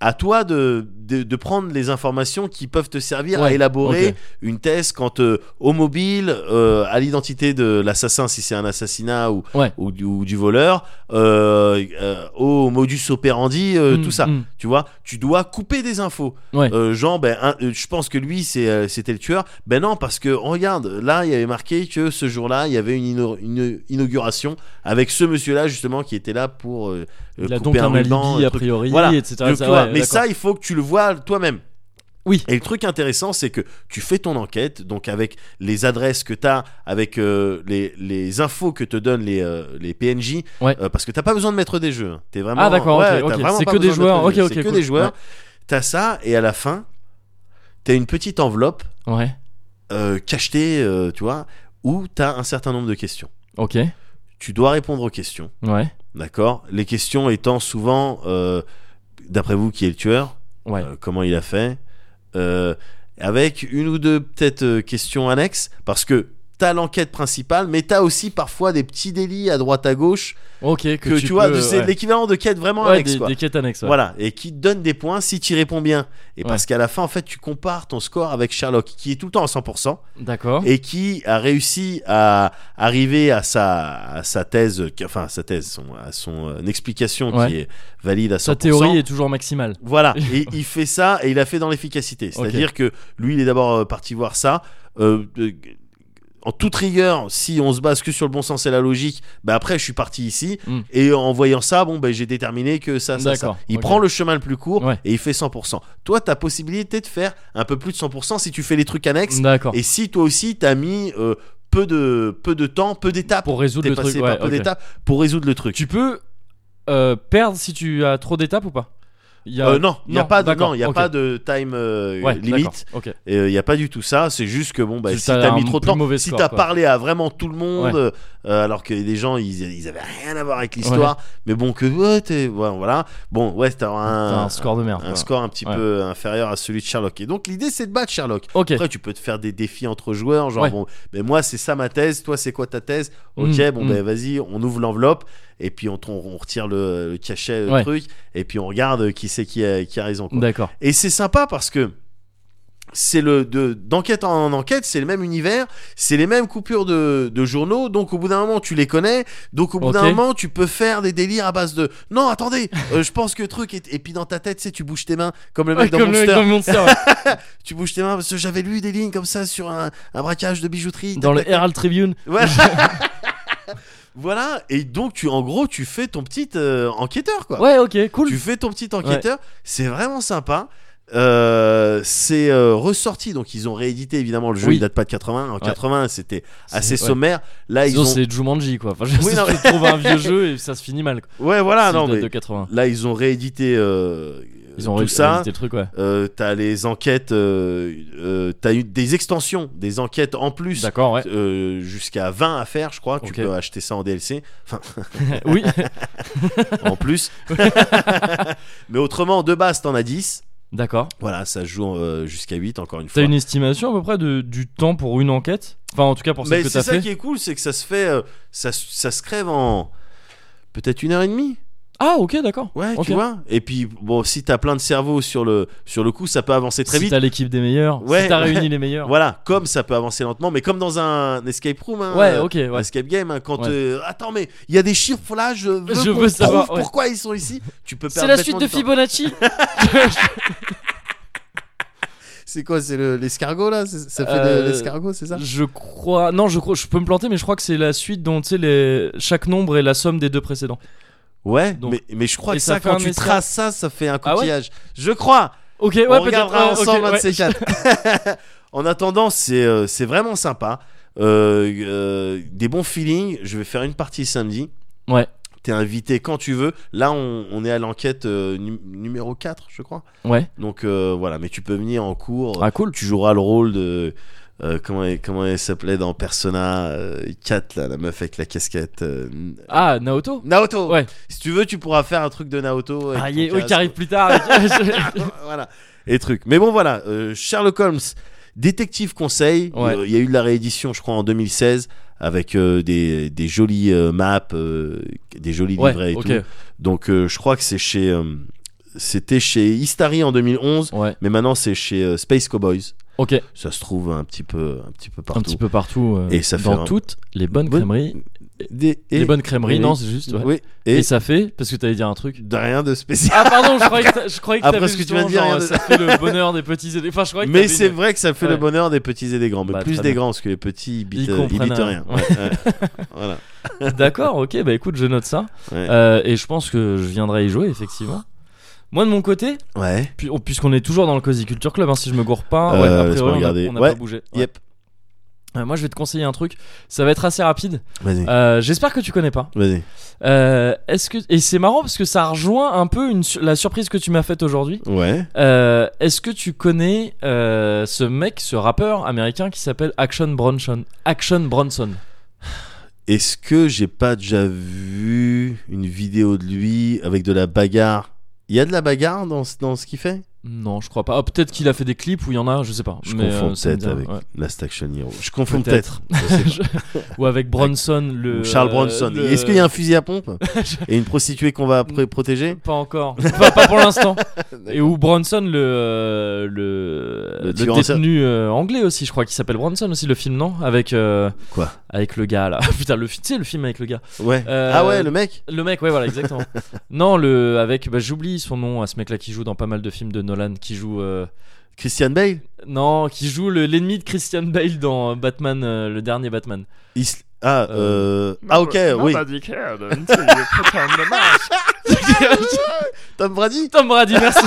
Speaker 2: À toi de, de, de prendre les informations qui peuvent te servir à
Speaker 1: Ouais,
Speaker 2: élaborer
Speaker 1: ok.
Speaker 2: une thèse quant euh, au mobile, euh, à l'identité de l'assassin si c'est un assassinat ou,
Speaker 1: Ouais.
Speaker 2: ou, du- ou du voleur, euh, euh, au modus operandi, euh,
Speaker 1: Hmm,
Speaker 2: tout ça.
Speaker 1: hmm.
Speaker 2: Tu vois, tu dois couper des infos.
Speaker 1: Ouais.
Speaker 2: Euh, genre, ben, un- euh, je pense que lui, c'est, euh, c'était le tueur. Ben non, parce que regarde, là, il y avait marqué que ce jour-là, il y avait une, ino- une inauguration avec ce monsieur-là justement qui était là pour. euh,
Speaker 1: Il
Speaker 2: couper
Speaker 1: a donc un
Speaker 2: ruban,
Speaker 1: alibi
Speaker 2: un
Speaker 1: a
Speaker 2: truc.
Speaker 1: priori,
Speaker 2: Voilà.
Speaker 1: etc.
Speaker 2: Donc,
Speaker 1: ça,
Speaker 2: tu vois,
Speaker 1: ouais,
Speaker 2: mais
Speaker 1: d'accord.
Speaker 2: ça, il faut que tu le vois toi-même.
Speaker 1: Oui.
Speaker 2: Et le truc intéressant, c'est que tu fais ton enquête, donc avec les adresses que tu as, avec euh, les, les infos que te donnent les, euh, les PNJ,
Speaker 1: Ouais.
Speaker 2: euh, parce que t'as pas besoin de mettre des jeux. hein. T'es vraiment.
Speaker 1: Ah, d'accord,
Speaker 2: ouais,
Speaker 1: ok,
Speaker 2: t'as
Speaker 1: ok.
Speaker 2: vraiment
Speaker 1: C'est
Speaker 2: pas
Speaker 1: que des
Speaker 2: besoin de mettre
Speaker 1: joueurs,
Speaker 2: de jeux.
Speaker 1: ok,
Speaker 2: C'est
Speaker 1: ok,
Speaker 2: que
Speaker 1: cool.
Speaker 2: des joueurs.
Speaker 1: Ouais.
Speaker 2: T'as ça, et à la fin, t'as une petite enveloppe
Speaker 1: Ouais.
Speaker 2: euh, cachetée, euh, tu vois, où t'as un certain nombre de questions.
Speaker 1: Ok.
Speaker 2: Tu dois répondre aux questions,
Speaker 1: Ouais.
Speaker 2: d'accord Les questions étant souvent, euh, d'après vous, qui est le tueur
Speaker 1: Ouais.
Speaker 2: euh, comment il a fait, euh, avec une ou deux peut-être euh, questions annexes, parce que t'as l'enquête principale, mais t'as aussi parfois des petits délits à droite à gauche
Speaker 1: Ok. Que,
Speaker 2: que, tu, vois,
Speaker 1: peux,
Speaker 2: de- c'est
Speaker 1: ouais.
Speaker 2: l'équivalent de quête vraiment
Speaker 1: Ouais,
Speaker 2: annexe,
Speaker 1: des,
Speaker 2: quoi.
Speaker 1: des quêtes annexes. ouais.
Speaker 2: Voilà, et qui te donne des points si tu réponds bien. Et
Speaker 1: Ouais.
Speaker 2: parce qu'à la fin, en fait, tu compares ton score avec Sherlock, qui est tout le temps à 100%,
Speaker 1: D'accord.
Speaker 2: et qui a réussi à arriver à sa, à sa thèse, euh, qui- enfin, sa thèse, son- à son euh, explication
Speaker 1: Ouais.
Speaker 2: qui est valide à 100%.
Speaker 1: Sa théorie est toujours maximale. [laughs]
Speaker 2: Voilà, et il fait ça et il a fait dans l'efficacité. C'est-à-dire que lui, il est d'abord euh, parti voir ça. Euh, euh, en toute rigueur, si on se base que sur le bon sens et la logique, bah après, je suis parti ici.
Speaker 1: Mm.
Speaker 2: Et en voyant ça, bon, bah, j'ai déterminé que ça, ça, ça.
Speaker 1: D'accord,
Speaker 2: Il
Speaker 1: ok.
Speaker 2: prend le chemin le plus court
Speaker 1: Ouais.
Speaker 2: et il fait 100%. Toi, ta possibilité de faire un peu plus de 100% si tu fais les trucs annexes.
Speaker 1: D'accord.
Speaker 2: Et si toi aussi, t'as mis euh, peu de, peu de temps, peu d'étapes.
Speaker 1: Pour résoudre
Speaker 2: T'es
Speaker 1: le
Speaker 2: passé
Speaker 1: truc.
Speaker 2: par
Speaker 1: ouais,
Speaker 2: peu
Speaker 1: ok.
Speaker 2: d'étapes pour résoudre le truc.
Speaker 1: Tu peux euh, perdre si tu as trop d'étapes ou pas Il y a-
Speaker 2: Euh, non, il n'y a
Speaker 1: Ah non,
Speaker 2: pas de,
Speaker 1: d'accord,
Speaker 2: non, il y a
Speaker 1: ok.
Speaker 2: pas de time euh,
Speaker 1: Ouais, d'accord,
Speaker 2: limite.
Speaker 1: Ok.
Speaker 2: Il n'y euh, a pas du tout ça. C'est juste que bon, bah,
Speaker 1: Tu-
Speaker 2: si
Speaker 1: t'as
Speaker 2: t'as
Speaker 1: un
Speaker 2: mis trop de
Speaker 1: plus
Speaker 2: temps,
Speaker 1: mauvais
Speaker 2: si
Speaker 1: score,
Speaker 2: t'as
Speaker 1: quoi.
Speaker 2: parlé à vraiment tout le monde,
Speaker 1: Ouais.
Speaker 2: euh, euh, alors que les gens ils, ils avaient rien à voir avec l'histoire, mais bon que ouais, t'es- ouais, voilà, bon ouais, t'as
Speaker 1: T'as
Speaker 2: un,
Speaker 1: un score de merde.
Speaker 2: un
Speaker 1: quoi.
Speaker 2: score un petit
Speaker 1: Ouais.
Speaker 2: peu inférieur à celui de Sherlock. Et donc l'idée c'est de battre Sherlock.
Speaker 1: Ok.
Speaker 2: Après tu peux te faire des défis entre joueurs, genre
Speaker 1: Ouais.
Speaker 2: bon, mais moi c'est ça ma thèse, toi c'est quoi ta thèse Ok,
Speaker 1: Mhm,
Speaker 2: bon
Speaker 1: mhm.
Speaker 2: ben vas-y, on ouvre l'enveloppe et puis on, on retire le, le cachet, le
Speaker 1: Ouais.
Speaker 2: truc, et puis on regarde qui c'est qui a, qui a raison. quoi.
Speaker 1: D'accord.
Speaker 2: Et c'est sympa parce que c'est le de d'enquête en enquête, c'est le même univers, c'est les mêmes coupures de, de journaux, donc au bout d'un moment tu les connais, donc au bout d'un
Speaker 1: Ok.
Speaker 2: moment tu peux faire des délires à base de non attendez, euh, je pense que truc est- et puis dans ta tête tu sais, tu bouges tes mains comme le mec dans
Speaker 1: Comme le mec
Speaker 2: Monster,
Speaker 1: dans Monster, ouais.
Speaker 2: tu bouges tes mains parce que j'avais lu des lignes comme ça sur un, un braquage de [laughs] bijouterie,
Speaker 1: dans le Herald Tribune.
Speaker 2: voilà. [laughs] voilà et donc tu en gros tu fais ton petit euh, enquêteur quoi.
Speaker 1: Ouais, ok, cool.
Speaker 2: Tu fais ton petit enquêteur, c'est vraiment sympa. Euh, c'est euh, ressorti, donc ils ont réédité évidemment le jeu,
Speaker 1: Oui.
Speaker 2: il date pas de 80. En
Speaker 1: Ouais.
Speaker 2: 80, c'était
Speaker 1: C'est-
Speaker 2: assez
Speaker 1: ouais.
Speaker 2: sommaire. Là, ils
Speaker 1: Sinon,
Speaker 2: ont.
Speaker 1: c'est Jumanji, quoi. Enfin, je
Speaker 2: Oui,
Speaker 1: sais
Speaker 2: non,
Speaker 1: que tu trouves un
Speaker 2: [laughs]
Speaker 1: vieux jeu et ça se finit mal. Quoi.
Speaker 2: Ouais, voilà,
Speaker 1: S'il
Speaker 2: non,
Speaker 1: date
Speaker 2: mais
Speaker 1: de 80.
Speaker 2: là, ils ont réédité euh,
Speaker 1: Ils ont
Speaker 2: tout
Speaker 1: ré-
Speaker 2: ça.
Speaker 1: réédité le truc, ouais.
Speaker 2: Euh, t'as les enquêtes, euh, euh, t'as eu des extensions, des enquêtes en plus.
Speaker 1: D'accord,
Speaker 2: [laughs]
Speaker 1: ouais.
Speaker 2: euh, jusqu'à 20 à faire je crois tu
Speaker 1: Ok.
Speaker 2: peux acheter ça en
Speaker 1: [laughs]
Speaker 2: DLC enfin
Speaker 1: oui,
Speaker 2: en plus [laughs] mais autrement de base t'en as 10
Speaker 1: d'accord.
Speaker 2: voilà ça se joue euh, jusqu'à 8 encore une fois
Speaker 1: T'as une estimation à peu près de, du temps pour une enquête Enfin, en tout cas, pour celle
Speaker 2: Mais
Speaker 1: que
Speaker 2: c'est
Speaker 1: t'as
Speaker 2: ça
Speaker 1: fait.
Speaker 2: qui est cool, c'est que ça se fait, euh, ça, se- ça se crève en peut-être une heure et demie.
Speaker 1: Ah, ok, d'accord.
Speaker 2: Ouais,
Speaker 1: Ok.
Speaker 2: tu vois. Et puis bon, si t'as plein de cerveau sur le sur le coup, ça peut avancer très
Speaker 1: si
Speaker 2: vite.
Speaker 1: t'as l'équipe des meilleurs,
Speaker 2: Ouais,
Speaker 1: si t'as
Speaker 2: ouais.
Speaker 1: réuni les meilleurs.
Speaker 2: Voilà, comme ça peut avancer lentement, mais comme dans un escape room, hein,
Speaker 1: Ouais,
Speaker 2: euh,
Speaker 1: ok, ouais.
Speaker 2: un escape game, hein, quand
Speaker 1: Ouais.
Speaker 2: euh, attends, mais il y a des chiffres là, je veux,
Speaker 1: Je
Speaker 2: qu'on
Speaker 1: veux savoir,
Speaker 2: trouve
Speaker 1: ouais.
Speaker 2: pourquoi ils sont ici. Tu peux
Speaker 1: C'est
Speaker 2: perdre
Speaker 1: la
Speaker 2: bêtement
Speaker 1: suite de
Speaker 2: du temps.
Speaker 1: Fibonacci
Speaker 2: C'est quoi, c'est le- l'escargot là C'est- Ça fait de-
Speaker 1: Euh,
Speaker 2: l'escargot, [laughs] c'est ça
Speaker 1: Je crois. Non, je crois. Je peux me planter, mais je crois que c'est la suite dont tu sais les... chaque nombre est la somme des deux précédents.
Speaker 2: Ouais,
Speaker 1: donc-
Speaker 2: mais, mais je crois
Speaker 1: Et
Speaker 2: que
Speaker 1: ça
Speaker 2: ça,
Speaker 1: fait
Speaker 2: quand
Speaker 1: un
Speaker 2: tu
Speaker 1: escargot.
Speaker 2: traces ça, ça fait un
Speaker 1: Ah ouais
Speaker 2: coquillage. je crois.
Speaker 1: Ok, ouais,
Speaker 2: on
Speaker 1: peut-être.
Speaker 2: regardera
Speaker 1: ouais, ok,
Speaker 2: ensemble un de
Speaker 1: ouais.
Speaker 2: ces quatre.
Speaker 1: [laughs]
Speaker 2: [laughs] en attendant, c'est euh, c'est vraiment sympa. Euh, euh, des bons feelings. Je vais faire une partie samedi.
Speaker 1: Ouais.
Speaker 2: T'es invité quand tu veux. Là, on, on est à l'enquête euh, nu- numéro 4, je crois.
Speaker 1: Ouais.
Speaker 2: Donc euh, voilà, mais tu peux venir en cours.
Speaker 1: Ah cool.
Speaker 2: Tu joueras le rôle de. euh, comment, elle, comment elle s'appelait dans Persona euh, 4, là, la meuf avec la casquette euh, n-
Speaker 1: Ah Naoto.
Speaker 2: Naoto
Speaker 1: Ouais.
Speaker 2: Si tu veux, tu pourras faire un truc de Naoto. avec
Speaker 1: Ah
Speaker 2: ton
Speaker 1: il est- oui,
Speaker 2: casque.
Speaker 1: qui arrive plus
Speaker 2: [laughs]
Speaker 1: tard. avec-
Speaker 2: voilà. Et trucs. Mais bon, voilà. euh, Sherlock Holmes, détective conseil.
Speaker 1: Ouais.
Speaker 2: Euh, Il y a eu de la réédition, je crois, en 2016 avec euh, des, des jolies euh, maps, euh, des jolis livrets
Speaker 1: ouais.
Speaker 2: et
Speaker 1: Ok.
Speaker 2: tout. Donc, euh, je crois que c'est chez. euh, c'était chez Istari en 2011,
Speaker 1: Ouais.
Speaker 2: mais maintenant c'est chez euh, Space Cowboys.
Speaker 1: Ok.
Speaker 2: Ça se trouve un petit peu, un petit peu
Speaker 1: Un
Speaker 2: partout.
Speaker 1: petit peu partout. euh,
Speaker 2: Et ça fait
Speaker 1: dans
Speaker 2: un-
Speaker 1: toutes les bonnes
Speaker 2: Bonne-
Speaker 1: crèmeries.
Speaker 2: Des- et-
Speaker 1: les bonnes crèmeries.
Speaker 2: oui.
Speaker 1: Non, c'est juste. ouais.
Speaker 2: Oui.
Speaker 1: Et...
Speaker 2: Et,
Speaker 1: ça fait parce que t'allais dire un truc.
Speaker 2: de rien de spécial.
Speaker 1: Ah pardon, je croyais que t'a- je croyais que
Speaker 2: Après
Speaker 1: t'avais
Speaker 2: ce que tu viens de
Speaker 1: justement,
Speaker 2: dire,
Speaker 1: genre,
Speaker 2: rien de-
Speaker 1: ça fait le bonheur des petits. et des- Enfin, je croyais que
Speaker 2: Mais
Speaker 1: t'avais
Speaker 2: c'est
Speaker 1: une-
Speaker 2: vrai que ça fait
Speaker 1: Ouais.
Speaker 2: le bonheur des petits et des grands, mais
Speaker 1: Bah,
Speaker 2: plus
Speaker 1: très
Speaker 2: des
Speaker 1: bien.
Speaker 2: grands parce que les petits ils bitent, ils
Speaker 1: comprennent hein.
Speaker 2: bitent rien.
Speaker 1: rien.
Speaker 2: Ouais, ouais.
Speaker 1: [laughs]
Speaker 2: voilà.
Speaker 1: D'accord, ok, bah écoute, je note ça.
Speaker 2: Ouais.
Speaker 1: Euh, et je pense que je viendrai y jouer, effectivement. Moi, de mon côté,
Speaker 2: Ouais.
Speaker 1: puis- oh, puisqu'on est toujours dans le Cozy Culture Club, hein, si je me gourre pas, ouais,
Speaker 2: Euh,
Speaker 1: a
Speaker 2: laisse-moi
Speaker 1: priori, on a-
Speaker 2: regarder.
Speaker 1: on n'a
Speaker 2: Ouais.
Speaker 1: pas bougé. Ouais.
Speaker 2: Yep.
Speaker 1: Euh, moi, je vais te conseiller un truc. Ça va être assez rapide.
Speaker 2: Vas-y.
Speaker 1: Euh, J'espère que tu connais pas.
Speaker 2: Vas-y.
Speaker 1: Euh, Est-ce que et c'est marrant parce que ça rejoint un peu une su- la surprise que tu m'as faite aujourd'hui.
Speaker 2: Ouais.
Speaker 1: Euh, Est-ce que tu connais euh, ce mec, ce rappeur américain qui s'appelle Action Bronson Action Bronson.
Speaker 2: Est-ce que j'ai pas déjà vu une vidéo de lui avec de la bagarre Il y a de la bagarre dans ce, dans ce qu'il fait
Speaker 1: Non, je crois pas. Ah, peut-être qu'il a fait des clips où il y en a, je sais pas.
Speaker 2: Je
Speaker 1: Mais,
Speaker 2: confonds
Speaker 1: euh, ça me
Speaker 2: peut-être
Speaker 1: dit
Speaker 2: avec
Speaker 1: rien, ouais.
Speaker 2: Last Action Hero. Je confonds peut-être.
Speaker 1: Peut-être. [laughs]
Speaker 2: Je sais pas.
Speaker 1: Ou avec Bronson, le.
Speaker 2: Charles Bronson.
Speaker 1: le-
Speaker 2: Est-ce qu'il y a un fusil à
Speaker 1: [laughs]
Speaker 2: pompe et une prostituée qu'on va pr- protéger
Speaker 1: Pas
Speaker 2: [laughs]
Speaker 1: encore. Enfin, pas pour l'instant. Et ou Bronson, le. euh, Le,
Speaker 2: Le
Speaker 1: le
Speaker 2: tueur en série.
Speaker 1: détenu euh, anglais aussi, je crois qu'il s'appelle Bronson aussi, le film, non Avec. euh,
Speaker 2: Quoi
Speaker 1: Avec le gars là. [laughs] Putain, le, fi- tu sais, le film avec le gars.
Speaker 2: Ouais.
Speaker 1: Euh,
Speaker 2: Ah ouais, le mec
Speaker 1: Le mec, ouais, voilà,
Speaker 2: [laughs]
Speaker 1: exactement. non, le. Avec. Bah, j'oublie son nom à ce mec là qui joue dans pas mal de films de Nolan, qui joue. euh,
Speaker 2: Christian Bale
Speaker 1: Non, qui joue le- l'ennemi de Christian Bale dans Batman, euh, le dernier Batman.
Speaker 2: [laughs]
Speaker 1: [laughs]
Speaker 2: Il se- Ah, euh...
Speaker 1: Euh,
Speaker 2: ah ok, oui. Tom Brady
Speaker 1: Tom Brady, merci.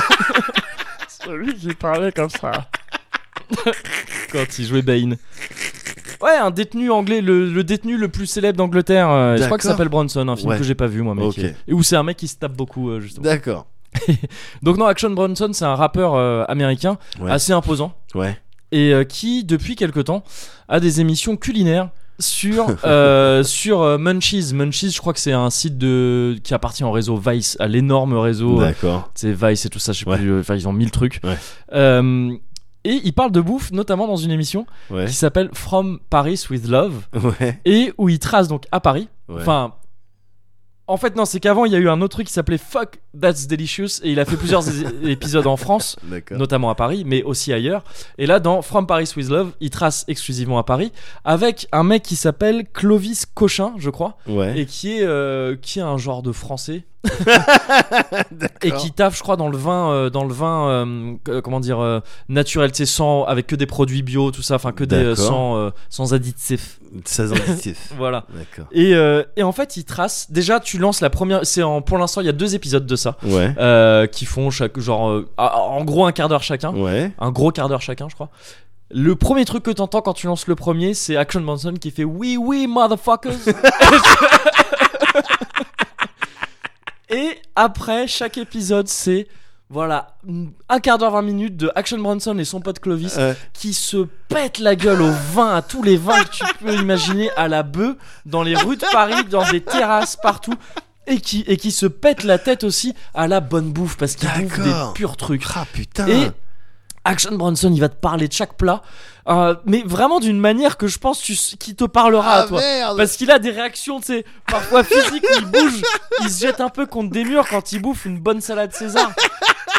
Speaker 4: Celui qui parlait comme ça.
Speaker 1: Quand il jouait Bane. Ouais, un détenu anglais, le, le détenu le plus célèbre d'Angleterre. euh, je crois que ça
Speaker 2: D'accord.
Speaker 1: s'appelle Bronson, un film
Speaker 2: Ouais.
Speaker 1: que j'ai pas vu moi, mais
Speaker 2: Ok.
Speaker 1: qui est- et où c'est un mec qui se tape beaucoup euh, justement.
Speaker 2: D'accord.
Speaker 1: Donc non, Action Bronson, c'est un rappeur euh, américain
Speaker 2: Ouais.
Speaker 1: assez imposant
Speaker 2: Ouais.
Speaker 1: et euh, qui depuis quelque temps a des émissions culinaires sur
Speaker 2: [laughs]
Speaker 1: euh, sur euh, Munchies. Munchies, je crois que c'est un site de qui appartient au réseau Vice, à l'énorme réseau. euh,
Speaker 2: D'accord.
Speaker 1: C'est Vice et tout ça, je sais
Speaker 2: Ouais.
Speaker 1: plus. euh, Enfin, ils ont mille trucs.
Speaker 2: Ouais.
Speaker 1: Euh, et il parle de bouffe, notamment dans une émission
Speaker 2: Ouais.
Speaker 1: qui s'appelle From Paris with Love,
Speaker 2: Ouais.
Speaker 1: et où il trace donc à Paris.
Speaker 2: Ouais.
Speaker 1: Enfin, en fait, non, c'est qu'avant, il y a eu un autre truc qui s'appelait Fuck That's Delicious, et il a fait plusieurs [laughs] é- épisodes en France,
Speaker 2: D'accord.
Speaker 1: notamment à Paris, mais aussi ailleurs. Et là, dans From Paris with Love, il trace exclusivement à Paris, avec un mec qui s'appelle Clovis Cochin, je crois,
Speaker 2: Ouais.
Speaker 1: et qui est, euh, qui est un genre de
Speaker 2: [laughs]
Speaker 1: français. et qui taffe, je crois, dans le vin, euh, dans le vin, euh, euh, comment dire, euh, naturel, tu sais, sans, avec que des produits bio, tout ça, enfin, que des euh,
Speaker 2: D'accord.
Speaker 1: sans, euh, sans additifs.
Speaker 2: 16 indicatifs.
Speaker 1: Voilà.
Speaker 2: D'accord.
Speaker 1: Et, euh, et en fait, il trace. Déjà, tu lances la première. C'est en pour l'instant, il y a deux épisodes de ça
Speaker 2: Ouais.
Speaker 1: euh, qui font chaque genre euh, ah, en gros un quart d'heure chacun,
Speaker 2: Ouais.
Speaker 1: un gros quart d'heure chacun, je crois. Le premier truc que t'entends quand tu lances le premier, c'est Action Bronson qui fait oui oui motherfuckers. et après chaque épisode, c'est voilà un quart d'heure 20 minutes de Action Bronson et son pote Clovis
Speaker 2: Euh,
Speaker 1: qui se pète la gueule au vin, à tous les vins que tu peux imaginer, à la bœuf, dans les rues de Paris, dans des terrasses partout. Et qui, et qui se pète la tête aussi à la bonne bouffe parce qu'il bouffe des
Speaker 2: D'accord.
Speaker 1: purs trucs.
Speaker 2: Ah putain.
Speaker 1: Et Action Bronson, il va te parler de chaque plat, euh, mais vraiment d'une manière que je pense tu, qui te parlera
Speaker 2: ah
Speaker 1: à toi.
Speaker 2: merde.
Speaker 1: Parce qu'il a des réactions, tu sais, parfois physiques, où il bouge, il se jette un peu contre des murs quand il bouffe une bonne salade César.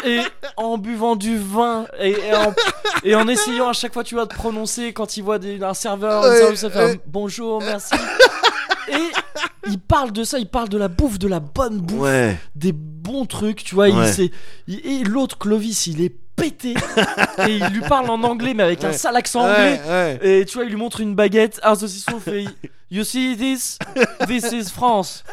Speaker 1: Et en buvant du vin, et, et en, et en essayant à chaque fois, tu vois, de prononcer quand il voit des- un serveur, un
Speaker 2: Ouais,
Speaker 1: service, ça fait un
Speaker 2: ouais.
Speaker 1: bonjour, merci. Et il parle de ça, il parle de la bouffe, de la bonne bouffe,
Speaker 2: Ouais.
Speaker 1: des bons trucs, tu vois. il
Speaker 2: Ouais.
Speaker 1: s'est- il- et l'autre, Clovis, il est
Speaker 2: [laughs]
Speaker 1: pété. et il lui parle en anglais, mais avec un
Speaker 2: Ouais.
Speaker 1: sale accent anglais.
Speaker 2: Ouais. Ouais.
Speaker 1: Et tu vois, il lui montre une baguette, Ah, un saucisson, fait You see this? This is
Speaker 2: [laughs]
Speaker 1: France.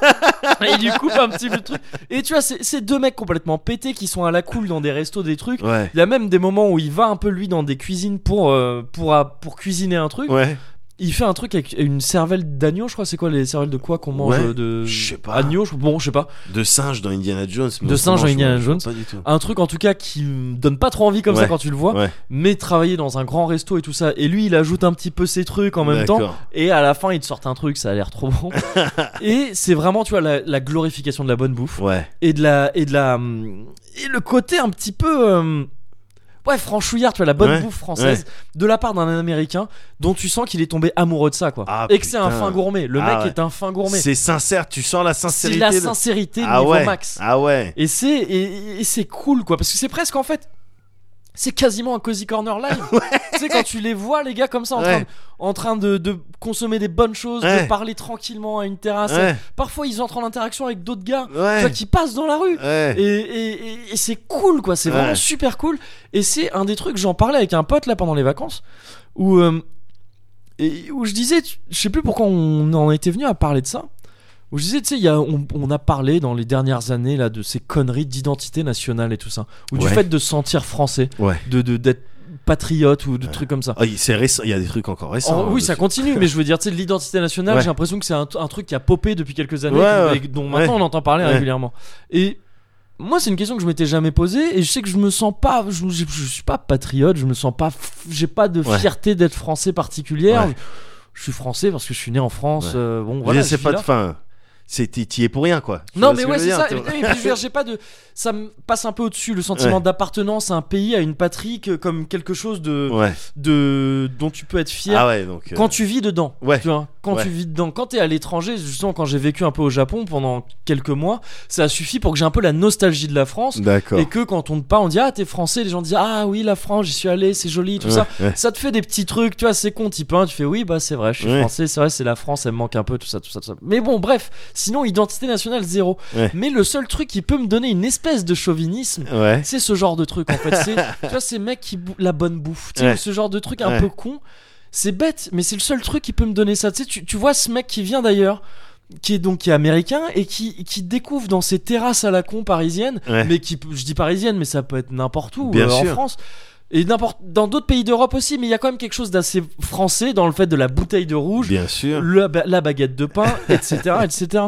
Speaker 1: Et il lui coupe un petit peu de truc. Et tu vois, c'est c'est deux mecs complètement pétés qui sont à la cool dans des restos, des trucs.
Speaker 2: Ouais.
Speaker 1: Il y a même des moments où il va un peu lui dans des cuisines pour, euh, pour, à- pour cuisiner un truc.
Speaker 2: Ouais.
Speaker 1: Il fait un truc avec une cervelle d'agneau, je crois. C'est quoi les cervelles de quoi qu'on mange
Speaker 2: Ouais.
Speaker 1: euh, de
Speaker 2: Je sais pas.
Speaker 1: agneau je- Bon, je sais pas.
Speaker 2: De singe dans Indiana Jones. mais
Speaker 1: De
Speaker 2: en ce
Speaker 1: singe
Speaker 2: moment,
Speaker 1: dans
Speaker 2: je
Speaker 1: Indiana
Speaker 2: vois
Speaker 1: Jones.
Speaker 2: Pas du tout.
Speaker 1: Un truc en tout cas qui me donne pas trop envie comme ça
Speaker 2: Ouais.
Speaker 1: quand tu le vois.
Speaker 2: Ouais.
Speaker 1: Mais travailler dans un grand resto et tout ça. Et lui, il ajoute un petit peu ses trucs en même temps.
Speaker 2: D'accord.
Speaker 1: Et à la fin, ils te sortent un truc, ça a l'air trop
Speaker 2: [laughs]
Speaker 1: bon. et c'est vraiment, tu vois, la, la glorification de la bonne bouffe
Speaker 2: Ouais.
Speaker 1: et de la et de la hum, et le côté un petit peu euh, ouais franchouillard, tu vois, la bonne
Speaker 2: Ouais,
Speaker 1: bouffe française de la part d'un Américain dont tu sens qu'il est tombé amoureux de ça, quoi.
Speaker 2: Ah,
Speaker 1: et que c'est un
Speaker 2: putain.
Speaker 1: fin gourmet. Le
Speaker 2: Ah
Speaker 1: mec
Speaker 2: ouais.
Speaker 1: est un fin gourmet.
Speaker 2: C'est sincère. Tu sens la
Speaker 1: C'est
Speaker 2: sincérité.
Speaker 1: la
Speaker 2: de-
Speaker 1: sincérité
Speaker 2: Ah
Speaker 1: niveau
Speaker 2: ouais.
Speaker 1: max.
Speaker 2: Ah ouais.
Speaker 1: Et c'est et, et c'est cool, quoi, parce que c'est presque en fait. C'est quasiment un cozy corner live.
Speaker 2: [laughs]
Speaker 1: Tu sais quand tu les vois les gars comme ça en train
Speaker 2: Ouais.
Speaker 1: de en train de, de consommer des bonnes choses, de
Speaker 2: Ouais.
Speaker 1: parler tranquillement à une terrasse.
Speaker 2: Ouais.
Speaker 1: Parfois, ils entrent en interaction avec d'autres gars tu vois,
Speaker 2: Ouais.
Speaker 1: Ah, qui passent dans la rue.
Speaker 2: Ouais.
Speaker 1: Et, et- et- et c'est cool, quoi. C'est vraiment
Speaker 2: Ouais.
Speaker 1: super cool. Et c'est un des trucs, j'en parlais avec un pote là pendant les vacances, où, euh, et, où je disais, tu- je sais plus pourquoi on en était venu à parler de ça. Où je disais, tu sais, il y a- on, on a parlé dans les dernières années là de ces conneries d'identité nationale et tout ça, ou du
Speaker 2: Ouais.
Speaker 1: fait de se sentir français,
Speaker 2: Ouais.
Speaker 1: de de- d'être patriote ou de trucs comme ça.
Speaker 2: Ah, il- c'est récent. Il y a des trucs encore récents.
Speaker 1: En-
Speaker 2: hein,
Speaker 1: oui, ça
Speaker 2: dessus.
Speaker 1: continue, mais je veux dire, tu sais, l'identité nationale,
Speaker 2: Ouais.
Speaker 1: j'ai l'impression que c'est un, un truc qui a popé depuis quelques années,
Speaker 2: Ouais,
Speaker 1: et
Speaker 2: ouais.
Speaker 1: dont maintenant on entend parler
Speaker 2: Ouais.
Speaker 1: régulièrement. Et moi, c'est une question que je m'étais jamais posée, et je sais que je me sens pas, je, je- je suis pas patriote, je me sens pas, f- j'ai pas de
Speaker 2: Ouais.
Speaker 1: fierté d'être français particulière.
Speaker 2: Ouais.
Speaker 1: Je suis français parce que je suis né en France.
Speaker 2: Ouais.
Speaker 1: euh, bon,
Speaker 2: Je
Speaker 1: voilà.
Speaker 2: sais
Speaker 1: je suis
Speaker 2: pas.
Speaker 1: là.
Speaker 2: de- Enfin, c'est t'y t'y es pour rien quoi. Tu
Speaker 1: Non,
Speaker 2: vois
Speaker 1: mais
Speaker 2: ce que
Speaker 1: ouais,
Speaker 2: je
Speaker 1: c'est
Speaker 2: veux
Speaker 1: ça.
Speaker 2: dire,
Speaker 1: Et,
Speaker 2: t'es-
Speaker 1: et puis, je veux
Speaker 2: [laughs]
Speaker 1: dire, j'ai pas de, ça me passe un peu au-dessus le sentiment
Speaker 2: Ouais.
Speaker 1: d'appartenance à un pays, à une patrie, que- comme quelque chose de,
Speaker 2: Ouais.
Speaker 1: de, dont tu peux être fier
Speaker 2: Ah ouais. Donc. euh,
Speaker 1: quand tu vis dedans.
Speaker 2: Ouais.
Speaker 1: [laughs] Tu vois, quand
Speaker 2: Ouais.
Speaker 1: tu vis dedans, quand t'es à l'étranger, justement, quand j'ai vécu un peu au Japon pendant quelques mois, ça a suffi pour que j'ai un peu la nostalgie de la France.
Speaker 2: D'accord.
Speaker 1: Et que quand on te parle, on dit Ah, t'es français, les gens disent Ah oui, la France, j'y suis allé, c'est joli, tout ça.
Speaker 2: Ouais, ouais.
Speaker 1: Ça te fait des petits trucs, tu vois, c'est con, type hein, tu fais Oui, bah c'est vrai, je suis
Speaker 2: Ouais.
Speaker 1: français, c'est vrai, c'est la France, elle me manque un peu, tout ça, tout ça, tout ça. Mais bon, bref, sinon, identité nationale zéro.
Speaker 2: Ouais.
Speaker 1: Mais le seul truc qui peut me donner une espèce de chauvinisme,
Speaker 2: Ouais.
Speaker 1: c'est ce genre de truc en fait. C'est,
Speaker 2: [laughs]
Speaker 1: tu vois, ces mecs qui bou- la bonne bouffe, tu sais,
Speaker 2: Ouais.
Speaker 1: ou ce genre de truc un
Speaker 2: Ouais.
Speaker 1: peu con. C'est bête, mais c'est le seul truc qui peut me donner ça. Tu, sais, tu, tu vois ce mec qui vient d'ailleurs, qui est donc qui est américain et qui, qui découvre dans ces terrasses à la con parisiennes,
Speaker 2: Ouais.
Speaker 1: mais qui peut- je dis parisienne, mais ça peut être n'importe où
Speaker 2: Bien
Speaker 1: euh, en
Speaker 2: sûr.
Speaker 1: France. Et n'importe dans d'autres pays d'Europe aussi, mais il y a quand même quelque chose d'assez français dans le fait de la bouteille de rouge,
Speaker 2: Bien sûr.
Speaker 1: la, ba- la baguette de pain,
Speaker 2: [laughs]
Speaker 1: etc., etc.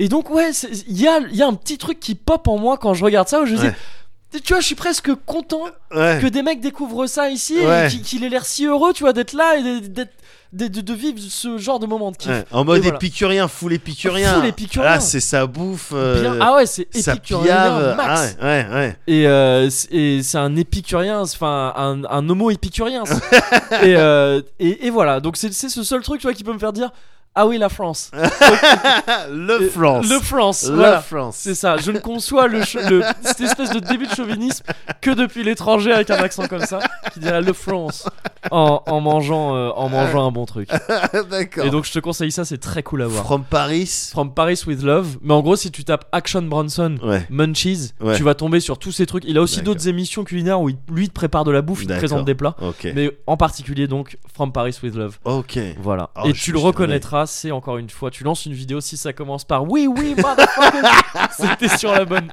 Speaker 1: Et donc ouais, c'est- il y a, il y a un petit truc qui pop en moi quand je regarde ça où je
Speaker 2: Ouais.
Speaker 1: dis, tu vois, je suis presque content
Speaker 2: Ouais.
Speaker 1: que des mecs découvrent ça ici
Speaker 2: Ouais.
Speaker 1: et qu'il qu'il ait l'air si heureux, tu vois, d'être là et d'être- d'être- de, de- de vivre ce genre de moment de kiff.
Speaker 2: Ouais. En mode
Speaker 1: Et voilà.
Speaker 2: épicurien, full épicurien.
Speaker 1: Full épicurien.
Speaker 2: Là, c'est sa bouffe. euh,
Speaker 1: Bien- Ah ouais, c'est
Speaker 2: sa
Speaker 1: épicurien
Speaker 2: piave.
Speaker 1: max.
Speaker 2: Ah ouais, ouais, ouais.
Speaker 1: Et, euh, c'est- et c'est un épicurien, c'est- enfin un, un homo épicurien.
Speaker 2: [laughs]
Speaker 1: c'est- et, euh, et, et voilà, donc c'est c'est ce seul truc, tu vois, qui peut me faire dire ah oui la France,
Speaker 2: Ah, le
Speaker 1: Et-
Speaker 2: France.
Speaker 1: le France,
Speaker 2: La
Speaker 1: voilà.
Speaker 2: France.
Speaker 1: C'est ça, je ne conçois le, ch- le- cette espèce de début de chauvinisme que depuis l'étranger avec un accent comme ça, qui dirait le France en, en mangeant, euh, en mangeant un bon truc.
Speaker 2: Ah, D'accord.
Speaker 1: Et donc je te conseille ça, c'est très cool à voir.
Speaker 2: From Paris.
Speaker 1: From Paris with Love. Mais en gros, si tu tapes Action Bronson,
Speaker 2: Ouais.
Speaker 1: Munchies,
Speaker 2: Ouais.
Speaker 1: tu vas tomber sur tous ces trucs. Il a aussi
Speaker 2: D'accord.
Speaker 1: d'autres émissions culinaires où il, lui il te prépare de la bouffe, il te
Speaker 2: D'accord.
Speaker 1: présente des plats.
Speaker 2: Ok.
Speaker 1: Mais en particulier donc From Paris with Love.
Speaker 2: Ok.
Speaker 1: Voilà.
Speaker 2: Oh,
Speaker 1: Et
Speaker 2: je-
Speaker 1: tu le
Speaker 2: je connais.
Speaker 1: reconnaîtras, c'est encore une fois, tu lances une vidéo si ça commence par oui oui
Speaker 2: [laughs]
Speaker 1: motherfucker. C'était sur la bonne.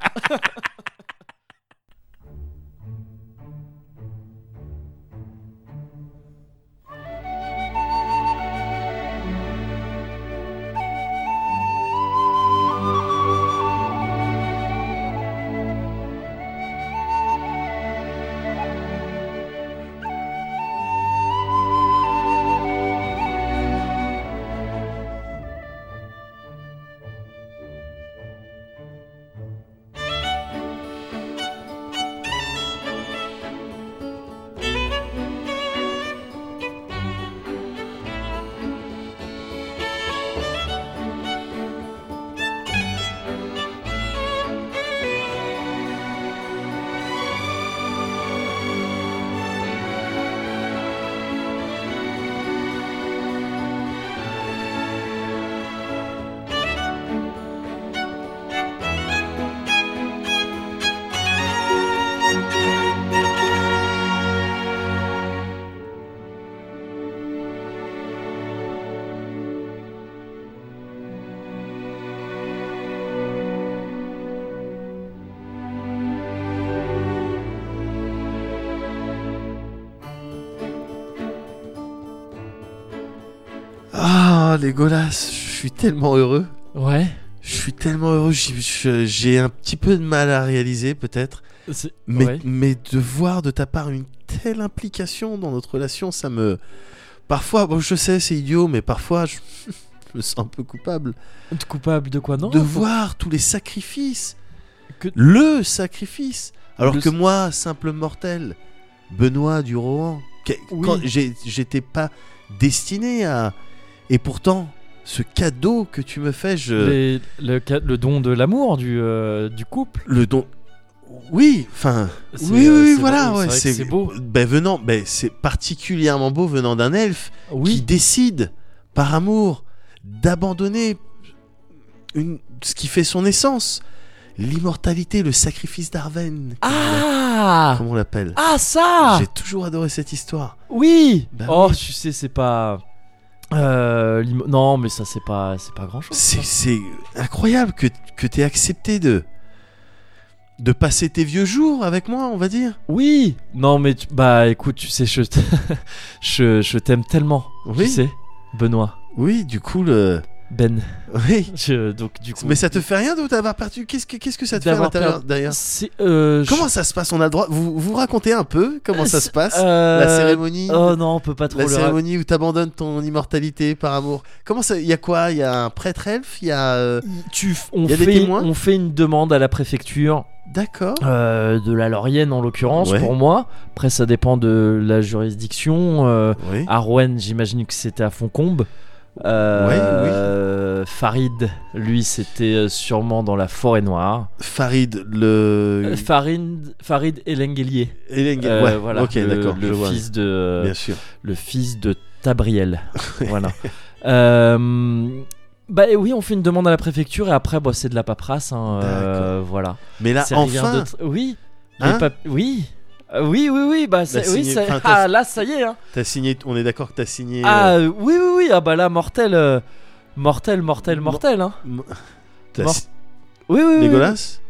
Speaker 2: Ah, les golas, je suis tellement heureux.
Speaker 1: Ouais.
Speaker 2: Je suis tellement heureux. J'ai- je- J'ai un petit peu de mal à réaliser, peut-être.
Speaker 1: C'est-
Speaker 2: Mais,
Speaker 1: ouais.
Speaker 2: mais de voir de ta part une telle implication dans notre relation, ça me. Parfois, bon, je sais, c'est idiot, mais parfois, je, [laughs] je me sens un peu coupable.
Speaker 1: T'es Coupable de quoi non
Speaker 2: de
Speaker 1: faut-
Speaker 2: voir tous les sacrifices.
Speaker 1: Que-
Speaker 2: Le sacrifice. Alors
Speaker 1: Le
Speaker 2: que
Speaker 1: s-
Speaker 2: moi, simple mortel, Benoît du Rohan, que-
Speaker 1: Oui.
Speaker 2: quand j'ai- j'étais pas destiné à. Et pourtant, ce cadeau que tu me fais, je.
Speaker 1: Les- le, ca- le don de l'amour du, euh, du couple.
Speaker 2: Le don. Oui, enfin.
Speaker 1: C'est,
Speaker 2: Oui,
Speaker 1: euh,
Speaker 2: oui,
Speaker 1: c'est
Speaker 2: voilà.
Speaker 1: beau, c'est
Speaker 2: ouais,
Speaker 1: vrai que c'est beau.
Speaker 2: Ben, venant, ben, c'est particulièrement beau venant d'un elfe qui
Speaker 1: Oui.
Speaker 2: décide, par amour, d'abandonner une... ce qui fait son essence. L'immortalité, le sacrifice d'Arven.
Speaker 1: Ah
Speaker 2: Comment on l'appelle
Speaker 1: Ah ça
Speaker 2: J'ai toujours adoré cette histoire.
Speaker 1: Oui.
Speaker 2: Bah
Speaker 1: oh, tu sais, c'est pas. Euh, l'im- non, mais ça c'est pas, c'est pas grand chose.
Speaker 2: C'est c'est incroyable que, que t'aies accepté de. de passer tes vieux jours avec moi, on va dire.
Speaker 1: Oui. Non, mais tu- bah écoute, tu sais, je, t- [laughs] je, je t'aime tellement.
Speaker 2: Oui.
Speaker 1: Tu sais, Benoît,
Speaker 2: Oui, du coup, le.
Speaker 1: Ben.
Speaker 2: Oui.
Speaker 1: Je- donc du coup.
Speaker 2: Mais ça te fait rien de d'avoir perdu Qu'est-ce que, qu'est-ce que ça te fait à
Speaker 1: D'avoir
Speaker 2: l'intérieur
Speaker 1: perdu-
Speaker 2: d'ailleurs
Speaker 1: C'est. Euh, je-
Speaker 2: Comment ça se passe On a le droit. Vous vous racontez un peu comment ça se passe
Speaker 1: Euh,
Speaker 2: La cérémonie
Speaker 1: Oh non, on peut pas trop
Speaker 2: La
Speaker 1: le. ra-
Speaker 2: cérémonie où t'abandonnes ton immortalité par amour. Comment ça Il y a quoi Il y a un prêtre elfe Il y a. euh,
Speaker 1: Tu, f- on,
Speaker 2: Y a des
Speaker 1: fait,
Speaker 2: témoins
Speaker 1: on fait une demande à la préfecture
Speaker 2: D'accord.
Speaker 1: euh, de la Laurienne en l'occurrence
Speaker 2: Ouais.
Speaker 1: pour moi. Après ça dépend de la juridiction. euh,
Speaker 2: Oui.
Speaker 1: à Rouen, j'imagine que c'était à Foncombe. Euh, Farid, lui, c'était euh, sûrement dans la forêt noire.
Speaker 2: Farid le.
Speaker 1: Euh, Farid, Farid Elenguelier.
Speaker 2: Eleng-
Speaker 1: Euh,
Speaker 2: ouais.
Speaker 1: voilà,
Speaker 2: Ok,
Speaker 1: le,
Speaker 2: d'accord.
Speaker 1: le
Speaker 2: je vois.
Speaker 1: fils euh, de
Speaker 2: Bien sûr.
Speaker 1: le fils de
Speaker 2: [laughs]
Speaker 1: Tabriel. voilà. Euh, bah eh oui, on fait une demande à la préfecture et après, bah, c'est de la paperasse. hein, euh, voilà.
Speaker 2: Mais là,
Speaker 1: C'est rien
Speaker 2: enfin,
Speaker 1: d'autre. Oui. les
Speaker 2: Hein
Speaker 1: pap- oui. Euh, oui, oui, oui, bah c'est-
Speaker 2: Bah,
Speaker 1: oui,
Speaker 2: signé-
Speaker 1: ça-
Speaker 2: enfin, t'as-
Speaker 1: ah, là ça y est. hein.
Speaker 2: t'as signé. On est d'accord que t'as signé.
Speaker 1: Ah euh,
Speaker 2: euh,
Speaker 1: oui, oui, oui, ah bah là, mortel. euh, Mortel, mortel, mortel, hein.
Speaker 2: T'as
Speaker 1: Mort-
Speaker 2: si-
Speaker 1: Oui, oui, oui.
Speaker 2: Dégueulasse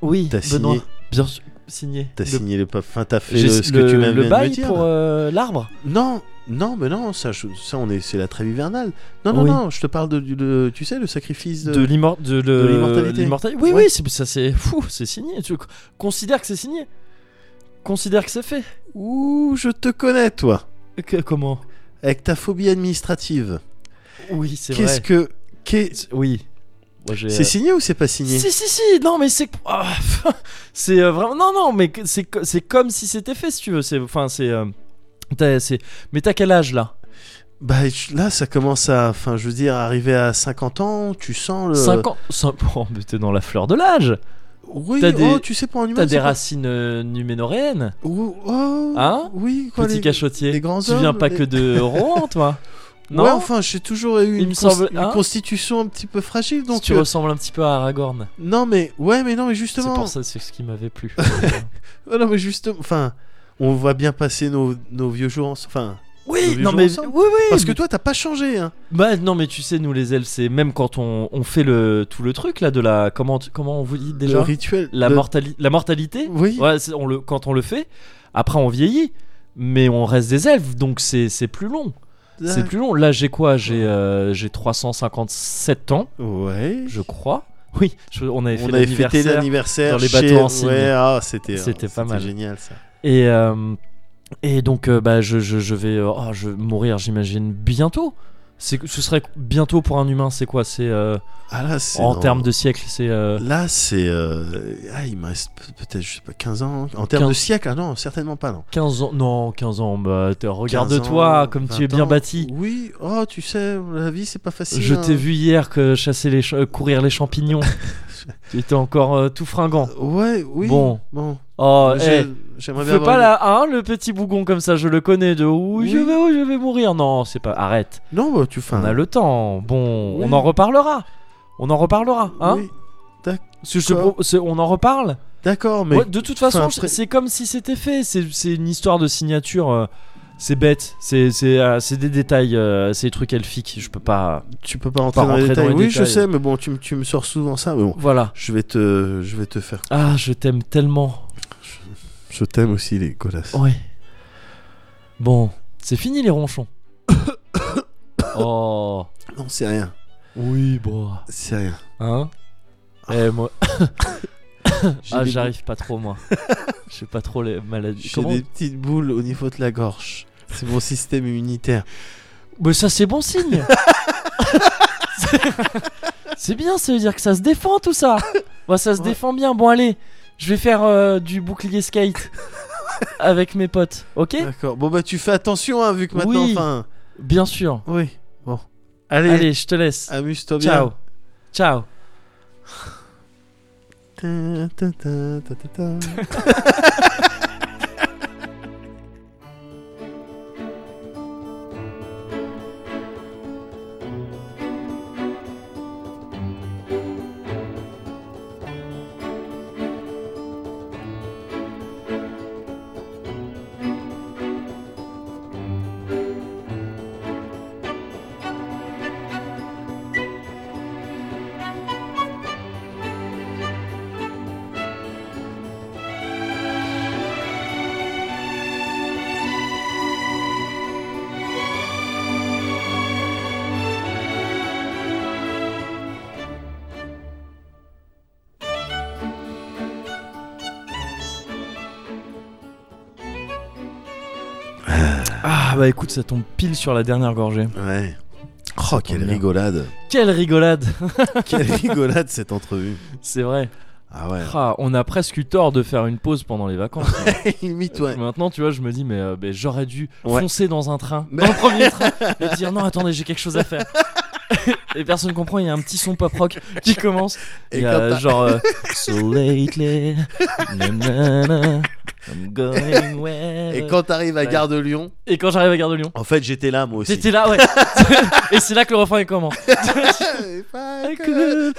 Speaker 1: Oui,
Speaker 2: T'as
Speaker 1: Benoît.
Speaker 2: signé,
Speaker 1: Bien sûr, signé.
Speaker 2: t'as
Speaker 1: Le-
Speaker 2: signé le pape. Enfin, t'as fait
Speaker 1: j'ai-
Speaker 2: le- ce
Speaker 1: le-
Speaker 2: que tu m'as
Speaker 1: Le
Speaker 2: viens de me
Speaker 1: bail
Speaker 2: dire.
Speaker 1: pour euh, l'arbre
Speaker 2: Non, non, mais non, ça, je- ça on est, c'est la trêve hivernale. Non, non,
Speaker 1: Oui.
Speaker 2: non, je te parle de, du- de- tu sais, le sacrifice de.
Speaker 1: de l'immor- de le-
Speaker 2: de l'immortalité.
Speaker 1: l'immortalité. Oui,
Speaker 2: Ouais.
Speaker 1: oui, c'est- ça c'est fou, c'est signé. Tu co- considères que c'est signé Considère que c'est fait
Speaker 2: Ouh, je te connais, toi,
Speaker 1: Que- Comment
Speaker 2: avec ta phobie administrative.
Speaker 1: Oui, c'est vrai.
Speaker 2: Qu'est-ce que, qu'est-
Speaker 1: C'est- Oui. Moi, j'ai,
Speaker 2: c'est
Speaker 1: euh,
Speaker 2: signé ou c'est pas signé
Speaker 1: Si, si, si, non, mais c'est. ah, [laughs] c'est euh, vraiment. Non, non, mais que- c'est co- c'est comme si c'était fait, si tu veux. C'est- Enfin, c'est. euh, t'as- c'est- Mais t'as quel âge là
Speaker 2: Bah je- là, ça commence à, enfin, je veux dire, arriver à 50 ans, tu sens le.
Speaker 1: 5 ans Cin- [laughs] Oh, mais t'es dans la fleur de l'âge
Speaker 2: Oui.
Speaker 1: T'as
Speaker 2: oh,
Speaker 1: des-
Speaker 2: tu sais pour un humain.
Speaker 1: T'as des
Speaker 2: c'est pas-
Speaker 1: racines euh, numénoréennes
Speaker 2: Ouh, oh,
Speaker 1: Hein
Speaker 2: Oui. Quoi,
Speaker 1: Petit
Speaker 2: les-
Speaker 1: cachotier.
Speaker 2: les grands
Speaker 1: tu viens
Speaker 2: hommes,
Speaker 1: pas
Speaker 2: les-
Speaker 1: que de
Speaker 2: [laughs]
Speaker 1: Rouen, toi Non
Speaker 2: Ouais, enfin, j'ai toujours eu
Speaker 1: Il
Speaker 2: une,
Speaker 1: me semble-
Speaker 2: une
Speaker 1: hein
Speaker 2: constitution un petit peu fragile, donc.
Speaker 1: Tu
Speaker 2: euh,
Speaker 1: ressembles un petit peu à Aragorn.
Speaker 2: Non mais ouais, mais non, mais
Speaker 1: C'est
Speaker 2: justement.
Speaker 1: pour ça, c'est ce qui m'avait plu.
Speaker 2: Oh non, mais justement, enfin, on voit bien passer nos, nos vieux jours ense- Enfin,
Speaker 1: [laughs]
Speaker 2: Nous
Speaker 1: oui,
Speaker 2: vivons
Speaker 1: non mais oui,
Speaker 2: ensemble.
Speaker 1: oui.
Speaker 2: parce que toi, t'as pas changé, hein.
Speaker 1: bah non mais tu sais, nous les elfes, c'est même quand on, on fait le tout le truc là de la comment tu- comment on vous dit déjà
Speaker 2: le rituel.
Speaker 1: la
Speaker 2: le-
Speaker 1: mortali- la mortalité.
Speaker 2: Oui.
Speaker 1: Ouais, c'est- on le quand on le fait, après on vieillit, mais on reste des elfes, donc c'est c'est plus long. C'est plus long. Là j'ai quoi J'ai euh, j'ai 357 ans,
Speaker 2: Ouais.
Speaker 1: je crois. Oui, je- on avait fait
Speaker 2: On avait fêté
Speaker 1: l'anniversaire.
Speaker 2: l'anniversaire
Speaker 1: dans les
Speaker 2: chez-
Speaker 1: bateaux en cygne.
Speaker 2: Ouais, ah, c'était.
Speaker 1: C'était
Speaker 2: ah,
Speaker 1: pas mal.
Speaker 2: Génial ça.
Speaker 1: Et, euh, et donc, euh, bah, je, je, je vais euh, oh, je vais mourir, j'imagine, bientôt. C'est, que- ce serait bientôt pour un humain, c'est quoi C'est euh,
Speaker 2: Ah là, c'est.
Speaker 1: en
Speaker 2: dans-
Speaker 1: termes de siècle, c'est euh,
Speaker 2: Là, c'est. euh, Ah, il me reste peut- peut-être, je sais pas, 15 ans. En termes de
Speaker 1: 15.
Speaker 2: siècle, ah non, certainement pas, non.
Speaker 1: 15 ans. Non, 15 ans. Bah, t'es-
Speaker 2: 15
Speaker 1: regarde-toi,
Speaker 2: ans,
Speaker 1: comme tu es
Speaker 2: 20
Speaker 1: bien
Speaker 2: ans.
Speaker 1: bâti.
Speaker 2: Oui, oh, tu sais, la vie, c'est pas facile.
Speaker 1: je
Speaker 2: hein.
Speaker 1: t'ai vu hier que chasser les cha- euh, courir les
Speaker 2: [laughs]
Speaker 1: champignons. tu étais encore euh, tout fringant.
Speaker 2: Ouais, oui.
Speaker 1: Bon.
Speaker 2: Bon.
Speaker 1: Oh,
Speaker 2: Je-
Speaker 1: eh,
Speaker 2: J'aimerais bien.
Speaker 1: fais
Speaker 2: avoir
Speaker 1: pas
Speaker 2: une-
Speaker 1: la, hein, le petit bougon comme ça. Je le connais de où je
Speaker 2: Oui.
Speaker 1: vais, où je vais mourir. Non, c'est pas. Arrête.
Speaker 2: Non, bah, tu fais
Speaker 1: On a
Speaker 2: un-
Speaker 1: le temps. Bon,
Speaker 2: Oui.
Speaker 1: on en reparlera. On en reparlera, hein
Speaker 2: Oui.
Speaker 1: Parce que je te
Speaker 2: Quoi
Speaker 1: pro- c'est- on en reparle
Speaker 2: D'accord, mais.
Speaker 1: Ouais, De toute façon,
Speaker 2: enfin,
Speaker 1: c'est-
Speaker 2: après-
Speaker 1: c'est comme si c'était fait. C'est c'est une histoire de signature. euh, c'est bête. C'est c'est, euh, c'est des détails. euh, c'est des trucs elfiques. Je peux pas.
Speaker 2: Tu peux pas rentrer
Speaker 1: Pas
Speaker 2: dans les
Speaker 1: rentrer dans
Speaker 2: détails.
Speaker 1: les
Speaker 2: oui,
Speaker 1: détails.
Speaker 2: je sais, mais bon, tu, me- tu me sors souvent ça. Mais bon,
Speaker 1: Voilà.
Speaker 2: je vais te, je vais te faire.
Speaker 1: Ah, je t'aime tellement.
Speaker 2: Je t'aime aussi, les colasses.
Speaker 1: Ouais. Bon, c'est fini les
Speaker 2: [coughs]
Speaker 1: ronchons. oh.
Speaker 2: Non, c'est rien.
Speaker 1: Oui, bon.
Speaker 2: C'est rien.
Speaker 1: Hein Eh, moi.
Speaker 2: Ah, J'ai
Speaker 1: Ah,
Speaker 2: des-
Speaker 1: j'arrive pas trop,
Speaker 2: [laughs]
Speaker 1: moi. J'ai pas trop les maladies.
Speaker 2: J'ai
Speaker 1: Comment
Speaker 2: des petites boules au niveau de la gorge. C'est mon système immunitaire.
Speaker 1: Mais ça, c'est bon signe. C'est- c'est bien, ça veut dire que ça se défend tout ça. Bon, ça se
Speaker 2: Ouais.
Speaker 1: défend bien. Bon, allez, je vais faire euh, du bouclier skate avec mes potes, ok
Speaker 2: D'accord. Bon bah tu fais attention, hein, vu que maintenant,
Speaker 1: Oui.
Speaker 2: enfin,
Speaker 1: Bien sûr.
Speaker 2: oui. Bon.
Speaker 1: Allez, je te laisse.
Speaker 2: Amuse-toi bien.
Speaker 1: Ciao. Ciao.
Speaker 2: Ta, ta, ta, ta, ta, ta.
Speaker 1: Ah bah écoute, ça tombe pile sur la dernière gorgée.
Speaker 2: ouais. Oh, quelle
Speaker 1: bien.
Speaker 2: rigolade.
Speaker 1: Quelle rigolade
Speaker 2: [laughs] quelle rigolade cette entrevue.
Speaker 1: C'est vrai.
Speaker 2: Ah [laughs] ouais.
Speaker 1: Ah, on a presque eu tort de faire une pause pendant les vacances.
Speaker 2: Limite, ouais.
Speaker 1: Maintenant, tu vois, je me dis, mais, euh, mais j'aurais dû
Speaker 2: Ouais.
Speaker 1: foncer dans un train,
Speaker 2: Mais-
Speaker 1: dans le premier
Speaker 2: [laughs]
Speaker 1: train, et dire non, attendez, j'ai quelque chose à faire. [laughs] et personne comprend, il y a un petit son pop rock qui commence.
Speaker 2: Et
Speaker 1: il y
Speaker 2: quand
Speaker 1: a
Speaker 2: t'as-
Speaker 1: genre
Speaker 2: [laughs]
Speaker 1: euh, So lately, na, na, na, I'm going where.
Speaker 2: Et quand t'arrives à
Speaker 1: Ouais.
Speaker 2: Gare de Lyon,
Speaker 1: Et quand j'arrive à Gare de Lyon,
Speaker 2: en fait, j'étais là moi aussi.
Speaker 1: t'étais
Speaker 2: [laughs]
Speaker 1: là, ouais. et c'est là que le refrain il commence.
Speaker 2: euh,
Speaker 1: euh,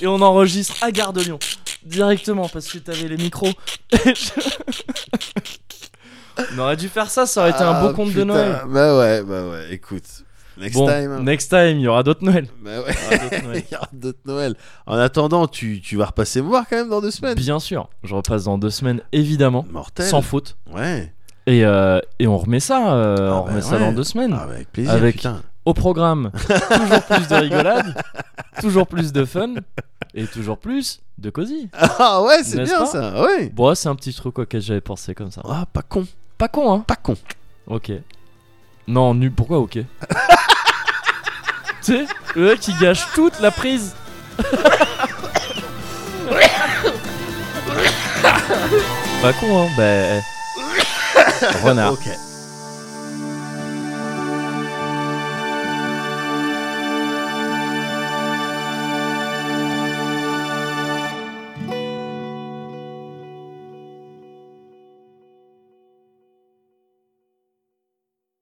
Speaker 1: Et on enregistre à Gare de Lyon directement parce que t'avais les micros. [laughs] on aurait dû faire ça, ça aurait été un beau conte de Noël.
Speaker 2: Bah ouais, bah ouais, écoute. Ah, Next
Speaker 1: Bon,
Speaker 2: time.
Speaker 1: next time, il y aura d'autres Noël.
Speaker 2: Bah ouais.
Speaker 1: Il y aura d'autres
Speaker 2: [laughs]
Speaker 1: Noël.
Speaker 2: Il y aura d'autres Noël. En attendant, tu, tu vas repasser me voir quand même dans deux semaines.
Speaker 1: Bien sûr, je repasse dans deux semaines, évidemment,
Speaker 2: Mortel.
Speaker 1: sans faute.
Speaker 2: Ouais.
Speaker 1: Et, euh, et on remet ça, euh,
Speaker 2: Ah
Speaker 1: on
Speaker 2: bah
Speaker 1: remet ça
Speaker 2: ouais.
Speaker 1: dans deux semaines.
Speaker 2: Ah, bah, avec plaisir.
Speaker 1: Avec-
Speaker 2: Putain. [laughs]
Speaker 1: Au programme, toujours plus de rigolade, toujours plus de fun et toujours plus de cosy.
Speaker 2: Ah ouais, c'est
Speaker 1: N'est-ce
Speaker 2: bien
Speaker 1: pas
Speaker 2: ça. Ouais.
Speaker 1: Bon, c'est un petit truc auquel j'avais pensé comme ça.
Speaker 2: Ah, pas con.
Speaker 1: Pas con, hein
Speaker 2: Pas con.
Speaker 1: Ok. Non, nul. Pourquoi [laughs] ok Tu sais, le mec il gâche toute la [laughs] prise. Pas con, hein Bah. eh. Renard.
Speaker 2: Ok.